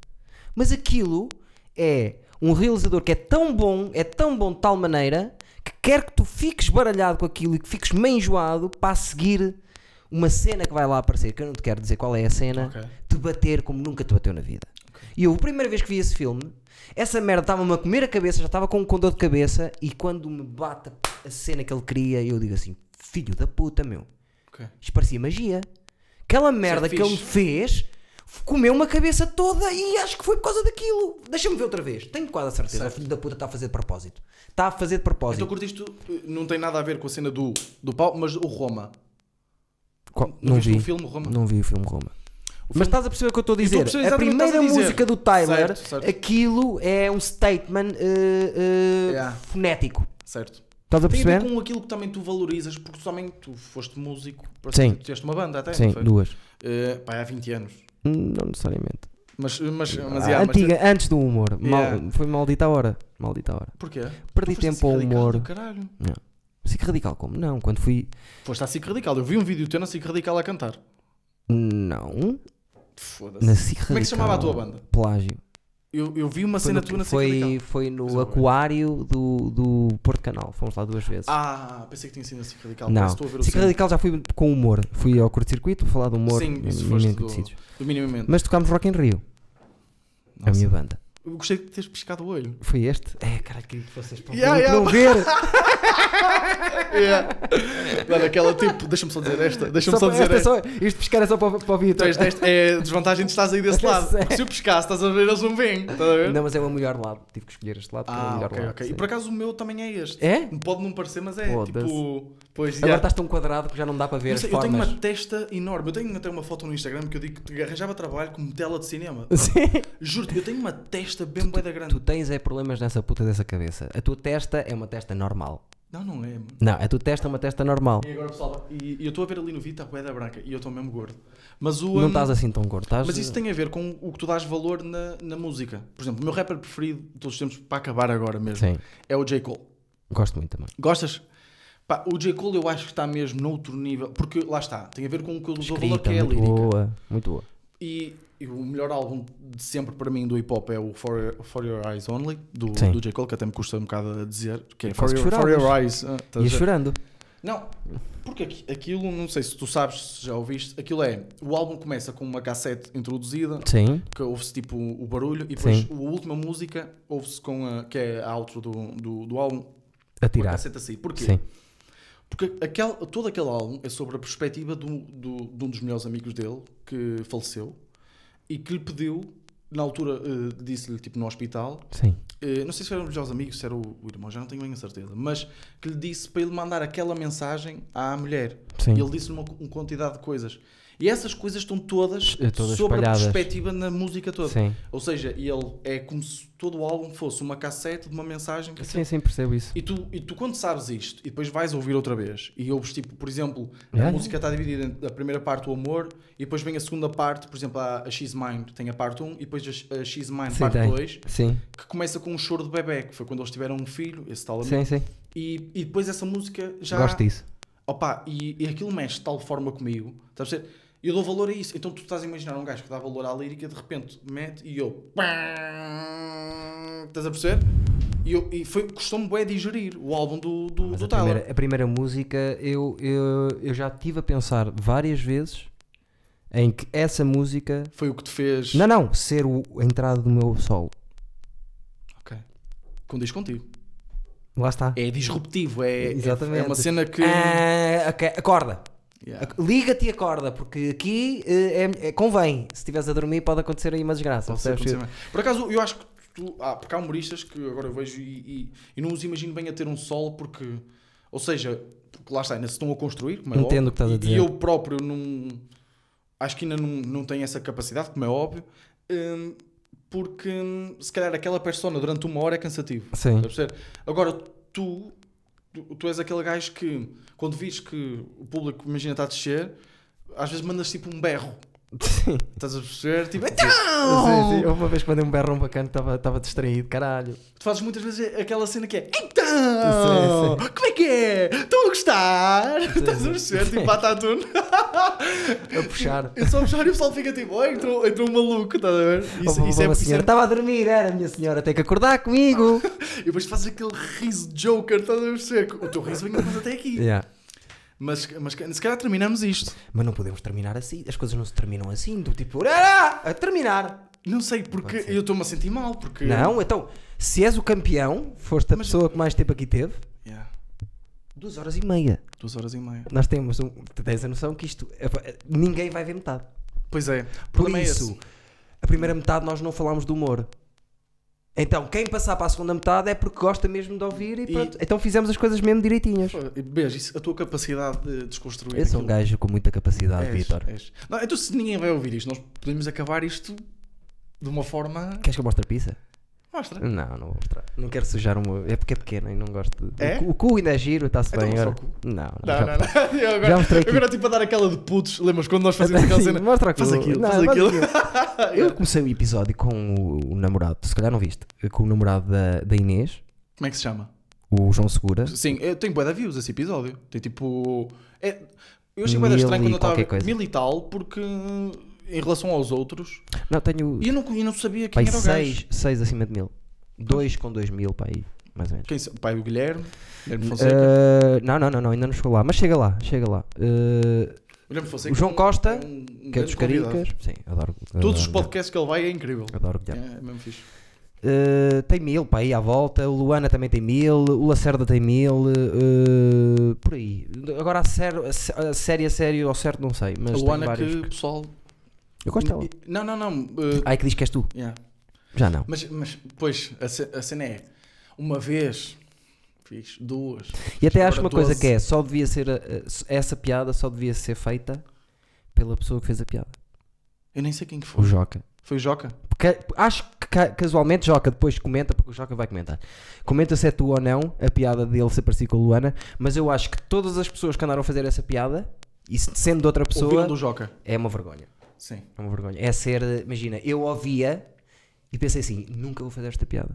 Speaker 1: Mas aquilo é um realizador que é tão bom, é tão bom de tal maneira que quer que tu fiques baralhado com aquilo e que fiques meio enjoado para a seguir uma cena que vai lá aparecer, que eu não te quero dizer qual é a cena,
Speaker 2: Ok.
Speaker 1: te bater como nunca te bateu na vida. E eu, a primeira vez que vi esse filme, essa merda estava-me a comer a cabeça, já estava com, com dor de cabeça, e quando me bate a cena que ele queria, eu digo assim: filho da puta, meu.
Speaker 2: Ok.
Speaker 1: Isto parecia magia. Aquela merda que
Speaker 2: é fixe.
Speaker 1: ele me fez f- comeu-me a cabeça toda e acho que foi por causa daquilo. Deixa-me ver outra vez. Tenho quase a certeza. O filho da puta está a fazer de propósito. Está a fazer de propósito.
Speaker 2: Então curtiste, eh, não tem nada a ver com a cena do, do pau, mas o Roma.
Speaker 1: Qual-
Speaker 2: não
Speaker 1: Não
Speaker 2: viste
Speaker 1: vi.
Speaker 2: o filme Roma?
Speaker 1: Não vi o filme Roma. Mas estás a perceber o que eu estou a
Speaker 2: estou a
Speaker 1: dizer? a
Speaker 2: perceber exatamente o que
Speaker 1: primeira
Speaker 2: estás a dizer.
Speaker 1: música do Tyler,
Speaker 2: Certo, certo.
Speaker 1: aquilo é um statement eh, eh,
Speaker 2: Yeah.
Speaker 1: fonético.
Speaker 2: Certo.
Speaker 1: Estás a
Speaker 2: Tem a ver
Speaker 1: perceber?
Speaker 2: com aquilo que também tu valorizas, porque tu também tu foste músico,
Speaker 1: Sim.
Speaker 2: tu tiveste uma banda até,
Speaker 1: Sim,
Speaker 2: não um- foi?
Speaker 1: duas.
Speaker 2: Eh, pá, há 20 anos.
Speaker 1: Hum, Não necessariamente.
Speaker 2: Mas, mas, mas,
Speaker 1: Ah,
Speaker 2: yeah, mas- é-
Speaker 1: antiga, antes do humor. Mal-
Speaker 2: Yeah.
Speaker 1: foi maldita a hora. Maldita a hora.
Speaker 2: Porquê?
Speaker 1: Perdi
Speaker 2: Tu foste
Speaker 1: tempo ao
Speaker 2: radical do
Speaker 1: humor.
Speaker 2: Caralho.
Speaker 1: Psico radical como? Não, quando fui.
Speaker 2: Foste à SIC Radical. Eu vi um vídeo teu na SIC Radical a cantar.
Speaker 1: Não.
Speaker 2: Foda-se.
Speaker 1: Na Psico
Speaker 2: Como é que se
Speaker 1: Radical.
Speaker 2: chamava a tua banda?
Speaker 1: Plágio.
Speaker 2: Eu, eu vi uma
Speaker 1: Foi
Speaker 2: cena
Speaker 1: no-
Speaker 2: tua na SIC
Speaker 1: foi,
Speaker 2: Radical.
Speaker 1: foi
Speaker 2: Mas
Speaker 1: no
Speaker 2: eu vou ver.
Speaker 1: aquário do, do Porto Canal. Fomos lá duas vezes.
Speaker 2: Ah, pensei que tinha sido na SIC Radical.
Speaker 1: não.
Speaker 2: Parece que Estou a ver o
Speaker 1: Psico
Speaker 2: centro.
Speaker 1: radical é já fui com humor. Fui ao curto-circuito para falar do humor.
Speaker 2: Sim, isso
Speaker 1: em-
Speaker 2: foste
Speaker 1: em- em-
Speaker 2: do-
Speaker 1: sítios.
Speaker 2: Do minimamente.
Speaker 1: Mas é tocámos Rock in Rio. A
Speaker 2: Nossa.
Speaker 1: minha banda.
Speaker 2: Eu gostei de teres piscado o olho.
Speaker 1: Foi este? É, cara, queria que vocês para o
Speaker 2: Yeah,
Speaker 1: público não ver.
Speaker 2: Yeah. Mano, aquela tipo, deixa-me só dizer esta, deixa-me
Speaker 1: Só
Speaker 2: só,
Speaker 1: para-
Speaker 2: dizer
Speaker 1: esta
Speaker 2: esta.
Speaker 1: só, isto pescar é só para, para o
Speaker 2: Tu
Speaker 1: Vitor.
Speaker 2: és deste- é a desvantagem de estás aí desse
Speaker 1: Eu
Speaker 2: lado.
Speaker 1: sei.
Speaker 2: Porque se eu pescasse, estás a ver, eles não vêm. Estás a ver?
Speaker 1: Não, mas é o melhor lado. Tive que escolher este lado. porque é o
Speaker 2: ah,
Speaker 1: melhor
Speaker 2: ok,
Speaker 1: lado.
Speaker 2: ok.
Speaker 1: sim.
Speaker 2: E por acaso o meu também é este.
Speaker 1: É?
Speaker 2: Pode não parecer, mas é
Speaker 1: Foda-se.
Speaker 2: tipo. Pois
Speaker 1: Agora
Speaker 2: yeah.
Speaker 1: estás tão quadrado que já não dá para ver
Speaker 2: Não
Speaker 1: as
Speaker 2: sei, eu tenho
Speaker 1: formas.
Speaker 2: uma testa enorme. Eu tenho até uma foto no Instagram que eu digo que arranjava trabalho como tela de cinema.
Speaker 1: Sim.
Speaker 2: Juro-te, eu tenho uma testa bem bué da grande.
Speaker 1: Tu tens é problemas nessa puta dessa cabeça. A tua testa é uma testa normal.
Speaker 2: Não, não é, mano.
Speaker 1: Não, a tua testa é uma testa normal.
Speaker 2: E agora, pessoal, e, e eu estou a ver ali no Vita a bué da branca e eu estou mesmo gordo. Mas o.
Speaker 1: Não
Speaker 2: hum,
Speaker 1: estás assim tão gordo. Estás...
Speaker 2: Mas isso tem a ver com o que tu dás valor na, na música. Por exemplo, o meu rapper preferido de todos os tempos, para acabar agora mesmo,
Speaker 1: Sim,
Speaker 2: é o J. Cole.
Speaker 1: gosto muito também.
Speaker 2: Gostas? Pá, o J. Cole eu acho que está mesmo noutro nível, porque lá está, tem a ver com o que eu dou valor, que
Speaker 1: Escrita,
Speaker 2: é a
Speaker 1: muito
Speaker 2: lírica.
Speaker 1: boa. Muito boa.
Speaker 2: E, e o melhor álbum de sempre para mim do hip hop é o For, For Your Eyes Only, do,
Speaker 1: Sim.
Speaker 2: do J. Cole, que até me custa um bocado a dizer, que é For
Speaker 1: Quase que
Speaker 2: Your, For
Speaker 1: choravas.
Speaker 2: Your Eyes. ah, estás a
Speaker 1: Ias
Speaker 2: ver?
Speaker 1: chorando.
Speaker 2: Não, porque aqui- aquilo, não sei se tu sabes, se já ouviste, aquilo é, o álbum começa com uma cassete introduzida,
Speaker 1: Sim.
Speaker 2: que ouve-se tipo o barulho e depois
Speaker 1: Sim.
Speaker 2: a última música ouve-se com a, que é a outro do, do, do
Speaker 1: A
Speaker 2: álbum com a
Speaker 1: tirar.
Speaker 2: cassete a sair. Porquê?
Speaker 1: Sim.
Speaker 2: Porque aquele, todo aquele álbum é sobre a perspectiva do, do, de um dos melhores amigos dele que faleceu e que lhe pediu, na altura eh, disse-lhe tipo no hospital,
Speaker 1: Sim.
Speaker 2: eh, não sei se era um dos melhores amigos, se era o, o irmão, já não tenho bem a certeza, mas que lhe disse para ele mandar aquela mensagem à mulher.
Speaker 1: Sim.
Speaker 2: E ele disse-lhe uma, uma quantidade de coisas. E essas coisas estão todas,
Speaker 1: Eh, todas
Speaker 2: sobre
Speaker 1: espalhadas.
Speaker 2: a perspectiva na música toda.
Speaker 1: Sim.
Speaker 2: Ou seja, e ele é como se todo o álbum fosse uma cassete de uma mensagem. que
Speaker 1: Sim, sim, percebo isso.
Speaker 2: E, tu, e tu, quando sabes isto, e depois vais ouvir outra vez, e ouves, tipo, por exemplo,
Speaker 1: Yeah.
Speaker 2: a música está dividida entre a primeira parte, o amor, e depois vem a segunda parte, por exemplo, a, a She's Mine, tem a parte 1, e depois a, a She's Mine,
Speaker 1: Sim,
Speaker 2: parte
Speaker 1: tem.
Speaker 2: 2,
Speaker 1: Sim.
Speaker 2: que começa com um choro de bebê, que foi quando eles tiveram um filho, esse tal amigo.
Speaker 1: Sim, sim.
Speaker 2: E, e depois essa música já.
Speaker 1: Gosto disso.
Speaker 2: Opa, e, e aquilo mexe de tal forma comigo, estás a perceber? Eu dou valor a isso. Então tu estás a imaginar um gajo que dá valor à lírica, de repente mete e eu. Estás a perceber? E, eu, e foi, custou-me bué digerir o álbum do, do,
Speaker 1: Mas
Speaker 2: do
Speaker 1: a
Speaker 2: Tyler.
Speaker 1: primeira, a primeira música eu, eu, eu já tive a pensar várias vezes em que essa música.
Speaker 2: Foi o que te fez.
Speaker 1: Não, não, ser o, a entrada do meu solo.
Speaker 2: Ok. Condiz contigo.
Speaker 1: Lá está.
Speaker 2: É disruptivo, é,
Speaker 1: Exatamente.
Speaker 2: é uma cena que.
Speaker 1: Ah, ok, acorda.
Speaker 2: Yeah.
Speaker 1: Ac- Liga-te e acorda, porque aqui eh, é, é- convém. Se estiveres a dormir, pode acontecer aí uma desgraça.
Speaker 2: Pode ser,
Speaker 1: percebes?
Speaker 2: pode ser mais. Por acaso, eu acho que tu. Ah, porque há humoristas que agora eu vejo e, e, e não os imagino bem a ter um solo porque. Ou seja, porque lá está, ainda se estão a construir, como é
Speaker 1: Entendo
Speaker 2: óbvio,
Speaker 1: o que estás a
Speaker 2: e-
Speaker 1: dizer.
Speaker 2: E eu próprio não. Acho que ainda não, não tenho essa capacidade, como é óbvio, hum, porque hum, se calhar aquela persona durante uma hora é cansativo.
Speaker 1: Sim.
Speaker 2: Estás a perceber? Agora, tu, tu, tu és aquele gajo que, quando vês que o público, imagina, está a descer, às vezes mandas tipo um berro.
Speaker 1: Sim,
Speaker 2: Estás a perceber? Tipo,
Speaker 1: sim,
Speaker 2: então!
Speaker 1: sim. Houve Uma vez que mandei um berrão bacana, estava distraído, caralho.
Speaker 2: Tu fazes muitas vezes aquela cena que é Então,
Speaker 1: Sim,
Speaker 2: como é que é? Estão a gostar? Estás a perceber? Tipo, pá, tá tudo.
Speaker 1: A puxar.
Speaker 2: Eu só puxar e o pessoal fica tipo, oh, entrou, entrou um maluco, estás a ver? Isso, isso, é,
Speaker 1: uma
Speaker 2: isso é.
Speaker 1: senhora. Estava a dormir, era, minha senhora, tem que acordar comigo.
Speaker 2: E depois fazes aquele riso de Joker, estás a perceber? O teu riso vem mais até aqui.
Speaker 1: Yeah.
Speaker 2: Mas, mas se calhar terminamos isto.
Speaker 1: Mas não podemos terminar assim. As coisas não se terminam assim, do tipo, "Ah, a terminar.
Speaker 2: Não sei, porque
Speaker 1: Pode ser.
Speaker 2: eu estou-me a sentir mal, porque.
Speaker 1: Não, então, se és o campeão, foste a
Speaker 2: Mas-
Speaker 1: pessoa que mais tempo aqui teve,
Speaker 2: Yeah,
Speaker 1: duas horas e meia.
Speaker 2: duas horas e meia.
Speaker 1: Nós temos, um, tu tens a noção que isto, é- é- ninguém vai ver metade.
Speaker 2: Pois é, o
Speaker 1: Por
Speaker 2: problema é
Speaker 1: isso,
Speaker 2: esse.
Speaker 1: a primeira metade nós não falámos do humor. Então, quem passar para a segunda metade é porque gosta mesmo de ouvir e,
Speaker 2: E-
Speaker 1: pronto. Então fizemos as coisas mesmo direitinhas.
Speaker 2: Pô, Beijo, isso, a tua capacidade de desconstruir.
Speaker 1: Eu sou um
Speaker 2: aquilo.
Speaker 1: gajo com muita capacidade,
Speaker 2: És,
Speaker 1: Vitor.
Speaker 2: és. Não, então se ninguém vai ouvir isto, nós podemos acabar isto de uma forma.
Speaker 1: Queres que eu mostre a pizza?
Speaker 2: Mostra.
Speaker 1: Não, não vou mostrar. Não quero sujar o meu. É porque é pequeno e não gosto de.
Speaker 2: É?
Speaker 1: O, cu- o cu ainda é giro, está-se
Speaker 2: Então,
Speaker 1: bem.
Speaker 2: mostra
Speaker 1: Agora.
Speaker 2: o cu.
Speaker 1: Não, não.
Speaker 2: Não,
Speaker 1: já-
Speaker 2: não, não. Eu agora,
Speaker 1: já mostrei aqui.
Speaker 2: agora tipo a dar aquela de putos, lembras quando nós fazíamos aquela
Speaker 1: Sim,
Speaker 2: cena?
Speaker 1: Mostra aquilo.
Speaker 2: Faz aquilo,
Speaker 1: Não,
Speaker 2: faz
Speaker 1: faz
Speaker 2: aquilo.
Speaker 1: Eu comecei o episódio com o, o namorado, se calhar não viste, com o namorado da, da Inês,
Speaker 2: Como é que se chama?
Speaker 1: o João Segura.
Speaker 2: Sim, eu tenho bué de views esse episódio. Tem tipo. é- eu achei bué
Speaker 1: Mil
Speaker 2: de estranho
Speaker 1: e
Speaker 2: quando eu estava a
Speaker 1: qualquer
Speaker 2: ver
Speaker 1: coisa.
Speaker 2: mil e tal, porque em relação aos outros.
Speaker 1: Não, tenho
Speaker 2: E eu não, eu não sabia quem
Speaker 1: pai,
Speaker 2: era o gajo.
Speaker 1: seis, seis acima de mil. Dois com dois mil, pai, mais ou menos.
Speaker 2: Quem, sa- pai, o Guilherme, Guilherme Fonseca.
Speaker 1: Uh, não, não, não, não, ainda não chegou lá, mas chega lá, chega lá. Uh,
Speaker 2: Guilherme Fonseca
Speaker 1: o João
Speaker 2: é um-
Speaker 1: Costa,
Speaker 2: é um
Speaker 1: que é
Speaker 2: grande
Speaker 1: dos
Speaker 2: convidado.
Speaker 1: Caricas. Ah, Sim, adoro.
Speaker 2: Todos os
Speaker 1: adoro,
Speaker 2: podcasts que ele vai é incrível.
Speaker 1: Adoro
Speaker 2: É,
Speaker 1: Guilherme.
Speaker 2: é mesmo fixe.
Speaker 1: Uh, tem mil para aí à volta, o Luana também tem mil, o Lacerda tem mil, uh, por aí. Agora a sério, a sé- a sério, a sério, ao certo não sei, mas
Speaker 2: A
Speaker 1: tem
Speaker 2: Luana
Speaker 1: vários.
Speaker 2: é
Speaker 1: tá
Speaker 2: que, pessoal.
Speaker 1: Eu gosto dela.
Speaker 2: Não, não, não. eh,
Speaker 1: Ai que diz que és tu.
Speaker 2: yeah.
Speaker 1: Já não.
Speaker 2: Mas, mas pois, a, ce- a cena é uma vez, fiz duas.
Speaker 1: E até
Speaker 2: Agora
Speaker 1: acho uma coisa
Speaker 2: 12.
Speaker 1: que é, só devia ser, eh, essa piada só devia ser feita pela pessoa que fez a piada.
Speaker 2: Eu nem sei quem que
Speaker 1: O
Speaker 2: foi.
Speaker 1: Joca.
Speaker 2: Foi o Joca?
Speaker 1: Porque acho que ca- casualmente Joca depois comenta, porque o Joca vai comentar. Comenta se é tu ou não a piada dele ser parecida com a Luana, mas eu acho que todas as pessoas que andaram a fazer essa piada, e se- sendo de outra pessoa,
Speaker 2: Ouviram do Joca?
Speaker 1: é uma vergonha.
Speaker 2: Sim.
Speaker 1: É uma vergonha. É ser, eh, imagina, eu ouvia e pensei assim, nunca vou fazer esta piada.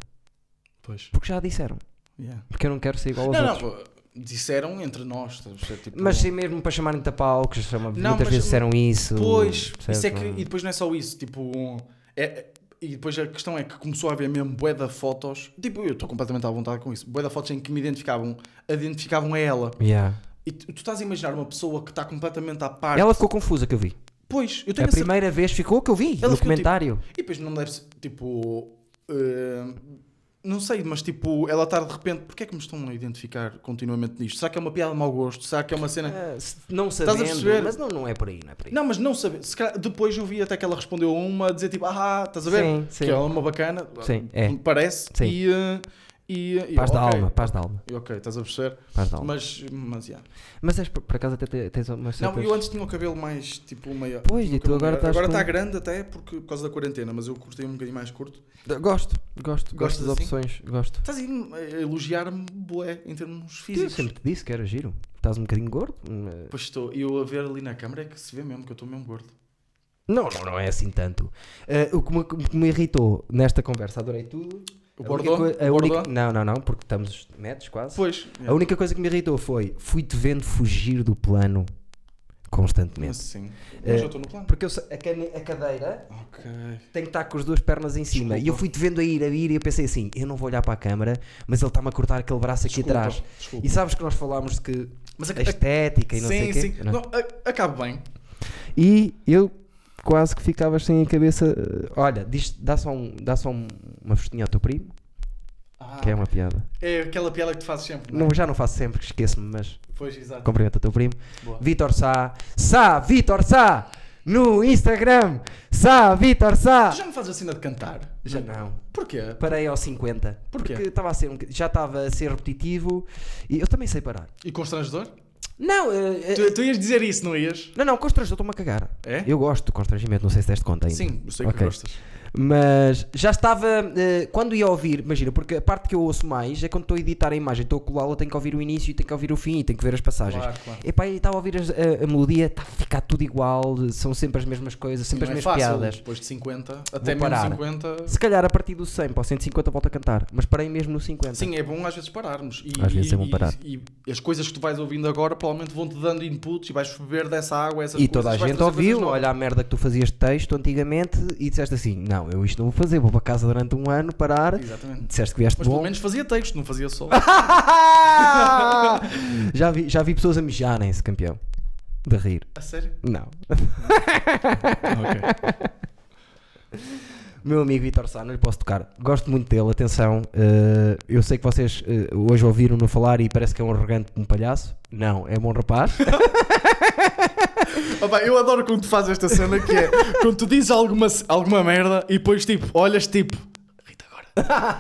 Speaker 2: Pois.
Speaker 1: Porque já a disseram.
Speaker 2: Yeah.
Speaker 1: Porque eu não quero ser igual aos
Speaker 2: Não,
Speaker 1: outros.
Speaker 2: não, disseram entre nós. estás a perceber? Tipo,
Speaker 1: é. Mas sim mesmo para chamarem-te a pau, que já chama-
Speaker 2: Não,
Speaker 1: muitas
Speaker 2: mas-
Speaker 1: vezes disseram isso.
Speaker 2: Pois,
Speaker 1: percebes?
Speaker 2: isso é que,
Speaker 1: Não-
Speaker 2: e depois não é só isso, tipo, um, é- é- e depois a questão é que começou a haver mesmo bué da fotos, tipo, eu estou completamente à vontade com isso, bué da fotos em que me identificavam, identificavam a ela,
Speaker 1: Yeah.
Speaker 2: e tu, tu estás a imaginar uma pessoa que está completamente à parte,
Speaker 1: Ela ficou confusa que eu vi.
Speaker 2: pois, eu tenho
Speaker 1: A
Speaker 2: a certeza,
Speaker 1: primeira vez ficou que eu vi
Speaker 2: Ela
Speaker 1: no
Speaker 2: ficou, tipo,
Speaker 1: comentário.
Speaker 2: e depois não deve ser, tipo, eh, não sei, mas tipo, ela está de repente, porque é que me estão a identificar continuamente nisto? Será que é uma piada de mau gosto? Será que é uma cena...
Speaker 1: Ah, se- não
Speaker 2: a
Speaker 1: sabendo,
Speaker 2: perceber?
Speaker 1: mas não, não é por aí, não é por aí.
Speaker 2: Não, mas não saber. Se calhar, depois eu vi até que ela respondeu a uma a dizer tipo, ah, estás a ver?
Speaker 1: Sim, sim.
Speaker 2: Que ela é uma bacana.
Speaker 1: Sim, é.
Speaker 2: me Parece.
Speaker 1: Sim.
Speaker 2: E, eh, e, eh, e,
Speaker 1: Paz da
Speaker 2: ok.
Speaker 1: alma, paz da alma,
Speaker 2: E, Ok, estás a perceber?
Speaker 1: paz da alma.
Speaker 2: Mas, mas, yeah.
Speaker 1: Mas, és, por, por acaso até te- tens uma
Speaker 2: Não, eu antes tinha o cabelo mais, tipo, maior.
Speaker 1: Pois,
Speaker 2: Tinha
Speaker 1: e
Speaker 2: o
Speaker 1: tu
Speaker 2: cabelo
Speaker 1: agora
Speaker 2: maior.
Speaker 1: estás
Speaker 2: Agora
Speaker 1: com-
Speaker 2: está grande até, porque, por causa da quarentena, mas eu cortei um bocadinho mais curto.
Speaker 1: Gosto, gosto, gosto
Speaker 2: Gostas
Speaker 1: das
Speaker 2: assim?
Speaker 1: opções, gosto.
Speaker 2: Estás aí a elogiar-me, bué, em termos
Speaker 1: Eu
Speaker 2: físicos.
Speaker 1: sempre te disse que era giro. Estás um bocadinho gordo? hum, eh,
Speaker 2: Pois estou, e eu a ver ali na câmara é que se vê mesmo que eu estou mesmo gordo.
Speaker 1: Não, não, não é assim tanto. Eh, o, que me, o que me irritou nesta conversa, adorei tudo.
Speaker 2: O
Speaker 1: A única
Speaker 2: Bordeaux?
Speaker 1: coi- a
Speaker 2: o
Speaker 1: única-
Speaker 2: Bordeaux?
Speaker 1: Não, não, não, porque estamos metros quase.
Speaker 2: Pois.
Speaker 1: A única coisa que me irritou foi fui-te vendo fugir do plano
Speaker 2: Mas
Speaker 1: constantemente.
Speaker 2: sim.
Speaker 1: Eh,
Speaker 2: Mas eu estou no plano.
Speaker 1: Porque eu, sei- a cane- a cadeira
Speaker 2: Ok.
Speaker 1: Tenho que estar com as duas pernas em cima.
Speaker 2: Desculpa.
Speaker 1: E eu fui-te vendo a ir, a ir, e eu pensei assim: eu não vou olhar para a câmara, mas ele está-me a cortar aquele braço aqui
Speaker 2: Desculpa,
Speaker 1: atrás.
Speaker 2: desculpa.
Speaker 1: E sabes que nós falámos de que
Speaker 2: Mas a-
Speaker 1: a estética e não sei o
Speaker 2: sim,
Speaker 1: quê.
Speaker 2: sim.
Speaker 1: não é?
Speaker 2: Não, a- acaba bem.
Speaker 1: E eu quase que ficava sem a cabeça. eh, Olha, diz, dá só, um, dá só um- uma festinha ao teu primo,
Speaker 2: Ah,
Speaker 1: que é uma piada.
Speaker 2: é aquela piada que tu fazes sempre. Não. é?
Speaker 1: Não, já não faço sempre, que esqueço-me, mas
Speaker 2: Pois, exato.
Speaker 1: cumprimento o teu primo.
Speaker 2: Boa.
Speaker 1: Vitor Sá, Sá, Vitor Sá, no Instagram, Sá, Vitor Sá.
Speaker 2: Tu já me fazes a cena de cantar?
Speaker 1: Já Ah. não.
Speaker 2: Porquê?
Speaker 1: Parei ao 50.
Speaker 2: Porquê?
Speaker 1: Porque estava a ser um, bocad- já estava a ser repetitivo e eu também sei parar.
Speaker 2: E constrangedor?
Speaker 1: Não, eh, eh,
Speaker 2: Tu, tu ias dizer isso, não ias?
Speaker 1: não, não, constrangedor, estou-me a cagar.
Speaker 2: É?
Speaker 1: Eu gosto do constrangimento, não sei se deste conta ainda.
Speaker 2: Sim, eu sei que
Speaker 1: Ok.
Speaker 2: gostas.
Speaker 1: Mas já estava. eh, quando ia ouvir, imagina, porque a parte que eu ouço mais é quando estou a editar a imagem, estou a colá-la, tenho que ouvir o início, e tenho que ouvir o fim e tenho que ver as passagens.
Speaker 2: Claro, claro.
Speaker 1: Epá, e estava a ouvir as- a, a melodia, está a ficar tudo igual, são sempre as mesmas coisas, sempre
Speaker 2: Não é
Speaker 1: as mesmas
Speaker 2: fácil,
Speaker 1: piadas.
Speaker 2: Depois de 50, até menos
Speaker 1: parar.
Speaker 2: 50.
Speaker 1: Se calhar a partir do 100 para o 150 volto a cantar, mas parei mesmo no 50.
Speaker 2: Sim, é bom às vezes pararmos. E,
Speaker 1: Às vezes é bom
Speaker 2: e-
Speaker 1: parar.
Speaker 2: E, e as coisas que tu vais ouvindo agora provavelmente vão-te dando inputs e vais beber dessa água, essas
Speaker 1: E
Speaker 2: coisas,
Speaker 1: toda a
Speaker 2: vais
Speaker 1: gente
Speaker 2: trazer coisas
Speaker 1: ouviu,
Speaker 2: novas.
Speaker 1: olha a merda que tu fazias de texto antigamente e disseste assim: Não, eu isto não vou fazer, vou para casa durante um ano parar.
Speaker 2: Exatamente.
Speaker 1: Disseste que vieste
Speaker 2: Mas
Speaker 1: bom.
Speaker 2: pelo menos fazia texto, não fazia só.
Speaker 1: já, vi, já vi pessoas a mijarem-se, campeão. De rir.
Speaker 2: a sério?
Speaker 1: Não.
Speaker 2: ok.
Speaker 1: Meu amigo Vitor Sá, não lhe posso tocar. Gosto muito dele, atenção. eh, eu sei que vocês eh, hoje ouviram-no falar e parece que é um arrogante como um palhaço. Não, é bom rapaz.
Speaker 2: Opa, Ah, eu adoro quando tu fazes esta cena que é quando tu dizes alguma, alguma merda e depois tipo, olhas tipo. Rita agora.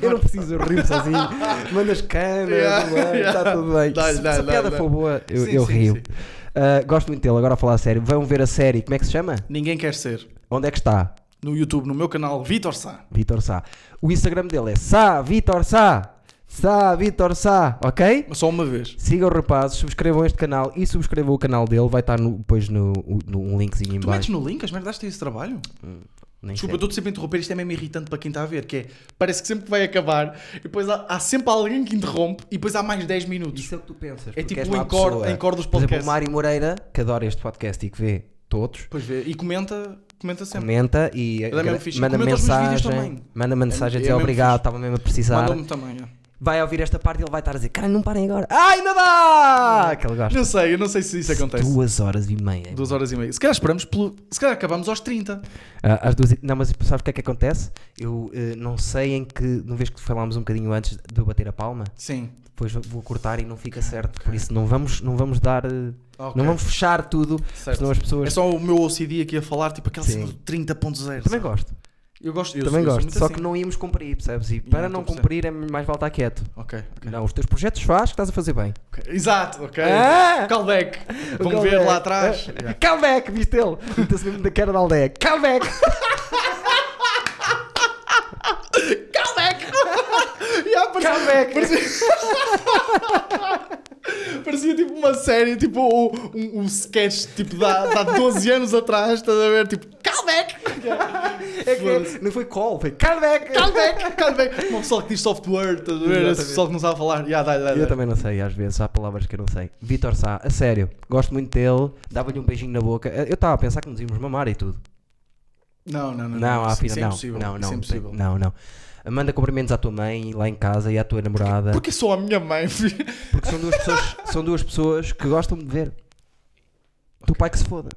Speaker 1: eu não preciso rir sozinho. Mandas canas,
Speaker 2: Yeah, yeah.
Speaker 1: está tudo bem.
Speaker 2: Dá-lhe,
Speaker 1: se, se
Speaker 2: dá-lhe,
Speaker 1: a piada
Speaker 2: dá-lhe.
Speaker 1: for boa, eu,
Speaker 2: Sim,
Speaker 1: eu
Speaker 2: sim,
Speaker 1: rio.
Speaker 2: sim.
Speaker 1: Uh, gosto muito dele, agora a falar a sério. Vão ver a série, como é que se chama?
Speaker 2: Ninguém quer ser.
Speaker 1: Onde é que está?
Speaker 2: No YouTube, no meu canal, Vitor Sá.
Speaker 1: Vitor Sá. O Instagram dele é Sá Vitor Sá. Sá, Vitor Sá, ok?
Speaker 2: Só uma vez.
Speaker 1: Sigam o rapaz, subscrevam este canal e subscrevam o canal dele. Vai estar no- depois no, no- um linkzinho em
Speaker 2: Tu metes
Speaker 1: baixo.
Speaker 2: no link as merdas têm esse trabalho?
Speaker 1: Nem
Speaker 2: Desculpa,
Speaker 1: sei.
Speaker 2: eu estou sempre a interromper, isto é mesmo irritante para quem está a ver, que é, parece que sempre que vai acabar, e depois há, há sempre alguém que interrompe, e depois há mais 10 minutos.
Speaker 1: Isso é o que tu pensas.
Speaker 2: É
Speaker 1: porque
Speaker 2: tipo
Speaker 1: és
Speaker 2: o
Speaker 1: má
Speaker 2: encore,
Speaker 1: pessoa.
Speaker 2: encore dos
Speaker 1: Por exemplo, o
Speaker 2: podcasts.
Speaker 1: Mário Moreira, que adora este podcast e que vê todos,
Speaker 2: Pois vê, e comenta, comenta sempre.
Speaker 1: comenta e
Speaker 2: Ele é mesmo
Speaker 1: agra-
Speaker 2: fixe.
Speaker 1: manda
Speaker 2: Comenta os meus vídeos
Speaker 1: mensagem.
Speaker 2: também.
Speaker 1: Manda mensagem a
Speaker 2: É
Speaker 1: dizer
Speaker 2: mesmo
Speaker 1: obrigado,
Speaker 2: fixe.
Speaker 1: estava mesmo a precisar.
Speaker 2: Mandam-me também, é.
Speaker 1: Vai ouvir esta parte e ele vai estar a dizer: Caralho, não parem agora. Ah, Ai, ainda dá! Aquele gajo.
Speaker 2: Não sei, eu não sei se isso acontece.
Speaker 1: Duas horas e meia.
Speaker 2: Duas horas e meia. Se calhar esperamos pelo. Se calhar acabamos aos 30.
Speaker 1: Ah, às duas e- Não, mas sabes o que é que acontece? Eu eh, não sei em que. Não vês que falámos um bocadinho antes de eu bater a palma?
Speaker 2: Sim.
Speaker 1: Depois vou cortar e não fica certo. Por isso, não vamos, não vamos dar. eh,
Speaker 2: Ok.
Speaker 1: Não vamos fechar tudo,
Speaker 2: Certo.
Speaker 1: senão as
Speaker 2: É
Speaker 1: pessoas.
Speaker 2: só o meu OCD aqui a falar, tipo aquela
Speaker 1: Sim.
Speaker 2: cena do 30.0.
Speaker 1: Também
Speaker 2: sabe?
Speaker 1: gosto,
Speaker 2: Eu gosto. Eu,
Speaker 1: também
Speaker 2: eu sou
Speaker 1: gosto.
Speaker 2: muito
Speaker 1: Só
Speaker 2: assim.
Speaker 1: que não íamos cumprir, percebes? E para não
Speaker 2: 100%.
Speaker 1: cumprir é mais vale estar quieto.
Speaker 2: Ok, ok.
Speaker 1: Não, os teus projetos faz que estás a fazer bem.
Speaker 2: ok. Exato, ok.
Speaker 1: Ah!
Speaker 2: Callback.
Speaker 1: O
Speaker 2: Vão
Speaker 1: callback.
Speaker 2: ver lá atrás.
Speaker 1: Ah,
Speaker 2: Yeah.
Speaker 1: Callback, viste ele? Muita-se mesmo da cara da aldeia. Callback!
Speaker 2: Callback! yeah, parecia,
Speaker 1: Callback.
Speaker 2: parecia- parecia tipo uma série, tipo um, um- um sketch tipo da, da 12 anos atrás, estás a ver? Tipo, callback!
Speaker 1: É que não foi call, foi callback!
Speaker 2: Callback! Callback! Uma pessoa que diz software, estás a ver? Esse
Speaker 1: Exatamente.
Speaker 2: pessoal que não sabe falar. Yeah, dá, dá,
Speaker 1: Eu
Speaker 2: dá.
Speaker 1: também não sei, às vezes há palavras que eu não sei. Vitor Sá, a sério, gosto muito dele, dava-lhe um beijinho na boca. Eu estava a pensar que nos íamos mamar e tudo.
Speaker 2: Não, não, não.
Speaker 1: Não,
Speaker 2: isso-
Speaker 1: afinal,
Speaker 2: isso é
Speaker 1: não. Não,
Speaker 2: impossível. Isso é
Speaker 1: não,
Speaker 2: impossível.
Speaker 1: não, não. Manda cumprimentos à tua mãe lá em casa e à tua namorada.
Speaker 2: Porque sou a minha mãe, filho.
Speaker 1: Porque são duas pessoas, são duas pessoas que gostam de ver. Do pai que se foda.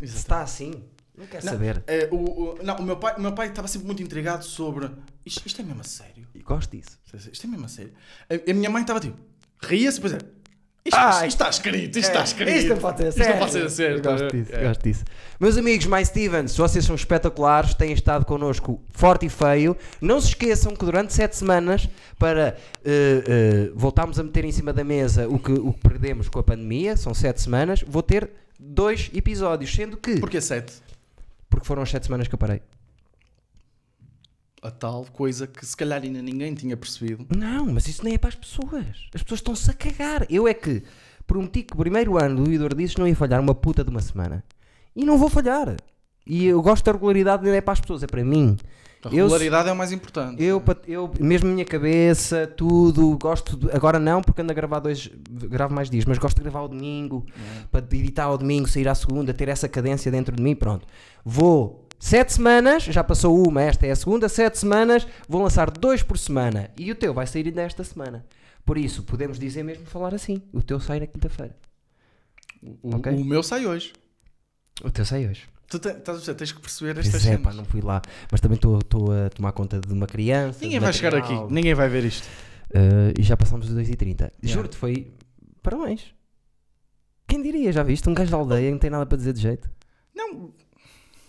Speaker 1: Se está assim, não quer
Speaker 2: Não.
Speaker 1: saber.
Speaker 2: É, o, o- não, o meu pai o meu pai estava sempre muito intrigado sobre. Isto, isto é mesmo a sério?
Speaker 1: E gosto disso.
Speaker 2: Isto é mesmo a sério? A, a minha mãe estava tipo. Ria-se, pois é. Isto,
Speaker 1: Ai.
Speaker 2: isto está escrito, isto está escrito.
Speaker 1: É. Isto não pode ser
Speaker 2: Isto não
Speaker 1: sério.
Speaker 2: pode ser sério.
Speaker 1: Eu gosto disso,
Speaker 2: É.
Speaker 1: gosto disso. Meus amigos, mais Stevens, vocês são espetaculares, têm estado connosco forte e feio. Não se esqueçam que durante sete semanas, para eh, eh, voltarmos a meter em cima da mesa o que, o que perdemos com a pandemia, são sete semanas, vou ter dois episódios, sendo que.
Speaker 2: Porquê 7?
Speaker 1: Porque foram as sete semanas que eu parei.
Speaker 2: A tal coisa que se calhar ainda ninguém tinha percebido.
Speaker 1: Não, mas isso nem é para as pessoas. As pessoas estão-se a cagar. Eu é que prometi que o primeiro ano do Idor disse não ia falhar uma puta de uma semana. E não vou falhar. E eu gosto da regularidade, não é para as pessoas, é para mim.
Speaker 2: A
Speaker 1: Eu-
Speaker 2: regularidade é o mais importante.
Speaker 1: Eu, pa- eu mesmo a minha cabeça, tudo, gosto de- agora não porque ando a gravar dois, gravo mais dias, mas gosto de gravar ao domingo, para editar ao domingo, sair à segunda, ter essa cadência dentro de mim, pronto. Vou sete semanas, já passou uma, esta é a segunda, sete semanas, vou lançar dois por semana e o teu vai sair ainda esta semana. Por isso, podemos dizer mesmo falar assim, o teu sai na quinta-feira.
Speaker 2: O,
Speaker 1: Ok.
Speaker 2: o meu sai hoje.
Speaker 1: O teu sai hoje.
Speaker 2: Tu te- estás a perceber, tens que perceber estas
Speaker 1: Pois é,
Speaker 2: cenas.
Speaker 1: pá, não fui lá, mas também estou estou a tomar conta de uma criança. de
Speaker 2: Ninguém vai chegar aqui,
Speaker 1: material,
Speaker 2: ninguém vai ver isto.
Speaker 1: Uh, e já passámos os 2h30.
Speaker 2: Yeah.
Speaker 1: Juro-te, foi. Parabéns. Quem diria, já viste? Um gajo da aldeia não tem nada para dizer de jeito.
Speaker 2: Não,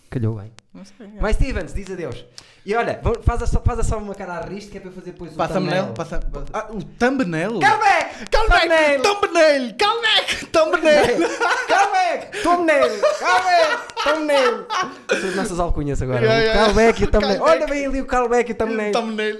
Speaker 1: Calhou bem.
Speaker 2: não sei.
Speaker 1: Mas Stevens, diz adeus. E olha, vamos- faz a, só- faz a só uma cara a risto que é para eu fazer depois o
Speaker 2: Para a thumbnail,
Speaker 1: thumbnail.
Speaker 2: para a thumb- Ah, o thumbnail?
Speaker 1: Comeback! Comeback!
Speaker 2: Thumbnail! Thumbnail! Comeback! Thumbnail!
Speaker 1: Comeback! Thumbnail! Comeback! Thumbnail! São as nossas alcunhas agora.
Speaker 2: Yeah, yeah,
Speaker 1: o callback e o thumbnail.
Speaker 2: Callback.
Speaker 1: Olha bem ali o callback e o thumbnail.
Speaker 2: Thumbnail.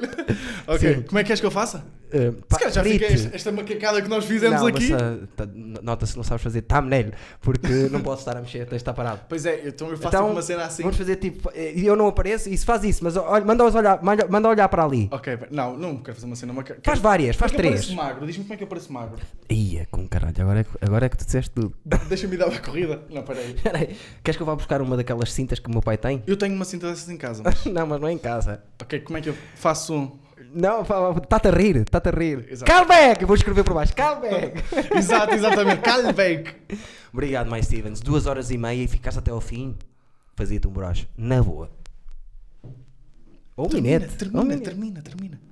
Speaker 2: Ok,
Speaker 1: Sim.
Speaker 2: como é que és que eu faça?
Speaker 1: Uh, pá,
Speaker 2: Se calhar já
Speaker 1: Rite.
Speaker 2: fica esta, esta macacada que nós fizemos
Speaker 1: Não, mas,
Speaker 2: aqui.
Speaker 1: uh, tá- Nota-se que não sabes fazer thumbnail porque não posso estar a mexer, tens de estar parado.
Speaker 2: Pois é, então eu faço tipo uma cena assim.
Speaker 1: Vamos fazer tipo, eh, eu não apareço, isso faz isso, mas olha, manda-os olhar, manda, manda olhar para ali.
Speaker 2: Ok, pera- não, não quero fazer uma cena macaca.
Speaker 1: Faz várias, faz
Speaker 2: Como é que eu pareço
Speaker 1: três.
Speaker 2: magro? Diz-me como é que eu pareço magro.
Speaker 1: Ia com caralho, agora é, que- agora é que tu disseste tudo.
Speaker 2: Deixa-me dar uma corrida. Não, peraí.
Speaker 1: Peraí, queres que eu vá buscar uma daquelas cintas que o meu pai tem?
Speaker 2: Eu tenho uma cinta dessas em casa, mas...
Speaker 1: não, mas não é em casa.
Speaker 2: Ok, como é que eu faço um...
Speaker 1: Não, está-te a rir, está-te a rir.
Speaker 2: Exato.
Speaker 1: Calbeck! Vou escrever por baixo, Calbeck!
Speaker 2: Exato, exatamente. Callback.
Speaker 1: Obrigado, mais Stevens. Duas horas e meia e ficaste até ao fim. Fazia-te um broche. Na boa. Ou um
Speaker 2: Termina,
Speaker 1: minete. ou um
Speaker 2: termina,
Speaker 1: minete.
Speaker 2: termina, termina.